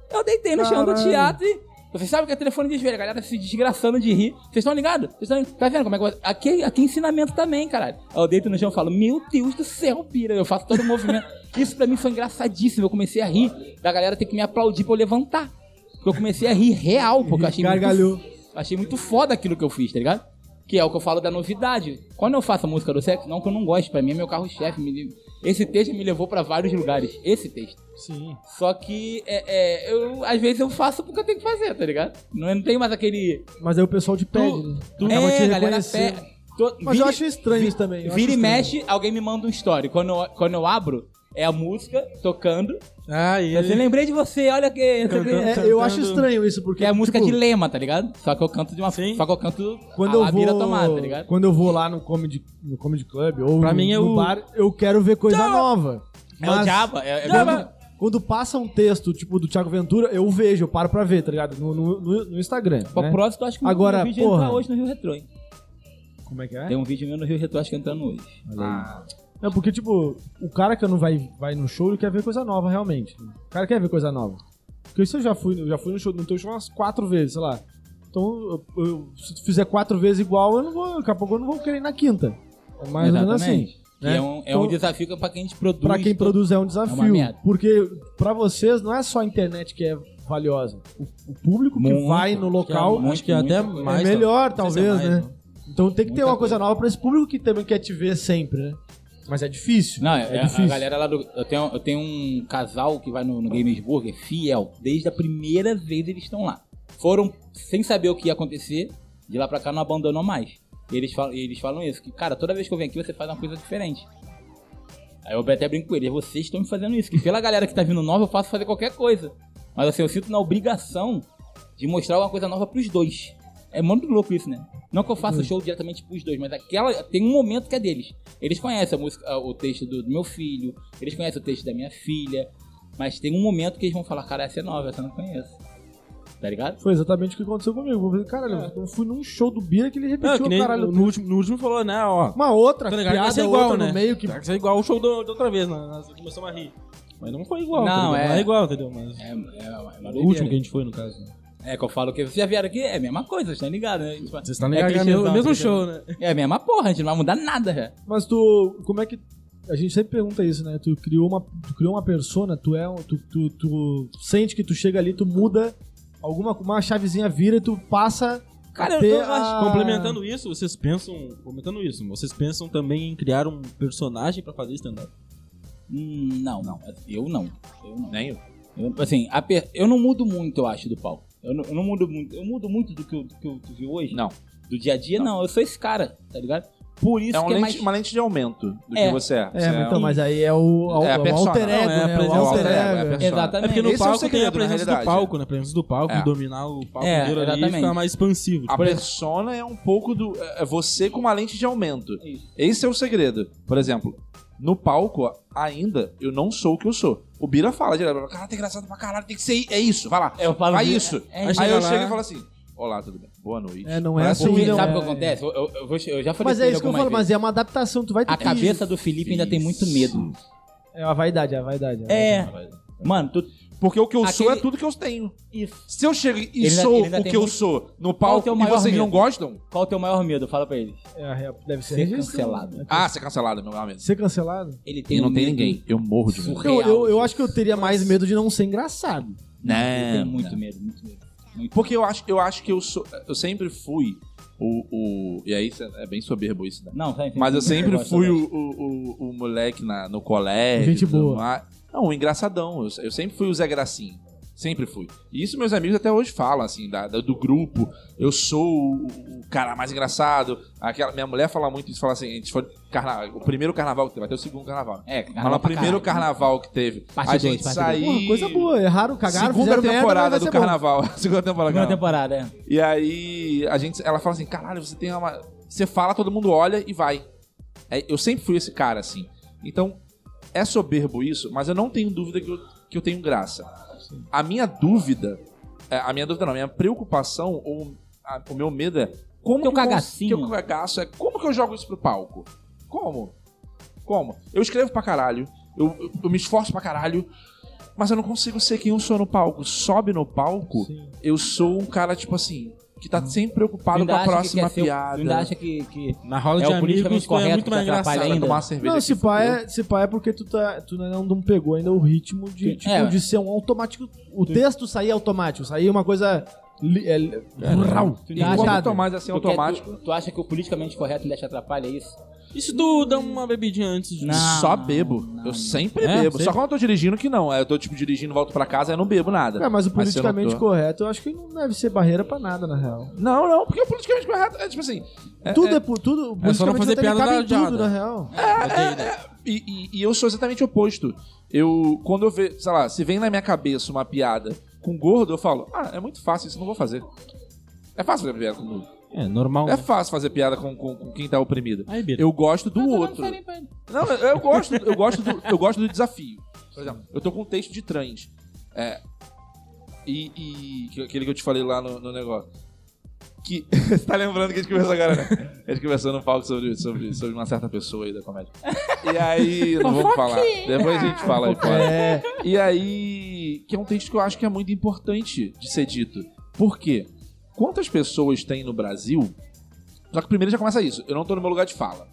Speaker 4: Eu deitei no chão do
Speaker 3: Caralho.
Speaker 4: teatro e. Vocês sabem que é telefone desvio, a galera se desgraçando de rir. Vocês estão ligados? Vocês estão Tá vendo como é que. Aqui, aqui é ensinamento também, caralho. Aí Eu deito no chão e falo, meu Deus do céu, pira. Eu faço todo o movimento. Isso pra mim foi engraçadíssimo. Eu comecei a rir da galera ter que me aplaudir pra eu levantar. Porque eu comecei a rir real, porque eu achei [LAUGHS]
Speaker 1: Gargalhou.
Speaker 4: muito. Achei muito foda aquilo que eu fiz, tá ligado? Que é o que eu falo da novidade. Quando eu faço a música do sexo, não que eu não gosto, pra mim é meu carro-chefe. me- Esse texto me levou pra vários lugares. Esse texto.
Speaker 6: Sim.
Speaker 4: Só que é, é, eu, às vezes eu faço porque eu tenho que fazer, tá ligado? Não, eu não tem mais aquele.
Speaker 1: Mas aí o pessoal te pede, né?
Speaker 4: é,
Speaker 1: Acaba te
Speaker 4: galera,
Speaker 1: reconhecer.
Speaker 4: pé- tô-
Speaker 1: Mas eu
Speaker 4: vira-
Speaker 1: acho estranho isso também. eu acho
Speaker 4: Vira e
Speaker 1: estranho.
Speaker 4: mexe, alguém me manda um story. Quando eu, quando eu abro, é a música tocando.
Speaker 6: Ah, e
Speaker 4: Eu assim,
Speaker 6: ele...
Speaker 4: lembrei de você, olha que.
Speaker 6: Cantando.
Speaker 1: É, eu acho estranho isso, porque.
Speaker 4: Que é a música
Speaker 1: tipo,
Speaker 4: de lema, tá ligado? Só que eu canto de uma
Speaker 6: Sim.
Speaker 4: Só que eu canto
Speaker 1: quando
Speaker 4: a,
Speaker 1: eu
Speaker 4: a
Speaker 1: vou,
Speaker 4: vira tomada, tá ligado?
Speaker 1: Quando eu vou lá no comedy, no comedy club ou
Speaker 6: Pra
Speaker 1: no,
Speaker 6: mim é
Speaker 1: no
Speaker 6: o-
Speaker 1: bar, eu quero ver coisa nova.
Speaker 4: É o
Speaker 1: Mas
Speaker 4: diabo, é, é
Speaker 1: Quando, quando passa um texto, tipo, do Thiago Ventura, eu vejo, eu paro pra ver, tá ligado? No, no- no- no Instagram.
Speaker 4: Pra
Speaker 1: né?
Speaker 4: próximo, eu acho que meu-
Speaker 1: Agora,
Speaker 4: meu vídeo entra
Speaker 1: porra.
Speaker 4: hoje no Rio Retrô, hein?
Speaker 1: Como é que é?
Speaker 4: Tem um vídeo meu no Rio Retrô, acho que entrando hoje.
Speaker 5: Ah,
Speaker 1: É porque, tipo, o cara que não vai, vai no show, ele quer ver coisa nova, realmente. O cara quer ver coisa nova. Porque isso eu já fui, eu já fui no show, no teu show umas quatro vezes, sei lá. Então, eu- eu- se tu fizer quatro vezes igual, eu não vou, daqui a pouco eu não vou querer ir na quinta. É mais ou menos assim.
Speaker 4: Que
Speaker 1: né?
Speaker 4: É um, é
Speaker 1: Então,
Speaker 4: um desafio que é pra quem produz.
Speaker 1: Pra quem
Speaker 4: tô-
Speaker 1: produz é um desafio.
Speaker 4: merda.
Speaker 1: porque pra vocês não é só a internet que é valiosa. O, o público que
Speaker 4: Muito, um
Speaker 1: vai no local
Speaker 4: muito,
Speaker 6: Acho que é até
Speaker 4: muito.
Speaker 6: mais.
Speaker 1: é melhor,
Speaker 6: Não sei se
Speaker 1: talvez,
Speaker 6: é
Speaker 1: né?
Speaker 6: mais,
Speaker 1: Então tem que ter
Speaker 4: Muita
Speaker 1: uma coisa nova pra esse público que também quer te ver sempre, né? Mas é difícil.
Speaker 4: Não,
Speaker 1: é,
Speaker 4: é,
Speaker 1: difícil.
Speaker 4: a galera lá do. Eu tenho, eu tenho um casal que vai no, no Games Burger, fiel. Desde a primeira vez eles estão lá. Foram sem saber o que ia acontecer, de lá pra cá não abandonou mais. E eles falam, eles falam isso, que, cara, toda vez que eu venho aqui você faz uma coisa diferente. Aí eu até brinco com eles, vocês estão me fazendo isso, que pela galera que tá vindo nova eu faço fazer qualquer coisa. Mas assim, eu sinto na obrigação de mostrar uma coisa nova pros dois. É muito louco isso, né? Não que eu
Speaker 1: Uhum.
Speaker 4: faça show diretamente pros dois, mas aquela tem um momento que é deles. Eles conhecem a música, a- o texto do, do meu filho, eles conhecem o texto da minha filha, mas tem um momento que eles vão falar, cara, essa é nova, essa eu não conheço. Tá ligado?
Speaker 1: Foi exatamente o que aconteceu comigo. Eu falei, caralho, eu fui num show do Bira que ele
Speaker 6: É. Não,
Speaker 1: repetiu
Speaker 6: que
Speaker 1: o
Speaker 6: nem
Speaker 1: caralho.
Speaker 6: no, último, no último falou, né, ó.
Speaker 1: Uma outra
Speaker 6: Tá ligado? Vai
Speaker 1: piada
Speaker 6: ser igual,
Speaker 1: outra
Speaker 6: né?
Speaker 1: no meio que...
Speaker 6: Tá, que isso é igual o show do- da outra vez, né? Nós começamos a rir. Mas não foi igual,
Speaker 4: Não,
Speaker 6: tá ligado?
Speaker 4: é.
Speaker 6: Não é igual, entendeu? Mas...
Speaker 4: É, é, uma- é uma
Speaker 6: O último que a
Speaker 4: doideira.
Speaker 6: gente foi, no caso. né?
Speaker 4: É que eu falo que vocês já vieram aqui, é a mesma coisa, vocês estão ligados, né? Tipo,
Speaker 6: Vocês estão
Speaker 4: é
Speaker 6: ligados, é o
Speaker 4: clichêzão,
Speaker 6: mesmo, mesmo
Speaker 4: clichê.
Speaker 6: show, né?
Speaker 4: É a mesma porra, a gente não vai mudar nada, já.
Speaker 1: Mas tu... Como é que... A gente sempre pergunta isso, né? Tu criou uma, tu criou uma persona, tu é um... Tu, tu, tu sente que tu chega ali, tu muda alguma... Uma chavezinha vira e tu passa...
Speaker 6: Cara,
Speaker 1: Até
Speaker 6: eu tô,
Speaker 1: a-
Speaker 6: complementando isso, vocês pensam, complementando isso, vocês pensam também em criar um personagem pra fazer stand-up?
Speaker 4: Hum, não, não. Eu não. Eu não.
Speaker 5: Nem eu.
Speaker 4: Eu, assim, a per- eu não mudo muito, eu acho, do palco. Eu não, eu não mudo muito. Eu mudo muito do que eu, do que eu do que hoje?
Speaker 5: Não.
Speaker 4: Do dia a dia, não. Eu sou esse cara, tá ligado? Por isso
Speaker 5: É, um
Speaker 4: que é
Speaker 5: lente-
Speaker 4: mais...
Speaker 5: uma lente de aumento do
Speaker 4: É.
Speaker 5: que você é. Você
Speaker 1: É,
Speaker 5: é
Speaker 1: então,
Speaker 5: um-
Speaker 1: mas aí é o,
Speaker 5: É a
Speaker 1: o
Speaker 5: persona.
Speaker 1: alter ego,
Speaker 6: Não, é a
Speaker 1: né? O
Speaker 3: um
Speaker 1: alter
Speaker 6: presença.
Speaker 5: É o alter ego,
Speaker 1: ego.
Speaker 5: é a
Speaker 4: Exatamente.
Speaker 6: É porque no
Speaker 5: Esse é o
Speaker 6: palco tem a
Speaker 5: segredo, na
Speaker 6: presença do
Speaker 5: realidade,
Speaker 6: palco, né? A presença do palco,
Speaker 5: É.
Speaker 6: dominar o palco
Speaker 4: É,
Speaker 6: inteiro ali e
Speaker 4: exatamente.
Speaker 6: ficar mais expansivo.
Speaker 5: A
Speaker 6: Tipo,
Speaker 5: persona é um pouco do. É você com uma lente de aumento.
Speaker 4: Isso.
Speaker 5: Esse é o segredo. Por exemplo, no palco, ainda, eu não sou o que eu sou. O Bira fala direto, fala, caralho, tá engraçado pra caralho, tem que ser. É isso, vai lá.
Speaker 4: Eu falo
Speaker 5: vai
Speaker 4: de-
Speaker 5: isso.
Speaker 4: é
Speaker 5: Aí
Speaker 4: isso.
Speaker 5: eu
Speaker 6: Chega lá.
Speaker 5: chego e falo assim: Olá, tudo bem? Boa noite.
Speaker 1: É, não é
Speaker 5: Parece
Speaker 1: assim,
Speaker 5: um-
Speaker 4: Porque,
Speaker 1: não,
Speaker 4: sabe o
Speaker 1: é-
Speaker 4: que acontece? Eu, eu- eu vou- eu já
Speaker 1: Mas
Speaker 4: falei
Speaker 1: é
Speaker 4: pra ele
Speaker 1: isso que eu
Speaker 4: algumas
Speaker 1: falo, mas
Speaker 4: vezes.
Speaker 1: é uma adaptação, tu vai ter
Speaker 4: A
Speaker 1: que...
Speaker 4: cabeça do Felipe ainda tem muito medo.
Speaker 1: É a vaidade, é a vaidade. a
Speaker 4: É. Mano, tu...
Speaker 5: Porque o que eu sou é
Speaker 4: Aquele-
Speaker 5: tudo que eu tenho.
Speaker 4: Isso.
Speaker 5: Se eu chego e
Speaker 4: Ele ainda-
Speaker 5: sou
Speaker 4: ele ainda
Speaker 5: o
Speaker 4: tem
Speaker 5: que eu
Speaker 4: muito-
Speaker 5: sou no
Speaker 4: Qual é o
Speaker 5: palco
Speaker 4: teu
Speaker 5: e
Speaker 4: maior
Speaker 5: vocês não
Speaker 4: medo?
Speaker 5: gostam,
Speaker 4: Qual o teu maior medo? Fala pra ele.
Speaker 1: É, a real- deve ser,
Speaker 4: Ser
Speaker 1: registrado.
Speaker 4: cancelado.
Speaker 5: ah, ser cancelado, meu amigo.
Speaker 1: Ser cancelado?
Speaker 4: Ele tem
Speaker 5: E não
Speaker 4: um
Speaker 5: tem
Speaker 4: medo
Speaker 5: ninguém. Eu morro de medo.
Speaker 4: surreal.
Speaker 1: Eu, eu, eu acho que eu teria mais medo de não ser engraçado.
Speaker 4: Ele
Speaker 5: Não,
Speaker 4: tem muito
Speaker 5: não.
Speaker 4: medo, muito medo.
Speaker 5: Porque eu acho, eu acho que eu sou. Eu sempre fui o. o e aí isso é bem soberbo isso, né?
Speaker 4: Não, sabe,
Speaker 5: Mas eu sempre
Speaker 4: gosto,
Speaker 5: fui
Speaker 4: eu
Speaker 5: o, o, o, o moleque na, no colégio.
Speaker 1: Gente
Speaker 5: tudo
Speaker 1: boa.
Speaker 5: mais. Não, o engraçadão. Eu, eu sempre fui o Zé Gracinho. Sempre fui. E isso meus amigos até hoje falam, assim, da, da- do grupo. Eu sou o, o cara mais engraçado. Aquela, minha mulher fala muito isso, fala assim, a gente foi carnaval, o primeiro carnaval que teve, até o segundo carnaval.
Speaker 4: É,
Speaker 5: Mas
Speaker 4: carnaval
Speaker 5: no
Speaker 4: pra
Speaker 5: primeiro
Speaker 4: caralho.
Speaker 5: carnaval que teve,
Speaker 4: Parte
Speaker 5: a
Speaker 4: dois,
Speaker 5: gente
Speaker 4: parte dois.
Speaker 5: saiu...
Speaker 1: Porra, coisa boa, erraram, cagaram,
Speaker 5: Segunda
Speaker 1: fizeram merda, mas
Speaker 5: temporada
Speaker 1: vai
Speaker 5: do
Speaker 1: ser bom.
Speaker 5: carnaval. [LAUGHS] Segunda temporada do
Speaker 4: Segunda
Speaker 5: carnaval.
Speaker 4: temporada, é.
Speaker 5: E aí a gente, ela fala assim, caralho, você tem uma, você fala, todo mundo olha e vai. É, eu sempre fui esse cara assim. Então é soberbo isso, mas eu não tenho dúvida que eu, que eu tenho graça. A minha dúvida, é, a minha dúvida não, a minha preocupação ou a- o meu medo é como
Speaker 4: Teu
Speaker 5: que eu cons-
Speaker 4: cagacinho.
Speaker 5: que eu cagaço é como que eu jogo isso pro palco? Como? Como? Eu escrevo pra caralho. Eu Eu, eu- eu me esforço pra caralho, mas eu não consigo ser quem eu sou no palco. Sobe no palco, eu sou um cara, tipo assim, que tá sempre
Speaker 4: Tu
Speaker 5: preocupado
Speaker 4: ainda
Speaker 5: com a
Speaker 4: acha que
Speaker 5: próxima
Speaker 4: quer ser o-
Speaker 5: piada.
Speaker 4: Tu ainda acha que, que
Speaker 6: Na roda
Speaker 4: É
Speaker 6: de
Speaker 4: o politicamente
Speaker 6: amigos, tu é
Speaker 4: correto
Speaker 6: muito
Speaker 4: que
Speaker 6: mais
Speaker 4: te atrapalha
Speaker 5: Vai
Speaker 6: engraçado.
Speaker 4: ainda?
Speaker 5: tomar uma cerveja
Speaker 3: Não,
Speaker 5: aqui,
Speaker 3: se pá,
Speaker 5: fudeu.
Speaker 3: é, se pá é porque tu, tá, tu não, não pegou ainda o ritmo de,
Speaker 4: Que-
Speaker 3: tipo,
Speaker 4: é.
Speaker 3: de ser um automático. O texto sair automático, sair uma coisa. Li, é, li- rural,
Speaker 4: Tu ainda acha-
Speaker 5: Enquanto mais assim
Speaker 4: tu
Speaker 5: automático.
Speaker 4: quer- Tu, tu acha que o politicamente correto ainda te atrapalha é isso?
Speaker 6: Isso tu dá uma bebidinha antes de.
Speaker 5: Só bebo. eu sempre
Speaker 6: É,
Speaker 5: bebo. Só
Speaker 6: sempre.
Speaker 5: quando eu tô dirigindo que não. Aí Eu tô, tipo, dirigindo, volto pra casa, aí eu não bebo nada.
Speaker 3: É, mas o
Speaker 5: Mas se eu não
Speaker 3: politicamente
Speaker 5: tô-
Speaker 3: correto eu acho que não deve ser barreira pra nada, na real.
Speaker 5: Não, não, porque o politicamente correto é, tipo assim... é-
Speaker 3: tudo é, por tudo.
Speaker 6: É só não
Speaker 3: politicamente
Speaker 6: fazer
Speaker 3: correto, ele cabe
Speaker 6: piada
Speaker 3: em
Speaker 6: da
Speaker 3: tudo, na
Speaker 6: piada.
Speaker 3: real.
Speaker 6: né?
Speaker 5: E, e- e eu sou exatamente o oposto. Eu, quando eu vejo, sei lá, se vem na minha cabeça uma piada com gordo, eu falo, ah, é muito fácil, isso eu não vou fazer. É fácil fazer piada com gordo.
Speaker 6: É, normal.
Speaker 5: É fácil fazer piada com, com, com quem tá oprimido.
Speaker 6: Aí, Bira.
Speaker 5: Eu gosto do outro. Não, eu, eu gosto, eu gosto do, eu gosto do desafio. Por exemplo, eu tô com um texto de trans. É. E, e que- aquele que eu te falei lá no, no negócio. Que. [LAUGHS] Você tá lembrando que a gente conversou agora, né? A gente conversou no palco sobre, sobre, sobre uma certa pessoa aí da comédia. E aí. Não vamos falar. Depois a gente fala aí fora.
Speaker 3: É,
Speaker 5: E aí, que é um texto que eu acho que é muito importante de ser dito. Por quê? Quantas pessoas tem no Brasil? Só que primeiro já começa isso. Eu não tô no meu lugar de fala.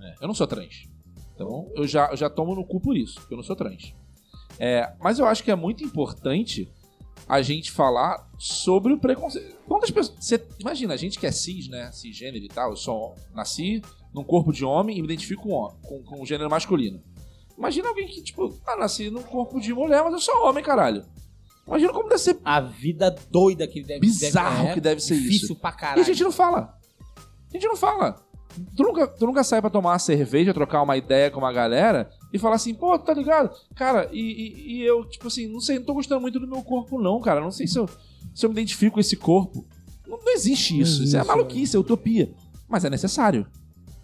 Speaker 5: É, Eu não sou trans. Então, eu já, eu já tomo no cu por isso, porque eu não sou trans. É, mas eu acho que é muito importante a gente falar sobre o preconceito. Quantas pessoas. cê- imagina, a gente que é cis, né? Cisgênero e tal, eu sou, nasci num corpo de homem e me identifico com, hom- com, com o gênero masculino. Imagina alguém que, tipo, ah, nasci num corpo de mulher, mas eu sou homem, caralho. Imagina como deve ser
Speaker 4: A vida doida que deve
Speaker 5: bizarro
Speaker 4: deve, é
Speaker 5: que deve ser isso.
Speaker 4: Difícil pra
Speaker 5: E
Speaker 4: caralho.
Speaker 5: a gente não fala. A gente não fala. Tu nunca, tu nunca sai pra tomar uma cerveja, trocar uma ideia com uma galera e falar assim, pô, tá ligado? Cara, e, e- e eu, tipo assim, não sei, não tô gostando muito do meu corpo, não, cara. Não sei se eu, se eu me identifico com esse corpo. Não, não existe isso. isso é maluquice, é utopia. Mas é necessário.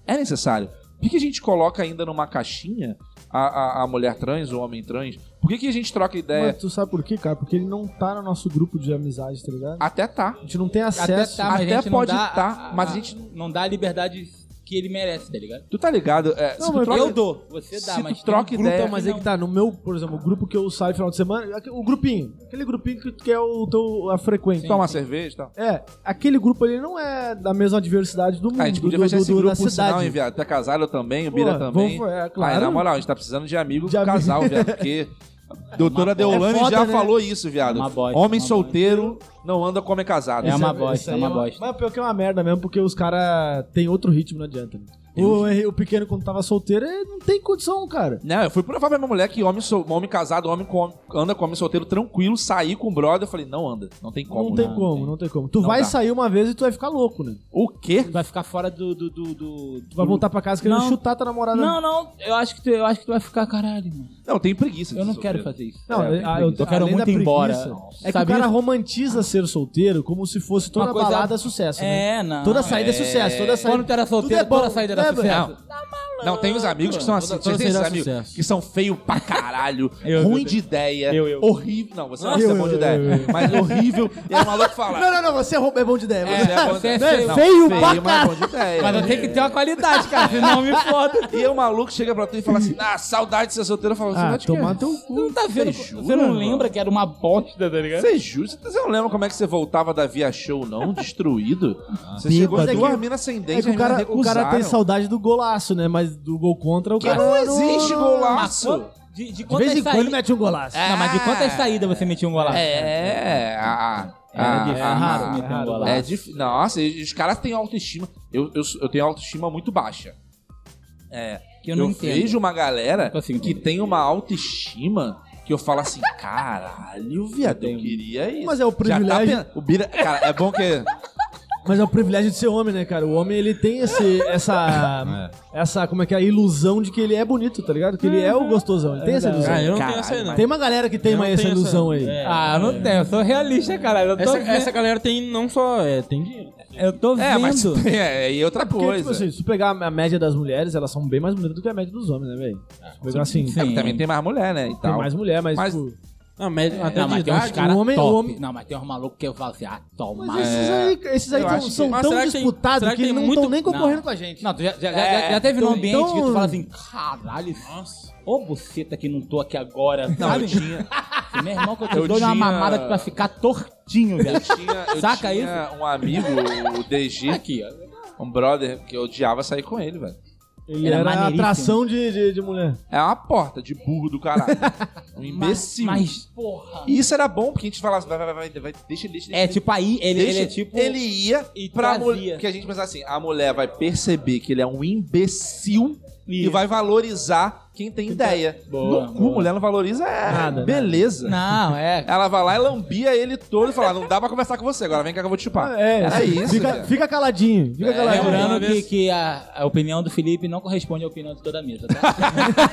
Speaker 5: É necessário. Por que que a gente coloca ainda numa caixinha a, a- a mulher trans ou o homem trans? Por que, que a gente troca ideia?
Speaker 3: Mas tu sabe por quê, cara? Porque ele não tá no nosso grupo de amizade, tá ligado?
Speaker 5: Até tá.
Speaker 3: A gente não tem
Speaker 4: até
Speaker 3: acesso.
Speaker 4: tá, mas
Speaker 5: até
Speaker 4: a gente
Speaker 5: pode
Speaker 4: não dá,
Speaker 5: tá, mas a gente
Speaker 4: não dá a liberdade que ele merece, tá ligado?
Speaker 5: Tu tá ligado? É,
Speaker 3: Não,
Speaker 5: se tu
Speaker 3: mas
Speaker 5: troca-
Speaker 4: Eu dou, você
Speaker 5: Se
Speaker 4: dá,
Speaker 5: tu
Speaker 4: mas tem
Speaker 5: troca
Speaker 4: um
Speaker 3: Grupo,
Speaker 4: grupo
Speaker 5: ideia-
Speaker 3: então, mas aí que tá, no meu, por exemplo, o grupo que eu saio final de semana, aque- o grupinho, aquele grupinho que, que é o teu, a frequência.
Speaker 5: Toma uma cerveja e tal.
Speaker 3: É, aquele grupo ali não é da mesma diversidade do mundo,
Speaker 5: Ah, a gente
Speaker 3: do,
Speaker 5: podia
Speaker 3: do,
Speaker 5: fechar
Speaker 3: do-
Speaker 5: esse
Speaker 3: do-
Speaker 5: grupo,
Speaker 3: da
Speaker 5: por
Speaker 3: cidade.
Speaker 5: sinal, hein, viado? Tu é casado, eu também, o
Speaker 3: Pô,
Speaker 5: Bira também.
Speaker 3: vamos- é,
Speaker 5: Aí, na
Speaker 3: claro.
Speaker 5: moral, a gente tá precisando de amigo
Speaker 3: De amigo.
Speaker 5: casal, viado. Porque [LAUGHS] doutora Deolane
Speaker 3: É foda,
Speaker 5: já
Speaker 3: né?
Speaker 5: falou isso, viado.
Speaker 4: É Uma bosta,
Speaker 5: Homem
Speaker 4: uma
Speaker 5: solteiro não anda com homem casado.
Speaker 4: É
Speaker 5: Isso
Speaker 4: uma
Speaker 3: Isso
Speaker 4: bosta,
Speaker 3: isso aí
Speaker 4: é uma bosta.
Speaker 3: Mas pior que é uma merda mesmo, porque os caras têm outro ritmo, não adianta. Né? O, Henri- o pequeno, quando tava solteiro, ele não tem condição, cara.
Speaker 5: Não, eu fui provar pra minha mulher que homem, sol- homem casado, homem com homem- anda com homem solteiro tranquilo, sair com o brother. Eu falei, não anda, não tem como.
Speaker 3: não tem
Speaker 4: não
Speaker 3: como,
Speaker 4: tem.
Speaker 3: não tem como. Tu
Speaker 5: Não
Speaker 3: vai
Speaker 5: dá.
Speaker 3: sair uma vez e tu vai ficar louco, né?
Speaker 5: O quê?
Speaker 4: Tu vai ficar fora do. do, do, do-
Speaker 5: Hum.
Speaker 3: Tu vai voltar pra casa querendo
Speaker 4: Não.
Speaker 3: chutar tua
Speaker 5: né?
Speaker 3: namorada.
Speaker 4: Não, não, eu acho que tu, eu acho que tu vai ficar, caralho, mano.
Speaker 5: Não, tem preguiça. de
Speaker 4: Eu não
Speaker 5: ser
Speaker 4: quero
Speaker 5: solteiro.
Speaker 4: fazer isso.
Speaker 3: Não,
Speaker 5: É,
Speaker 3: ah,
Speaker 5: eu
Speaker 3: eu,
Speaker 4: Eu quero
Speaker 3: além da
Speaker 4: muito ir embora.
Speaker 3: preguiça, É que
Speaker 4: Sabe
Speaker 3: o cara
Speaker 4: isso?
Speaker 3: romantiza ser solteiro como se fosse toda
Speaker 4: Uma coisa-
Speaker 3: balada sucesso, né?
Speaker 4: É, não.
Speaker 3: Toda saída é sucesso, toda
Speaker 4: Quando
Speaker 3: saída...
Speaker 4: tu era solteiro,
Speaker 3: Tudo é bom.
Speaker 4: toda saída era
Speaker 3: Não é,
Speaker 4: sucesso.
Speaker 5: Não. Não, tem os amigos que são assim.
Speaker 6: Toda- toda
Speaker 5: tem esses
Speaker 6: será
Speaker 5: amigos
Speaker 6: sucesso.
Speaker 5: que são feios pra caralho,
Speaker 4: [LAUGHS] Eu,
Speaker 5: ruim
Speaker 4: eu,
Speaker 5: de ideia,
Speaker 4: Eu, eu.
Speaker 5: horrível. Não, você não
Speaker 3: Eu,
Speaker 5: é bom de
Speaker 3: eu,
Speaker 5: ideia.
Speaker 3: eu,
Speaker 5: Mas horrível. E aí o maluco fala.
Speaker 3: Não, não, não, você é ro- é bom de ideia. você-
Speaker 5: "É, bom de
Speaker 4: você é
Speaker 5: ideia."
Speaker 4: feio.
Speaker 5: Não,
Speaker 3: Feio pra
Speaker 5: mas é bom de ideia.
Speaker 4: Mas eu tenho que ter uma qualidade, cara, senão eu me foda.
Speaker 5: E aí o maluco chega pra tu e fala assim: Ah, saudade de ser solteiro. Eu falo,
Speaker 3: Ah,
Speaker 5: saudade de quê?
Speaker 3: tomar teu
Speaker 4: Tu não tá vendo.
Speaker 5: Você
Speaker 4: Você
Speaker 5: jura,
Speaker 4: não lembra que era uma bosta, tá ligado?
Speaker 5: Você jura? Você você não lembra como é que você voltava da Via Show, não? Destruído? Você chegou
Speaker 3: Bêbado.
Speaker 5: duas minas sem
Speaker 3: É
Speaker 5: dente,
Speaker 3: que o
Speaker 5: as minas
Speaker 3: cara, o cara tem
Speaker 5: recusaram.
Speaker 3: saudade do golaço, né? Mas do gol contra, o
Speaker 5: Que
Speaker 3: cara.
Speaker 5: não existe
Speaker 4: Mas
Speaker 5: golaço.
Speaker 4: quando- De, de
Speaker 3: De
Speaker 4: quantas
Speaker 3: vez em quando
Speaker 4: saídas-
Speaker 3: ele mete um golaço.
Speaker 4: Ah, É. Não, mas de quantas saídas você metia um golaço?
Speaker 5: Ah. É, a. a-
Speaker 4: Era
Speaker 5: a-
Speaker 4: difícil
Speaker 5: a-
Speaker 4: meter um golaço.
Speaker 5: Ah, É difícil. Nossa, e os caras têm autoestima. Eu, eu, eu tenho autoestima muito baixa.
Speaker 4: que
Speaker 5: Eu,
Speaker 4: eu não entendo.
Speaker 5: vejo uma galera
Speaker 4: Tô assim,
Speaker 5: que tem uma autoestima que eu falo assim, caralho, viado, eu queria isso.
Speaker 3: Mas é o privilégio.
Speaker 5: Já tá pen- o Bira, cara, é bom que
Speaker 3: Mas é o privilégio de ser homem, né, cara? O homem, ele tem esse, essa. Essa, como é que é? A ilusão de que ele é bonito, tá ligado? Que ele é o gostosão. Ele tem essa ilusão.
Speaker 6: Ah, eu não
Speaker 5: Caralho,
Speaker 6: tenho essa aí, não.
Speaker 3: Tem uma galera que tem
Speaker 6: Eu não
Speaker 3: uma, essa
Speaker 6: tenho
Speaker 3: ilusão aí.
Speaker 6: É.
Speaker 4: Ah, eu não tenho, eu sou realista, cara. Eu tô,
Speaker 6: Essa,
Speaker 4: vendo-
Speaker 6: essa galera tem não só. É, tem dinheiro.
Speaker 4: eu tô
Speaker 5: é, mas
Speaker 4: vendo.
Speaker 5: é, e outra
Speaker 3: Porque, tipo
Speaker 5: coisa.
Speaker 3: assim, se tu pegar a média das mulheres, elas são bem mais bonitas do que a média dos homens, né, velho? Se tu pegar assim,
Speaker 5: É, porque também tem mais mulher, né, e
Speaker 3: tem
Speaker 5: tal.
Speaker 3: mais mulher, mas,
Speaker 5: Mas-
Speaker 3: tipo,
Speaker 6: [LAUGHS] Não, mas até
Speaker 4: não,
Speaker 6: de
Speaker 4: mas tem uns
Speaker 6: idade,
Speaker 4: caras
Speaker 1: o um homem-
Speaker 4: top.
Speaker 1: o homem-
Speaker 4: Não, mas tem uns malucos que eu falo assim, ah, toma.
Speaker 1: Mas esses aí, esses aí
Speaker 5: Eu
Speaker 1: tão-
Speaker 5: acho que-
Speaker 1: são
Speaker 6: Mas
Speaker 1: tão
Speaker 6: será que tem-
Speaker 1: disputados
Speaker 6: será
Speaker 1: que,
Speaker 6: que
Speaker 1: eles
Speaker 6: tem
Speaker 1: não
Speaker 6: muito-
Speaker 1: estão nem concorrendo
Speaker 4: Não.
Speaker 1: com a gente.
Speaker 4: Não, tu já, já, já-
Speaker 5: É,
Speaker 4: já teve num
Speaker 1: então-
Speaker 4: ambiente que tu fala assim, caralho, nossa, ô buceta que não tô aqui agora,
Speaker 5: Não, eu
Speaker 4: sabe? Assim,
Speaker 5: tinha,
Speaker 4: Meu irmão, que eu te
Speaker 5: Eu
Speaker 4: dou uma
Speaker 5: tinha-
Speaker 4: mamada que vai ficar tortinho,
Speaker 5: [LAUGHS] eu [LAUGHS]
Speaker 4: velho.
Speaker 5: tinha, eu
Speaker 4: Saca
Speaker 5: tinha um amigo, o DG,
Speaker 4: Aqui, ó.
Speaker 5: um brother, que eu odiava sair com ele, velho.
Speaker 1: Ele
Speaker 4: Era
Speaker 1: era,
Speaker 4: maneiríssimo.
Speaker 1: atração de, de, de mulher.
Speaker 5: É uma porta de burro do caralho. Um imbecil.
Speaker 4: Mas, mas, porra.
Speaker 5: E isso era bom, porque a gente falava, vai, vai, vai, vai, deixa, deixa, deixa.
Speaker 4: É tipo aí, ele,
Speaker 5: Deixa-
Speaker 4: ele é tipo.
Speaker 5: Ele ia
Speaker 4: E
Speaker 5: pra
Speaker 4: trazia.
Speaker 5: mulher. Porque a gente pensava assim: a mulher vai perceber que ele é um imbecil e vai valorizar quem tem ideia.
Speaker 4: Boa,
Speaker 5: no cu,
Speaker 4: boa.
Speaker 5: mulher não valoriza é
Speaker 1: Nada,
Speaker 5: Beleza.
Speaker 4: Não, é.
Speaker 5: Ela vai lá e lambia ele todo e fala: não dá pra conversar com você, agora vem cá que eu vou te chupar.
Speaker 1: É,
Speaker 5: Era
Speaker 3: assim,
Speaker 5: isso.
Speaker 1: Fica,
Speaker 5: cara.
Speaker 1: fica caladinho, fica
Speaker 5: É,
Speaker 1: caladinho.
Speaker 4: Lembrando
Speaker 6: uma
Speaker 4: um que,
Speaker 6: vez-
Speaker 4: que a, a opinião do Felipe não corresponde à opinião de toda a mesa, tá?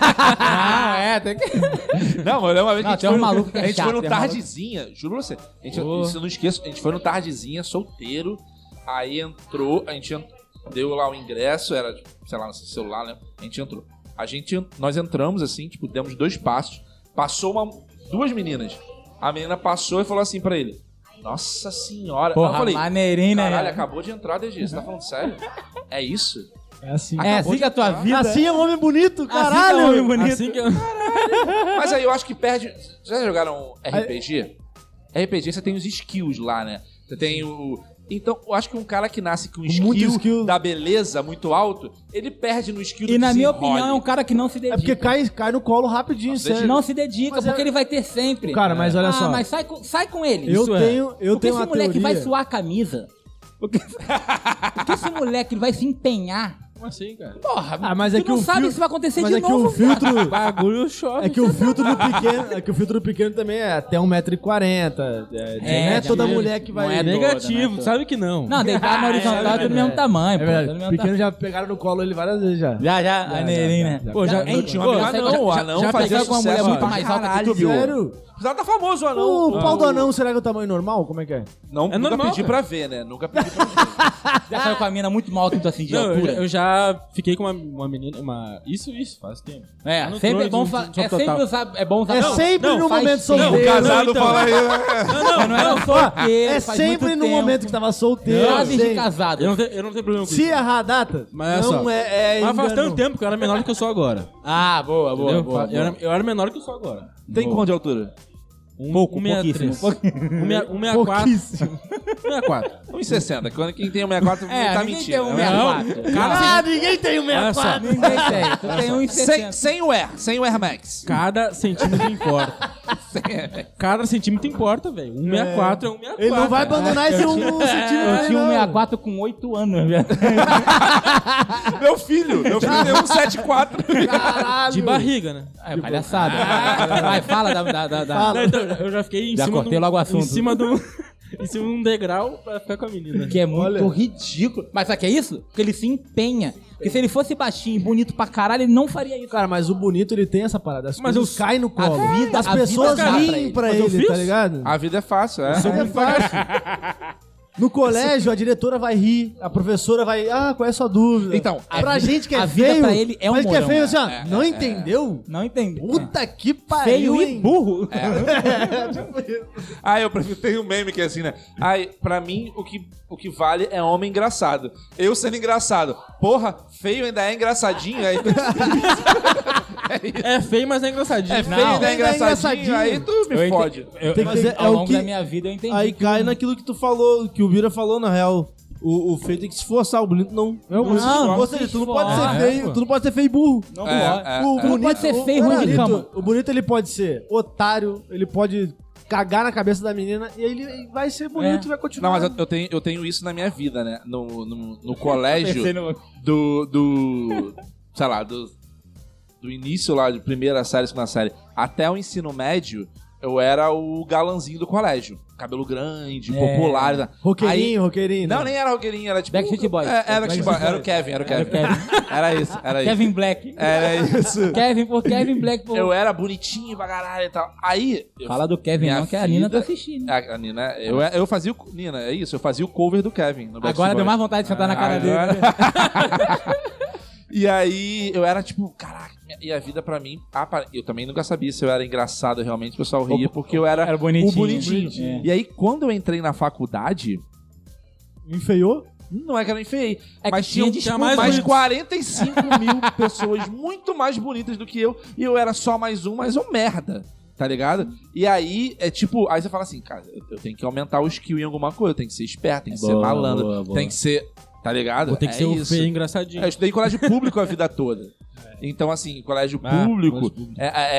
Speaker 4: ah, é, tem que.
Speaker 5: [LAUGHS] Não, mas uma vez que
Speaker 4: Não,
Speaker 5: a gente,
Speaker 4: tem um
Speaker 5: foi,
Speaker 4: maluco que é
Speaker 5: a gente
Speaker 4: chato,
Speaker 5: foi no
Speaker 4: tem um
Speaker 5: Tardezinha, juro pra você. A gente, Isso eu não esqueço, a gente foi no Tardezinha, solteiro. Aí entrou, a gente en- deu lá o ingresso, era, tipo, sei lá, no celular, né? A gente entrou. A gente, en- nós entramos assim, tipo, demos dois passos. Passou uma, duas meninas. A menina passou e falou assim pra ele: Nossa senhora. eu
Speaker 4: Porra,
Speaker 5: falei:
Speaker 4: maneirinho, né?
Speaker 5: Caralho, acabou de entrar, DG, você tá falando sério? É isso?
Speaker 1: É assim.
Speaker 4: é,
Speaker 5: acabou
Speaker 4: siga a tua
Speaker 5: de-
Speaker 4: vida.
Speaker 1: Assim é um homem bonito,
Speaker 4: Assim tá
Speaker 1: caralho.
Speaker 4: homem bonito.
Speaker 6: Assim que eu...
Speaker 5: Mas aí eu acho que perde. Vocês já jogaram RPG? RPG você tem os skills lá, né? Você tem o. Então, eu acho que um cara que nasce com um skill,
Speaker 1: Muito skill.
Speaker 5: da beleza muito alto, ele perde no skill do
Speaker 4: E na minha
Speaker 5: desenrole.
Speaker 4: opinião, é um cara que não se
Speaker 1: É porque
Speaker 4: dedica.
Speaker 1: cai, cai no colo rapidinho, sério.
Speaker 4: não se dedica,
Speaker 1: Mas é-
Speaker 4: porque ele vai ter sempre.
Speaker 1: Cara, mas olha
Speaker 4: ah,
Speaker 1: só.
Speaker 4: mas sai com, sai com ele.
Speaker 1: eu
Speaker 6: Isso é.
Speaker 1: tenho, eu
Speaker 4: porque
Speaker 1: tenho
Speaker 4: esse
Speaker 1: uma
Speaker 4: moleque
Speaker 1: teoria.
Speaker 4: vai suar a camisa. Porque, [LAUGHS] porque esse moleque vai se empenhar.
Speaker 6: Como assim, cara?
Speaker 4: Porra,
Speaker 1: Ah, mas é
Speaker 4: tu
Speaker 1: que
Speaker 3: um
Speaker 4: não
Speaker 1: o
Speaker 4: sabe
Speaker 1: fio-
Speaker 4: se vai acontecer
Speaker 1: Mas
Speaker 4: de
Speaker 1: é que
Speaker 4: novo.
Speaker 1: o filtro.
Speaker 6: Bagulho chove.
Speaker 1: É que o filtro do pequeno, é que o filtro do pequeno também é até 1,40m. É, não é
Speaker 4: já
Speaker 1: toda
Speaker 4: vi.
Speaker 1: mulher que vai.
Speaker 4: Não é
Speaker 1: é,
Speaker 6: negativo,
Speaker 4: Toda, né?
Speaker 6: sabe que não.
Speaker 4: Não, deitar na horizontal é, do mesmo tamanho, pô. É do
Speaker 1: verdade.
Speaker 4: mesmo tamanho.
Speaker 1: pequeno já pegaram no colo ele várias vezes já.
Speaker 4: Já, já, a Neirinha, né?
Speaker 1: já.
Speaker 6: Pô, já,
Speaker 5: Eu tinha um
Speaker 6: pô,
Speaker 5: amigo
Speaker 4: já-
Speaker 5: anão, o
Speaker 4: já-
Speaker 5: anão
Speaker 4: já
Speaker 5: fazia
Speaker 4: pegava com uma
Speaker 5: sucesso.
Speaker 4: mulher muito
Speaker 5: pra
Speaker 4: mais alta que
Speaker 5: caralho,
Speaker 4: tu, Bill.
Speaker 5: velho.
Speaker 1: Sério?
Speaker 5: Apesar tá famoso o anão.
Speaker 1: O
Speaker 4: tá-
Speaker 1: pau do anão, será que é o tamanho normal? Como é que é?
Speaker 5: Não, nunca
Speaker 6: normal,
Speaker 5: pedi
Speaker 6: cara.
Speaker 5: pra ver, né? Nunca pedi pra [LAUGHS] ver.
Speaker 4: Já saiu com a mina muito mal que tu assim de
Speaker 6: Não, eu,
Speaker 4: altura.
Speaker 6: já- eu já fiquei com uma, uma menina, uma... Isso, isso, faz tempo.
Speaker 4: É,
Speaker 6: Lá no
Speaker 4: sempre
Speaker 6: trono
Speaker 4: é bom
Speaker 6: de um-
Speaker 4: fa-
Speaker 6: de um
Speaker 4: É
Speaker 6: total.
Speaker 4: sempre usar. É bom usar.
Speaker 1: é
Speaker 4: Não,
Speaker 1: sempre
Speaker 6: não,
Speaker 1: no
Speaker 4: faz
Speaker 1: momento
Speaker 4: tempo.
Speaker 1: solteiro.
Speaker 5: O casado
Speaker 6: então.
Speaker 5: fala aí.
Speaker 4: Não, não era solteiro.
Speaker 1: É
Speaker 4: faz
Speaker 1: sempre
Speaker 4: muito
Speaker 1: no
Speaker 4: tempo.
Speaker 1: momento que tava solteiro.
Speaker 4: Jovens de
Speaker 1: sempre.
Speaker 4: casado.
Speaker 6: Eu não, tenho, eu não tenho problema com
Speaker 1: Se
Speaker 6: isso.
Speaker 1: errar a data,
Speaker 6: Mas olha
Speaker 1: não
Speaker 6: só.
Speaker 1: é, é
Speaker 6: Mas faz
Speaker 1: engano.
Speaker 6: tanto tempo que eu era menor do que eu sou agora.
Speaker 4: [LAUGHS] Ah, boa, boa,
Speaker 6: entendeu?
Speaker 4: boa.
Speaker 6: eu, Era, eu era menor que eu sou agora.
Speaker 5: Tem quanto de altura?
Speaker 6: Um,
Speaker 4: Pouco,
Speaker 6: um 63. Um meia- um 64.
Speaker 1: Pouquíssimo.
Speaker 6: 64.
Speaker 5: 1,60. Quando quem tem 1,64
Speaker 4: É,
Speaker 5: tá
Speaker 4: ninguém
Speaker 5: mentindo.
Speaker 4: tem um
Speaker 5: É.
Speaker 4: 64.
Speaker 1: Ah,
Speaker 4: assim,
Speaker 1: ninguém tem um
Speaker 6: Olha só.
Speaker 1: 64.
Speaker 4: Ninguém tem. Tu tem um
Speaker 5: Ah. Sem,
Speaker 4: 60.
Speaker 5: sem o Air, sem o Air Max.
Speaker 6: Cada
Speaker 5: [LAUGHS]
Speaker 6: centímetro importa. Cada centímetro importa, velho. 164 é 164.
Speaker 1: Ele não vai
Speaker 6: cara.
Speaker 1: abandonar esse um centímetro.
Speaker 4: Eu tinha um
Speaker 1: não.
Speaker 4: 64 com 8 anos, velho.
Speaker 5: Meu filho, meu filho é um tem 1,74.
Speaker 1: Caralho.
Speaker 6: De barriga, né?
Speaker 4: É palhaçada. Ah, Vai, fala da. da, da, da-
Speaker 1: Fala.
Speaker 6: Não, então, eu já fiquei em
Speaker 4: Já
Speaker 6: cima.
Speaker 4: cortei
Speaker 6: do-
Speaker 4: logo o assunto.
Speaker 6: Em cima do. [LAUGHS] em cima de um degrau pra ficar com a menina.
Speaker 4: Que é muito
Speaker 1: Olha.
Speaker 4: ridículo. Mas sabe o que é isso? Porque ele se empenha. Porque se ele fosse baixinho e bonito pra caralho, ele não faria isso.
Speaker 1: Cara, mas o bonito ele tem essa parada. As
Speaker 6: Mas
Speaker 1: coisas
Speaker 6: eu-
Speaker 1: caem no colo.
Speaker 4: a vida-
Speaker 1: As
Speaker 4: a vida
Speaker 1: pessoas
Speaker 4: dá pra
Speaker 1: riem
Speaker 4: ele.
Speaker 1: pra
Speaker 6: Mas eu
Speaker 1: ele,
Speaker 6: fiz?
Speaker 1: tá ligado?
Speaker 5: [LAUGHS]
Speaker 4: Ah.
Speaker 5: A vida é fácil, é.
Speaker 1: É fácil. No colégio, a diretora vai rir, a professora vai. Ah, qual é a sua dúvida?
Speaker 5: Então,
Speaker 1: a pra
Speaker 4: a-
Speaker 1: gente que é
Speaker 4: a vida
Speaker 1: feio.
Speaker 4: pra ele é um
Speaker 1: mas que é
Speaker 4: morão,
Speaker 1: feio,
Speaker 4: né?
Speaker 1: assim, ó, não entendeu?
Speaker 4: Não entendo. É.
Speaker 1: Puta que pariu.
Speaker 4: Feio e
Speaker 1: hein?
Speaker 4: burro.
Speaker 5: Ah, eu prefiro. Tem um meme que é assim, né? Ai, pra mim, o que, o que vale é homem engraçado. Eu sendo engraçado. Porra, feio ainda é engraçadinho. Aí,
Speaker 6: É feio, mas é engraçadinho.
Speaker 5: é feio ainda é
Speaker 1: ainda é
Speaker 5: engraçadinho.
Speaker 1: engraçadinho.
Speaker 5: Aí tu me
Speaker 4: ente-
Speaker 5: fode.
Speaker 3: Tem
Speaker 4: Eu-
Speaker 3: que
Speaker 4: mas
Speaker 3: ser-
Speaker 4: ao
Speaker 3: é o
Speaker 4: longo
Speaker 3: que-
Speaker 4: da minha vida eu entendi.
Speaker 3: Aí cai naquilo que tu falou, que o Bira falou, na real. O, o feio tem que se esforçar, o bonito não.
Speaker 6: Não,
Speaker 3: Não,
Speaker 4: não
Speaker 3: ou
Speaker 4: se
Speaker 3: seja, tu não
Speaker 4: esforça.
Speaker 3: pode ser
Speaker 6: É,
Speaker 3: feio,
Speaker 6: pô.
Speaker 3: tu não pode ser feio e burro.
Speaker 4: Não
Speaker 5: É,
Speaker 4: pode.
Speaker 5: é,
Speaker 1: O
Speaker 5: é.
Speaker 1: bonito,
Speaker 4: pode ser
Speaker 1: o-
Speaker 4: feio,
Speaker 1: o
Speaker 4: ruim de
Speaker 1: bonito-
Speaker 4: cama.
Speaker 1: O bonito ele pode ser otário, ele pode cagar na cabeça da menina e ele vai ser bonito
Speaker 4: É.
Speaker 1: e vai continuar.
Speaker 5: Não, mas eu, eu tenho, eu tenho isso na minha vida, né? No, no, no colégio
Speaker 4: Pensei no-
Speaker 5: do. do sei lá, do, do início lá, de primeira série, segunda série, até o ensino médio, eu era o galanzinho do colégio. Cabelo grande,
Speaker 4: É.
Speaker 5: popular. né? Aí-
Speaker 1: Roqueirinho, roqueirinho.
Speaker 5: Não,
Speaker 1: né?
Speaker 5: nem era roqueirinho, era tipo.
Speaker 4: Backstreet Boys.
Speaker 5: É, era, Backstreet Boys, era o Kevin, era o Kevin. Era isso, era isso.
Speaker 4: Kevin Black.
Speaker 5: Era [LAUGHS] isso.
Speaker 4: Kevin por Kevin Black por.
Speaker 5: Eu era bonitinho pra caralho e tal. Aí. eu-
Speaker 4: Fala do Kevin
Speaker 5: Minha
Speaker 4: não, que a Nina
Speaker 5: vida-
Speaker 4: tá assistindo.
Speaker 5: A, a Nina, eu, eu fazia o. co- Nina, é isso, eu fazia o cover do Kevin. No Backstreet
Speaker 4: Agora deu
Speaker 5: Boys.
Speaker 4: mais vontade de sentar na cara
Speaker 5: Agora-
Speaker 4: dele.
Speaker 5: [LAUGHS] E aí eu era tipo, caraca, e a vida pra mim. apa- Eu também nunca sabia se eu era engraçado realmente, o pessoal ria, porque eu era.
Speaker 4: Era bonitinho.
Speaker 5: O bonitinho.
Speaker 4: É.
Speaker 5: E aí, quando eu entrei na faculdade,
Speaker 1: Enfeiou?
Speaker 5: não é que eu não enfiei,
Speaker 4: É
Speaker 5: mas
Speaker 4: que
Speaker 5: tinha tipo
Speaker 4: desculpa,
Speaker 5: mais,
Speaker 4: mas-
Speaker 5: 45 mil pessoas muito mais bonitas do que eu, e eu era só mais um, mais um merda. Tá ligado? E aí, é tipo, aí você fala assim, cara, eu, eu tenho que aumentar o skill em alguma coisa, eu tenho que ser esperto, tem que ser
Speaker 2: Boa,
Speaker 5: malandro,
Speaker 2: boa, boa.
Speaker 5: tem que ser. Tá ligado?
Speaker 6: Vou ter que
Speaker 5: é
Speaker 6: ser o
Speaker 5: isso.
Speaker 6: feio engraçadinho.
Speaker 5: É, eu estudei em colégio público a vida toda. Então, assim, colégio
Speaker 6: É. Ah,
Speaker 5: público.
Speaker 6: colégio público.
Speaker 5: É, é-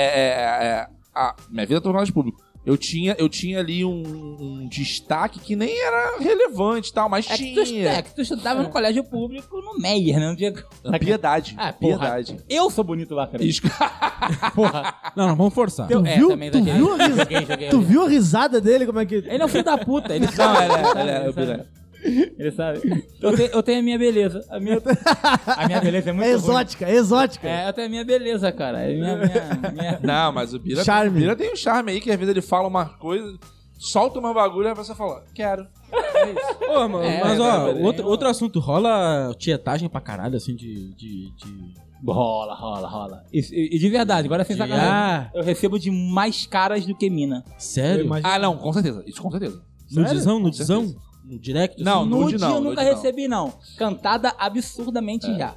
Speaker 5: é- é- é- a minha vida toda no colégio público. Eu tinha, eu tinha ali um, um destaque que nem era relevante e tal, mas
Speaker 4: É que tu, estu- é
Speaker 5: tinha.
Speaker 4: que tu estudava no colégio público no Meyer, né? Não tinha-
Speaker 5: Piedade.
Speaker 4: Ah, porra.
Speaker 5: piedade.
Speaker 4: Eu sou bonito lá, cara.
Speaker 5: Isso.
Speaker 6: Não, não, vamos forçar.
Speaker 1: Tu
Speaker 4: É,
Speaker 1: viu?
Speaker 4: também
Speaker 1: Tu
Speaker 4: exagerei.
Speaker 1: viu, a risa-
Speaker 4: Joguei, joguei,
Speaker 1: tu
Speaker 4: joguei.
Speaker 1: viu a risada dele? Como é que.
Speaker 4: Ele é um filho da puta. Ele
Speaker 5: Não,
Speaker 4: sabe.
Speaker 5: [LAUGHS] ele é, ele é, ele
Speaker 4: ele
Speaker 5: é.
Speaker 4: sabe. Ele sabe. Eu, te- eu tenho a minha beleza. A minha, a minha beleza é muito
Speaker 1: É
Speaker 4: ruim.
Speaker 1: exótica, é exótica.
Speaker 4: É, eu tenho a minha beleza, cara. É minha, minha, minha...
Speaker 5: Não, mas o Bira,
Speaker 1: Charme.
Speaker 5: o Bira tem um charme aí que às vezes ele fala uma coisa, solta uma bagulho e a pessoa fala, quero.
Speaker 6: Ô, mano,
Speaker 4: É,
Speaker 6: Então, mas ó,
Speaker 4: é, é,
Speaker 6: outro,
Speaker 4: é.
Speaker 6: outro assunto, rola tietagem pra caralho, assim, de. de, de...
Speaker 4: Rola, rola, rola. E, e- e de verdade, agora sem
Speaker 6: de-
Speaker 4: sacanagem.
Speaker 6: Ah,
Speaker 4: Eu recebo de mais caras do que mina.
Speaker 1: Eu
Speaker 6: sério?
Speaker 1: imagino-
Speaker 5: Ah, não, com certeza. Isso com certeza.
Speaker 6: Nudizão,
Speaker 5: certeza.
Speaker 6: nudizão? No direct? assim?
Speaker 5: Não,
Speaker 4: no
Speaker 5: nude
Speaker 4: dia
Speaker 5: não,
Speaker 4: eu nunca
Speaker 5: nude não. É.
Speaker 4: recebi, não. Cantada absurdamente já.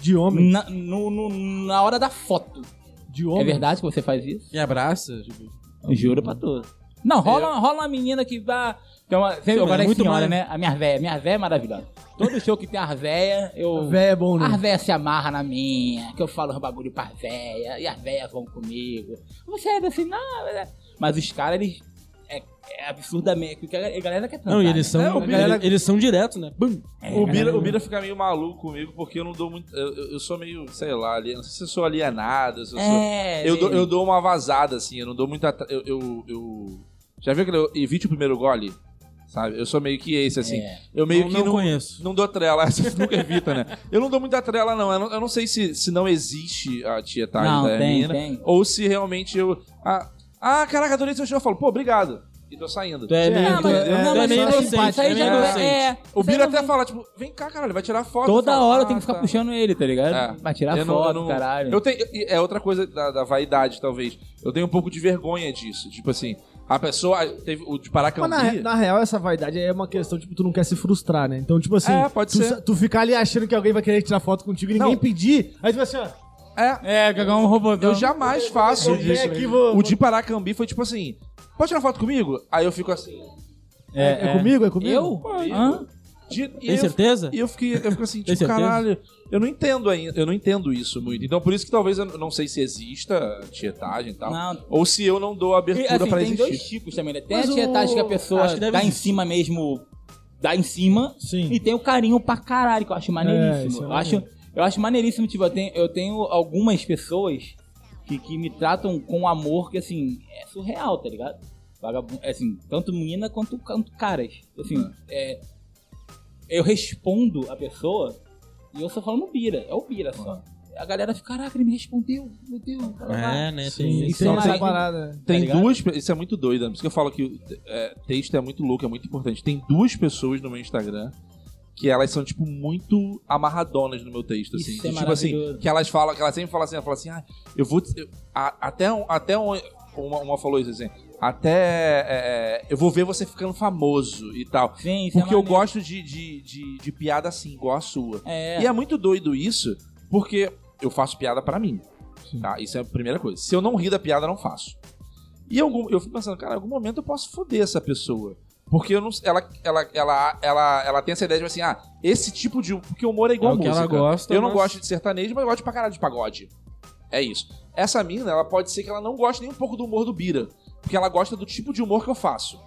Speaker 1: De homem.
Speaker 4: Na, no- no- na hora da foto.
Speaker 1: De
Speaker 4: É
Speaker 1: homem.
Speaker 4: verdade que você faz isso?
Speaker 6: E abraça? Tipo...
Speaker 4: Juro pra tu. Uhum. Não, rola, rola uma menina que dá. Tem uma, sempre,
Speaker 6: mas
Speaker 4: agora
Speaker 6: é
Speaker 4: é
Speaker 6: muito
Speaker 4: senhora,
Speaker 6: mais-
Speaker 4: né? A minha véia. Minha véia é maravilhosa. Todo show que tem a véia, eu.
Speaker 1: Véia é bom, né?
Speaker 4: A véia se amarra na minha, que eu falo os bagulho pra véia, e as véias vão comigo. Você é assim, não. é- Mas os caras, eles. É, é absurdamente. porque A galera quer né?
Speaker 6: Não, e eles
Speaker 5: É,
Speaker 6: são.
Speaker 5: o Bira-
Speaker 6: eles, eles são direto, né? Bum!
Speaker 5: O Bira, o Bira fica meio maluco comigo porque eu não dou muito. Eu, eu- eu sou meio, sei lá, ali, não sei se eu sou alienado, se eu sou.
Speaker 4: É,
Speaker 5: Eu dou, eu dou uma vazada, assim, eu não dou muita. atra- Eu, eu, eu- Já viu que eu evite o primeiro gole? Sabe? Eu sou meio que esse, assim.
Speaker 4: É.
Speaker 5: Eu meio
Speaker 6: não,
Speaker 5: que
Speaker 6: não
Speaker 5: não, não,
Speaker 6: conheço.
Speaker 5: dou trela, [LAUGHS] você nunca evita, né? Eu não dou muita trela, não. Eu não, eu não sei se, se não existe a tietagem
Speaker 4: Não,
Speaker 5: da
Speaker 4: tem,
Speaker 5: Tá, então é menina.
Speaker 4: tem.
Speaker 5: Ou se realmente eu. Ah, ah, caraca, adorei seu show. Eu falo, pô, obrigado. E tô saindo.
Speaker 6: Tu é meio.
Speaker 4: Não,
Speaker 6: tu
Speaker 4: mas,
Speaker 6: é-
Speaker 1: é,
Speaker 4: não,
Speaker 6: tu é
Speaker 4: mas
Speaker 6: meio
Speaker 4: isso aí-
Speaker 6: inocente.
Speaker 4: isso aí
Speaker 6: tu
Speaker 4: já
Speaker 6: é meio
Speaker 4: não
Speaker 6: inocente.
Speaker 4: é. é
Speaker 5: O
Speaker 4: isso aí
Speaker 5: Bira
Speaker 4: não
Speaker 5: até
Speaker 4: vem-
Speaker 5: fala, tipo, vem cá, caralho, vai tirar foto.
Speaker 4: Toda
Speaker 5: falo,
Speaker 4: hora
Speaker 5: "Ah,
Speaker 4: tem que ficar
Speaker 5: tá."
Speaker 4: puxando ele, tá ligado?
Speaker 5: É.
Speaker 4: Vai tirar
Speaker 5: Eu não-
Speaker 4: foto,
Speaker 5: eu não-
Speaker 4: caralho.
Speaker 5: Eu tenho, e é outra coisa da, da vaidade, talvez. Eu tenho um pouco de vergonha disso. Tipo assim, a pessoa teve o de
Speaker 1: Mas na,
Speaker 5: Paracambi.
Speaker 1: na real, essa vaidade é uma questão, tipo, tu não quer se frustrar, né? Então, tipo assim,
Speaker 5: É, pode
Speaker 1: tu,
Speaker 5: ser.
Speaker 1: sa- tu ficar ali achando que alguém vai querer tirar foto contigo e ninguém
Speaker 5: Não.
Speaker 1: pedir. Aí tu vai assim, ó,
Speaker 5: É,
Speaker 4: É, cagar um robôzão.
Speaker 5: eu jamais faço
Speaker 1: eu venho
Speaker 5: isso.
Speaker 1: aqui, vou.
Speaker 5: O de Paracambi foi tipo assim: pode tirar foto comigo? Aí eu fico assim.
Speaker 1: É, comigo? É comigo?
Speaker 4: Eu? Hã?
Speaker 5: De, e
Speaker 6: Tem
Speaker 5: eu,
Speaker 6: certeza?
Speaker 5: E eu fiquei, eu fico assim,
Speaker 6: Tem
Speaker 5: tipo,
Speaker 6: certeza?
Speaker 5: caralho, eu não entendo ainda, eu não entendo isso muito. Então por isso que talvez eu não sei se exista tietagem e tal.
Speaker 4: Não.
Speaker 5: Ou se eu não dou
Speaker 4: E,
Speaker 5: abertura
Speaker 4: assim,
Speaker 5: pra
Speaker 4: tem
Speaker 5: existir.
Speaker 4: dois tipos também, né? Tem
Speaker 6: Mas
Speaker 4: a tietagem
Speaker 6: o-
Speaker 4: que a pessoa
Speaker 6: acho que deve
Speaker 4: dá em
Speaker 6: existir.
Speaker 4: cima mesmo, dá em cima,
Speaker 1: Sim.
Speaker 4: e tem o carinho pra caralho, que eu acho
Speaker 1: isso
Speaker 4: maneiríssimo.
Speaker 1: é
Speaker 4: eu, acho, eu acho maneiríssimo, tipo, eu tenho, eu tenho algumas pessoas que, que me tratam com amor que, assim, é surreal, tá ligado? Vagabundo, assim, tanto menina quanto, quanto caras. Assim, é, eu respondo a pessoa e eu só falo no Bira, é o Bira só. A galera fica, caraca, ele me respondeu, meu Deus.
Speaker 6: É, né?
Speaker 1: Sim,
Speaker 6: Tem
Speaker 1: tem
Speaker 6: isso.
Speaker 1: essa
Speaker 4: Mas-
Speaker 1: parada.
Speaker 5: Tem
Speaker 4: Tá ligado?
Speaker 5: duas. pe- Isso é muito doido, né? Por isso que eu falo que é, texto é muito louco, é muito importante. Tem duas pessoas no meu Instagram que elas são, tipo, muito amarradonas no meu texto, assim.
Speaker 4: Isso
Speaker 5: Que,
Speaker 4: é
Speaker 5: tipo assim,
Speaker 4: maravilhoso.
Speaker 5: que elas falam, que elas sempre falam assim, elas falam assim, ah, eu vou. te- eu- a- até um- até um- uma, uma falou isso assim. Até. é, eu vou ver você ficando famoso e tal.
Speaker 4: Sim, isso é
Speaker 5: Porque eu
Speaker 4: maneiro.
Speaker 5: gosto de, de, de, de piada assim, igual a sua.
Speaker 4: É.
Speaker 5: E é muito doido isso, porque eu faço piada pra mim. Tá? Isso é a primeira coisa. Se eu não rir da piada, eu não faço. E em algum- eu fico pensando, cara, em algum momento eu posso foder essa pessoa. Porque eu não, ela, ela, ela, ela, ela tem essa ideia de assim, ah, esse tipo de. Porque o humor é igual
Speaker 6: É o que
Speaker 5: música.
Speaker 6: ela gosta,
Speaker 5: eu não
Speaker 6: mas-
Speaker 5: gosto de sertanejo, mas eu gosto pra caralho de pagode. É isso. Essa mina, ela pode ser que ela não goste nem um pouco do humor do Bira. Porque ela gosta do tipo de humor que eu faço.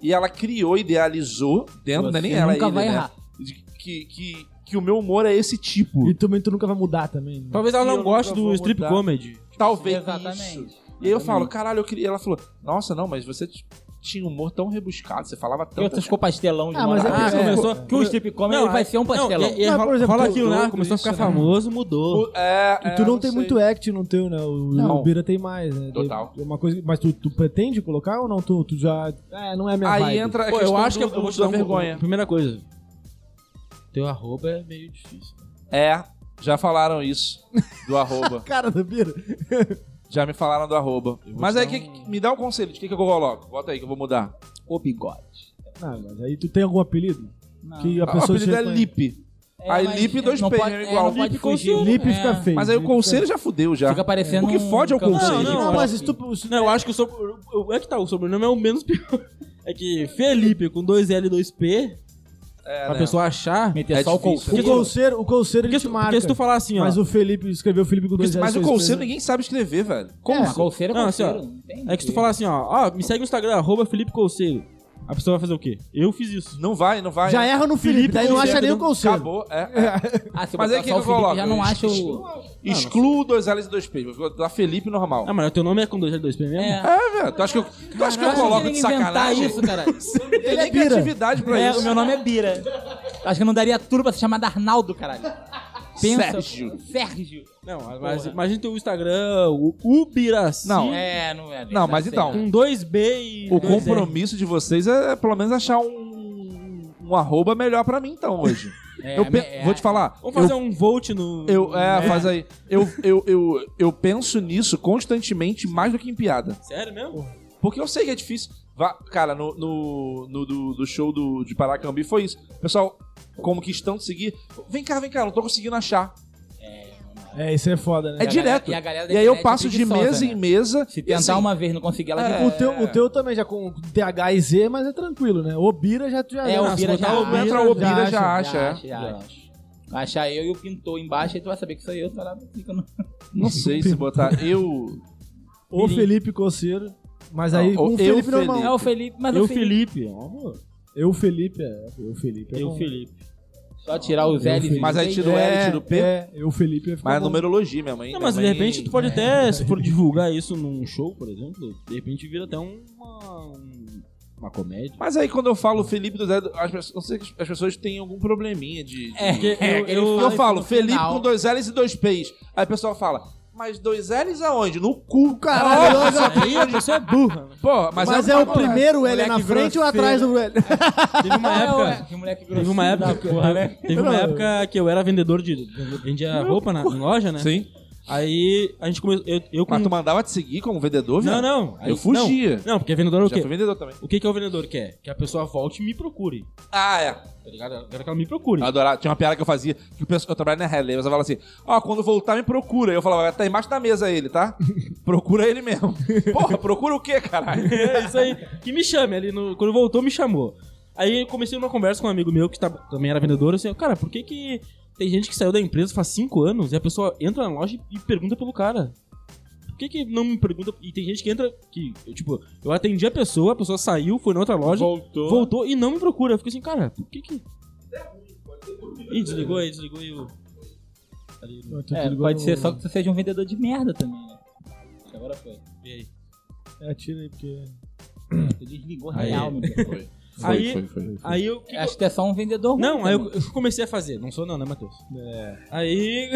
Speaker 5: E ela criou, idealizou, dentro, não é nem
Speaker 4: Você
Speaker 5: ela
Speaker 4: nunca
Speaker 5: ele,
Speaker 4: vai
Speaker 5: né?
Speaker 4: errar.
Speaker 5: de- que, que, que o meu humor é esse tipo.
Speaker 1: E também tu nunca vai mudar também. né?
Speaker 6: Talvez ela
Speaker 5: Eu
Speaker 6: não
Speaker 5: nunca
Speaker 6: goste do
Speaker 5: vou
Speaker 6: strip
Speaker 5: mudar.
Speaker 6: comedy.
Speaker 5: Talvez
Speaker 4: Exatamente.
Speaker 5: isso. E aí eu
Speaker 4: Exatamente.
Speaker 5: falo, caralho, eu queria. Ela falou, nossa, não, mas você t- tinha um humor tão rebuscado, você falava
Speaker 4: Eu
Speaker 5: tanto.
Speaker 4: outro ficou pastelão de
Speaker 1: Ah,
Speaker 4: uma
Speaker 1: mas é
Speaker 4: hora.
Speaker 1: que- é,
Speaker 6: pô,
Speaker 4: que o strip comedy
Speaker 6: não,
Speaker 4: ele vai
Speaker 6: é-
Speaker 4: ser um pastelão.
Speaker 6: Não, e, e
Speaker 1: Mas, por
Speaker 6: rola,
Speaker 1: exemplo,
Speaker 6: rola aquilo, né?
Speaker 1: todo
Speaker 6: Começou a ficar
Speaker 1: isso, né?
Speaker 6: famoso, mudou.
Speaker 5: É,
Speaker 1: E tu
Speaker 5: é,
Speaker 1: não tem
Speaker 5: sei.
Speaker 1: muito act no teu, né? O,
Speaker 5: Não.
Speaker 1: o Bira tem mais, né?
Speaker 5: Total.
Speaker 1: Tem Uma coisa, mas tu, tu pretende colocar ou não? Tu, tu já. É, não é minha
Speaker 5: Aí
Speaker 1: vibe.
Speaker 5: entra a
Speaker 6: Pô, eu
Speaker 5: questão
Speaker 6: acho que
Speaker 5: do,
Speaker 6: eu vou te
Speaker 5: da
Speaker 6: dar um-
Speaker 5: vergonha.
Speaker 6: Primeira coisa. Teu arroba é meio difícil.
Speaker 5: É. Já falaram isso do arroba.
Speaker 1: Cara do Bira.
Speaker 5: Já me falaram do arroba. Mas aí que- me dá um conselho de que, que eu coloco. Bota aí que eu vou mudar.
Speaker 4: O bigode.
Speaker 1: Não, Ah, mas aí tu tem algum apelido?
Speaker 4: Não.
Speaker 1: Que a
Speaker 5: O
Speaker 1: pessoa
Speaker 5: apelido é
Speaker 1: chama-
Speaker 5: Lipe. aí
Speaker 4: mas
Speaker 5: Lipe, dois
Speaker 4: não
Speaker 5: P,
Speaker 4: pode-
Speaker 5: é igual.
Speaker 4: não pode
Speaker 5: Lipe
Speaker 4: fugir.
Speaker 1: Lipe
Speaker 4: É.
Speaker 1: fica feio.
Speaker 5: Mas aí o
Speaker 1: Lipe
Speaker 5: conselho já fudeu já.
Speaker 4: Fica parecendo
Speaker 5: O que fode é o
Speaker 4: um campo-
Speaker 5: conselho.
Speaker 1: fica-
Speaker 6: Não,
Speaker 1: Não, mas se
Speaker 4: assim.
Speaker 1: tu... se-
Speaker 6: Não, eu acho que o sobrenome. É que tá, o sobrenome é o menos pior. [LAUGHS] É que Felipe com dois L e dois P,
Speaker 5: É,
Speaker 6: pra
Speaker 5: né?
Speaker 6: pessoa achar.
Speaker 4: Meter
Speaker 5: É
Speaker 4: só o
Speaker 5: difícil,
Speaker 1: O
Speaker 5: né?
Speaker 4: conflito.
Speaker 1: Colseiro, o Colseiro
Speaker 6: Porque
Speaker 1: ele
Speaker 6: se,
Speaker 1: te
Speaker 6: tu-
Speaker 1: marca.
Speaker 6: porque se tu falar assim, ó.
Speaker 1: Mas o Felipe, escreveu o Felipe com dois
Speaker 5: Mas,
Speaker 1: reais,
Speaker 5: o
Speaker 1: dois
Speaker 5: conselho
Speaker 1: pesos.
Speaker 5: ninguém sabe escrever, velho.
Speaker 4: Como?
Speaker 1: É.
Speaker 4: É. Colseiro é
Speaker 6: Não,
Speaker 4: colseiro,
Speaker 6: assim, ó,
Speaker 4: não tem
Speaker 6: É que se tu
Speaker 4: jeito.
Speaker 6: falar assim, ó, ó, me segue no Instagram, arroba Felipe Colseiro. A pessoa vai fazer o quê? Eu fiz isso.
Speaker 5: Não vai, não vai.
Speaker 1: Já
Speaker 5: é.
Speaker 1: erra no Felipe,
Speaker 6: Felipe
Speaker 1: daí não
Speaker 6: Conselho,
Speaker 1: acha nem o
Speaker 6: não-
Speaker 1: Colseiro.
Speaker 5: Acabou, é. é.
Speaker 4: Ah, se
Speaker 5: Mas aí
Speaker 4: botar
Speaker 5: o que, que
Speaker 4: só o
Speaker 5: eu
Speaker 4: Felipe,
Speaker 5: coloco?
Speaker 4: Já não acho o...
Speaker 5: Excluo dois L's e dois P's. Vou botar Felipe normal.
Speaker 6: Ah, mano, teu nome é com dois L e dois P mesmo?
Speaker 4: É.
Speaker 5: É, velho. Tu acha que eu, tu acha que eu
Speaker 4: Acho
Speaker 5: coloco
Speaker 4: tem
Speaker 5: de
Speaker 4: que inventar
Speaker 5: sacanagem?
Speaker 4: isso, caralho.
Speaker 5: Não tem
Speaker 1: Ele é
Speaker 5: nem
Speaker 1: pira.
Speaker 5: criatividade pra
Speaker 4: É,
Speaker 5: isso.
Speaker 4: o meu nome é Bira. Acho que eu não daria tudo pra se chamar Darnaldo, caralho. Pensa,
Speaker 5: Sérgio.
Speaker 4: Sérgio.
Speaker 6: Não, mas imagina teu Instagram, o Ubiraci.
Speaker 5: Não.
Speaker 4: É, não é.
Speaker 5: Não, mas
Speaker 4: sei
Speaker 5: então,
Speaker 4: lá.
Speaker 6: Com dois B e.
Speaker 5: O
Speaker 6: dois R.
Speaker 5: compromisso de vocês é pelo menos achar um, um arroba melhor pra mim, então, hoje.
Speaker 4: É,
Speaker 5: eu pe-
Speaker 4: é, um-
Speaker 5: Vou te falar.
Speaker 6: Vamos
Speaker 5: eu-
Speaker 6: fazer um vote no.
Speaker 5: Eu, é,
Speaker 6: né?
Speaker 5: faz aí. Eu, eu, eu, eu penso nisso constantemente mais do que em piada.
Speaker 6: Sério mesmo?
Speaker 5: Porque eu sei que é difícil. Vá- cara, no, no, no- do, do show do, de Paracambi foi isso. Pessoal, como que estão de seguir? Vem cá, vem cá, não tô conseguindo achar.
Speaker 1: É, isso é foda,
Speaker 5: É
Speaker 1: né?
Speaker 4: a
Speaker 5: direto.
Speaker 4: galera- e a galera da
Speaker 5: E aí eu
Speaker 4: internet é
Speaker 5: passo de
Speaker 4: preguiçosa,
Speaker 5: mesa
Speaker 4: né?
Speaker 5: em mesa.
Speaker 4: Se
Speaker 5: e
Speaker 4: tentar
Speaker 5: assim,
Speaker 4: uma vez e não conseguir, ela
Speaker 1: É, O teu, o teu também já com TH e Z, mas é tranquilo, né? O Bira já... tu já
Speaker 4: É, o
Speaker 1: Nossa,
Speaker 4: Bira
Speaker 1: botar
Speaker 4: já
Speaker 1: o Bira,
Speaker 5: entra o Bira já
Speaker 1: acha.
Speaker 5: acha, é.
Speaker 4: Já acha. Vai achar eu e o pintor embaixo, aí tu vai saber que sou eu, tu vai lá fica no...
Speaker 5: Não sei se botar. Eu.
Speaker 1: O Felipe Colseiro. Mas aí,
Speaker 5: Não,
Speaker 1: com
Speaker 5: o-
Speaker 1: o Felipe
Speaker 5: eu
Speaker 1: normal.
Speaker 4: É o Felipe, mas
Speaker 6: Eu,
Speaker 4: o Felipe.
Speaker 6: Felipe. ó,
Speaker 1: Eu, Felipe, é. Eu, Felipe. é
Speaker 6: Eu,
Speaker 1: bom.
Speaker 6: Felipe.
Speaker 4: Só tirar os
Speaker 1: Eu,
Speaker 4: L's.
Speaker 1: Felipe.
Speaker 5: Mas aí tira o L, tira o P.
Speaker 1: É, eu, Felipe, é
Speaker 3: Tá
Speaker 5: Mas é numerologia, minha mãe.
Speaker 6: Não, mas de
Speaker 5: minha mãe-
Speaker 6: repente tu pode até, se for divulgar isso num show, por exemplo, de repente vira até uma. um- Uma comédia.
Speaker 5: Mas aí quando eu falo Felipe do Zé, as pessoas, não sei, as pessoas têm algum probleminha de. de-
Speaker 4: É,
Speaker 6: eu-
Speaker 4: ele
Speaker 6: eu-
Speaker 4: fala
Speaker 5: Eu
Speaker 4: isso
Speaker 5: falo
Speaker 4: no
Speaker 5: Felipe
Speaker 4: final.
Speaker 5: com dois L's e dois P's. Aí o pessoal fala, mas dois L's aonde? No cu,
Speaker 1: Caralho,
Speaker 5: caralho.
Speaker 1: olha-
Speaker 6: Aí a pessoa é burra, né?
Speaker 5: Porra,
Speaker 1: Mas,
Speaker 5: mas,
Speaker 1: é,
Speaker 5: uma
Speaker 1: o
Speaker 5: palavra.
Speaker 1: primeiro L é na
Speaker 6: Moleque
Speaker 1: frente ou atrás do L?
Speaker 6: Teve
Speaker 4: [LAUGHS]
Speaker 6: uma
Speaker 4: Ah,
Speaker 6: época.
Speaker 4: ué, que moleque
Speaker 6: Teve uma
Speaker 4: grosseiro da
Speaker 6: época,
Speaker 4: porra, né?
Speaker 6: teve uma
Speaker 1: Não.
Speaker 6: época que eu era vendedor de. Vendia roupa na, em loja, né?
Speaker 5: Sim.
Speaker 6: Aí a gente começou. Eu, eu com-
Speaker 5: Mas tu mandava te seguir como vendedor, velho?
Speaker 6: Não, não. Aí-
Speaker 5: Eu fugia.
Speaker 6: Não, não, porque vendedor é o
Speaker 5: Já
Speaker 6: quê?
Speaker 5: fui vendedor também.
Speaker 6: O que, que é o vendedor quer? Que a pessoa volte e me procure.
Speaker 5: Ah, é.
Speaker 6: Tá ligado? Eu quero que ela me procure.
Speaker 5: Eu adorava. Tinha uma piada que eu fazia, que o pessoal- eu trabalhava na Relay, eu falava assim, ó, quando voltar me procura. Eu falava, tá embaixo da mesa ele, tá? procura ele mesmo. Porra, procura o quê, caralho?
Speaker 6: É isso aí. Que me chame ali. No, quando voltou, me chamou. Aí eu comecei uma conversa com um amigo meu que tá- também era vendedor. Assim, cara, por que que tem gente que saiu da empresa faz cinco anos e a pessoa entra na loja e pergunta pelo cara? Por que que não me pergunta? E tem gente que entra que, eu, tipo, eu atendi a pessoa, a pessoa saiu, foi na outra loja, voltou, e não me procura. Eu fico assim, cara, por que que... Ih, desligou aí, desligou aí o... Ali no...
Speaker 4: É, pode ser só que tu seja um vendedor de merda também, né? Acho que Agora
Speaker 6: [CLEARS THROAT]
Speaker 4: foi.
Speaker 6: E aí?
Speaker 1: É, tira aí, porque...
Speaker 4: Tu desligou
Speaker 6: Aí.
Speaker 4: real, meu Deus.
Speaker 6: aí, aí eu...
Speaker 4: Acho que tu é só um vendedor ruim
Speaker 6: Não, aí eu,
Speaker 4: também.
Speaker 6: eu comecei a fazer. Não sou não, né, Matheus? É. Aí...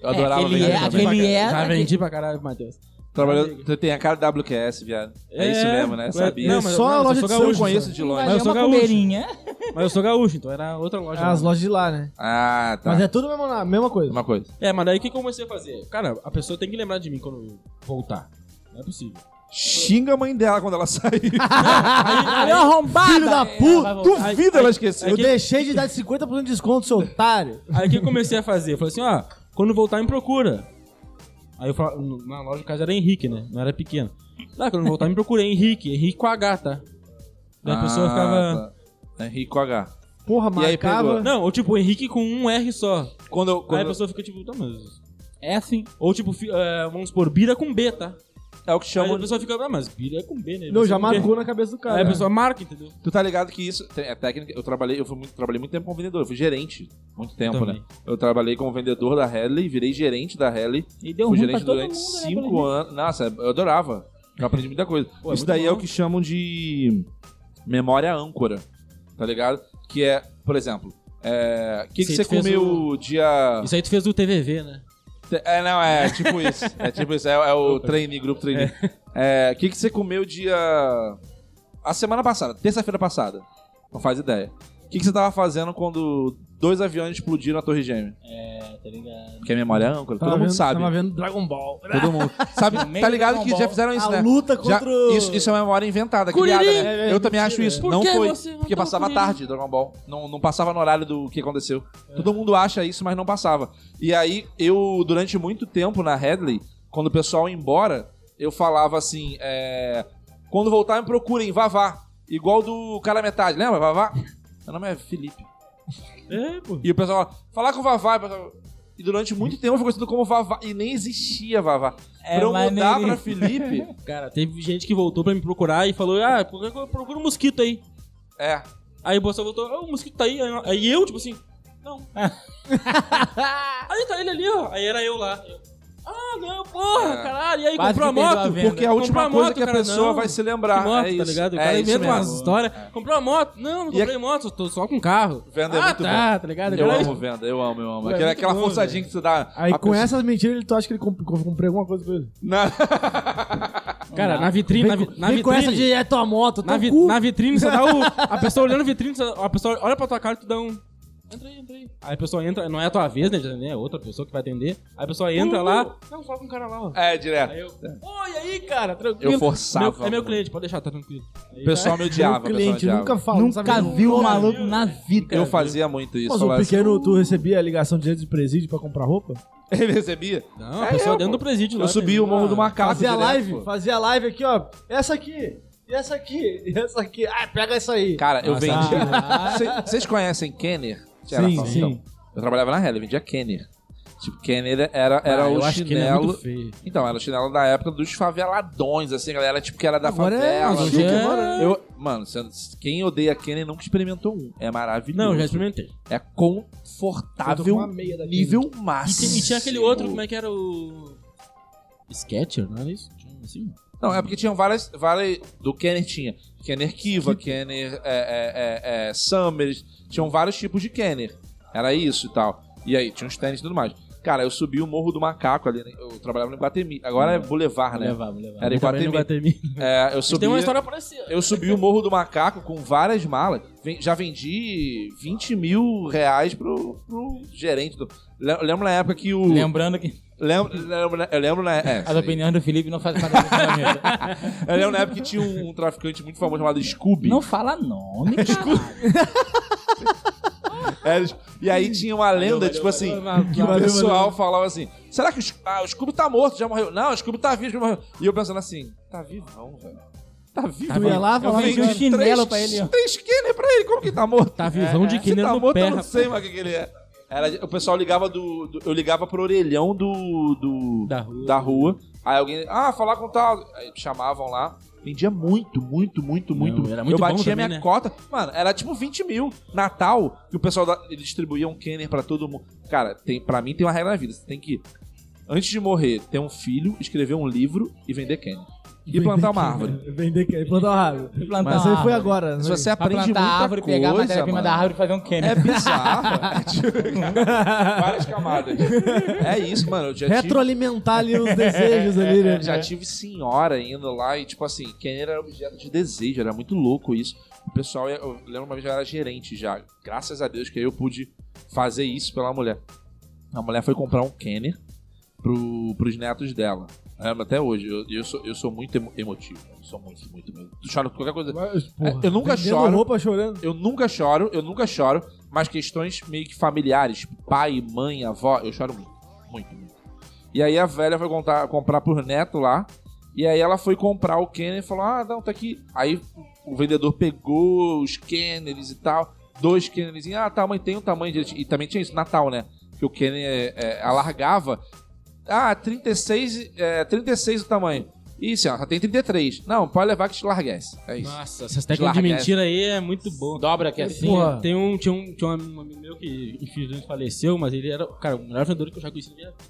Speaker 5: Eu adorava
Speaker 4: É, ele
Speaker 5: vender
Speaker 4: é
Speaker 5: também.
Speaker 4: aquele- é-
Speaker 6: [LAUGHS] Já vendi pra caralho, Matheus.
Speaker 5: Trabalhou, tu tem a cara da WQS, viado. É, isso mesmo, né?
Speaker 6: mas-
Speaker 5: Sabia.
Speaker 6: Não, mas,
Speaker 1: Só
Speaker 6: não,
Speaker 1: a
Speaker 6: mas
Speaker 1: loja de
Speaker 6: eu sou
Speaker 1: samba
Speaker 6: gaúcho.
Speaker 5: eu conheço de longe.
Speaker 6: Mas eu
Speaker 4: Mas é
Speaker 6: sou
Speaker 4: uma
Speaker 6: gaúcho.
Speaker 4: cobeirinha.
Speaker 6: Mas eu sou gaúcho, então era outra loja.
Speaker 1: As
Speaker 6: lá.
Speaker 1: lojas de lá, né?
Speaker 5: Ah, tá.
Speaker 1: Mas é tudo mesmo, a mesma coisa.
Speaker 5: Uma coisa.
Speaker 6: É, mas daí o que que eu comecei a fazer? Cara, a pessoa tem que lembrar de mim quando voltar. Não é possível.
Speaker 5: Xinga a mãe dela quando ela sair. [LAUGHS]
Speaker 4: Valeu, arrombada!
Speaker 1: Filho da
Speaker 4: É,
Speaker 1: puta!
Speaker 4: vai voltar.
Speaker 5: Duvido ela esquecer.
Speaker 1: Eu deixei de dar 50% de desconto, seu otário.
Speaker 6: Aí o que eu comecei a fazer? Eu falei assim, ó, quando voltar me procura. Aí eu falava, na loja do caso era Henrique, né? Não era pequeno. Lá, quando voltar me procura, Henrique, Henrique com H, tá? Daí a
Speaker 5: Ah,
Speaker 6: pessoa ficava.
Speaker 5: Tá. Henrico H.
Speaker 1: Porra,
Speaker 5: E aí
Speaker 1: marcava...
Speaker 6: Não, ou tipo, Henrique com um R só.
Speaker 5: Quando eu.
Speaker 6: Aí a
Speaker 5: tá. Quando
Speaker 6: pessoa fica tipo, tá, mas.
Speaker 4: É assim.
Speaker 6: Ou tipo, fi- eh, vamos supor, Bira com B, tá?
Speaker 5: É o que
Speaker 6: Aí
Speaker 5: chamam.
Speaker 6: a pessoa fica, ah, mas Bira é com B, né? Ele
Speaker 1: Não,
Speaker 6: vai
Speaker 1: já
Speaker 6: ser com B.
Speaker 1: marcou na cabeça do cara.
Speaker 6: Aí a pessoa marca, entendeu?
Speaker 5: Tu tá ligado que isso. tem- É técnica. Eu trabalhei, eu fui muito, trabalhei muito tempo como vendedor. Eu fui gerente. Muito tempo,
Speaker 6: Também.
Speaker 5: né? Eu trabalhei como vendedor da Hadley, virei gerente da Hadley.
Speaker 4: E deu
Speaker 5: fui
Speaker 4: ruim pra
Speaker 5: gerente
Speaker 4: todo
Speaker 5: durante
Speaker 4: mundo, né?
Speaker 5: cinco
Speaker 4: pelo
Speaker 5: anos. Nossa, eu adorava. Eu aprendi muita coisa.
Speaker 6: Pô, é
Speaker 5: Isso
Speaker 6: muito
Speaker 5: daí é
Speaker 6: bom.
Speaker 5: o que chamam de memória âncora, tá ligado? Que é, por exemplo, é, o que, que
Speaker 6: Sim,
Speaker 5: você
Speaker 6: tu fez
Speaker 5: comeu
Speaker 6: o-
Speaker 5: dia.
Speaker 6: Isso aí tu fez do TVV, né?
Speaker 5: É, não,
Speaker 1: [LAUGHS]
Speaker 5: é tipo isso. É tipo isso, é, é o trainee, grupo trainee. É, O que, que você comeu dia. A semana passada, terça-feira passada. Não faz ideia. O que, que você tava fazendo quando. dois aviões explodiram a Torre Gêmea.
Speaker 4: É, tá ligado?
Speaker 5: Porque a memória é âncora, todo mundo sabe.
Speaker 1: Tava vendo Dragon Ball. [LAUGHS]
Speaker 5: Todo mundo. Sabe,
Speaker 4: No meio
Speaker 5: tá
Speaker 4: do Ah,
Speaker 5: ligado
Speaker 4: Dragon
Speaker 5: que já
Speaker 4: Ball,
Speaker 5: fizeram isso,
Speaker 1: a
Speaker 5: né?
Speaker 1: luta
Speaker 5: Já-
Speaker 1: contra o...
Speaker 5: isso, isso é uma memória inventada,
Speaker 6: Kuririn!
Speaker 5: criada, né?
Speaker 1: É,
Speaker 5: Eu também
Speaker 1: mentira,
Speaker 5: acho isso.
Speaker 6: Por
Speaker 5: Não
Speaker 6: que
Speaker 5: foi.
Speaker 6: você matou
Speaker 5: Porque passava
Speaker 6: o Kuririn?
Speaker 5: tarde Dragon Ball. Não, não passava no horário do que aconteceu. Todo mundo acha isso, mas não passava. E aí, eu, durante muito tempo na Headley, quando o pessoal ia embora, eu falava assim: é, quando voltar, me procurem, Vavá. Igual do cara metade, lembra? Vavá? Meu nome é Felipe.
Speaker 6: É, pô.
Speaker 5: E o pessoal fala, falar com o Vavá. E, o pessoal- e durante muito tempo eu fui conhecido como Vavá. E nem existia Vavá.
Speaker 4: É
Speaker 5: pra eu mudar
Speaker 4: maneirinho.
Speaker 5: pra Felipe,
Speaker 4: [LAUGHS]
Speaker 6: Cara, teve gente que voltou pra me procurar e falou: Ah, procura procura um mosquito aí.
Speaker 5: é.
Speaker 6: Aí o pessoal voltou: Ah, o mosquito tá aí. Aí- Aí eu, tipo assim,
Speaker 5: [LAUGHS]
Speaker 6: não. aí tá ele ali, ó. Aí era eu lá. Eu, Ah, não, porra,
Speaker 5: É.
Speaker 6: caralho. E aí
Speaker 4: Quase
Speaker 6: comprou
Speaker 4: que perdeu
Speaker 6: a
Speaker 4: a
Speaker 6: moto.
Speaker 4: venda.
Speaker 5: Porque é a última
Speaker 6: né? Comprar
Speaker 5: coisa
Speaker 6: moto,
Speaker 5: que a
Speaker 6: cara,
Speaker 5: pessoa
Speaker 6: não.
Speaker 5: vai se
Speaker 6: Que
Speaker 5: lembrar.
Speaker 6: moto,
Speaker 5: é isso.
Speaker 6: tá ligado? O
Speaker 5: É
Speaker 6: cara
Speaker 5: isso
Speaker 6: inventa umas
Speaker 5: mesmo. É.
Speaker 6: histórias. Comprou a moto? Não, não
Speaker 5: E a-
Speaker 6: comprei moto, tô só com carro.
Speaker 5: Venda é
Speaker 6: ah,
Speaker 5: muito
Speaker 6: tá, tá ligado?
Speaker 5: bom. Eu
Speaker 6: Cara,
Speaker 5: amo venda, eu amo, eu amo.
Speaker 6: É
Speaker 5: Aquela,
Speaker 6: muito
Speaker 5: aquela
Speaker 6: bom,
Speaker 5: forçadinha que tu dá.
Speaker 1: Aí
Speaker 5: a
Speaker 1: com
Speaker 5: pessoa-
Speaker 1: essas mentiras, ele, tu acha que ele comp- comprei alguma coisa com ele?
Speaker 5: Na- [LAUGHS]
Speaker 6: Cara, na vitrine, na, vi- na
Speaker 1: Vem com essa
Speaker 6: vitrine.
Speaker 1: de é tua moto,
Speaker 6: Na,
Speaker 1: teu
Speaker 6: vi-
Speaker 1: cu.
Speaker 6: na vitrine, você dá o. A pessoa olhando a vitrine, você- a pessoa olha pra tua cara e tu dá um. Entra aí, entra aí. Aí a pessoa entra, não é a tua vez, né? de atender, É outra pessoa que vai atender. Aí a pessoa entra lá. Não, fala com o cara lá, ó.
Speaker 5: É, direto.
Speaker 6: Aí eu. Oi, aí, cara, tranquilo.
Speaker 5: Eu forçava,
Speaker 6: Meu- é meu
Speaker 5: mano.
Speaker 6: cliente, pode deixar, tá tranquilo. Aí,
Speaker 5: O pessoal me
Speaker 1: O
Speaker 5: odiava, o pessoal
Speaker 1: cliente
Speaker 5: odiava.
Speaker 1: nunca fala. não sabe
Speaker 4: Nunca
Speaker 1: nem-
Speaker 4: vi um maluco na vida.
Speaker 5: Eu fazia muito isso.
Speaker 1: Mas o
Speaker 5: falava assim,
Speaker 1: pequeno, tu recebia a ligação direto de presídio pra comprar roupa?
Speaker 5: Ele
Speaker 6: [LAUGHS]
Speaker 5: recebia?
Speaker 6: Não, a
Speaker 5: É
Speaker 6: pessoa
Speaker 5: eu,
Speaker 6: dentro do presídio lá.
Speaker 5: Eu subi o
Speaker 6: né?
Speaker 5: morro do macaco.
Speaker 1: Fazia
Speaker 5: direto,
Speaker 1: live,
Speaker 5: pô.
Speaker 1: fazia live aqui, ó. Essa aqui, e essa aqui, [LAUGHS] e essa aqui. Ah, pega essa aí.
Speaker 5: Cara, eu
Speaker 6: Nossa,
Speaker 5: vendia. [LAUGHS] Cê- Vocês conhecem Kenner? Tinha
Speaker 1: Sim,
Speaker 5: ração,
Speaker 1: sim.
Speaker 5: Eu trabalhava na Hell, eu vendia Kenner. Tipo, Kenner era, era
Speaker 6: Ah,
Speaker 5: o
Speaker 6: eu acho que ele é
Speaker 5: chinelo.
Speaker 6: muito feio.
Speaker 5: então, era o chinelo da época dos faveladões, assim, a galera, tipo, que era da
Speaker 1: Agora é
Speaker 5: favela.
Speaker 1: chique,
Speaker 5: assim.
Speaker 6: agora né?
Speaker 5: Eu, mano, cê- quem odeia Kenner nunca experimentou um. É maravilhoso.
Speaker 6: Não, já experimentei.
Speaker 5: É
Speaker 1: Eu tô com uma
Speaker 5: confortável,
Speaker 1: meia daqui.
Speaker 5: nível
Speaker 6: E, ti-
Speaker 5: máximo.
Speaker 6: e tinha aquele outro, como é que era o. Sketcher, não era isso? Tinha um assim?
Speaker 5: Não, é porque tinham várias. várias do Kenner tinha. Kenner
Speaker 6: [LAUGHS]
Speaker 5: Kiva, Kenner é, é, é, é, Summers. Tinham vários tipos de Kenner. Era isso e tal. E aí, tinha uns tênis e tudo mais. Cara, eu subi o Morro do Macaco ali. né? Eu trabalhava no Iguatemi. Agora
Speaker 6: Uhum.
Speaker 5: é Boulevard, né?
Speaker 4: Levar, vou levar.
Speaker 5: Era
Speaker 6: Também
Speaker 5: Iguatemi.
Speaker 6: não vai ter mim.
Speaker 5: É, eu subi.
Speaker 6: Tem uma história parecida.
Speaker 5: Eu subi o Morro do Macaco com várias malas. Ven- Já vendi 20 mil reais pro, pro gerente. Do... Le- Lembro na época que o.
Speaker 4: Lembrando que
Speaker 5: Lembro, lembro- eu lembro na. É,
Speaker 4: as opiniões do Felipe não fazem parte da
Speaker 6: [LAUGHS]
Speaker 4: minha vida.
Speaker 5: eu lembro na época que tinha um, um traficante muito famoso chamado Scooby.
Speaker 4: Não fala
Speaker 6: [LAUGHS]
Speaker 4: nome,
Speaker 5: Era- É, e aí tinha uma lenda, tipo assim, que o pessoal falava assim: será que o, Sc- ah, o Scooby tá morto, já morreu? Não, o Scooby tá vivo, já morreu. E eu pensando assim: tá vivão, velho. Tá vivo,
Speaker 1: Tu ia lá falar
Speaker 4: vendi
Speaker 1: que
Speaker 4: um
Speaker 5: três-
Speaker 4: chinelo pra ele, ó.
Speaker 5: Três Kenner pra ele, como que tá morto?
Speaker 6: Tá visão de
Speaker 5: Se
Speaker 6: Kinder
Speaker 5: tá
Speaker 6: no
Speaker 5: morto,
Speaker 6: pé,
Speaker 5: eu não
Speaker 6: rapaz.
Speaker 5: sei mais o que, que ele é. Era, o pessoal ligava do, do- Eu ligava pro orelhão do. do
Speaker 6: Da rua.
Speaker 5: da rua. Aí alguém. Ah, falar com tal. Aí chamavam lá. Vendia muito, muito, muito, muito.
Speaker 6: era muito
Speaker 5: eu
Speaker 6: bom
Speaker 5: batia
Speaker 6: também,
Speaker 5: minha
Speaker 6: né?
Speaker 5: cota. Mano, era tipo 20 mil. Natal, que o pessoal da, ele distribuía um Kenner pra todo mundo. Cara, tem, pra mim tem uma regra na vida. Você tem que, antes de morrer, ter um filho, escrever um livro e vender Kenner. E plantar uma árvore.
Speaker 1: [LAUGHS] Vender que plantar uma árvore.
Speaker 4: Plantar
Speaker 1: Mas aí foi
Speaker 4: árvore.
Speaker 1: agora.
Speaker 5: Se
Speaker 1: né?
Speaker 5: você
Speaker 4: Pra
Speaker 5: aprende
Speaker 4: plantar
Speaker 5: muita
Speaker 4: a árvore,
Speaker 5: coisa,
Speaker 4: pegar a matéria-prima
Speaker 5: mano.
Speaker 4: da árvore e fazer um quêmio.
Speaker 5: É bizarro. é tipo- Várias camadas. É isso, mano. Eu já tive,
Speaker 1: Retroalimentar ali os desejos ali,
Speaker 4: [LAUGHS]
Speaker 1: né?
Speaker 5: é, já tive senhora indo lá e, tipo assim, quem era objeto de desejo. Era muito louco isso. O pessoal, ia- eu lembro uma vez eu era gerente já. Graças a Deus que aí eu pude fazer isso pela mulher. A mulher foi comprar um Kenner pro, pros netos dela. Eu lembro até hoje. Eu, eu sou, eu sou muito emo- emotivo. Eu sou muito, muito, muito. Tu chora por qualquer coisa.
Speaker 1: Mas, porra,
Speaker 5: É, Eu nunca
Speaker 1: vendendo
Speaker 5: choro.
Speaker 1: roupa chorando.
Speaker 5: Eu nunca choro, eu nunca choro, mas questões meio que familiares, tipo, pai, mãe, avó, eu choro muito, muito, muito. E aí a velha foi contar, comprar pro neto lá, e aí ela foi comprar o Kenner e falou, ah, não, tá aqui. Aí o vendedor pegou os Kenners e tal, dois Kenners, ah, tá, mãe, tem o tamanho direitinho. E também tinha isso, Natal, né? Que o Kenner é, é, alargava, ah, 36, é, 36 o tamanho. Ih, senhora, tem 33. Não, pode levar que te larguece. É isso.
Speaker 6: Nossa, essas técnicas de
Speaker 5: Larga
Speaker 6: mentira aí é muito bom.
Speaker 4: Dobra aqui assim.
Speaker 6: Porra. Tem um, tinha um, tinha um amigo amigo meu que infelizmente faleceu, mas ele era, cara, o melhor vendedor que eu já conheci na minha vida.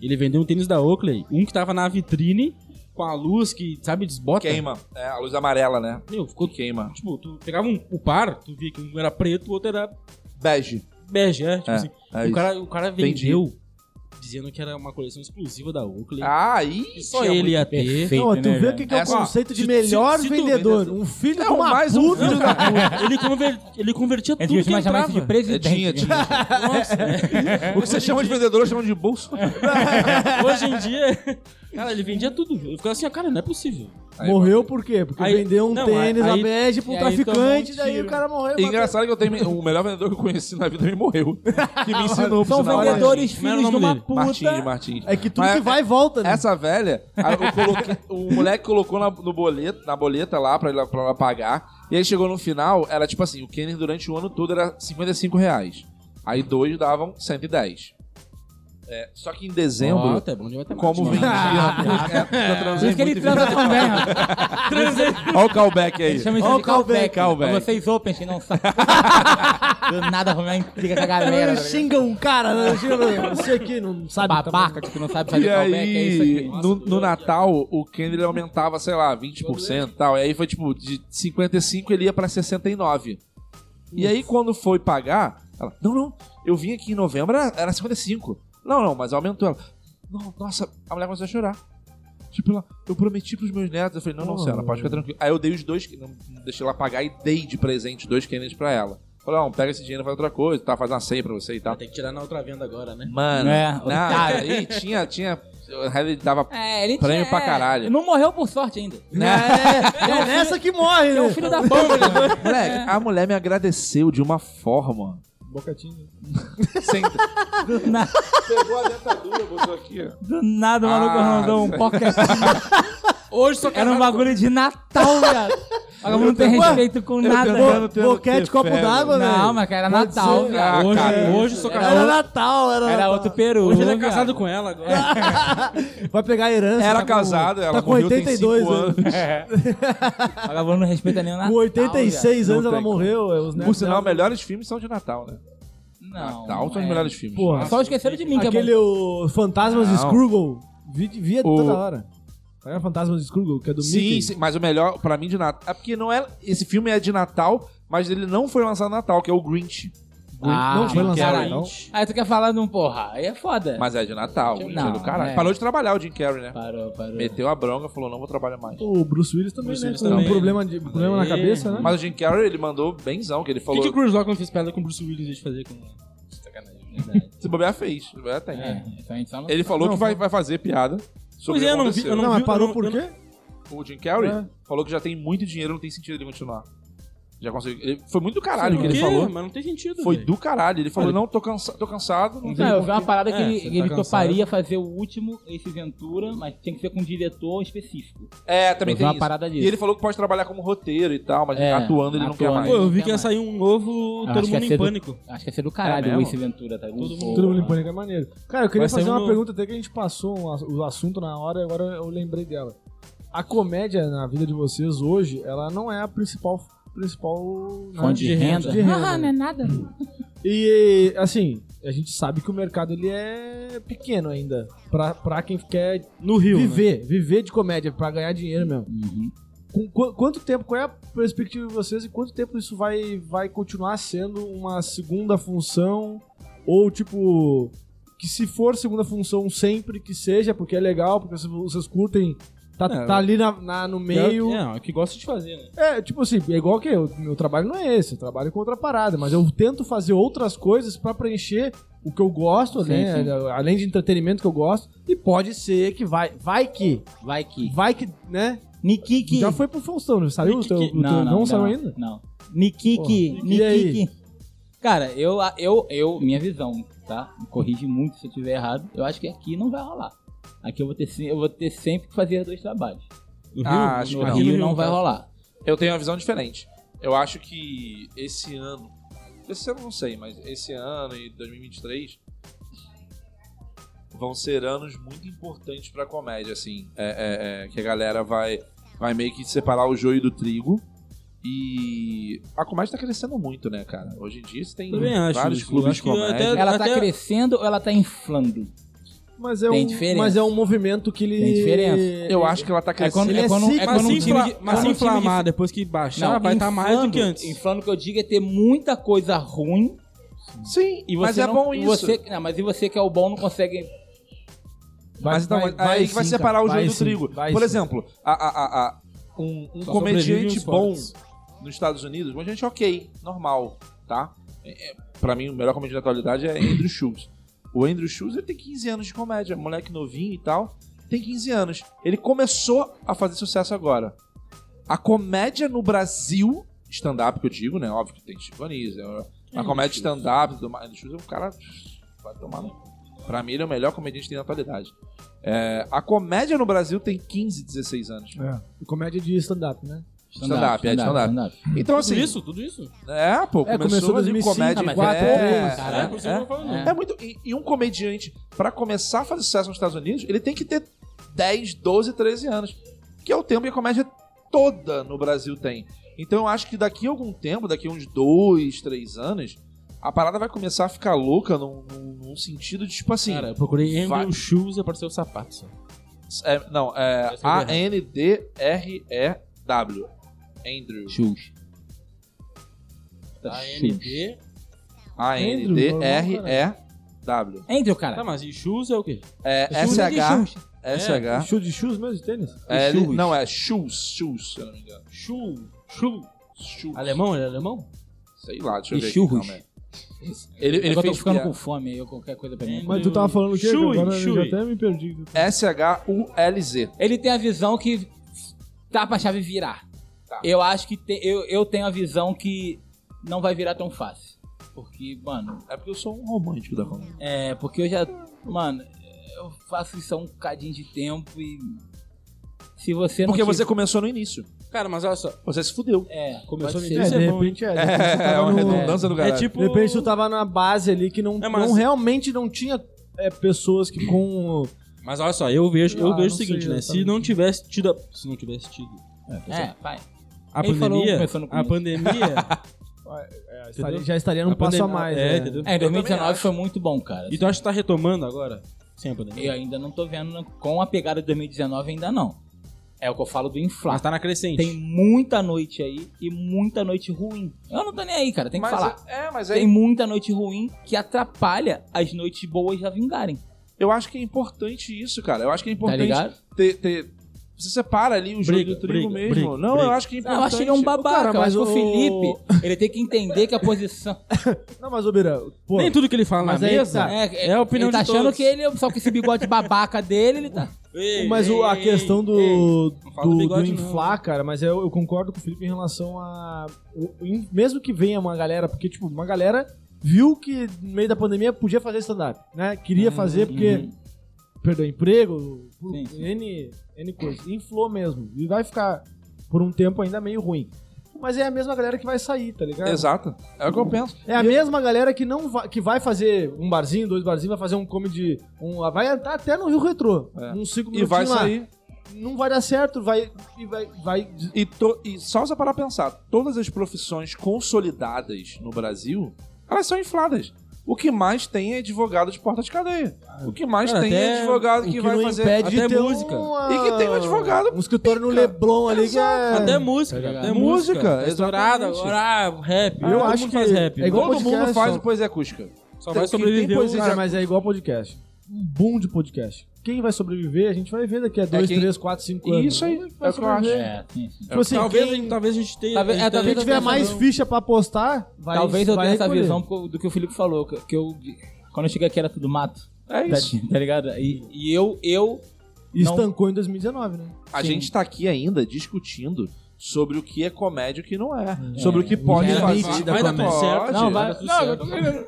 Speaker 6: Ele vendeu um tênis da Oakley, um que tava na vitrine com a luz que, sabe, desbota.
Speaker 5: Queima, é, a luz amarela, né?
Speaker 6: Meu, ficou
Speaker 5: Queima.
Speaker 6: tipo, tu pegava um, o par, tu via que um era preto, o outro era
Speaker 5: Bege.
Speaker 6: bege, né? Tipo
Speaker 5: É,
Speaker 6: assim,
Speaker 5: é
Speaker 6: o
Speaker 5: isso.
Speaker 6: cara, o cara
Speaker 5: Entendi.
Speaker 6: vendeu dizendo que era uma coleção exclusiva da Oakley.
Speaker 5: Ah, aí
Speaker 6: que só
Speaker 5: tinha
Speaker 6: ele
Speaker 5: muito-
Speaker 6: ia ter.
Speaker 1: Não, mas tu
Speaker 4: né,
Speaker 1: vê o
Speaker 4: velho?
Speaker 1: que, que é o
Speaker 5: Essa-
Speaker 1: conceito de
Speaker 6: se-
Speaker 1: melhor
Speaker 6: se- se tu-
Speaker 1: vendedor. Um filho de
Speaker 5: Não,
Speaker 1: uma
Speaker 5: mais um
Speaker 1: puta.
Speaker 5: [LAUGHS] filho da puta.
Speaker 6: ele, conver- ele convertia
Speaker 4: A
Speaker 6: tudo
Speaker 4: gente
Speaker 6: que
Speaker 4: costuma chamar isso
Speaker 6: entrava. é.
Speaker 4: de
Speaker 5: É
Speaker 4: presidente.
Speaker 5: dinha, dinha. O que você chama de vendedor, eu chamo de bolso.
Speaker 6: Hoje em dia, [LAUGHS] cara, ele vendia tudo. Eu ficava assim, ó, cara, não é possível.
Speaker 5: [LAUGHS] Aí,
Speaker 1: Morreu por quê? Porque
Speaker 6: Aí-
Speaker 1: vendeu um
Speaker 6: não,
Speaker 1: tênis
Speaker 6: aí-
Speaker 1: a bege pra um
Speaker 4: e aí tomou um
Speaker 1: traficante, daí
Speaker 4: tiro.
Speaker 1: o cara morreu.
Speaker 5: E É engraçado que eu tenho o melhor vendedor que eu conheci na vida me morreu. Que me ensinou por
Speaker 4: São
Speaker 5: sinal.
Speaker 4: vendedores
Speaker 6: Não era o
Speaker 4: filhos de
Speaker 6: nome
Speaker 4: uma
Speaker 6: dele.
Speaker 4: puta.
Speaker 5: Martins, Martins.
Speaker 1: um É que tudo
Speaker 5: Mas
Speaker 1: que vai volta, né?
Speaker 5: Essa velha, a- eu coloquei- o moleque colocou na, no boleto, na boleta lá pra, ela- pra ela pagar. E aí chegou no final, era tipo assim: o Kenner durante o ano todo era R$ 55 reais. Aí dois davam 110. É, só que em
Speaker 6: Ó,
Speaker 5: dezembro,
Speaker 6: até bom de matemática.
Speaker 5: como
Speaker 6: mano.
Speaker 5: vendia. é, eu
Speaker 4: Por
Speaker 5: transei
Speaker 4: isso que ele
Speaker 5: muito
Speaker 4: transa também, ó.
Speaker 5: Olha o callback aí.
Speaker 4: Ele chama isso
Speaker 5: Olha
Speaker 4: de callback. Vocês opens que
Speaker 5: [LAUGHS]
Speaker 4: não sabem. Do nada arrumar intriga com a galera.
Speaker 1: Ele
Speaker 4: tá ligado?
Speaker 1: xinga um cara, né? Xinga- não sei o que, não sabe.
Speaker 4: [LAUGHS] Babaca que tu não
Speaker 5: E
Speaker 4: sabe fazer
Speaker 5: aí,
Speaker 4: callback, é isso aqui.
Speaker 5: no, no Natal, o Kendrick aumentava, sei lá, 20% e tal. E aí foi tipo, de 55 ele ia pra 69. E aí quando foi pagar, ela, não, não, eu vim aqui em novembro, era era 55. Não, não, mas aumentou ela. Não, nossa, a mulher começou a chorar. Tipo, ela, eu prometi pros meus netos. Eu falei, não, não, senhora, pode ficar tranquilo. Aí eu dei os dois, não não deixei ela pagar e dei de presente os dois Kennedys pra ela. Falei, não, pega esse dinheiro e faz outra coisa, tá? Faz uma ceia pra você e tal.
Speaker 6: Tem que tirar na outra venda agora, né?
Speaker 5: Mano,
Speaker 4: É,
Speaker 5: não,
Speaker 4: otário.
Speaker 5: aí tinha, tinha, ele dava né?
Speaker 4: É, ele
Speaker 5: Prêmio
Speaker 4: tinha-
Speaker 5: pra caralho.
Speaker 4: Não morreu por sorte ainda.
Speaker 1: É, é nessa que morre,
Speaker 4: É o
Speaker 1: né?
Speaker 4: filho da bomba, né?
Speaker 5: Moleque, a mulher me agradeceu de uma forma.
Speaker 1: Bocatinho.
Speaker 5: Sem...
Speaker 4: Do, na-
Speaker 5: Pegou a dentadura, botou aqui, ó.
Speaker 4: do nada o maluco
Speaker 5: Ah,
Speaker 4: arranjou um
Speaker 5: isso aí.
Speaker 4: pocket.
Speaker 6: Hoje só
Speaker 4: Era um bagulho de Natal, viado. Agora não tem
Speaker 1: tenho-
Speaker 4: respeito com nada.
Speaker 1: [LAUGHS] Boquete, copo d'água, né?
Speaker 4: Não, mas cara, era
Speaker 1: Pode
Speaker 4: Natal,
Speaker 1: ser.
Speaker 4: viado.
Speaker 5: Ah,
Speaker 6: Hoje,
Speaker 5: cara.
Speaker 6: hoje eu sou
Speaker 1: Era
Speaker 6: casado.
Speaker 1: Natal, era
Speaker 4: Era
Speaker 1: Natal.
Speaker 4: outro peru.
Speaker 6: Hoje ele é
Speaker 4: viado.
Speaker 6: casado com ela agora.
Speaker 1: Vai pegar a herança.
Speaker 5: Era
Speaker 1: tá com-
Speaker 5: casada, ela
Speaker 1: tá com
Speaker 5: morreu tem
Speaker 1: 82
Speaker 5: cinco
Speaker 1: anos.
Speaker 4: Vagabundo não respeita nem o Natal.
Speaker 1: Com 86
Speaker 5: Não
Speaker 1: anos ela
Speaker 5: tem como.
Speaker 1: morreu. é, Os
Speaker 5: Por
Speaker 1: netos
Speaker 5: sinal,
Speaker 1: dela-
Speaker 5: melhores filmes são de Natal, né?
Speaker 4: viado. Não.
Speaker 5: Natal são
Speaker 4: é.
Speaker 5: os melhores filmes.
Speaker 1: Porra.
Speaker 4: Só esqueceram de mim, que é
Speaker 1: Aquele
Speaker 4: bom.
Speaker 1: o Fantasmas de
Speaker 5: Não.
Speaker 1: Scroogle. Vi, via
Speaker 5: O-
Speaker 1: toda hora. Era Fantasmas de Scroogle, que é do
Speaker 5: Sim,
Speaker 1: Mickey.
Speaker 5: sim, mas o melhor, pra mim, de Natal. É porque não é. Esse filme é de Natal, mas ele não foi lançado no Natal, que é o Grinch.
Speaker 4: Ah,
Speaker 1: não foi
Speaker 4: mas
Speaker 1: lançado.
Speaker 4: caralho.
Speaker 1: então.
Speaker 4: Aí tu quer falar de um porra. Aí é foda.
Speaker 5: Mas é de Natal. Grinch é
Speaker 4: Não,
Speaker 5: do caralho.
Speaker 4: é.
Speaker 5: Parou de trabalhar o Jim Carrey, né?
Speaker 4: Parou, parou.
Speaker 5: Meteu a bronca, falou: não vou trabalhar mais.
Speaker 1: O Bruce Willis também,
Speaker 6: Bruce
Speaker 1: né?
Speaker 6: Willis
Speaker 1: Com
Speaker 6: também.
Speaker 1: um problema, de, problema na
Speaker 6: aí-
Speaker 1: cabeça, né?
Speaker 5: É. Mas o Jim Carrey, ele mandou benzão, que ele
Speaker 6: O que,
Speaker 5: falou.
Speaker 6: que o Chris Rock não fez piada com o Bruce Willis em vez de fazer com
Speaker 5: Se bobear, fez. né? Se bobear, tem.
Speaker 4: É, então a gente só não-
Speaker 5: Ele falou que vai, vai fazer piada. Sobre
Speaker 6: Pois é,
Speaker 5: o que
Speaker 6: eu não vi-
Speaker 5: aconteceu.
Speaker 6: eu
Speaker 1: não, mas
Speaker 6: vi- eu
Speaker 1: parou
Speaker 6: não-
Speaker 1: por
Speaker 6: eu
Speaker 1: quê?
Speaker 5: O Jim Carrey
Speaker 1: É.
Speaker 5: falou que já tem muito dinheiro, não tem sentido ele continuar. Já conseguiu. Ele- foi muito do caralho o
Speaker 6: Por
Speaker 5: que ele
Speaker 6: quê?
Speaker 5: falou.
Speaker 6: Mas não tem sentido.
Speaker 5: Foi
Speaker 6: velho.
Speaker 5: do caralho. Ele falou: não, tô, cansa tô cansado. Não
Speaker 4: Não, eu vi uma parada que
Speaker 6: É,
Speaker 4: ele,
Speaker 6: você
Speaker 4: que
Speaker 6: tá
Speaker 4: ele
Speaker 6: cansado.
Speaker 4: toparia fazer o último, esse Ventura, mas tinha que ser com um diretor específico.
Speaker 5: É, também
Speaker 4: Eu vi
Speaker 5: tem
Speaker 4: uma
Speaker 5: isso.
Speaker 4: parada
Speaker 5: E
Speaker 4: disso.
Speaker 5: ele falou que pode trabalhar como roteiro e tal, mas
Speaker 4: É,
Speaker 5: atuando ele não quer
Speaker 4: atuando.
Speaker 5: mais.
Speaker 6: Pô, eu vi que
Speaker 4: Nunca
Speaker 6: ia sair um novo
Speaker 4: Acho
Speaker 6: Todo
Speaker 4: que ia
Speaker 6: Mundo
Speaker 4: ser
Speaker 6: em
Speaker 4: do-
Speaker 6: Pânico.
Speaker 4: Ace- Acho que ia ser do caralho
Speaker 5: É
Speaker 4: o
Speaker 5: mesmo?
Speaker 4: Ace Ventura, tá?
Speaker 6: Todo mundo-
Speaker 1: Todo mundo em pânico é maneiro. Cara, eu queria
Speaker 6: Vai sair
Speaker 1: fazer uma
Speaker 6: um no-
Speaker 1: pergunta até que a gente passou um ass- o assunto na hora e agora eu lembrei dela. A comédia na vida de vocês hoje, ela não é a principal principal né,
Speaker 4: Fonte de renda.
Speaker 1: de renda. não é nada. E assim, a gente sabe que o mercado ele é pequeno ainda pra, pra quem quer
Speaker 6: No Rio. né?
Speaker 1: viver, viver de comédia pra ganhar dinheiro mesmo.
Speaker 4: Uhum.
Speaker 1: Com qu- quanto tempo, qual é a perspectiva de vocês e quanto tempo isso vai, vai continuar sendo uma segunda função? Ou, tipo, que se for segunda função sempre que seja, porque é legal, porque vocês- vocês curtem, tá,
Speaker 6: É,
Speaker 1: tá ali na, na- no meio.
Speaker 6: É, é o que gosta de fazer, né?
Speaker 1: É, tipo assim, é igual que eu, meu trabalho não é esse, eu trabalho com outra parada, mas eu tento fazer outras coisas pra preencher o que eu gosto,
Speaker 4: Sim,
Speaker 1: né?
Speaker 4: sim.
Speaker 1: Além de entretenimento que eu gosto, e pode ser que vai, vai que,
Speaker 4: Vai que.
Speaker 1: vai que, né?
Speaker 4: Nikiki.
Speaker 1: Já foi pro Faustão, né? saiu o teu, o teu- não, saiu
Speaker 4: não,
Speaker 1: ainda?
Speaker 4: Não.
Speaker 1: Porra.
Speaker 4: Nikiki,
Speaker 1: E aí?
Speaker 4: Nikiki. Cara, eu, eu, eu, minha visão, tá? Me corrige muito se eu tiver errado. Eu acho que aqui não vai rolar. Aqui eu vou ter, se- eu vou ter sempre que fazer dois trabalhos.
Speaker 6: No Rio,
Speaker 5: Ah, acho
Speaker 4: No
Speaker 5: que não.
Speaker 4: Rio
Speaker 6: no
Speaker 4: não vai
Speaker 6: caso.
Speaker 4: rolar.
Speaker 5: Eu tenho uma visão diferente. Eu acho que esse ano. Esse ano eu não sei, mas esse ano e 2023 vão ser anos muito importantes pra comédia, assim. É, é, é, que a galera vai, vai meio que separar o joio do trigo. E a comédia tá crescendo muito, né, cara? Hoje em dia você tem
Speaker 6: Também acho
Speaker 5: vários
Speaker 6: isso.
Speaker 5: clubes
Speaker 6: Acho
Speaker 5: de
Speaker 6: que
Speaker 5: comédia.
Speaker 6: até-
Speaker 4: Ela tá
Speaker 6: Até-
Speaker 4: crescendo ou ela tá inflando?
Speaker 1: Mas é,
Speaker 4: Tem
Speaker 1: um,
Speaker 4: diferença.
Speaker 1: mas é um movimento que ele.
Speaker 4: Tem diferença.
Speaker 5: Eu acho que ela tá
Speaker 4: É
Speaker 5: crescendo.
Speaker 4: quando,
Speaker 1: Ele
Speaker 4: é
Speaker 1: é
Speaker 4: quando, é
Speaker 1: cíclico.
Speaker 6: Mas
Speaker 4: quando
Speaker 6: se,
Speaker 4: um time
Speaker 6: infla...
Speaker 4: de,
Speaker 6: mas
Speaker 4: quando
Speaker 6: se
Speaker 4: um time de-
Speaker 6: inflamar depois que baixar,
Speaker 4: Não,
Speaker 6: vai estar tá mais do que
Speaker 4: inflando-
Speaker 6: antes.
Speaker 4: Inflando que eu digo é ter muita coisa ruim
Speaker 5: Sim,
Speaker 4: E você
Speaker 5: mas é
Speaker 4: não-
Speaker 5: bom
Speaker 4: e
Speaker 5: isso.
Speaker 4: Você, não, mas e você que é o bom não consegue.
Speaker 5: mas então, aí que vai
Speaker 1: sim,
Speaker 5: separar o
Speaker 1: cara.
Speaker 5: joio
Speaker 1: Vai
Speaker 5: do
Speaker 1: sim,
Speaker 5: trigo.
Speaker 1: vai
Speaker 5: Por
Speaker 1: sim.
Speaker 5: exemplo, a- a- a- a- um, um
Speaker 6: Só sobrevivem
Speaker 5: comediante
Speaker 6: os
Speaker 5: bom
Speaker 6: fortes.
Speaker 5: nos Estados Unidos, um gente ok, normal, tá? É, é, pra mim, o melhor comediante da atualidade é Andrew Schultz. O Andrew Schultz ele tem 15 anos de comédia, moleque novinho e tal, tem 15 anos. Ele começou a fazer sucesso agora. A comédia no Brasil, stand-up que eu digo, né? Óbvio que tem Chico Anísio, é uma comédia stand-up, e tudo mais. Andrew Schultz é um cara. Vai tomar no. Pra mim, ele é o melhor comediante que tem na atualidade. É, a comédia no Brasil tem 15, 16 anos.
Speaker 1: Comédia de stand-up, né?
Speaker 5: Stand-up, é, stand-up. Então, assim.
Speaker 6: Tudo isso, tudo isso?
Speaker 5: É, pô,
Speaker 1: É,
Speaker 5: começou,
Speaker 1: começou
Speaker 5: ali
Speaker 1: 2005,
Speaker 5: comédia.
Speaker 1: mas
Speaker 5: é,
Speaker 1: é
Speaker 5: é,
Speaker 1: três.
Speaker 6: É, por isso que eu tô falando.
Speaker 4: É.
Speaker 5: é muito. E, e um comediante, pra começar a fazer sucesso nos Estados Unidos, ele tem que ter 10, 12, 13 anos. Que é o tempo que a comédia toda no Brasil tem. Então eu acho que daqui a algum tempo, daqui a uns dois, três anos, a parada vai começar a ficar louca num, num- num sentido de tipo assim.
Speaker 6: Cara, eu procurei Andrew
Speaker 5: Vai.
Speaker 6: Shoes e apareceu o sapato. só.
Speaker 5: é, não, é
Speaker 6: Parece que eu tô
Speaker 5: A-N-D-R-E-W. Andrew.
Speaker 4: Shoes.
Speaker 6: Tá AND.
Speaker 5: A-N-D-R-E-W.
Speaker 4: Entre o cara.
Speaker 6: Tá, mas e Shoes é o quê?
Speaker 5: É
Speaker 4: Shoes é de
Speaker 5: SH.
Speaker 4: shoes. É,
Speaker 5: SH.
Speaker 1: Show de shoes mesmo de tênis?
Speaker 5: É, ele-
Speaker 4: Shoes.
Speaker 5: não, é shoes, shoes, se eu não me engano.
Speaker 6: Shoe. Shoe.
Speaker 5: Shoes.
Speaker 6: Alemão? Ele é alemão?
Speaker 5: Sei lá, deixa eu
Speaker 4: E
Speaker 5: ver. aqui,
Speaker 4: churros.
Speaker 5: calma aí. Ele, ele
Speaker 4: Agora eu
Speaker 5: fez
Speaker 4: tô ficando
Speaker 5: piada.
Speaker 4: com fome aí, qualquer coisa
Speaker 5: É,
Speaker 4: pra mim.
Speaker 1: Mas tu tava falando o quê?
Speaker 6: Chui,
Speaker 1: Agora eu já
Speaker 6: chui.
Speaker 1: até me perdi.
Speaker 5: S-H-U-L-Z.
Speaker 4: Ele tem a visão que tá pra chave virar.
Speaker 5: Tá.
Speaker 4: Eu acho que tem- eu, eu tenho a visão que não vai virar tão fácil. Porque, mano,
Speaker 5: É porque eu sou um romântico da comédia.
Speaker 4: é. Porque eu já. Mano, eu faço isso há um cadinho de tempo e. Se você não.
Speaker 5: Porque você
Speaker 4: tiver-
Speaker 5: começou no início.
Speaker 6: Cara, mas olha só.
Speaker 5: Você se fudeu.
Speaker 4: É,
Speaker 6: Começou
Speaker 4: pode
Speaker 6: no
Speaker 4: ser.
Speaker 1: É,
Speaker 6: Isso
Speaker 1: de
Speaker 6: é bom,
Speaker 1: repente é. de repente
Speaker 4: tá
Speaker 1: tu
Speaker 5: É,
Speaker 1: tava
Speaker 5: uma
Speaker 1: no-
Speaker 5: redundância do
Speaker 6: É
Speaker 5: caralho.
Speaker 6: tipo.
Speaker 1: De repente tu tava na base ali que não,
Speaker 6: É, mas-
Speaker 1: não- realmente não tinha é, pessoas que com.
Speaker 6: Mas olha só, eu vejo, eu
Speaker 1: Ah,
Speaker 6: vejo o
Speaker 1: não
Speaker 6: seguinte,
Speaker 1: sei
Speaker 6: né? Se
Speaker 1: exatamente.
Speaker 6: não tivesse tido. a- Se não tivesse tido. um
Speaker 4: É, vai.
Speaker 6: A
Speaker 4: Ele falou
Speaker 6: pandemia.
Speaker 4: começando
Speaker 6: A
Speaker 4: comigo.
Speaker 6: [LAUGHS] pandemia.
Speaker 1: estaria- já estaria
Speaker 3: um
Speaker 1: num
Speaker 6: a
Speaker 1: passo a
Speaker 6: pandemia-
Speaker 1: mais.
Speaker 6: É,
Speaker 1: né?
Speaker 6: entendeu?
Speaker 4: É, em 2019 foi muito bom, cara.
Speaker 6: E tu acha que tá retomando agora? Sim, a
Speaker 4: Eu
Speaker 6: pandemia.
Speaker 4: ainda não tô vendo com a pegada de 2019 ainda não. É o que eu falo do inflar.
Speaker 6: Mas tá na crescente.
Speaker 4: Tem muita noite aí e muita noite ruim. Eu não tô nem aí, cara, tem que
Speaker 5: Mas
Speaker 4: falar.
Speaker 5: É, é, mas é
Speaker 4: Tem muita noite ruim que atrapalha as noites boas já vingarem,
Speaker 5: Eu acho que é importante isso, cara. Eu acho que é
Speaker 4: tá
Speaker 5: importante
Speaker 4: ligado?
Speaker 5: ter, ter- Você separa ali o jogo
Speaker 6: Briga,
Speaker 5: do trigo
Speaker 6: briga,
Speaker 5: mesmo.
Speaker 6: briga,
Speaker 5: não, eu
Speaker 6: briga.
Speaker 5: acho que é
Speaker 4: Não,
Speaker 5: importante.
Speaker 4: eu acho que ele é um babaca,
Speaker 1: Cara,
Speaker 4: eu
Speaker 1: mas
Speaker 4: acho que o
Speaker 1: o-
Speaker 4: Felipe, ele tem que entender que a posição...
Speaker 1: Não, mas, ô Bira, pô.
Speaker 6: Nem tudo que ele fala
Speaker 1: Mas
Speaker 6: na
Speaker 1: aí que
Speaker 6: mesa.
Speaker 1: tá.
Speaker 4: É,
Speaker 6: É a opinião
Speaker 4: ele tá
Speaker 6: de
Speaker 4: achando
Speaker 6: todos.
Speaker 4: que ele, é- só que esse bigode babaca dele, ele tá...
Speaker 6: Ei,
Speaker 1: Mas o- a
Speaker 6: ei,
Speaker 1: questão
Speaker 6: ei.
Speaker 1: do,
Speaker 6: não fala
Speaker 1: do,
Speaker 6: do bigode,
Speaker 1: do inflar, cara, mas eu, eu concordo com o Felipe em relação a. o- o in- mesmo que venha uma galera, porque, tipo, uma galera viu que no meio da pandemia podia fazer stand-up, né? Queria fazer porque
Speaker 4: Uhum.
Speaker 1: perdeu emprego, por
Speaker 4: Sim, sim.
Speaker 1: N, N coisas. Inflou mesmo. E vai ficar por um tempo ainda meio ruim. Mas é a mesma galera que vai sair, tá ligado?
Speaker 5: Exato. É o que eu penso.
Speaker 1: É a mesma galera que não vai, que vai fazer um barzinho, dois barzinhos, vai fazer um comedy, um, vai entrar até no Rio Retrô,
Speaker 5: É.
Speaker 1: uns cinco
Speaker 5: E
Speaker 1: minutinhos
Speaker 5: vai
Speaker 1: lá.
Speaker 5: sair.
Speaker 1: Não vai dar certo, vai e vai vai
Speaker 5: E, to- e só você parar pra pensar, todas as profissões consolidadas no Brasil, elas são infladas. O que mais tem é advogado de porta de cadeia. O que mais
Speaker 6: Cara,
Speaker 5: tem é
Speaker 6: até
Speaker 5: advogado que,
Speaker 1: o que
Speaker 5: vai
Speaker 1: não
Speaker 5: fazer.
Speaker 1: impede de
Speaker 6: até
Speaker 1: ter
Speaker 6: música.
Speaker 1: uma-
Speaker 5: E que tem um advogado
Speaker 1: um escritório no
Speaker 5: pica.
Speaker 1: Leblon ali que é
Speaker 6: Até música,
Speaker 4: Tá
Speaker 6: cara.
Speaker 4: ligado?
Speaker 6: Até música.
Speaker 5: Música,
Speaker 6: Tá estourada
Speaker 5: exatamente.
Speaker 6: agora, ah, rap.
Speaker 1: Eu
Speaker 6: Todo
Speaker 1: acho
Speaker 6: mundo
Speaker 1: que
Speaker 6: faz rap.
Speaker 1: é igual
Speaker 5: Todo mundo
Speaker 1: podcast,
Speaker 5: faz
Speaker 1: só.
Speaker 5: poesia acústica.
Speaker 6: Só
Speaker 5: tem- tem
Speaker 6: vai sobreviver um
Speaker 5: poesia-
Speaker 6: o...
Speaker 1: Cara, mas é igual podcast. Um boom de podcast. Quem vai sobreviver, a gente vai ver daqui a dois,
Speaker 5: É quem-
Speaker 1: três, quatro, cinco
Speaker 5: E
Speaker 1: anos.
Speaker 5: isso aí é o que eu acho.
Speaker 1: sobreviver.
Speaker 4: É, sim, sim.
Speaker 1: Tipo assim,
Speaker 6: talvez,
Speaker 1: quem,
Speaker 5: tá-
Speaker 6: talvez a gente tá tenha...
Speaker 4: Talvez- é,
Speaker 1: quem
Speaker 4: talvez
Speaker 1: tiver mais ficha pra postar, vai
Speaker 4: Talvez eu
Speaker 1: vai
Speaker 4: tenha essa
Speaker 1: recolher.
Speaker 4: visão porque- do que o Felipe falou, que que eu... Quando eu cheguei aqui era tudo mato,
Speaker 5: É
Speaker 4: tá,
Speaker 5: isso.
Speaker 4: tá ligado? E, e eu, eu...
Speaker 1: E
Speaker 4: Não.
Speaker 1: estancou em 2019, né?
Speaker 5: A gente tá aqui ainda discutindo sobre o que é comédia e o que não é. Sobre o que pode
Speaker 1: é
Speaker 5: fazer.
Speaker 1: nítido,
Speaker 6: vai dar
Speaker 5: pode.
Speaker 6: tudo certo.
Speaker 4: Não, vai...
Speaker 6: tudo
Speaker 4: Não, eu
Speaker 6: certo.
Speaker 4: tô querendo-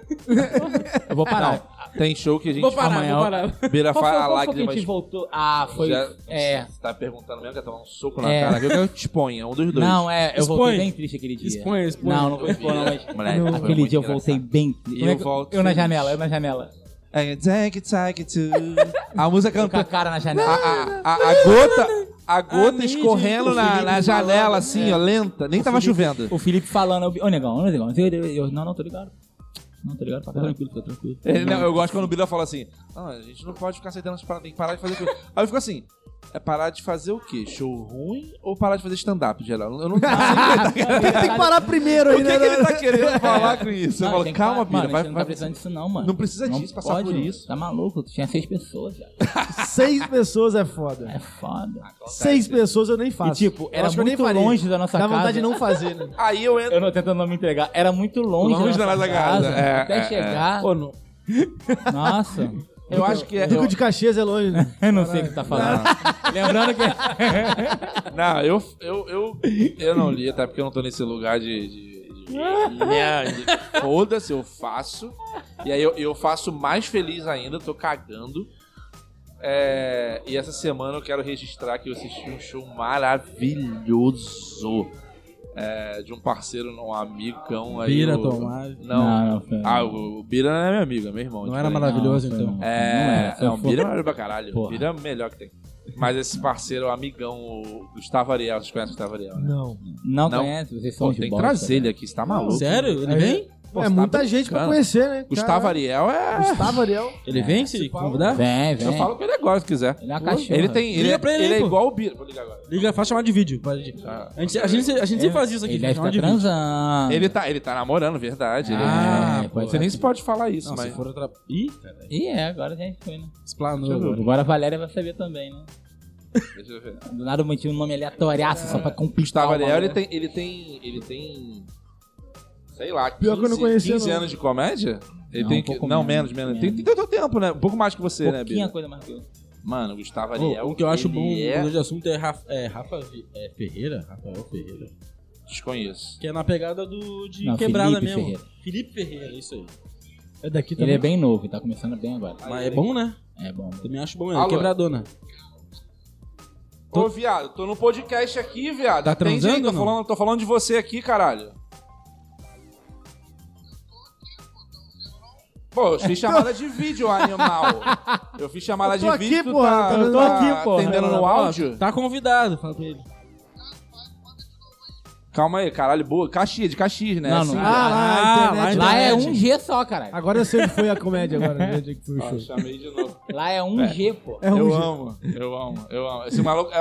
Speaker 4: Eu vou parar.
Speaker 5: Tem show que a gente
Speaker 6: Vou parar,
Speaker 4: amanhã-
Speaker 6: vou parar.
Speaker 5: beira
Speaker 4: Qual foi,
Speaker 5: a
Speaker 6: um
Speaker 4: qual foi que a
Speaker 5: lágrima.
Speaker 4: gente voltou? Ah, foi.
Speaker 5: Já-
Speaker 4: É.
Speaker 5: Você tá perguntando mesmo, quer tomar um soco na
Speaker 4: É.
Speaker 5: cara. Eu quero que eu te exponha, um dos dois.
Speaker 4: Não, é, eu
Speaker 6: Expõe.
Speaker 4: voltei bem triste aquele dia.
Speaker 6: Expõe, expõe.
Speaker 4: Não, não vou expor, não, mas.
Speaker 5: Moleque, foi
Speaker 4: Aquele
Speaker 5: muito
Speaker 4: dia eu voltei
Speaker 5: engraçado.
Speaker 4: bem triste.
Speaker 5: Eu
Speaker 4: Como é que-
Speaker 5: volto
Speaker 4: Eu na
Speaker 5: feliz.
Speaker 4: janela, eu na janela.
Speaker 5: É, Take it, take it to- A música
Speaker 4: Com a
Speaker 5: canta.
Speaker 4: cara na
Speaker 5: A,
Speaker 4: janela.
Speaker 5: a- a- a gota, a gota
Speaker 4: Ah,
Speaker 6: mídia,
Speaker 5: escorrendo
Speaker 6: o
Speaker 5: na,
Speaker 6: Felipe
Speaker 5: na janela,
Speaker 4: né?
Speaker 5: assim, ó, lenta. Nem tava chovendo.
Speaker 4: O Felipe falando, eu vi- ô negão, ô negão, eu- eu- eu- não, não, tô ligado. Não, tá ligado? Tá tranquilo, tá tranquilo.
Speaker 5: Ele- É, não, eu gosto quando o Bila fala assim: "Ah, a gente não pode ficar aceitando essas paradas, tem que parar de fazer coisa. Aí eu fico assim: é parar de fazer o quê? Show ruim ou parar de fazer stand-up, geral? Eu não sei o
Speaker 4: [LAUGHS]
Speaker 5: que ele tá querendo-
Speaker 1: Tem que parar primeiro
Speaker 5: o
Speaker 1: aí,
Speaker 5: que,
Speaker 1: né?
Speaker 5: que ele tá querendo falar com isso. Eu
Speaker 4: Mano,
Speaker 5: falo:
Speaker 4: tem que
Speaker 5: calma,
Speaker 4: parar-
Speaker 5: Bila,
Speaker 4: mano, a
Speaker 5: vai,
Speaker 4: gente não
Speaker 5: vai-
Speaker 4: tá precisando disso, não, mano.
Speaker 5: Não precisa disso, passar
Speaker 4: pode,
Speaker 5: por
Speaker 4: mano.
Speaker 5: isso.
Speaker 4: Tá maluco? Tu tinha seis pessoas, já.
Speaker 5: tá-
Speaker 1: Seis pessoas é foda.
Speaker 4: É foda.
Speaker 1: Seis pessoas eu nem faço.
Speaker 4: E tipo,
Speaker 1: Eu
Speaker 4: era
Speaker 1: acho que eu nem
Speaker 4: muito
Speaker 1: faria.
Speaker 4: longe da nossa
Speaker 1: Dá
Speaker 4: casa.
Speaker 1: vontade de não fazer,
Speaker 5: [LAUGHS]
Speaker 1: né?
Speaker 5: Aí eu entro.
Speaker 4: Eu não tentando não me entregar. Era muito longe,
Speaker 5: Longe
Speaker 4: da nossa casa.
Speaker 5: é,
Speaker 4: até
Speaker 5: é,
Speaker 4: chegar.
Speaker 1: Pô, não.
Speaker 4: Nossa.
Speaker 5: Eu acho que é.
Speaker 1: Pico de Caxias é longe, né?
Speaker 4: Eu não sei o que tá falando. Lembrando que. é
Speaker 5: Não, eu, eu, eu, eu não li, até porque eu não tô nesse lugar de. de, de- merda. Foda-se, eu faço. E aí eu, eu faço mais feliz ainda, tô cagando. É, e essa semana eu quero registrar que eu assisti um show maravilhoso é, de um parceiro, um amigão aí.
Speaker 6: Pira
Speaker 5: o-
Speaker 6: Tomás.
Speaker 5: Não.
Speaker 4: foi-
Speaker 5: Ah, o, o Bira não é meu amigo, é meu irmão.
Speaker 6: Não era
Speaker 5: diferente.
Speaker 6: maravilhoso,
Speaker 4: foi-
Speaker 6: então.
Speaker 4: não
Speaker 5: É,
Speaker 4: era, foi-
Speaker 5: não,
Speaker 4: foi-
Speaker 5: Bira é maravilhoso pra caralho.
Speaker 4: Porra.
Speaker 5: Bira é o melhor que tem. Mas esse parceiro, o amigão, o Gustavo Ariel, vocês conhecem o Gustavo Ariel, né?
Speaker 1: Não.
Speaker 4: Não,
Speaker 5: Não.
Speaker 4: conhece? Vocês são
Speaker 5: Pô,
Speaker 4: de
Speaker 5: tem que
Speaker 4: bosta,
Speaker 5: trazer ele
Speaker 4: velho.
Speaker 5: aqui, você tá maluco.
Speaker 6: Sério? Ele
Speaker 1: Aí-
Speaker 6: vem?
Speaker 5: Pô,
Speaker 1: é
Speaker 5: você tá
Speaker 1: muita gente pra
Speaker 5: brincando.
Speaker 1: conhecer, né?
Speaker 5: Gustavo
Speaker 1: Cara,
Speaker 5: Ariel é.
Speaker 1: Gustavo Ariel.
Speaker 6: Ele vem se convidar?
Speaker 4: Vem, vem.
Speaker 5: né? Eu falo com ele agora se quiser.
Speaker 4: Ele é uma cachorra.
Speaker 5: Ele tem. Ele,
Speaker 6: Liga
Speaker 5: é-
Speaker 6: pra ele,
Speaker 5: ele é
Speaker 6: pô.
Speaker 5: igual o Bira. Vou ligar agora.
Speaker 6: Liga, faz chamada de vídeo. Faz de-
Speaker 5: Ah.
Speaker 6: A gente, a gente, a gente sempre faz isso aqui.
Speaker 4: Ele deve
Speaker 6: faz chamada
Speaker 4: estar
Speaker 6: de vídeo.
Speaker 4: transando.
Speaker 5: Ele tá, ele tá namorando, verdade. ele-
Speaker 4: Ah,
Speaker 5: É,
Speaker 4: pode
Speaker 5: Você
Speaker 4: ser.
Speaker 5: nem se pode falar isso,
Speaker 6: Não,
Speaker 5: mas.
Speaker 6: se for outra... Ih, cara,
Speaker 4: E é, agora a gente foi, né?
Speaker 6: explanou.
Speaker 5: Deixa eu
Speaker 6: agora.
Speaker 4: Agora a Valéria vai saber também, né?
Speaker 5: Deixa eu ver.
Speaker 4: Do nada eu meti um nome aleatoriaço só pra conquistar.
Speaker 5: Gustavo
Speaker 4: o
Speaker 5: Ariel, ele
Speaker 4: maluco.
Speaker 5: tem. Ele tem. Ele tem. Sei lá, 15,
Speaker 1: Pior que eu não conhecia,
Speaker 5: 15
Speaker 1: não.
Speaker 5: anos de comédia? Ele
Speaker 4: Não,
Speaker 5: tem
Speaker 4: um
Speaker 5: que-
Speaker 4: pouco
Speaker 5: não, menos,
Speaker 4: menos,
Speaker 5: menos.
Speaker 4: menos.
Speaker 5: Tem, tem tanto tempo, né? Um pouco mais que você, né,
Speaker 4: Pouquinha
Speaker 5: Bira?
Speaker 4: é coisa mais que eu.
Speaker 5: Mano, o Gustavo
Speaker 6: Pô,
Speaker 5: Ariel.
Speaker 6: o que eu acho bom
Speaker 5: ele é-
Speaker 6: mudando de assunto é Rafa, é Rafa Vi- é Ferreira? Rafael Ferreira.
Speaker 5: Desconheço.
Speaker 6: Que é na pegada do, de
Speaker 4: Não,
Speaker 6: quebrada
Speaker 4: Felipe
Speaker 6: mesmo.
Speaker 4: Ferreira.
Speaker 6: Felipe Ferreira, isso aí.
Speaker 1: É daqui
Speaker 4: Ele
Speaker 1: também.
Speaker 4: é bem novo, tá começando bem agora.
Speaker 6: Mas é bom, né?
Speaker 4: É bom.
Speaker 6: Também acho bom ele.
Speaker 5: Alô?
Speaker 6: Quebradona.
Speaker 5: Ô, viado, tô no podcast aqui, viado.
Speaker 6: Tá
Speaker 5: Atende aí,
Speaker 6: transando
Speaker 5: Tô
Speaker 6: ou não?
Speaker 5: falando, tô falando de você aqui, caralho. Pô, eu fiz chamada de
Speaker 6: [LAUGHS]
Speaker 5: vídeo, animal. Eu fiz chamada
Speaker 1: Eu tô
Speaker 5: de
Speaker 1: aqui,
Speaker 5: vídeo, tu
Speaker 1: porra,
Speaker 5: tá,
Speaker 1: eu tô
Speaker 5: tá
Speaker 1: aqui, porra.
Speaker 5: atendendo no
Speaker 6: Ó,
Speaker 5: áudio?
Speaker 6: Tá convidado, fala pra ele.
Speaker 5: Calma aí, caralho, boa. Caxias, de Caxias, né?
Speaker 4: Não,
Speaker 5: Assim,
Speaker 4: não.
Speaker 1: Ah, lá,
Speaker 6: Ah,
Speaker 1: a internet.
Speaker 4: Lá é
Speaker 1: internet.
Speaker 4: 1G só, caralho.
Speaker 1: Agora eu sei onde foi a comédia agora, né? Onde é que
Speaker 5: [LAUGHS]
Speaker 1: foi o
Speaker 5: ó,
Speaker 1: show.
Speaker 5: chamei de novo.
Speaker 4: Lá é 1G, pô.
Speaker 1: É um
Speaker 5: eu
Speaker 1: jeito.
Speaker 5: amo, eu amo, eu amo. Esse maluco é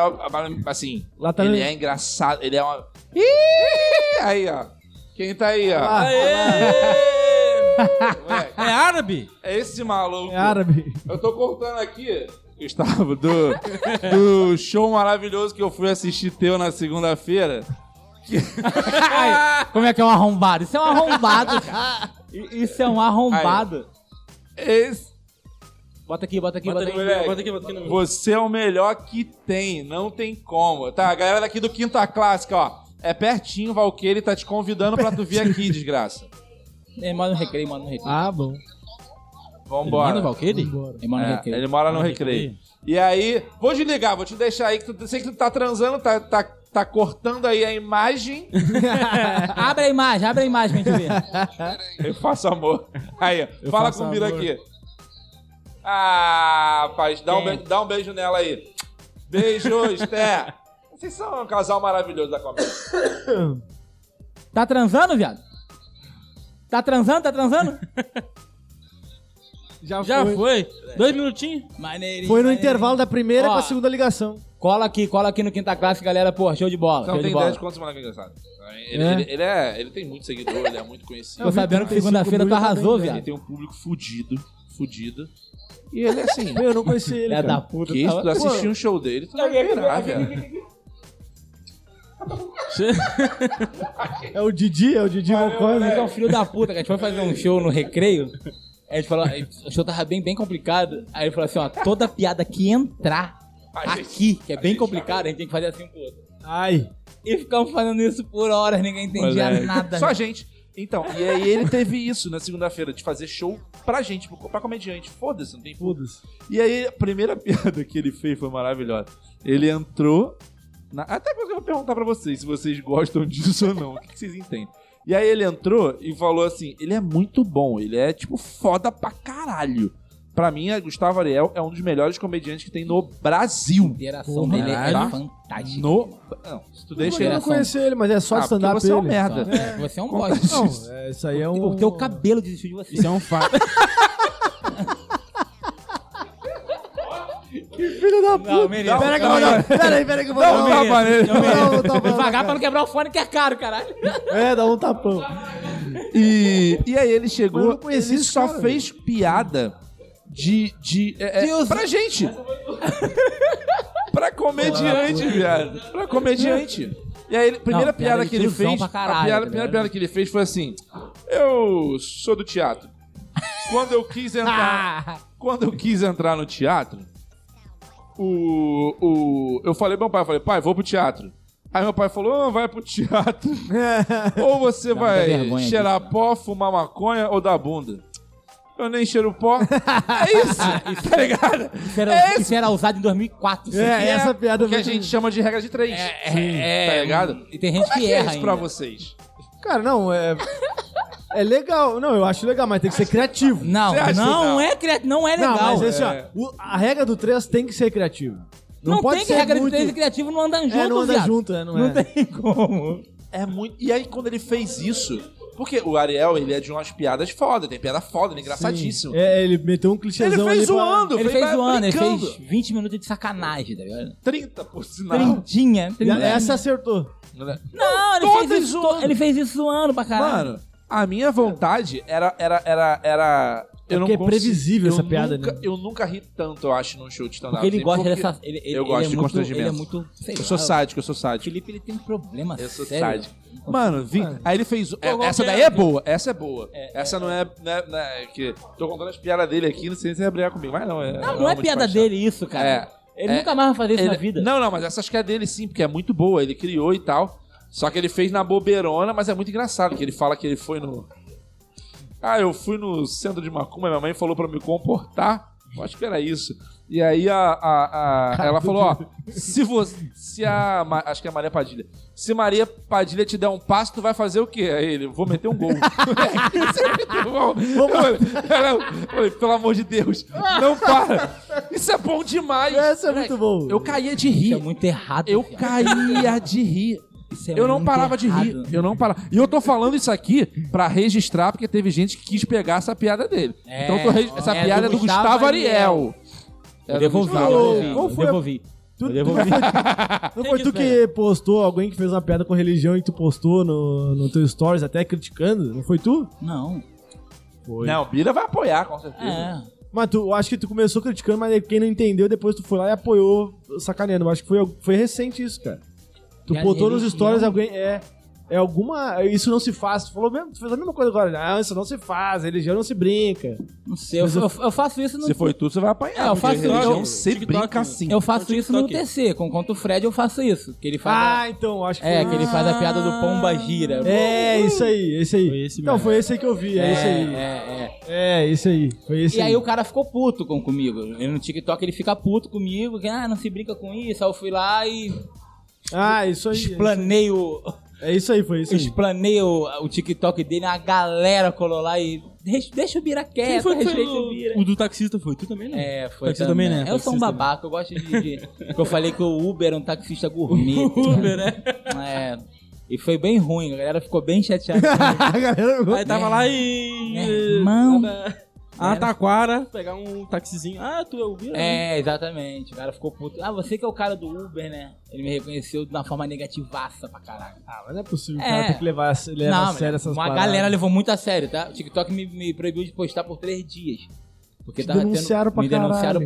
Speaker 5: assim.
Speaker 1: Lá tá
Speaker 5: ele
Speaker 1: no-
Speaker 5: é engraçado, ele é uma. Aí, ó. Quem tá aí, ó?
Speaker 1: Ah,
Speaker 5: Moleque,
Speaker 6: É árabe?
Speaker 5: é esse maluco.
Speaker 1: É árabe.
Speaker 5: Eu tô cortando aqui, Gustavo, do, do show maravilhoso que eu fui assistir teu na
Speaker 1: [LAUGHS]
Speaker 5: segunda-feira.
Speaker 4: Como é que é um arrombado? Isso é um arrombado, cara. I- Isso é um arrombado.
Speaker 5: Esse-
Speaker 4: Bota aqui, bota aqui,
Speaker 6: Bota
Speaker 4: bota
Speaker 6: aqui,
Speaker 4: aqui.
Speaker 5: moleque.
Speaker 6: bota aqui, bota aqui. no-
Speaker 5: Você é o melhor que tem, não tem como. Tá, a galera daqui do Quinta Clássica, ó. É pertinho, Valqueira, e tá te convidando pra tu vir aqui, desgraça.
Speaker 4: Ele mora no recreio, mora no recreio.
Speaker 1: Ah, bom.
Speaker 5: Vambora.
Speaker 6: Valkyrie?
Speaker 1: Bora.
Speaker 4: Ele mora no
Speaker 5: É,
Speaker 4: recreio.
Speaker 5: ele mora no recreio. E aí, vou desligar, vou te deixar aí, que tu, sei que tu tá transando, tá, tá, tá cortando aí a imagem.
Speaker 4: Abre a imagem, abre a imagem pra gente ver.
Speaker 5: Eu faço amor. Aí, ó,
Speaker 6: Eu
Speaker 5: fala
Speaker 6: faço
Speaker 5: com o Bira
Speaker 6: amor.
Speaker 5: aqui. Ah, rapaz, dá um,
Speaker 4: Quem?
Speaker 5: beijo, dá um beijo nela aí. Beijo, Esté. Vocês são um casal maravilhoso da comédia.
Speaker 4: Tá transando, viado? Tá transando, tá transando?
Speaker 6: Já foi? Dois minutinhos?
Speaker 4: Maneirinho.
Speaker 1: Foi no
Speaker 4: maneirinho.
Speaker 1: intervalo da primeira
Speaker 4: Ó.
Speaker 1: pra segunda ligação.
Speaker 4: Cola aqui, cola aqui no quinta classe, galera. Pô, show de
Speaker 5: Você
Speaker 4: bola.
Speaker 5: não
Speaker 4: show de
Speaker 5: tem ideia
Speaker 4: bola.
Speaker 5: de quantos moleques engraçados. Ele,
Speaker 1: É?
Speaker 5: ele- ele é, ele tem muito seguidor, ele é muito conhecido.
Speaker 4: Tô sabendo que segunda-feira tu arrasou,
Speaker 5: Ele
Speaker 4: viado.
Speaker 5: tem um público fudido, fudido. E ele é assim.
Speaker 1: Meu, eu não conheci ele.
Speaker 4: Filha da
Speaker 1: Cara.
Speaker 4: puta.
Speaker 5: é que se tu
Speaker 4: tava-
Speaker 5: assistir um show dele, tu vai virar, velho.
Speaker 1: É o Didi, é o Didi
Speaker 5: tá-
Speaker 1: Mocó.
Speaker 4: Vocês são um filho da puta, cara. A gente foi fazer um show no recreio. Aí a gente falou, aí o show tava bem, bem complicado. Aí ele falou assim, ó, toda piada que entrar
Speaker 5: [LAUGHS] Ai,
Speaker 4: aqui, que é
Speaker 5: ai,
Speaker 4: bem
Speaker 5: gente,
Speaker 4: complicado, a gente tem que fazer assim pro outro.
Speaker 1: Ai.
Speaker 4: E ficamos fazendo isso por horas, ninguém entendia
Speaker 5: Moleque.
Speaker 4: nada.
Speaker 5: Só a gente. Então, e aí ele teve isso na segunda-feira, de fazer show pra gente, pro- pra comediante. Foda-se, não tem
Speaker 1: Foda-se.
Speaker 5: E aí, a primeira [LAUGHS] piada que ele fez foi maravilhosa. Ele entrou. Na... Até coisa que eu vou perguntar pra vocês, se vocês gostam [LAUGHS] disso ou não. O que que vocês entendem? E aí ele entrou e falou assim: ele é muito bom, ele é tipo foda pra caralho. Pra mim, é- Gustavo Ariel é um dos melhores comediantes que tem no Brasil.
Speaker 4: interação
Speaker 1: Porra,
Speaker 4: dele
Speaker 5: caralho.
Speaker 4: é fantástica.
Speaker 5: No. Não, se tu deixa
Speaker 1: Eu
Speaker 5: ele.
Speaker 1: não
Speaker 4: Geração.
Speaker 1: conheço ele, mas é só
Speaker 5: Ah, porque
Speaker 1: stand-up
Speaker 5: você é um
Speaker 1: ele.
Speaker 5: merda.
Speaker 4: É, Você é um bosta. Tipo,
Speaker 1: Não, é, isso aí é um...
Speaker 4: O teu cabelo desistiu de você.
Speaker 6: Isso é um fato.
Speaker 1: Filho da puta!
Speaker 4: Não, menino.
Speaker 1: Pera que eu vou dar... Pera aí, pera aí que eu vou dar...
Speaker 5: Não,
Speaker 1: um-
Speaker 5: não, maneiro.
Speaker 1: Eu não, tá bom.
Speaker 4: Devagar pra não quebrar o fone que é caro, caralho.
Speaker 1: É, dá um tapão.
Speaker 5: E, e aí ele
Speaker 1: Mas eu
Speaker 5: chegou,
Speaker 1: não conhecia
Speaker 5: ele
Speaker 1: esse
Speaker 5: só
Speaker 1: cara,
Speaker 5: fez piada de. de é, é, pra
Speaker 4: [LAUGHS]
Speaker 5: gente! pra comediante, viado. Pra comediante. E aí, ele- a primeira
Speaker 4: Não, piada
Speaker 5: piada
Speaker 4: de
Speaker 5: que ele
Speaker 4: tiozão
Speaker 5: fez.
Speaker 4: pra caralho,
Speaker 5: a, piada, a
Speaker 4: tá
Speaker 5: primeira
Speaker 4: ligado?
Speaker 5: piada que ele fez foi assim: Eu sou do teatro. Quando eu
Speaker 4: [LAUGHS]
Speaker 5: quis entrar.
Speaker 4: Ah,
Speaker 5: quando eu quis entrar no teatro, o, o, eu falei pro meu pai, eu falei, pai, vou pro teatro. Aí meu pai falou, ah, vai pro
Speaker 4: [LAUGHS]
Speaker 5: teatro. ou você
Speaker 4: Dá muita
Speaker 5: vai
Speaker 4: vergonha
Speaker 5: cheirar
Speaker 4: disso, né?
Speaker 5: pó, fumar maconha ou dar bunda. Eu nem cheiro
Speaker 4: [LAUGHS]
Speaker 5: pó. é isso, tá ligado?
Speaker 4: Isso era,
Speaker 5: É
Speaker 4: isso era usado em 2004. isso
Speaker 1: É,
Speaker 4: aqui.
Speaker 1: essa piada
Speaker 5: que a
Speaker 1: vai-
Speaker 5: gente chama de regra de três.
Speaker 4: É,
Speaker 5: tá ligado?
Speaker 4: E tem gente
Speaker 5: Como é
Speaker 4: que
Speaker 5: que é
Speaker 4: erra
Speaker 5: isso pra
Speaker 4: ainda.
Speaker 5: vocês?
Speaker 1: Cara, não, é... É legal. Não, eu acho legal, mas tem que ser criativo.
Speaker 4: Não,
Speaker 5: Você acha
Speaker 4: não
Speaker 5: legal?
Speaker 4: é, cria- não é legal.
Speaker 1: Não, mas assim, ó, o- a regra do 3 tem que ser criativa. Não,
Speaker 4: Não
Speaker 1: pode
Speaker 4: tem que
Speaker 1: ser
Speaker 4: regra
Speaker 1: muito...
Speaker 4: de três e criativo não andam juntos,
Speaker 1: É, não anda
Speaker 4: viado.
Speaker 1: junto, é, não, é.
Speaker 5: né?
Speaker 4: tem como.
Speaker 5: É muito. E aí, quando ele fez isso. Porque o Ariel, ele é de umas piadas foda, tem piada foda, ele é engraçadíssimo.
Speaker 1: É, ele meteu um clichêzão
Speaker 5: Ele
Speaker 1: ali
Speaker 5: fez
Speaker 1: pra-
Speaker 5: zoando,
Speaker 4: Ele fez
Speaker 5: vai
Speaker 4: o ano, ele
Speaker 5: brincando.
Speaker 4: fez 20 minutos de sacanagem, tá ligado?
Speaker 5: 30, por sinal.
Speaker 4: Trindinha,
Speaker 1: E
Speaker 5: é.
Speaker 4: trindinha.
Speaker 1: Essa acertou.
Speaker 4: Não, ele
Speaker 5: Todas
Speaker 4: fez, isso,
Speaker 5: zoando.
Speaker 4: ele fez isso zoando pra caralho.
Speaker 5: Mano, a minha vontade era. era, era, era eu
Speaker 1: porque é
Speaker 5: não consigo-
Speaker 1: previsível
Speaker 5: eu
Speaker 1: essa piada,
Speaker 5: nunca,
Speaker 1: né?
Speaker 5: Eu nunca ri tanto, eu acho, num show de stand-up.
Speaker 4: porque ele
Speaker 5: assim,
Speaker 4: gosta
Speaker 5: porque
Speaker 4: dessa... Ele, ele,
Speaker 5: eu
Speaker 4: ele
Speaker 5: gosto
Speaker 4: é
Speaker 5: de
Speaker 4: muito,
Speaker 5: constrangimento.
Speaker 4: Ele é muito... sei
Speaker 5: Eu sou
Speaker 4: lá,
Speaker 5: sádico, eu sou
Speaker 4: O
Speaker 5: sádico.
Speaker 4: Felipe, ele tem um problema
Speaker 5: Eu sou
Speaker 4: sério.
Speaker 5: sádico. Mano, vi, aí ele fez. é,
Speaker 4: qual
Speaker 5: essa
Speaker 4: que é?
Speaker 5: daí é boa, essa é boa. essa não é. Não é, não é- que, tô contando as piadas dele aqui, não sei se é brigar comigo, mas não. É,
Speaker 4: Não, não é piada dele isso, cara. Ele
Speaker 5: É.
Speaker 4: nunca mais vai fazer isso na vida.
Speaker 5: Não, não, mas essa acho que é dele sim, porque é muito boa, ele criou e tal. Só que ele fez na bobeirona, mas é muito engraçado, que ele fala que ele foi no. Ah, eu fui no centro de macumba, minha mãe falou pra me comportar. Eu acho que era isso. E aí a, a- a- ela falou, ó, se você. Se a. Ma- Acho que é a Maria Padilha. Se Maria Padilha te der um passo, tu vai fazer o quê? Aí ele, vou meter
Speaker 1: [LAUGHS]
Speaker 5: um gol. Vamos. Eu falei, pelo amor de Deus, não para. Isso é bom demais.
Speaker 1: Essa é muito bom.
Speaker 5: Eu caía de
Speaker 4: Isso
Speaker 5: rir.
Speaker 4: é muito errado.
Speaker 5: Eu
Speaker 4: viado.
Speaker 5: caía de rir.
Speaker 4: Isso é
Speaker 5: eu não
Speaker 4: muito
Speaker 5: parava de rir.
Speaker 4: errado.
Speaker 5: Eu não parava. E eu tô falando isso aqui pra registrar, porque teve gente que quis pegar essa piada dele.
Speaker 4: É,
Speaker 5: então eu tô regi- essa
Speaker 4: é
Speaker 5: piada é
Speaker 4: do
Speaker 5: do Gustavo,
Speaker 4: Gustavo
Speaker 5: Ariel. É
Speaker 4: Eu
Speaker 5: do
Speaker 4: devolvi,
Speaker 5: Gustavo
Speaker 4: eu
Speaker 5: Ariel.
Speaker 4: devolvi,
Speaker 1: qual
Speaker 4: eu
Speaker 1: foi a-
Speaker 4: devolvi.
Speaker 1: Tu-
Speaker 6: Eu devolvi.
Speaker 3: [LAUGHS]
Speaker 1: Não foi tu que postou alguém que fez uma piada com religião e tu postou no, no teu stories até criticando? Não foi tu?
Speaker 4: Não.
Speaker 1: Foi.
Speaker 5: Não, Bira vai apoiar, com certeza.
Speaker 4: É.
Speaker 1: Mas tu, eu acho que tu começou criticando, mas quem não entendeu, depois tu foi lá e apoiou sacaneando. Eu acho que foi, foi recente isso, cara. Tu
Speaker 4: E a
Speaker 1: botou nos
Speaker 4: religião-
Speaker 1: stories alguém. É. É alguma. Isso não se faz. Tu falou mesmo, tu fez a mesma coisa agora. Não, isso não se faz, religião não se brinca.
Speaker 4: Não sei, eu, eu- eu faço isso no.
Speaker 5: Se foi tu, você vai apanhar.
Speaker 4: É, eu
Speaker 5: porque
Speaker 4: faço-
Speaker 5: religião,
Speaker 4: eu-
Speaker 5: você
Speaker 6: TikTok,
Speaker 5: brinca assim.
Speaker 4: Eu faço
Speaker 6: No
Speaker 4: isso no
Speaker 6: TikTok.
Speaker 4: TC. Com contra o Fred eu faço isso. Que ele faz.
Speaker 1: Ah, então, acho que
Speaker 4: é,
Speaker 1: foi.
Speaker 4: que ele faz a piada do Pomba Gira.
Speaker 1: É, isso aí, esse aí.
Speaker 6: Foi esse
Speaker 1: Não,
Speaker 6: mesmo.
Speaker 1: foi esse aí que eu vi, é, esse aí.
Speaker 4: é, é.
Speaker 1: É, esse aí. Foi esse
Speaker 4: E aí o cara ficou puto com, comigo. Ele no TikTok ele fica puto comigo, que ah, não se brinca com isso. Aí eu fui lá e
Speaker 1: Ah, isso aí.
Speaker 4: explanei o,
Speaker 1: É isso aí, foi isso aí.
Speaker 4: explanei o, o TikTok dele, a galera colou lá e. "Deixa- Deixa o Bira quieto,
Speaker 6: Quem É, foi que fez
Speaker 4: respeita o Bira.
Speaker 6: o, o do taxista? Foi tu também, né?
Speaker 4: É, foi
Speaker 6: Taxista
Speaker 4: também,
Speaker 6: também, né?
Speaker 4: Eu sou um
Speaker 6: Taxista,
Speaker 4: babaca, eu gosto de, de- que Eu falei que o Uber era um taxista
Speaker 6: [LAUGHS]
Speaker 4: gourmet. tá
Speaker 6: Uber, né?
Speaker 4: É. E foi bem ruim, a galera ficou
Speaker 3: [LAUGHS]
Speaker 4: bem
Speaker 6: [LAUGHS]
Speaker 4: chateada.
Speaker 1: [LAUGHS] a galera
Speaker 6: Aí tava lá em.
Speaker 4: Né, irmão?
Speaker 6: lá na- Ataquara, pegar um taxizinho. Ah, tu é o Bira? né?
Speaker 4: é, exatamente. O cara ficou puto. Ah, você que é o cara do Uber, né? Ele me reconheceu de uma forma negativaça pra caralho.
Speaker 1: Ah, mas não é possível,
Speaker 4: É.
Speaker 1: cara. Tem que levar, levar a
Speaker 4: mas
Speaker 1: sério essas
Speaker 4: uma
Speaker 1: paradas.
Speaker 4: galera levou muito a sério, tá? O TikTok me, me proibiu de postar por três dias. Porque
Speaker 1: Te
Speaker 4: tava
Speaker 1: denunciaram
Speaker 4: tendo,
Speaker 1: pra
Speaker 4: me denunciaram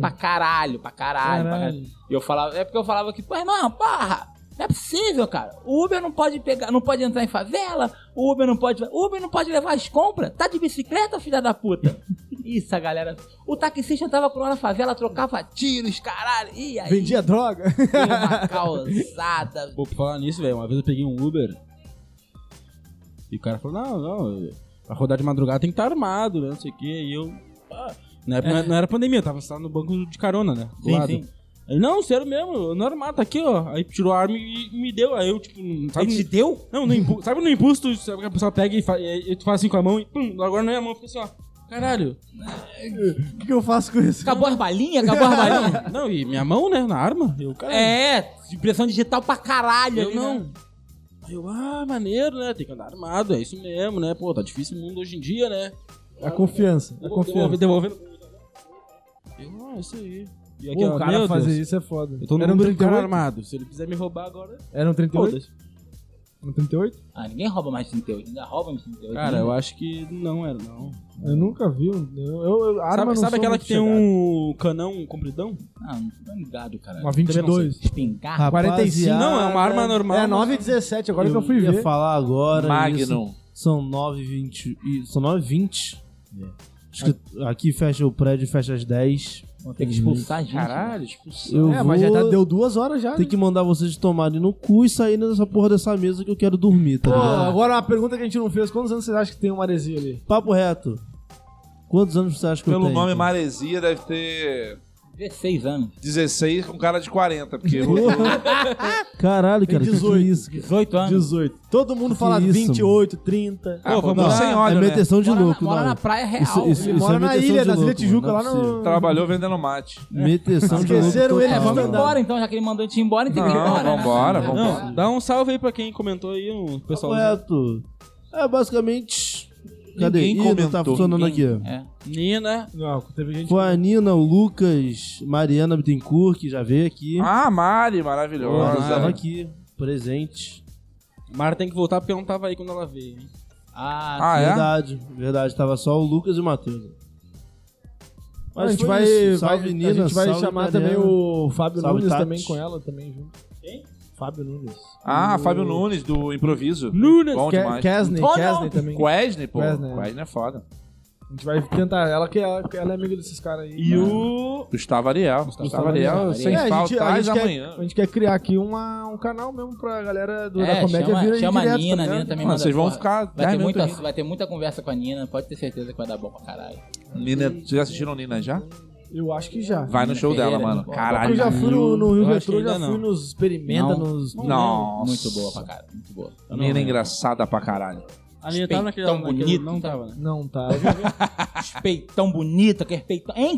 Speaker 1: caralho.
Speaker 4: pra caralho, pra caralho, pra caralho. E eu falava, é porque eu falava que, pô, irmão, porra, não é possível, cara. O Uber não pode pegar, não pode entrar em favela, o Uber não pode. O Uber não pode levar as compras. Tá de bicicleta, filha
Speaker 1: [LAUGHS]
Speaker 4: da puta. Isso, a galera. O taxista tava por lá na favela, trocava tiros, caralho. E aí,
Speaker 1: Vendia
Speaker 6: [LAUGHS]
Speaker 1: droga.
Speaker 4: deu uma
Speaker 1: [LAUGHS]
Speaker 4: causada.
Speaker 6: Vou falar nisso, velho. Uma vez eu peguei um Uber e o cara falou: Não, não, pra rodar de madrugada tem que estar armado, né? Não sei o quê. E eu. ah, na época não era- não era pandemia, eu tava sentado no banco de carona, né? Do
Speaker 4: É. Sim,
Speaker 6: lado.
Speaker 4: sim.
Speaker 6: Ele, não, sério mesmo, eu não era armado, tá aqui, ó. Aí tirou a arma e e me deu. Aí eu, tipo, não- sabe?
Speaker 4: Ele te deu?
Speaker 6: Não, no impu... sabe no impulso, tu, sabe que a pessoa pega e, fa... e aí tu faz assim com a mão e pum, agora não é a mão, fica assim, ó. Caralho,
Speaker 1: O que, que eu faço com isso?
Speaker 4: Acabou as balinhas?
Speaker 1: [LAUGHS]
Speaker 4: Acabou as balinhas?
Speaker 6: não, e minha mão, né, na arma, eu, cara,
Speaker 4: É, impressão digital pra caralho.
Speaker 6: eu
Speaker 4: ali, né?
Speaker 6: não. Aí Eu, ah, maneiro, né, tem que andar armado, é isso mesmo, né, pô, tá difícil o mundo hoje em dia, né.
Speaker 1: A é confiança, a
Speaker 6: Devolvendo,
Speaker 1: confiança.
Speaker 6: devolvendo. Eu, ah, isso aí. E
Speaker 1: Pô,
Speaker 6: ó,
Speaker 1: o cara
Speaker 6: meu
Speaker 1: fazer
Speaker 6: Deus,
Speaker 1: isso é foda.
Speaker 6: Eu tô no
Speaker 1: Era um
Speaker 6: mundo do cara
Speaker 1: 38?
Speaker 6: armado, se ele quiser me roubar agora,
Speaker 1: Era um 38?
Speaker 6: foda-se.
Speaker 1: Um 38?
Speaker 4: Ah, ninguém rouba mais 38, ainda rouba mais 38.
Speaker 6: Cara,
Speaker 4: né?
Speaker 6: eu acho que não era, não.
Speaker 1: Eu nunca vi. um- Eu, eu, eu- arma
Speaker 6: Sabe,
Speaker 1: não
Speaker 6: sabe
Speaker 1: sou
Speaker 6: aquela
Speaker 1: muito
Speaker 6: que tem
Speaker 1: chegado.
Speaker 6: um canão compridão?
Speaker 4: Ah, não tô ligado, cara.
Speaker 1: Uma
Speaker 6: também não sei.
Speaker 1: 22.
Speaker 4: Espingarda.
Speaker 1: 45.
Speaker 3: Rapaziada,
Speaker 6: Não, é uma arma normal.
Speaker 1: É 9 e 17, agora que eu fui
Speaker 3: ia
Speaker 1: ver.
Speaker 3: falar
Speaker 5: né,
Speaker 3: agora. isso.
Speaker 5: Magnum.
Speaker 3: São 9h20. e- São 9h20. Acho que aqui fecha o prédio, fecha às 10.
Speaker 4: Vão ter que expulsar a gente. né?
Speaker 3: Eu
Speaker 1: é, mas já
Speaker 3: vou
Speaker 1: tá- deu duas horas já.
Speaker 3: ter que mandar vocês tomarem no cu e sair dessa porra dessa mesa que eu quero dormir, tá
Speaker 1: Pô,
Speaker 3: ligado?
Speaker 1: agora uma pergunta que a gente não fez. Quantos anos vocês acham que tem o Maresia ali?
Speaker 3: Papo reto. Quantos anos você acha que eu
Speaker 5: Pelo
Speaker 3: tenho?
Speaker 5: nome Maresia deve ter
Speaker 4: 16 anos.
Speaker 5: 16 com cara de 40, porque
Speaker 3: [LAUGHS]
Speaker 5: rodou.
Speaker 3: Porra. [LAUGHS] Caralho, cara, que que é
Speaker 1: 18.
Speaker 3: isso?
Speaker 4: 18 anos.
Speaker 1: 18. Todo mundo
Speaker 3: Que
Speaker 1: fala
Speaker 3: isso,
Speaker 1: 28, 30.
Speaker 5: Ah,
Speaker 6: vamos
Speaker 5: rodou
Speaker 6: lá.
Speaker 5: sem óleo,
Speaker 3: é
Speaker 5: né?
Speaker 3: meteção de
Speaker 4: mora
Speaker 3: louco,
Speaker 4: na, mora
Speaker 3: não.
Speaker 4: na praia real.
Speaker 3: Isso- isso-
Speaker 1: Ele mora
Speaker 3: é
Speaker 1: na
Speaker 3: meteção
Speaker 1: ilha,
Speaker 3: de
Speaker 1: nas
Speaker 3: louco,
Speaker 1: Ilhas Tijuca,
Speaker 3: mano,
Speaker 1: lá
Speaker 3: não é
Speaker 1: no...
Speaker 5: Trabalhou vendendo mate.
Speaker 3: Meteção de louco.
Speaker 1: Esqueceram ele,
Speaker 3: total.
Speaker 4: É, vamos
Speaker 1: Não.
Speaker 4: embora então, já que ele mandou a gente ir embora, tem que ir
Speaker 5: Não,
Speaker 4: embora. né?
Speaker 5: vambora,
Speaker 4: É.
Speaker 5: vambora.
Speaker 6: Não, dá um salve aí pra quem comentou aí, um pessoal.
Speaker 3: Correto. É, basicamente. Cadê?
Speaker 5: Ninguém
Speaker 3: Ih, não tá
Speaker 5: comentou,
Speaker 3: funcionando
Speaker 4: Ninguém-
Speaker 3: aqui.
Speaker 4: É.
Speaker 6: Nina.
Speaker 1: Não, teve gente...
Speaker 3: Foi a Nina, o Lucas, Mariana Bittencourt, que já veio aqui.
Speaker 5: Ah, Mari,
Speaker 3: Ela
Speaker 5: maravilhosa.
Speaker 3: tava aqui, presente.
Speaker 6: Mara tem que voltar porque eu não tava aí quando ela veio. hein?
Speaker 4: Ah,
Speaker 5: Ah, é?
Speaker 3: Verdade, verdade. Tava só o Lucas e o Matheus.
Speaker 1: a gente
Speaker 3: foi
Speaker 1: vai,
Speaker 3: isso.
Speaker 1: vai-
Speaker 3: Salve, Nina,
Speaker 1: a gente vai
Speaker 3: salve,
Speaker 1: chamar
Speaker 3: Mariana.
Speaker 1: também o Fábio
Speaker 3: Salve,
Speaker 1: Nunes
Speaker 3: Tati.
Speaker 1: também com ela, também junto. Fábio Nunes.
Speaker 5: Ah,
Speaker 1: O-
Speaker 5: Fábio Nunes, do Improviso.
Speaker 6: Nunes.
Speaker 5: Bom
Speaker 1: Ke-
Speaker 3: é-
Speaker 5: demais.
Speaker 1: Kesney,
Speaker 4: Oh, não!
Speaker 1: Kesney também.
Speaker 5: Quesney, pô.
Speaker 1: Quesney.
Speaker 5: Quesney é foda.
Speaker 1: A gente vai tentar. Ela que ela, que ela é amiga desses caras aí.
Speaker 6: E o.
Speaker 5: É. Gustavo Ariel. Gustavo, Ariel,
Speaker 4: Ariel.
Speaker 5: sem
Speaker 1: É, a gente- a
Speaker 5: faltar
Speaker 1: gente
Speaker 5: de
Speaker 1: quer-
Speaker 5: amanhã.
Speaker 1: A gente quer criar aqui uma, um canal mesmo pra galera do, da
Speaker 4: é,
Speaker 1: comédia vir
Speaker 4: chama,
Speaker 1: aí
Speaker 4: chama a
Speaker 1: direto, tá
Speaker 4: Nina, a
Speaker 1: ligado?
Speaker 4: Nina também
Speaker 5: Mano,
Speaker 4: manda
Speaker 5: vocês vão
Speaker 4: porra.
Speaker 5: ficar né,
Speaker 4: Vai
Speaker 5: 10
Speaker 4: ter, muita,
Speaker 5: minutos.
Speaker 4: vai ter muita conversa com a Nina, pode ter certeza que vai dar bom pra caralho.
Speaker 5: Nina, vocês já assistiram Nina já?
Speaker 1: Eu acho que já.
Speaker 5: Vai no
Speaker 4: Nina
Speaker 5: show dela,
Speaker 4: Ferreira,
Speaker 5: mano.
Speaker 4: bom.
Speaker 1: Eu
Speaker 5: Caralho.
Speaker 1: já fui no, no Rio
Speaker 6: Eu acho que
Speaker 1: Retrô, já
Speaker 6: ainda
Speaker 1: fui
Speaker 6: não.
Speaker 1: nos Experimenta,
Speaker 4: Não.
Speaker 1: nos...
Speaker 5: Nossa.
Speaker 4: Muito boa pra caralho, muito boa.
Speaker 5: Nina engraçada pra caralho.
Speaker 6: A Nina tava naquele.
Speaker 4: Peitão
Speaker 6: naquele-
Speaker 4: bonito.
Speaker 6: Não tava, né?
Speaker 1: Não, tá.
Speaker 4: Os peitão bonito, aquele peitão. Hein?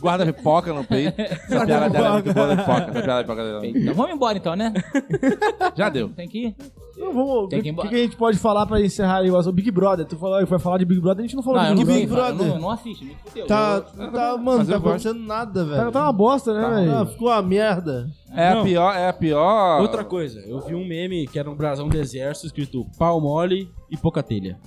Speaker 5: Guarda pipoca no peito. Essa piada dela é muito boa da pipoca. Essa piada da pipoca dela.
Speaker 4: Peitão. Vamos embora então, né?
Speaker 5: Já deu.
Speaker 4: Tem que ir.
Speaker 1: Não, vamos... O
Speaker 4: Tem
Speaker 1: que,
Speaker 4: que ir embora.
Speaker 1: que a gente pode falar pra encerrar aí o assunto? Big Brother. Tu falou, foi falar de Big Brother, a gente não falou
Speaker 4: Não, eu
Speaker 1: de
Speaker 4: não,
Speaker 1: Big
Speaker 4: vi,
Speaker 1: Brother.
Speaker 4: cara, eu não, não assisto, me fudeu.
Speaker 3: Tá,
Speaker 4: Eu-
Speaker 3: tá, mano,
Speaker 5: Mas
Speaker 3: tá
Speaker 5: eu gosto.
Speaker 3: acontecendo nada,
Speaker 1: Tá,
Speaker 3: velho.
Speaker 1: tá uma bosta, né,
Speaker 3: Ah,
Speaker 1: velho?
Speaker 3: ficou uma merda.
Speaker 5: É a pior. É a pior.
Speaker 6: Outra coisa, eu vi um meme que era um brasão do exército escrito pau mole e pouca telha.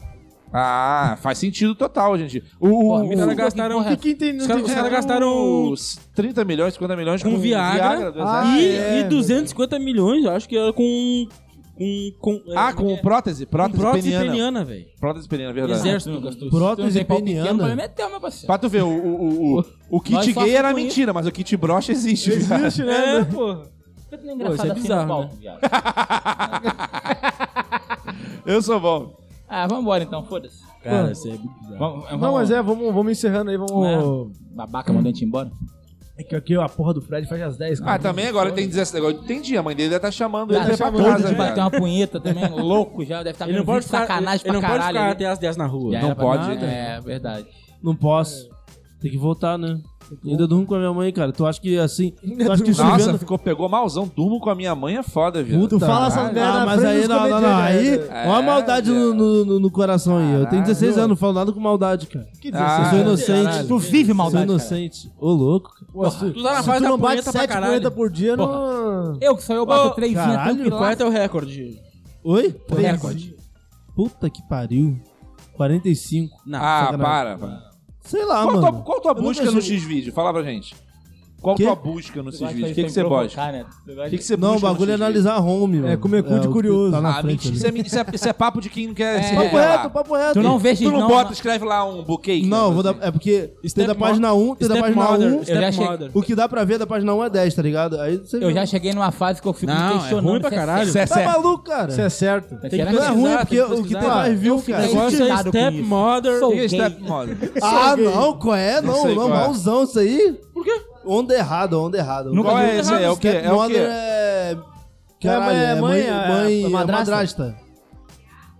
Speaker 5: Ah, faz sentido total, gente. O,
Speaker 4: Porra,
Speaker 5: o,
Speaker 4: me
Speaker 6: Os caras
Speaker 4: fudeu,
Speaker 6: gastaram.
Speaker 4: que porra é
Speaker 1: O que entendi?
Speaker 6: Os caras os caras gastaram.
Speaker 5: os 30 milhões, 50 milhões
Speaker 6: Com Viagra.
Speaker 5: do
Speaker 1: Ah,
Speaker 5: exército.
Speaker 6: e,
Speaker 1: é,
Speaker 6: e 250 milhões, eu acho que era com. Com. com é,
Speaker 5: Ah, com prótese, prótese,
Speaker 6: prótese
Speaker 5: peniana.
Speaker 6: peniana, velho.
Speaker 5: Prótese peniana, é verdade.
Speaker 6: Exército gastou.
Speaker 3: Prótese
Speaker 4: tem pau pequeno, O
Speaker 3: peniana.
Speaker 4: problema é teu, meu parceiro.
Speaker 5: Pra tu ver, o, o, o, o, o
Speaker 4: Nós
Speaker 5: kit
Speaker 4: só
Speaker 5: gay era
Speaker 4: ficamos
Speaker 5: mentira, mas o kit broxa existe.
Speaker 1: Existe, né?
Speaker 6: É, porra.
Speaker 4: Por que tu não é
Speaker 6: Pô, isso é
Speaker 4: engraçado assim
Speaker 6: bizarro,
Speaker 4: no palco, viado?
Speaker 5: [LAUGHS] Eu sou bom.
Speaker 4: Ah, vambora então, foda-se.
Speaker 6: Cara, isso é muito bizarro.
Speaker 4: Vamos, vamos,
Speaker 1: Não, mas é, vamos, vamos encerrando aí, vamos...
Speaker 4: Babaca mandou a gente embora.
Speaker 1: É que aqui ó, a porra do Fred faz às 10, cara.
Speaker 5: Ah, também agora ele tem 17. Agora entendi, a mãe dele deve estar chamando ele pra
Speaker 4: Cara,
Speaker 5: ir pra
Speaker 4: todo
Speaker 5: casa.
Speaker 4: de bater
Speaker 5: cara.
Speaker 4: uma punheta também, um louco já, deve estar
Speaker 6: Ele não
Speaker 4: vendo
Speaker 6: pode
Speaker 4: vídeo
Speaker 6: ficar,
Speaker 4: sacanagem
Speaker 6: ele
Speaker 4: pra
Speaker 6: não pode
Speaker 4: caralho. né?
Speaker 6: ficar né?
Speaker 4: ali.
Speaker 6: até as 10 na rua.
Speaker 4: Já
Speaker 5: Não
Speaker 4: era pra-
Speaker 5: pode,
Speaker 4: É, verdade.
Speaker 1: Ah,
Speaker 3: Não posso. Tem que voltar, né? Ainda durmo com a minha mãe, cara. Tu acha que assim. Tu acha que isso
Speaker 5: Nossa,
Speaker 3: vendo-
Speaker 5: ficou, pegou malzão. Durmo com a minha mãe é foda, viu?
Speaker 1: Tu fala essas merda
Speaker 3: Ah,
Speaker 1: na
Speaker 3: mas
Speaker 1: frente
Speaker 3: aí
Speaker 1: dos
Speaker 3: não, não, não. Aí,
Speaker 1: comediantes,
Speaker 5: né?
Speaker 3: olha a maldade
Speaker 5: É,
Speaker 3: no, no- no- no coração aí. Eu tenho 16 anos, não falo nada com maldade, cara.
Speaker 1: Que
Speaker 5: Ah,
Speaker 3: Eu sou inocente.
Speaker 4: Tu vive
Speaker 3: Sou
Speaker 4: maldade, cara.
Speaker 3: inocente. Ô, louco. cara.
Speaker 1: Pô, se,
Speaker 6: tu tá na
Speaker 1: se
Speaker 6: fase
Speaker 1: tu
Speaker 6: da
Speaker 1: não bate
Speaker 6: punheta pra
Speaker 1: 7
Speaker 6: caralho.
Speaker 1: punheta por dia, não...
Speaker 4: Eu que sou eu, bato três um
Speaker 3: caralho,
Speaker 4: vinhas
Speaker 6: Qual é teu recorde?
Speaker 3: Oi?
Speaker 4: recorde.
Speaker 3: Puta que pariu. 45.
Speaker 6: Não,
Speaker 5: Ah,
Speaker 3: sacanagem.
Speaker 5: para. para.
Speaker 3: Sei lá,
Speaker 5: Qual, tua,
Speaker 3: mano.
Speaker 5: qual tua
Speaker 3: Eu
Speaker 5: busca
Speaker 3: nunca
Speaker 5: no
Speaker 3: achei-
Speaker 5: X-Video? Fala pra gente. Qual
Speaker 3: Quê?
Speaker 5: tua busca no X-Video? O que que você gosta?
Speaker 4: né?
Speaker 5: O que que você
Speaker 3: Não, o
Speaker 5: busca no
Speaker 3: bagulho é
Speaker 5: X-Video?
Speaker 3: analisar home, mano.
Speaker 1: É, comer cu de
Speaker 3: o que
Speaker 1: curioso.
Speaker 3: Tá na
Speaker 5: Ah,
Speaker 3: frente.
Speaker 5: mentira. Isso é,
Speaker 3: ali.
Speaker 5: isso, é, isso é papo de quem quer se
Speaker 3: Papo
Speaker 5: revelar.
Speaker 3: reto, papo reto.
Speaker 4: Tu não vê gente,
Speaker 5: Tu não,
Speaker 4: não. né?
Speaker 5: bota, escreve lá um buquê.
Speaker 3: Não, vou dar. É porque tem da
Speaker 6: Stepmo-
Speaker 3: página 1, tem é da página 1.
Speaker 6: Stepmother,
Speaker 4: Eu já
Speaker 6: Stepmother.
Speaker 3: O que dá pra ver da página 1 é 10, tá ligado? Aí você
Speaker 4: Eu
Speaker 3: vê.
Speaker 4: já cheguei numa fase que eu fico
Speaker 6: Não, é
Speaker 4: me questionando.
Speaker 6: ruim pra
Speaker 4: se é
Speaker 6: caralho.
Speaker 5: Isso é
Speaker 3: Tá
Speaker 5: certo.
Speaker 3: maluco, cara.
Speaker 1: Isso é certo.
Speaker 4: certo.
Speaker 6: Tem que
Speaker 4: Será
Speaker 3: Não é
Speaker 4: que-
Speaker 3: ruim,
Speaker 6: pesquisar,
Speaker 3: porque
Speaker 6: tem que
Speaker 3: o que tem
Speaker 6: pesquisar.
Speaker 3: mais view,
Speaker 6: O
Speaker 5: assim,
Speaker 3: cara.
Speaker 6: negócio é
Speaker 4: irritado tá com isso.
Speaker 6: stepmother.
Speaker 4: Sou
Speaker 5: E a
Speaker 4: gay.
Speaker 5: stepmother?
Speaker 3: Ah, não, qual é? Não,
Speaker 5: sei
Speaker 3: não,
Speaker 5: qual é.
Speaker 3: malzão isso aí.
Speaker 6: Por quê?
Speaker 3: Onda errada, onda errada.
Speaker 5: Nunca Qual
Speaker 3: Onda
Speaker 5: é esse aí? É o quê? É o
Speaker 3: Stepmother
Speaker 5: quê? é
Speaker 3: é... Caralho, é mãe, é mãe, é madrasta.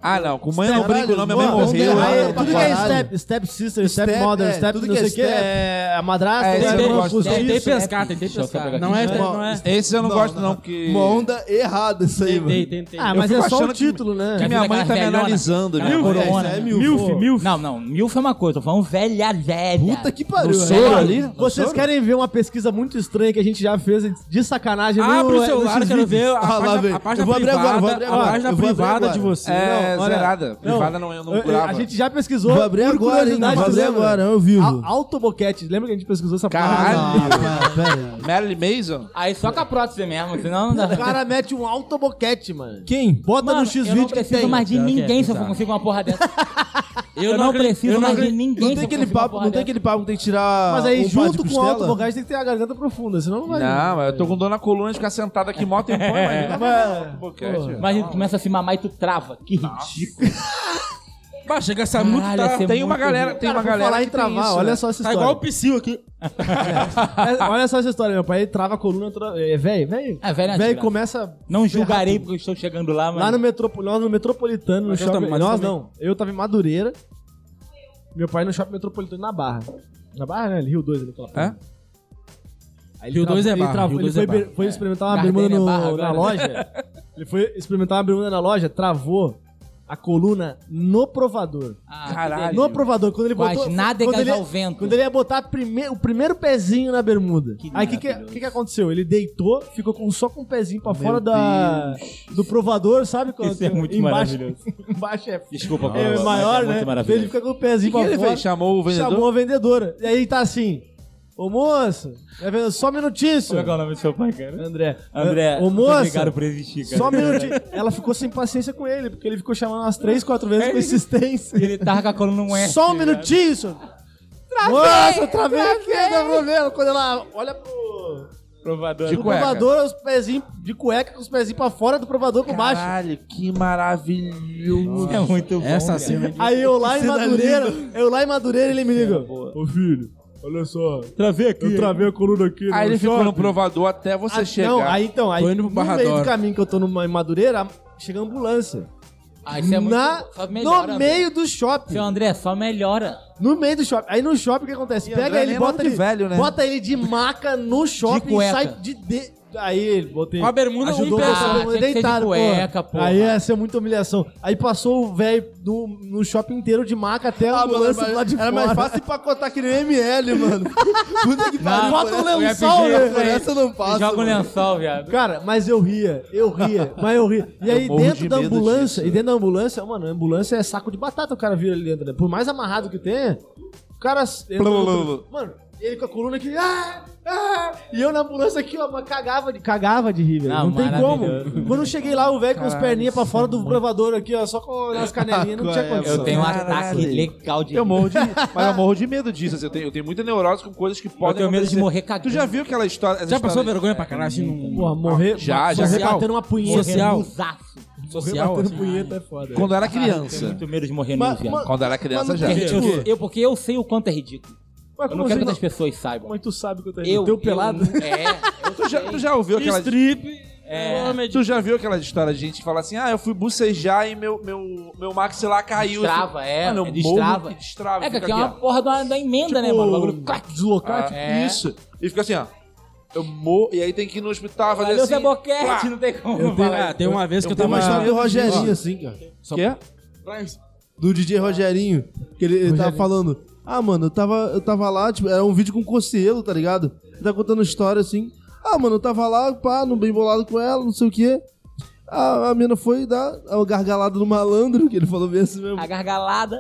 Speaker 5: Ah, não, com mãe eu não brigo, não, minha mãe
Speaker 3: mano, vamos
Speaker 5: morreu.
Speaker 3: derrar
Speaker 5: Ah,
Speaker 3: ele
Speaker 1: tudo
Speaker 5: eu
Speaker 3: pra
Speaker 5: tô
Speaker 1: que é
Speaker 5: parado.
Speaker 1: step, step sister, step,
Speaker 3: Step,
Speaker 1: mother,
Speaker 3: é,
Speaker 1: step
Speaker 3: tudo
Speaker 1: não
Speaker 3: que é
Speaker 1: sei o que,
Speaker 3: step.
Speaker 1: é a madrasta,
Speaker 5: É,
Speaker 1: é,
Speaker 5: isso eu
Speaker 1: irmão,
Speaker 5: gosto.
Speaker 1: fustiça.
Speaker 6: Tentei
Speaker 4: isso,
Speaker 6: pescar,
Speaker 4: é
Speaker 6: tentei
Speaker 4: bicho, deixa eu
Speaker 6: pescar.
Speaker 4: pegar
Speaker 6: Não é,
Speaker 4: aqui.
Speaker 6: não é.
Speaker 5: Esses eu não,
Speaker 3: Não,
Speaker 5: gosto,
Speaker 3: não,
Speaker 5: não,
Speaker 3: não.
Speaker 5: porque.
Speaker 3: Uma onda errada isso aí,
Speaker 6: Tentei,
Speaker 3: mano.
Speaker 6: tentei.
Speaker 1: Ah, mas
Speaker 5: Eu
Speaker 1: é
Speaker 5: fico
Speaker 1: só o
Speaker 5: achando que-
Speaker 1: título, né?
Speaker 5: Que
Speaker 4: Já
Speaker 5: minha
Speaker 4: viu
Speaker 5: mãe tá
Speaker 4: aquelas
Speaker 5: me
Speaker 4: velhona?
Speaker 5: analisando,
Speaker 4: Cara,
Speaker 5: minha
Speaker 4: Milf,
Speaker 5: mãe.
Speaker 4: corona.
Speaker 3: Isso é mil.
Speaker 6: Milf,
Speaker 3: Pô.
Speaker 6: milf.
Speaker 4: Não, não, milf é uma coisa, tô falando velha, velha.
Speaker 3: Puta que pariu.
Speaker 5: No
Speaker 3: é.
Speaker 5: soro ali? No
Speaker 1: Vocês
Speaker 5: soro?
Speaker 1: querem ver uma pesquisa muito estranha que a gente já fez de sacanagem no...
Speaker 6: Abre o
Speaker 1: é,
Speaker 6: celular, eu
Speaker 1: nesses
Speaker 6: quero
Speaker 1: vídeos?
Speaker 6: ver a
Speaker 3: Ah, lá
Speaker 6: página,
Speaker 3: vem.
Speaker 6: a página
Speaker 3: Eu vou abrir
Speaker 6: privada,
Speaker 3: agora, eu vou abrir agora,
Speaker 6: a página
Speaker 3: eu vou abrir
Speaker 6: privada
Speaker 3: agora.
Speaker 6: de você.
Speaker 5: É,
Speaker 1: Não, olha,
Speaker 5: zerada. Privada não, eu
Speaker 1: Eu-
Speaker 5: não
Speaker 1: eu-
Speaker 5: gravo.
Speaker 1: A gente já pesquisou.
Speaker 3: Vou abrir
Speaker 1: por
Speaker 3: agora, hein?
Speaker 1: curiosidade, Ah,
Speaker 3: Vou abrir
Speaker 1: tu lembra?
Speaker 3: agora, eu vivo.
Speaker 1: Al- Autoboquete. Lembra que a gente pesquisou essa
Speaker 5: Caralho.
Speaker 1: porra?
Speaker 3: Ah, pera aí.
Speaker 5: Marilyn Mason?
Speaker 4: Aí só com a prótese mesmo, senão não
Speaker 1: O
Speaker 4: dá.
Speaker 1: cara mete um autoboquete, mano.
Speaker 3: Quem?
Speaker 1: Bota
Speaker 4: Mano,
Speaker 1: no x
Speaker 4: eu não
Speaker 1: vídeo que
Speaker 4: preciso
Speaker 1: tem.
Speaker 4: mais de
Speaker 6: Pior que é,
Speaker 4: ninguém se eu
Speaker 6: bizarro.
Speaker 4: consigo uma porra dessa.
Speaker 6: Eu,
Speaker 4: Eu não preciso mais de
Speaker 6: acredito.
Speaker 4: ninguém
Speaker 3: Não
Speaker 4: se
Speaker 3: tem
Speaker 4: eu
Speaker 3: aquele
Speaker 4: consigo uma
Speaker 3: papo,
Speaker 4: porra
Speaker 3: não tem
Speaker 4: dessa.
Speaker 3: aquele papo que tem que tirar.
Speaker 1: Mas aí,
Speaker 3: um par de
Speaker 1: junto com o
Speaker 3: costela?
Speaker 1: autoboquete, tem que ter a garganta profunda, senão não vai.
Speaker 5: Não, eu tô com dor na coluna de ficar sentado aqui mó tempão, imagina.
Speaker 1: Mas-
Speaker 5: Boquete.
Speaker 4: Imagina, tu começa a se mamar e tu trava. Que ridículo.
Speaker 6: Bah, chega essa muito
Speaker 4: Caralho,
Speaker 6: tá,
Speaker 4: essa é
Speaker 5: Tem uma
Speaker 4: muito
Speaker 5: galera, tem
Speaker 1: Cara,
Speaker 5: uma
Speaker 1: por
Speaker 5: galera
Speaker 1: falar em
Speaker 5: que tem
Speaker 1: travar,
Speaker 5: isso,
Speaker 1: olha
Speaker 5: né?
Speaker 1: só essa
Speaker 6: tá igual o
Speaker 1: história.
Speaker 6: psiu aqui.
Speaker 1: É, olha só essa história, meu pai. Ele trava a coluna toda. É, velho, velho.
Speaker 4: É, velho é
Speaker 1: Velho,
Speaker 4: desgraça.
Speaker 1: começa.
Speaker 4: Não julgarei porque eu estou chegando lá, mas...
Speaker 1: Lá no, metropo... nós no metropolitano, no
Speaker 6: Mas eu
Speaker 1: shopping.
Speaker 6: também, mas eu
Speaker 1: nós
Speaker 6: também.
Speaker 1: não. Eu tava em Madureira. Meu pai no shopping metropolitano na Barra. Na Barra, né? Rio 2 ali, aquela
Speaker 5: É?
Speaker 1: porra. Aí ele
Speaker 6: Rio
Speaker 1: tra-
Speaker 6: 2 é
Speaker 1: ele
Speaker 6: Barra,
Speaker 1: travou-
Speaker 6: Rio
Speaker 1: Ele
Speaker 6: 2 é
Speaker 1: foi,
Speaker 6: Barra.
Speaker 1: be- foi experimentar uma
Speaker 4: Gardênia
Speaker 1: bermuda no-
Speaker 4: é Barra agora,
Speaker 1: na
Speaker 4: né?
Speaker 1: loja. ele foi experimentar uma bermuda na loja, travou a coluna no provador.
Speaker 4: Ah, que
Speaker 5: Caralho.
Speaker 1: No provador, quando ele
Speaker 4: Com
Speaker 1: botou.
Speaker 4: as nádegas
Speaker 1: quando ele-
Speaker 4: ao vento.
Speaker 1: Quando ele ia botar a prime- o primeiro pezinho na bermuda.
Speaker 4: Que
Speaker 1: Aí o que, que,
Speaker 4: maravilhoso.
Speaker 1: que que aconteceu? Ele deitou, ficou com, só com o pezinho pra fora da, do provador, sabe? Quando-
Speaker 4: Isso é muito
Speaker 1: embaixo,
Speaker 4: maravilhoso.
Speaker 1: embaixo é,
Speaker 4: Desculpa,
Speaker 1: é
Speaker 4: Paulo, mas
Speaker 1: maior,
Speaker 4: é muito
Speaker 1: né?
Speaker 4: maravilhoso.
Speaker 1: Ele fica com o
Speaker 5: O que
Speaker 1: pezinho
Speaker 5: que
Speaker 1: pra
Speaker 5: ele
Speaker 1: fora.
Speaker 5: fez? Chamou o vendedor?
Speaker 1: Chamou a vendedora. E aí ele tá assim: Ô moço, tá vendo? só um minutinho,
Speaker 4: Como é
Speaker 1: senhor.
Speaker 4: que é o nome do seu pai, cara?
Speaker 1: André.
Speaker 4: André,
Speaker 1: ô
Speaker 4: muito
Speaker 1: moço,
Speaker 4: obrigado por existir, cara.
Speaker 1: só um minutinho. Ela ficou sem paciência com ele, porque ele ficou chamando umas três, quatro
Speaker 4: É
Speaker 1: vezes com insistência.
Speaker 4: Ele tava com a coluna no S.
Speaker 1: Só [LAUGHS] um minutinho, senhor. Nossa, travei aqui, não tem problema. Quando ela olha pro
Speaker 4: Provador.
Speaker 5: De
Speaker 1: pro
Speaker 5: cueca.
Speaker 1: provador, os pezinhos de cueca com os pezinhos pra fora do provador por baixo.
Speaker 5: Caralho, que maravilhoso.
Speaker 4: É muito bom.
Speaker 6: Essa
Speaker 4: cara.
Speaker 6: cena de...
Speaker 1: Aí eu lá em
Speaker 3: Cena
Speaker 1: Madureira, eu lá em Madureira, ele me liga. É, Ô filho, olha só,
Speaker 6: Travei aqui.
Speaker 1: eu travei a coluna aqui. né?
Speaker 5: Aí ele ficou no
Speaker 1: shopping."
Speaker 5: provador até você
Speaker 1: Ah,
Speaker 5: chegar.
Speaker 1: Não, aí então, aí
Speaker 6: Tô indo pro
Speaker 1: no meio
Speaker 6: Barrador.
Speaker 1: do caminho que eu tô numa- em Madureira, chega a ambulância.
Speaker 4: Ah, isso é muito...
Speaker 1: Na-
Speaker 4: Só melhora,
Speaker 1: no
Speaker 4: André.
Speaker 1: meio do shopping.
Speaker 4: Seu André, só melhora.
Speaker 1: No meio do shopping. Aí no shopping o que acontece?
Speaker 5: E
Speaker 1: Pega
Speaker 5: André
Speaker 1: ele,
Speaker 5: nem
Speaker 1: bota
Speaker 5: nome de
Speaker 1: ele,
Speaker 5: velho, né?
Speaker 1: bota ele de maca no shopping e
Speaker 4: cueca.
Speaker 1: sai de, de... Aí, botei.
Speaker 6: Com a bermuda, um
Speaker 1: ajudou
Speaker 6: pé.
Speaker 1: botar a
Speaker 4: Ah,
Speaker 1: bermuda
Speaker 4: tinha que ser de
Speaker 1: deitada,
Speaker 4: cueca,
Speaker 1: pô.
Speaker 4: porra.
Speaker 1: Aí é- ia ser muita humilhação. Aí passou o velho no, no shopping inteiro de maca até a
Speaker 3: Ah, mano,
Speaker 1: ambulância
Speaker 3: era
Speaker 1: do lado de
Speaker 3: era
Speaker 1: fora. [LAUGHS]
Speaker 3: mais fácil empacotar que nem ML, mano. Puta que pariu.
Speaker 1: Bota um
Speaker 3: por essa-
Speaker 1: lençol,
Speaker 4: FG,
Speaker 1: né?
Speaker 3: Por essa eu não passo.
Speaker 4: Joga o
Speaker 3: mano.
Speaker 4: lençol, viado.
Speaker 1: Cara, mas eu ria, eu ria, mas eu ria. E aí
Speaker 5: morro
Speaker 1: dentro
Speaker 5: de
Speaker 1: da
Speaker 5: medo
Speaker 1: ambulância,
Speaker 5: disso.
Speaker 1: e dentro da ambulância, mano, a ambulância é saco de batata o cara vira ali dentro, né? Por mais amarrado que tenha, o cara. entra
Speaker 5: Blá,
Speaker 1: no-
Speaker 5: blá, blá, blá.
Speaker 1: Mano, ele com a coluna aqui. Ah, ah, e eu na ambulância aqui, ó, mas cagava de, cagava de rir, velho. Não,
Speaker 4: Não,
Speaker 1: tem como.
Speaker 4: maravilhoso.
Speaker 1: Quando eu cheguei lá, o velho com as perninhas pra fora do provador aqui, ó, só com as canelinhas, não tinha
Speaker 3: Qual é,
Speaker 1: condição.
Speaker 4: Eu tenho um
Speaker 5: Caralho.
Speaker 4: ataque legal de...
Speaker 5: Eu morro de. mas eu morro de medo disso. assim, eu, tenho, eu tenho muita neurose com coisas que podem.
Speaker 4: tenho medo de
Speaker 5: acontecer.
Speaker 4: morrer
Speaker 5: Tu
Speaker 4: cagando.
Speaker 5: já viu aquela história. essa
Speaker 6: Já passou
Speaker 5: história-
Speaker 6: vergonha pra caralho assim num...
Speaker 1: Porra, morrer.
Speaker 5: Já, já.
Speaker 1: morrer
Speaker 5: Social.
Speaker 1: batendo uma punheta.
Speaker 6: Social.
Speaker 4: Nusaço.
Speaker 1: Morrer
Speaker 6: social,
Speaker 1: batendo
Speaker 6: assim.
Speaker 1: punheta é foda.
Speaker 5: Quando eu era
Speaker 4: Tenho
Speaker 5: criança.
Speaker 4: muito medo de morrer nu, viado.
Speaker 5: Quando eu era criança já.
Speaker 4: Eu- eu, eu- porque eu sei o quanto é ridículo.
Speaker 1: Mas
Speaker 4: Eu não
Speaker 1: como assim
Speaker 4: quero que
Speaker 1: não-
Speaker 4: as pessoas saibam.
Speaker 1: Mas tu sabe que eu tô
Speaker 4: Eu,
Speaker 1: Teu pelado.
Speaker 4: eu- é, eu
Speaker 5: Tu já, tu já ouviu aquela.
Speaker 6: Strip,
Speaker 4: É.
Speaker 6: homem de...
Speaker 5: Tu já viu aquela história de gente que fala assim: ah, eu fui bucejar e meu, meu, meu maxilar caiu.
Speaker 4: Destrava, é,
Speaker 5: Mano, eu
Speaker 4: é
Speaker 5: morro
Speaker 4: destrava.
Speaker 5: que destrava.
Speaker 4: É, que
Speaker 5: fica
Speaker 4: aqui é uma
Speaker 5: ó.
Speaker 4: porra da, da emenda, né, mano? O bagulho clac.
Speaker 1: deslocar.
Speaker 5: Ah,
Speaker 1: tipo,
Speaker 4: É.
Speaker 5: Isso. E fica assim, ó. Eu morro. E aí tem que ir no hospital fazer
Speaker 4: Valeu,
Speaker 5: assim.
Speaker 4: Zé Boquete,
Speaker 5: plá.
Speaker 4: não tem como
Speaker 6: Eu tenho,
Speaker 4: falar
Speaker 6: ah,
Speaker 4: isso.
Speaker 6: tem uma vez que eu
Speaker 3: Tem
Speaker 6: tava...
Speaker 3: uma história do Rogerinho assim, cara.
Speaker 5: Quê?
Speaker 3: do DJ Rogerinho, que ele, ele tava falando. Ah, mano, eu tava, eu tava lá, tipo, era um vídeo com o Cocielo, tá ligado? Ele tá contando história assim. Ah, mano, eu tava lá, pá, no bem bolado com ela, não sei o quê. Ah, A, a mina foi dar a gargalada no malandro, que ele falou bem assim mesmo.
Speaker 4: A gargalada.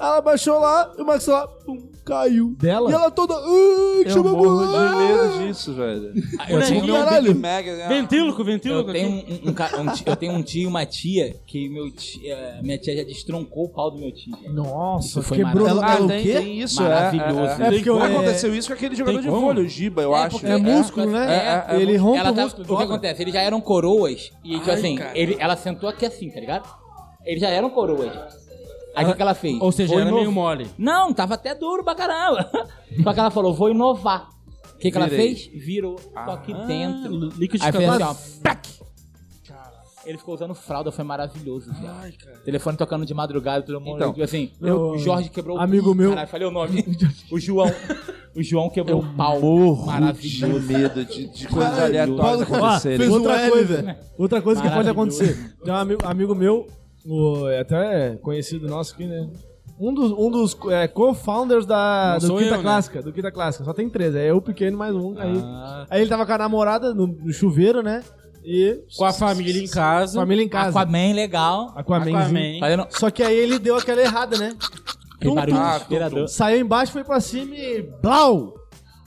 Speaker 3: Ela baixou lá e o maxilar, pum, caiu.
Speaker 1: Dela?
Speaker 3: E ela toda, ai,
Speaker 5: Eu
Speaker 3: chama a
Speaker 5: morro de
Speaker 3: ambulância.
Speaker 5: medo disso, velho.
Speaker 4: Ah, Eu
Speaker 6: Né?
Speaker 4: tenho, um-
Speaker 3: Big Caralho.
Speaker 5: Mega, né?
Speaker 6: Ventríloco, ventríloco.
Speaker 4: eu tenho
Speaker 6: aqui.
Speaker 4: um, um ca- um ti- eu tenho um tio e uma tia que meu ti- eh, minha tia já destroncou o pau do meu tio. velho.
Speaker 1: Nossa,
Speaker 4: Isso foi
Speaker 1: quebrou.
Speaker 3: maravilhoso.
Speaker 5: Ah,
Speaker 3: Ela-
Speaker 5: tem,
Speaker 3: o quê?
Speaker 5: tem isso, é,
Speaker 4: Maravilhoso.
Speaker 5: É, é.
Speaker 1: É porque eu-
Speaker 5: Aconteceu isso com aquele jogador de
Speaker 6: como?
Speaker 5: vôlei, o Giba, eu acho.
Speaker 4: porque-
Speaker 1: É músculo, né?
Speaker 4: É, é,
Speaker 1: ele rompe
Speaker 4: ela
Speaker 1: o
Speaker 4: tá-
Speaker 1: músculo.
Speaker 4: O que
Speaker 1: dobra.
Speaker 4: acontece? Eles já eram coroas e, tipo assim, ele, ela sentou aqui assim, tá ligado? Eles já eram coroas. Aí o que que ela fez?
Speaker 6: Ou seja,
Speaker 4: Foi
Speaker 6: era
Speaker 4: no-
Speaker 6: meio mole.
Speaker 4: Não, tava até duro pra caramba. Só que ela falou, vou inovar. O que, que ela
Speaker 5: Virei.
Speaker 4: fez? Virou. Só que dentro.
Speaker 6: líquido
Speaker 4: Aí fez
Speaker 6: escapado.
Speaker 4: assim, ó. plac. Ele ficou usando fralda, foi maravilhoso, viado. Telefone tocando de madrugada, todo mundo.
Speaker 5: Então,
Speaker 4: tipo assim,
Speaker 1: eu-
Speaker 4: o Jorge quebrou
Speaker 1: amigo
Speaker 4: o Ih,
Speaker 1: meu-
Speaker 4: Caralho, falei o nome. o João. O João quebrou o
Speaker 5: é
Speaker 4: pau.
Speaker 5: de
Speaker 4: Maravilhoso.
Speaker 5: medo de, de coisas
Speaker 3: Caralho,
Speaker 5: aleatórias
Speaker 3: Paulo-
Speaker 5: acontecerem.
Speaker 3: Fez um
Speaker 1: né? Outra
Speaker 3: L,
Speaker 1: coisa. né?
Speaker 3: velho.
Speaker 1: Outra coisa
Speaker 3: Ah,
Speaker 1: que pode
Speaker 4: Maravilhoso.
Speaker 1: acontecer. Tem um ami- amigo meu, o, é até conhecido nosso aqui, né? Um dos, um dos é, co-founders da,
Speaker 6: Não
Speaker 1: do
Speaker 6: sou
Speaker 1: Quinta
Speaker 6: eu, né?
Speaker 1: Clássica. Do Quinta Clássica. Só tem três. É eu, pequeno, mais um. Aí,
Speaker 3: Ah.
Speaker 1: aí ele tava com a namorada no, no chuveiro, né? E...
Speaker 6: Com a família em casa.
Speaker 1: Família em casa.
Speaker 4: Aquaman, legal.
Speaker 1: Aquamanzinho.
Speaker 6: Aquaman.
Speaker 4: Fazendo
Speaker 1: Só que aí ele deu aquela errada, né?
Speaker 4: aquele barulho
Speaker 5: tum,
Speaker 4: desesperador.
Speaker 1: Saiu embaixo, foi pra cima e... Blau!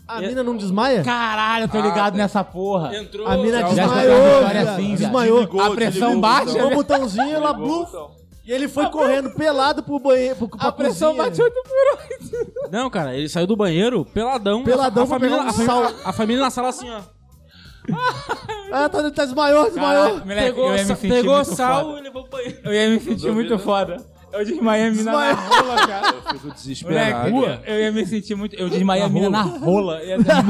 Speaker 1: A
Speaker 6: E-
Speaker 1: mina não desmaia?
Speaker 4: Caralho, eu tô ligado nessa porra.
Speaker 6: Entrou.
Speaker 1: A mina
Speaker 4: já
Speaker 1: desmaiou,
Speaker 4: tá-
Speaker 3: é
Speaker 1: cara.
Speaker 4: assim, já.
Speaker 1: desmaiou.
Speaker 4: A pressão
Speaker 1: Apertou
Speaker 5: então,
Speaker 4: baixa,
Speaker 1: o
Speaker 4: né?
Speaker 1: um botãozinho, ela bluf,
Speaker 4: então.
Speaker 1: e ele foi correndo pelado pro banheiro, pro, pra
Speaker 4: A pressão
Speaker 1: cozinha.
Speaker 4: bate
Speaker 3: tá
Speaker 4: 8
Speaker 6: Não, cara, ele saiu do banheiro peladão.
Speaker 1: Peladão
Speaker 6: a
Speaker 1: pra
Speaker 6: família,
Speaker 1: pegar um
Speaker 6: a família-
Speaker 1: sal.
Speaker 6: a família na sala assim, ó.
Speaker 1: Ah, tá, tá desmaiou, desmaiou.
Speaker 6: Pegou,
Speaker 4: eu ia me
Speaker 6: sa-
Speaker 4: sentir
Speaker 6: pegou
Speaker 4: muito
Speaker 6: sal
Speaker 4: foda.
Speaker 6: e levou pro banheiro.
Speaker 4: Eu ia me sentir
Speaker 5: duvido.
Speaker 4: muito foda. Eu desmaiei a mina na
Speaker 1: Desmaiou.
Speaker 4: rola, cara.
Speaker 5: Eu fico desesperado.
Speaker 4: Moleque, eu ia me sentir muito. Eu desmaiei a mina na rola. Eu
Speaker 1: [LAUGHS]
Speaker 4: ia dar-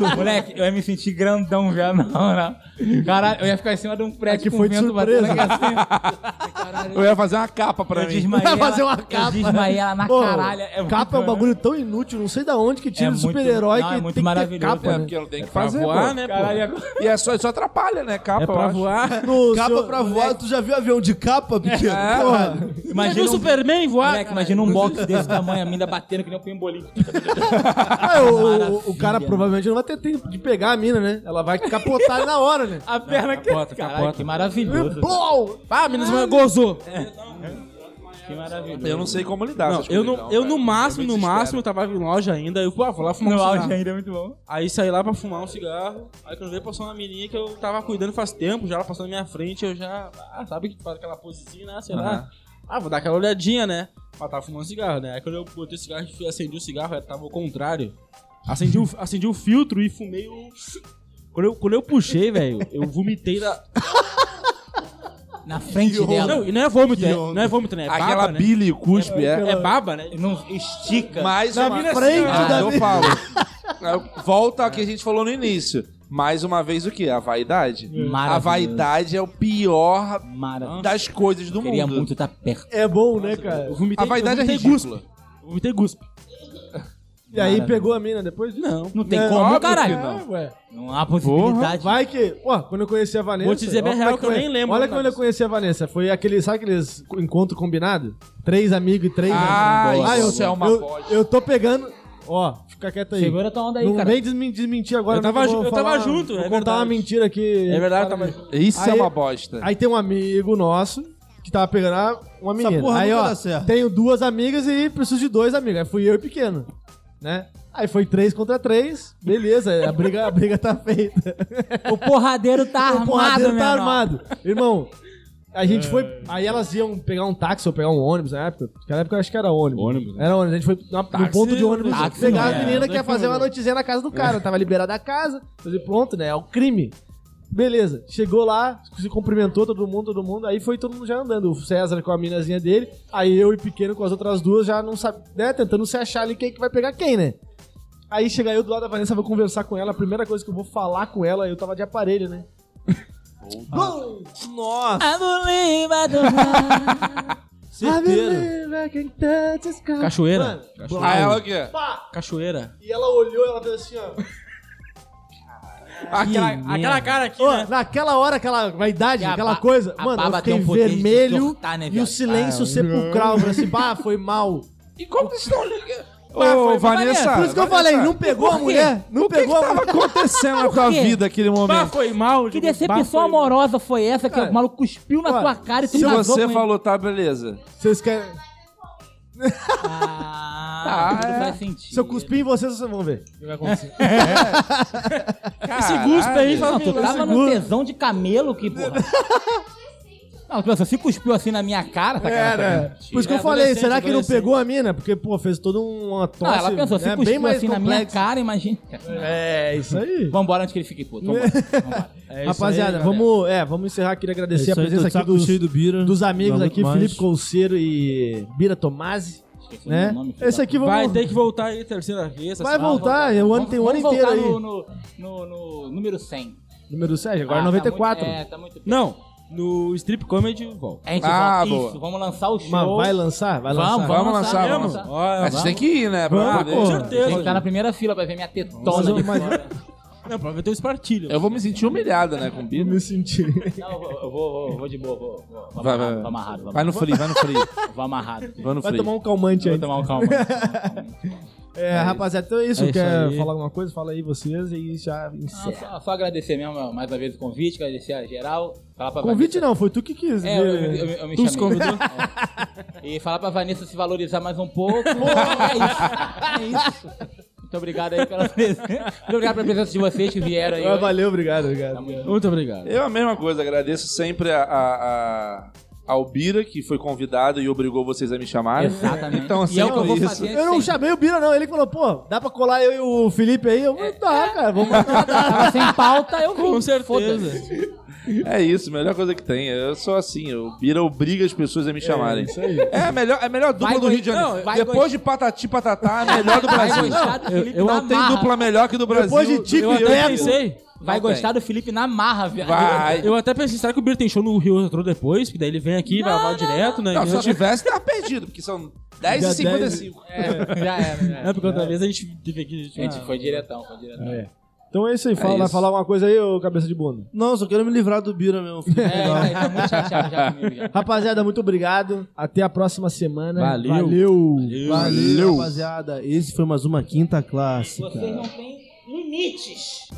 Speaker 4: Ah, moleque, eu ia me sentir grandão já na hora. Caralho, eu ia ficar em cima de um prédio
Speaker 1: Aqui
Speaker 4: com
Speaker 1: foi de
Speaker 4: vento batendo
Speaker 1: surpresa.
Speaker 4: aqui
Speaker 1: [LAUGHS]
Speaker 4: assim.
Speaker 5: Eu ia fazer uma capa pra
Speaker 4: Eu
Speaker 5: mim.
Speaker 4: desmaiei.
Speaker 1: Vai fazer uma
Speaker 4: ela-
Speaker 1: capa.
Speaker 4: Eu desmaiei ela na
Speaker 1: Pô,
Speaker 4: caralho. É muito-
Speaker 1: capa é um bagulho tão inútil, não sei da onde que tira
Speaker 4: É
Speaker 1: o
Speaker 4: muito-
Speaker 1: super-herói
Speaker 4: não,
Speaker 1: que
Speaker 4: é muito
Speaker 1: tem que ter
Speaker 4: maravilhoso.
Speaker 1: capa,
Speaker 5: É,
Speaker 1: né?
Speaker 5: porque não tem que
Speaker 6: Pra
Speaker 5: fazer,
Speaker 6: voar,
Speaker 5: pô.
Speaker 6: né,
Speaker 4: Caralho,
Speaker 6: pô?
Speaker 4: agora-
Speaker 5: E é só, só atrapalha, né? Capa,
Speaker 6: É
Speaker 5: eu
Speaker 6: pra
Speaker 5: acho.
Speaker 6: voar.
Speaker 1: No
Speaker 3: Capa
Speaker 1: seu-
Speaker 3: pra voar, tu já viu avião de capa, pequeno?
Speaker 1: É.
Speaker 3: Porra.
Speaker 6: Já viu
Speaker 4: Imagina
Speaker 6: o
Speaker 4: um,
Speaker 6: Superman voar?
Speaker 4: moleque, imagina um box desse tamanho, a mina batendo que nem um pimbolim.
Speaker 1: [LAUGHS] Ah, o- o, o
Speaker 4: Maravilha.
Speaker 1: cara provavelmente não vai ter tempo de pegar a mina, né? Ela vai capotar ele na hora,
Speaker 6: [LAUGHS]
Speaker 1: né?
Speaker 4: A perna que.
Speaker 6: capota,
Speaker 4: Caralho,
Speaker 6: capota.
Speaker 4: que maravilhoso.
Speaker 1: Blau!
Speaker 6: Ah, a mina desmaiou, gozou.
Speaker 4: Que maravilhoso.
Speaker 5: Eu não sei como lidar.
Speaker 6: Não,
Speaker 5: essas
Speaker 6: eu,
Speaker 5: coisas,
Speaker 6: no, eu
Speaker 5: cara.
Speaker 6: no máximo,
Speaker 5: me
Speaker 6: no
Speaker 5: desespero.
Speaker 6: máximo, eu tava no auge ainda. Eu, pô, vou lá fumar um
Speaker 4: No
Speaker 6: cigarro.
Speaker 4: auge ainda é muito bom.
Speaker 6: Aí saí lá pra fumar um cigarro. Aí quando veio passou uma menininha que eu tava cuidando faz tempo, já ela passou na minha frente, eu já. Ah, sabe que faz aquela posezinha, né? Sei lá. Ah, vou dar aquela olhadinha, né? Ela tava fumando cigarro, né? Aí quando eu botei o cigarro e fui- acendi o cigarro, ela tava ao contrário. Acendi o, [LAUGHS] acendi o filtro e fumei o. [LAUGHS] Quando eu, quando eu puxei, velho, eu vomitei da.
Speaker 4: Na frente
Speaker 6: Não,
Speaker 4: dela.
Speaker 6: e não é vômito, é,
Speaker 3: onda.
Speaker 6: não é vômito, né? É baba,
Speaker 5: Aquela
Speaker 6: né?
Speaker 5: bile e cuspe, é.
Speaker 6: É baba, né?
Speaker 4: Não estica.
Speaker 5: Mais
Speaker 1: Na
Speaker 5: uma
Speaker 1: minha frente
Speaker 5: Ah,
Speaker 1: da
Speaker 5: eu
Speaker 1: minha-
Speaker 5: falo. Eu- Volta ao que a gente falou no início. Mais uma vez o quê? A vaidade.
Speaker 4: Maravilhoso.
Speaker 5: A vaidade é o pior
Speaker 6: tá
Speaker 4: Maravilhoso.
Speaker 5: das coisas do
Speaker 4: Queria
Speaker 5: mundo.
Speaker 4: muito estar perto.
Speaker 1: É bom, né, cara?
Speaker 6: Eu vomitei,
Speaker 5: A vaidade é
Speaker 6: eu vomitei
Speaker 5: ridícula.
Speaker 6: guspe. Eu vomitei guspe.
Speaker 1: E aí
Speaker 4: Maravilha.
Speaker 1: pegou a mina depois?
Speaker 6: Não.
Speaker 4: Não tem
Speaker 1: É,
Speaker 4: como,
Speaker 1: óbvio
Speaker 4: caralho.
Speaker 1: que é, ué.
Speaker 4: Não há possibilidade.
Speaker 1: Vai que. Ó, quando eu conheci a Vanessa.
Speaker 6: Vou te dizer bem
Speaker 1: ó,
Speaker 6: real
Speaker 1: como é
Speaker 6: que eu
Speaker 1: foi.
Speaker 6: nem lembro,
Speaker 1: Olha
Speaker 6: né,
Speaker 1: quando eu
Speaker 6: Carlos?
Speaker 1: conheci a Vanessa. Foi aquele. Sabe aqueles encontro combinado? Três amigos e três.
Speaker 5: Ah,
Speaker 1: amigos.
Speaker 5: isso é uma
Speaker 1: eu,
Speaker 5: bosta.
Speaker 1: eu tô pegando. Ó, fica quieto aí.
Speaker 4: Segura tua onda aí,
Speaker 1: não
Speaker 4: cara.
Speaker 1: vem desmen- desmentir agora.
Speaker 6: Eu
Speaker 1: não,
Speaker 6: tava
Speaker 1: que vou
Speaker 6: ju- eu tava
Speaker 1: falar-
Speaker 6: junto,
Speaker 1: Vou
Speaker 6: é
Speaker 1: contar
Speaker 6: verdade.
Speaker 1: uma mentira aqui.
Speaker 6: É verdade, tava.
Speaker 5: Isso é
Speaker 1: Aí-
Speaker 5: uma bosta.
Speaker 1: Aí tem um amigo nosso que tava pegando a- uma menina.
Speaker 3: porra
Speaker 1: aí,
Speaker 3: nunca
Speaker 1: ó,
Speaker 3: dá certo.
Speaker 1: tenho duas amigas e preciso de dois amigos. Aí fui eu e pequeno, né? Aí foi três contra três, beleza, a briga, a briga tá feita.
Speaker 4: O porradeiro tá
Speaker 1: [LAUGHS] o porradeiro tá
Speaker 4: armado, meu irmão.
Speaker 1: armado. Irmão, a
Speaker 6: É.
Speaker 1: gente foi... Aí elas iam pegar um táxi ou pegar um ônibus na época. Naquela época eu acho que era ônibus.
Speaker 6: Ônibus, né?
Speaker 1: Era ônibus. A gente foi na, no
Speaker 6: Táxi,
Speaker 1: ponto de ônibus
Speaker 4: táxi,
Speaker 1: pegar
Speaker 4: não
Speaker 1: a
Speaker 4: é.
Speaker 1: menina que
Speaker 6: Não é
Speaker 1: ia fazer uma
Speaker 6: problema.
Speaker 1: noitezinha na casa do cara. Tava liberada a casa. Falei, pronto, né? É o crime. Beleza, chegou lá, se cumprimentou todo mundo, todo mundo, aí foi todo mundo já andando. O César com a minazinha dele, aí eu e Pequeno com as outras duas já não sabe, né? Tentando se achar ali quem que vai pegar quem, né? Aí chega eu do lado da Vanessa, vou conversar com ela. A primeira coisa que eu vou falar com ela, eu tava de aparelho, né? Bom, Nossa!
Speaker 4: A
Speaker 1: [LAUGHS]
Speaker 4: mulher do
Speaker 1: Ah, Certeiro.
Speaker 6: Cachoeira.
Speaker 1: Mano,
Speaker 6: Cachoeira.
Speaker 5: Ah, ela o quê?
Speaker 1: Pá!
Speaker 6: Cachoeira.
Speaker 1: E ela olhou, ela fez assim, ó.
Speaker 5: Aquela-
Speaker 6: Aquela cara aqui,
Speaker 1: Ô,
Speaker 6: né?
Speaker 1: Naquela hora, aquela vaidade,
Speaker 4: E a
Speaker 1: aquela
Speaker 4: ba-
Speaker 1: coisa,
Speaker 4: a
Speaker 1: mano, eu
Speaker 4: baba
Speaker 1: fiquei
Speaker 4: tem um poder de
Speaker 1: vermelho
Speaker 4: cortar, né,
Speaker 1: e o
Speaker 4: viado?
Speaker 1: silêncio sepulcral. Eu falei assim, bah, foi mal.
Speaker 5: E como vocês estão ligando?
Speaker 4: foi
Speaker 5: Ô, Vanessa.
Speaker 4: Vanessa.
Speaker 1: Por isso que eu
Speaker 5: Vanessa,
Speaker 1: falei, não pegou a mulher, não
Speaker 5: O que
Speaker 1: pegou a
Speaker 5: estava
Speaker 1: mulher.
Speaker 5: acontecendo na tua
Speaker 4: quê?
Speaker 5: vida naquele
Speaker 6: Bah,
Speaker 5: momento?
Speaker 6: foi mal.
Speaker 4: Que
Speaker 6: digo, bah,
Speaker 4: decepção
Speaker 6: foi mal.
Speaker 4: amorosa foi essa que
Speaker 1: Cara,
Speaker 4: o maluco cuspiu na
Speaker 1: olha,
Speaker 4: tua cara e tu
Speaker 5: Se
Speaker 4: casou
Speaker 5: você
Speaker 4: com ele?
Speaker 5: falou, tá, beleza.
Speaker 1: Vocês querem... Tá.
Speaker 4: Ah,
Speaker 5: Ah,
Speaker 4: tudo
Speaker 5: é.
Speaker 4: faz sentido.
Speaker 1: Se eu cuspir em vocês, vocês vão ver. o que vai acontecer.
Speaker 6: Esse guspe aí faz
Speaker 4: Não, tu tava num
Speaker 1: seguro.
Speaker 4: tesão de camelo que,
Speaker 1: [LAUGHS]
Speaker 4: porra. Não, tu pensa, se cuspiu assim na minha cara, tá
Speaker 1: Era. Por isso que eu falei,
Speaker 6: Adolescente,
Speaker 1: será que não
Speaker 6: adolescente.
Speaker 1: pegou a mina? Porque, pô, fez toda um- uma tosse,
Speaker 4: é Não, ela pensou, se
Speaker 1: né, bem
Speaker 4: cuspiu
Speaker 1: mais
Speaker 4: assim na minha
Speaker 1: complexa.
Speaker 4: cara, imagina.
Speaker 1: É, isso aí.
Speaker 4: Vambora onde que ele fica, pô.
Speaker 1: [LAUGHS]
Speaker 4: Vambora, vambora.
Speaker 6: É isso
Speaker 1: Rapaziada,
Speaker 6: aí,
Speaker 1: vamos, é, vamos encerrar. Queria agradecer a presença aqui dos,
Speaker 3: tá do Bira.
Speaker 1: dos amigos
Speaker 3: Não aguento
Speaker 1: aqui,
Speaker 3: mais.
Speaker 1: Felipe Colceiro e Bira Tomasi.
Speaker 4: Esqueci o
Speaker 1: Né?
Speaker 4: um nome, filho
Speaker 1: Esse
Speaker 4: da-
Speaker 1: aqui vamos,
Speaker 6: Vai ter que voltar aí terceira vez. essa
Speaker 1: vai
Speaker 6: semana.
Speaker 1: voltar, o ano tem um ano
Speaker 4: Vamos
Speaker 1: inteiro aí.
Speaker 4: voltar No, no, no- no número 100.
Speaker 1: Número 7, agora
Speaker 4: Ah, tá
Speaker 1: 94.
Speaker 4: muito- é, tá muito perto.
Speaker 6: Não, No Strip Comedy, volta.
Speaker 4: A gente
Speaker 5: Ah,
Speaker 4: volta.
Speaker 5: boa.
Speaker 4: Isso, vamos lançar o é, show.
Speaker 1: Mas vai lançar? Vai
Speaker 4: Vamos,
Speaker 1: lançar.
Speaker 4: vamos
Speaker 5: Vamos lançar,
Speaker 4: lançar,
Speaker 5: vamos.
Speaker 4: vamos. lançar.
Speaker 6: Olha,
Speaker 5: Mas vocês têm que ir, né? Pra
Speaker 1: Ah, Vamos,
Speaker 5: poder.
Speaker 6: Com
Speaker 1: pô.
Speaker 6: certeza.
Speaker 4: Tem que estar na primeira fila pra ver minha
Speaker 1: Mas,
Speaker 4: tetona.
Speaker 1: mas,
Speaker 4: ali
Speaker 1: mas-
Speaker 4: fora.
Speaker 6: Não, pra ver teu espartilho.
Speaker 5: Eu vou me sentir humilhado, né, com o
Speaker 1: Eu
Speaker 5: Bino.
Speaker 1: me senti.
Speaker 4: Não, eu vou, eu vou, vou, vou de boa, vou, vou, vou
Speaker 5: Vai,
Speaker 4: amarrado,
Speaker 5: vai,
Speaker 4: vou amarrado, vou
Speaker 5: Vai no
Speaker 4: amarrado.
Speaker 5: free, vai no free.
Speaker 4: Vou amarrado.
Speaker 5: Vai no
Speaker 1: Vai
Speaker 5: free.
Speaker 1: tomar um calmante
Speaker 4: Vou
Speaker 1: aí.
Speaker 4: tomar um calma.
Speaker 1: [LAUGHS] É, rapaziada, então é isso.
Speaker 6: É isso
Speaker 1: Quer
Speaker 6: aí.
Speaker 1: falar alguma coisa? Fala aí vocês e já
Speaker 4: Ah,
Speaker 1: encerra.
Speaker 4: só, só agradecer mesmo mais uma vez o convite, agradecer a geral. Falar pra
Speaker 1: Convite
Speaker 4: Vanessa-
Speaker 1: não, foi tu que quis. né?
Speaker 4: É, eu, eu, eu, eu me
Speaker 6: Tu se
Speaker 4: chamei.
Speaker 6: convidou?
Speaker 4: [LAUGHS] E falar pra Vanessa se valorizar mais um pouco. [LAUGHS] é isso. É isso. Muito obrigado aí pela presença. Muito obrigado pela presença de vocês que vieram aí.
Speaker 1: Ah,
Speaker 4: hoje.
Speaker 1: Valeu, obrigado,
Speaker 3: Tá
Speaker 1: obrigado.
Speaker 4: Tamo junto.
Speaker 6: Muito obrigado.
Speaker 5: Eu a mesma coisa, agradeço sempre a, a, a Albira, que foi convidada e obrigou vocês a me chamarem.
Speaker 4: Exatamente.
Speaker 5: Então,
Speaker 4: e é o que eu vou
Speaker 5: sempre
Speaker 4: fazer
Speaker 5: isso.
Speaker 1: Eu não
Speaker 4: sempre.
Speaker 1: chamei o Bira, não. Ele que falou, pô, dá pra colar eu e o Felipe aí? Eu
Speaker 3: É.
Speaker 1: falei, tá,
Speaker 4: É.
Speaker 1: cara, vamos mandar.
Speaker 4: Tava sem pauta, eu vim.
Speaker 6: Com
Speaker 4: Foda-se.
Speaker 6: certeza.
Speaker 5: É isso, melhor coisa que tem. Eu sou assim, o Bira obriga as pessoas a me chamarem. É,
Speaker 1: isso aí.
Speaker 5: a melhor, é a melhor dupla
Speaker 4: Vai
Speaker 5: do
Speaker 4: goi-
Speaker 5: Rio de Janeiro.
Speaker 4: não, vai
Speaker 5: Depois
Speaker 4: goi-
Speaker 5: de Patati e Patatá, é a melhor do Brasil.
Speaker 4: Vai gostar do Felipe
Speaker 6: eu
Speaker 4: na
Speaker 5: Não tem
Speaker 4: marra.
Speaker 5: dupla melhor que do Brasil.
Speaker 1: Depois de Tico
Speaker 6: Eu
Speaker 1: e
Speaker 6: até
Speaker 1: Eco.
Speaker 6: pensei.
Speaker 4: Vai
Speaker 5: Não
Speaker 4: gostar do Felipe na marra, viado.
Speaker 5: Vai.
Speaker 6: Eu até pensei, será que o Biro tem show no Rio Retro depois? Que daí ele vem aqui, vai lá direto, né?
Speaker 5: Não, se eu tivesse, tava perdido, porque são
Speaker 1: Dia
Speaker 5: 10h55.
Speaker 4: É, já era, já
Speaker 6: É,
Speaker 4: era.
Speaker 6: porque outra vez a gente teve aqui.
Speaker 4: A gente foi diretão, foi diretão.
Speaker 1: É. Então é isso aí. Fala, vai
Speaker 5: isso.
Speaker 1: falar uma coisa aí, ô cabeça de bunda.
Speaker 3: Não, só quero me livrar do Bira mesmo. [LAUGHS]
Speaker 4: É, é, tá muito chateado já comigo. Já.
Speaker 1: Rapaziada, muito obrigado. Até a próxima semana.
Speaker 6: Valeu.
Speaker 1: Valeu. um
Speaker 3: Valeu, rapaziada. Esse foi mais uma quinta clássica.
Speaker 4: Vocês não têm limites.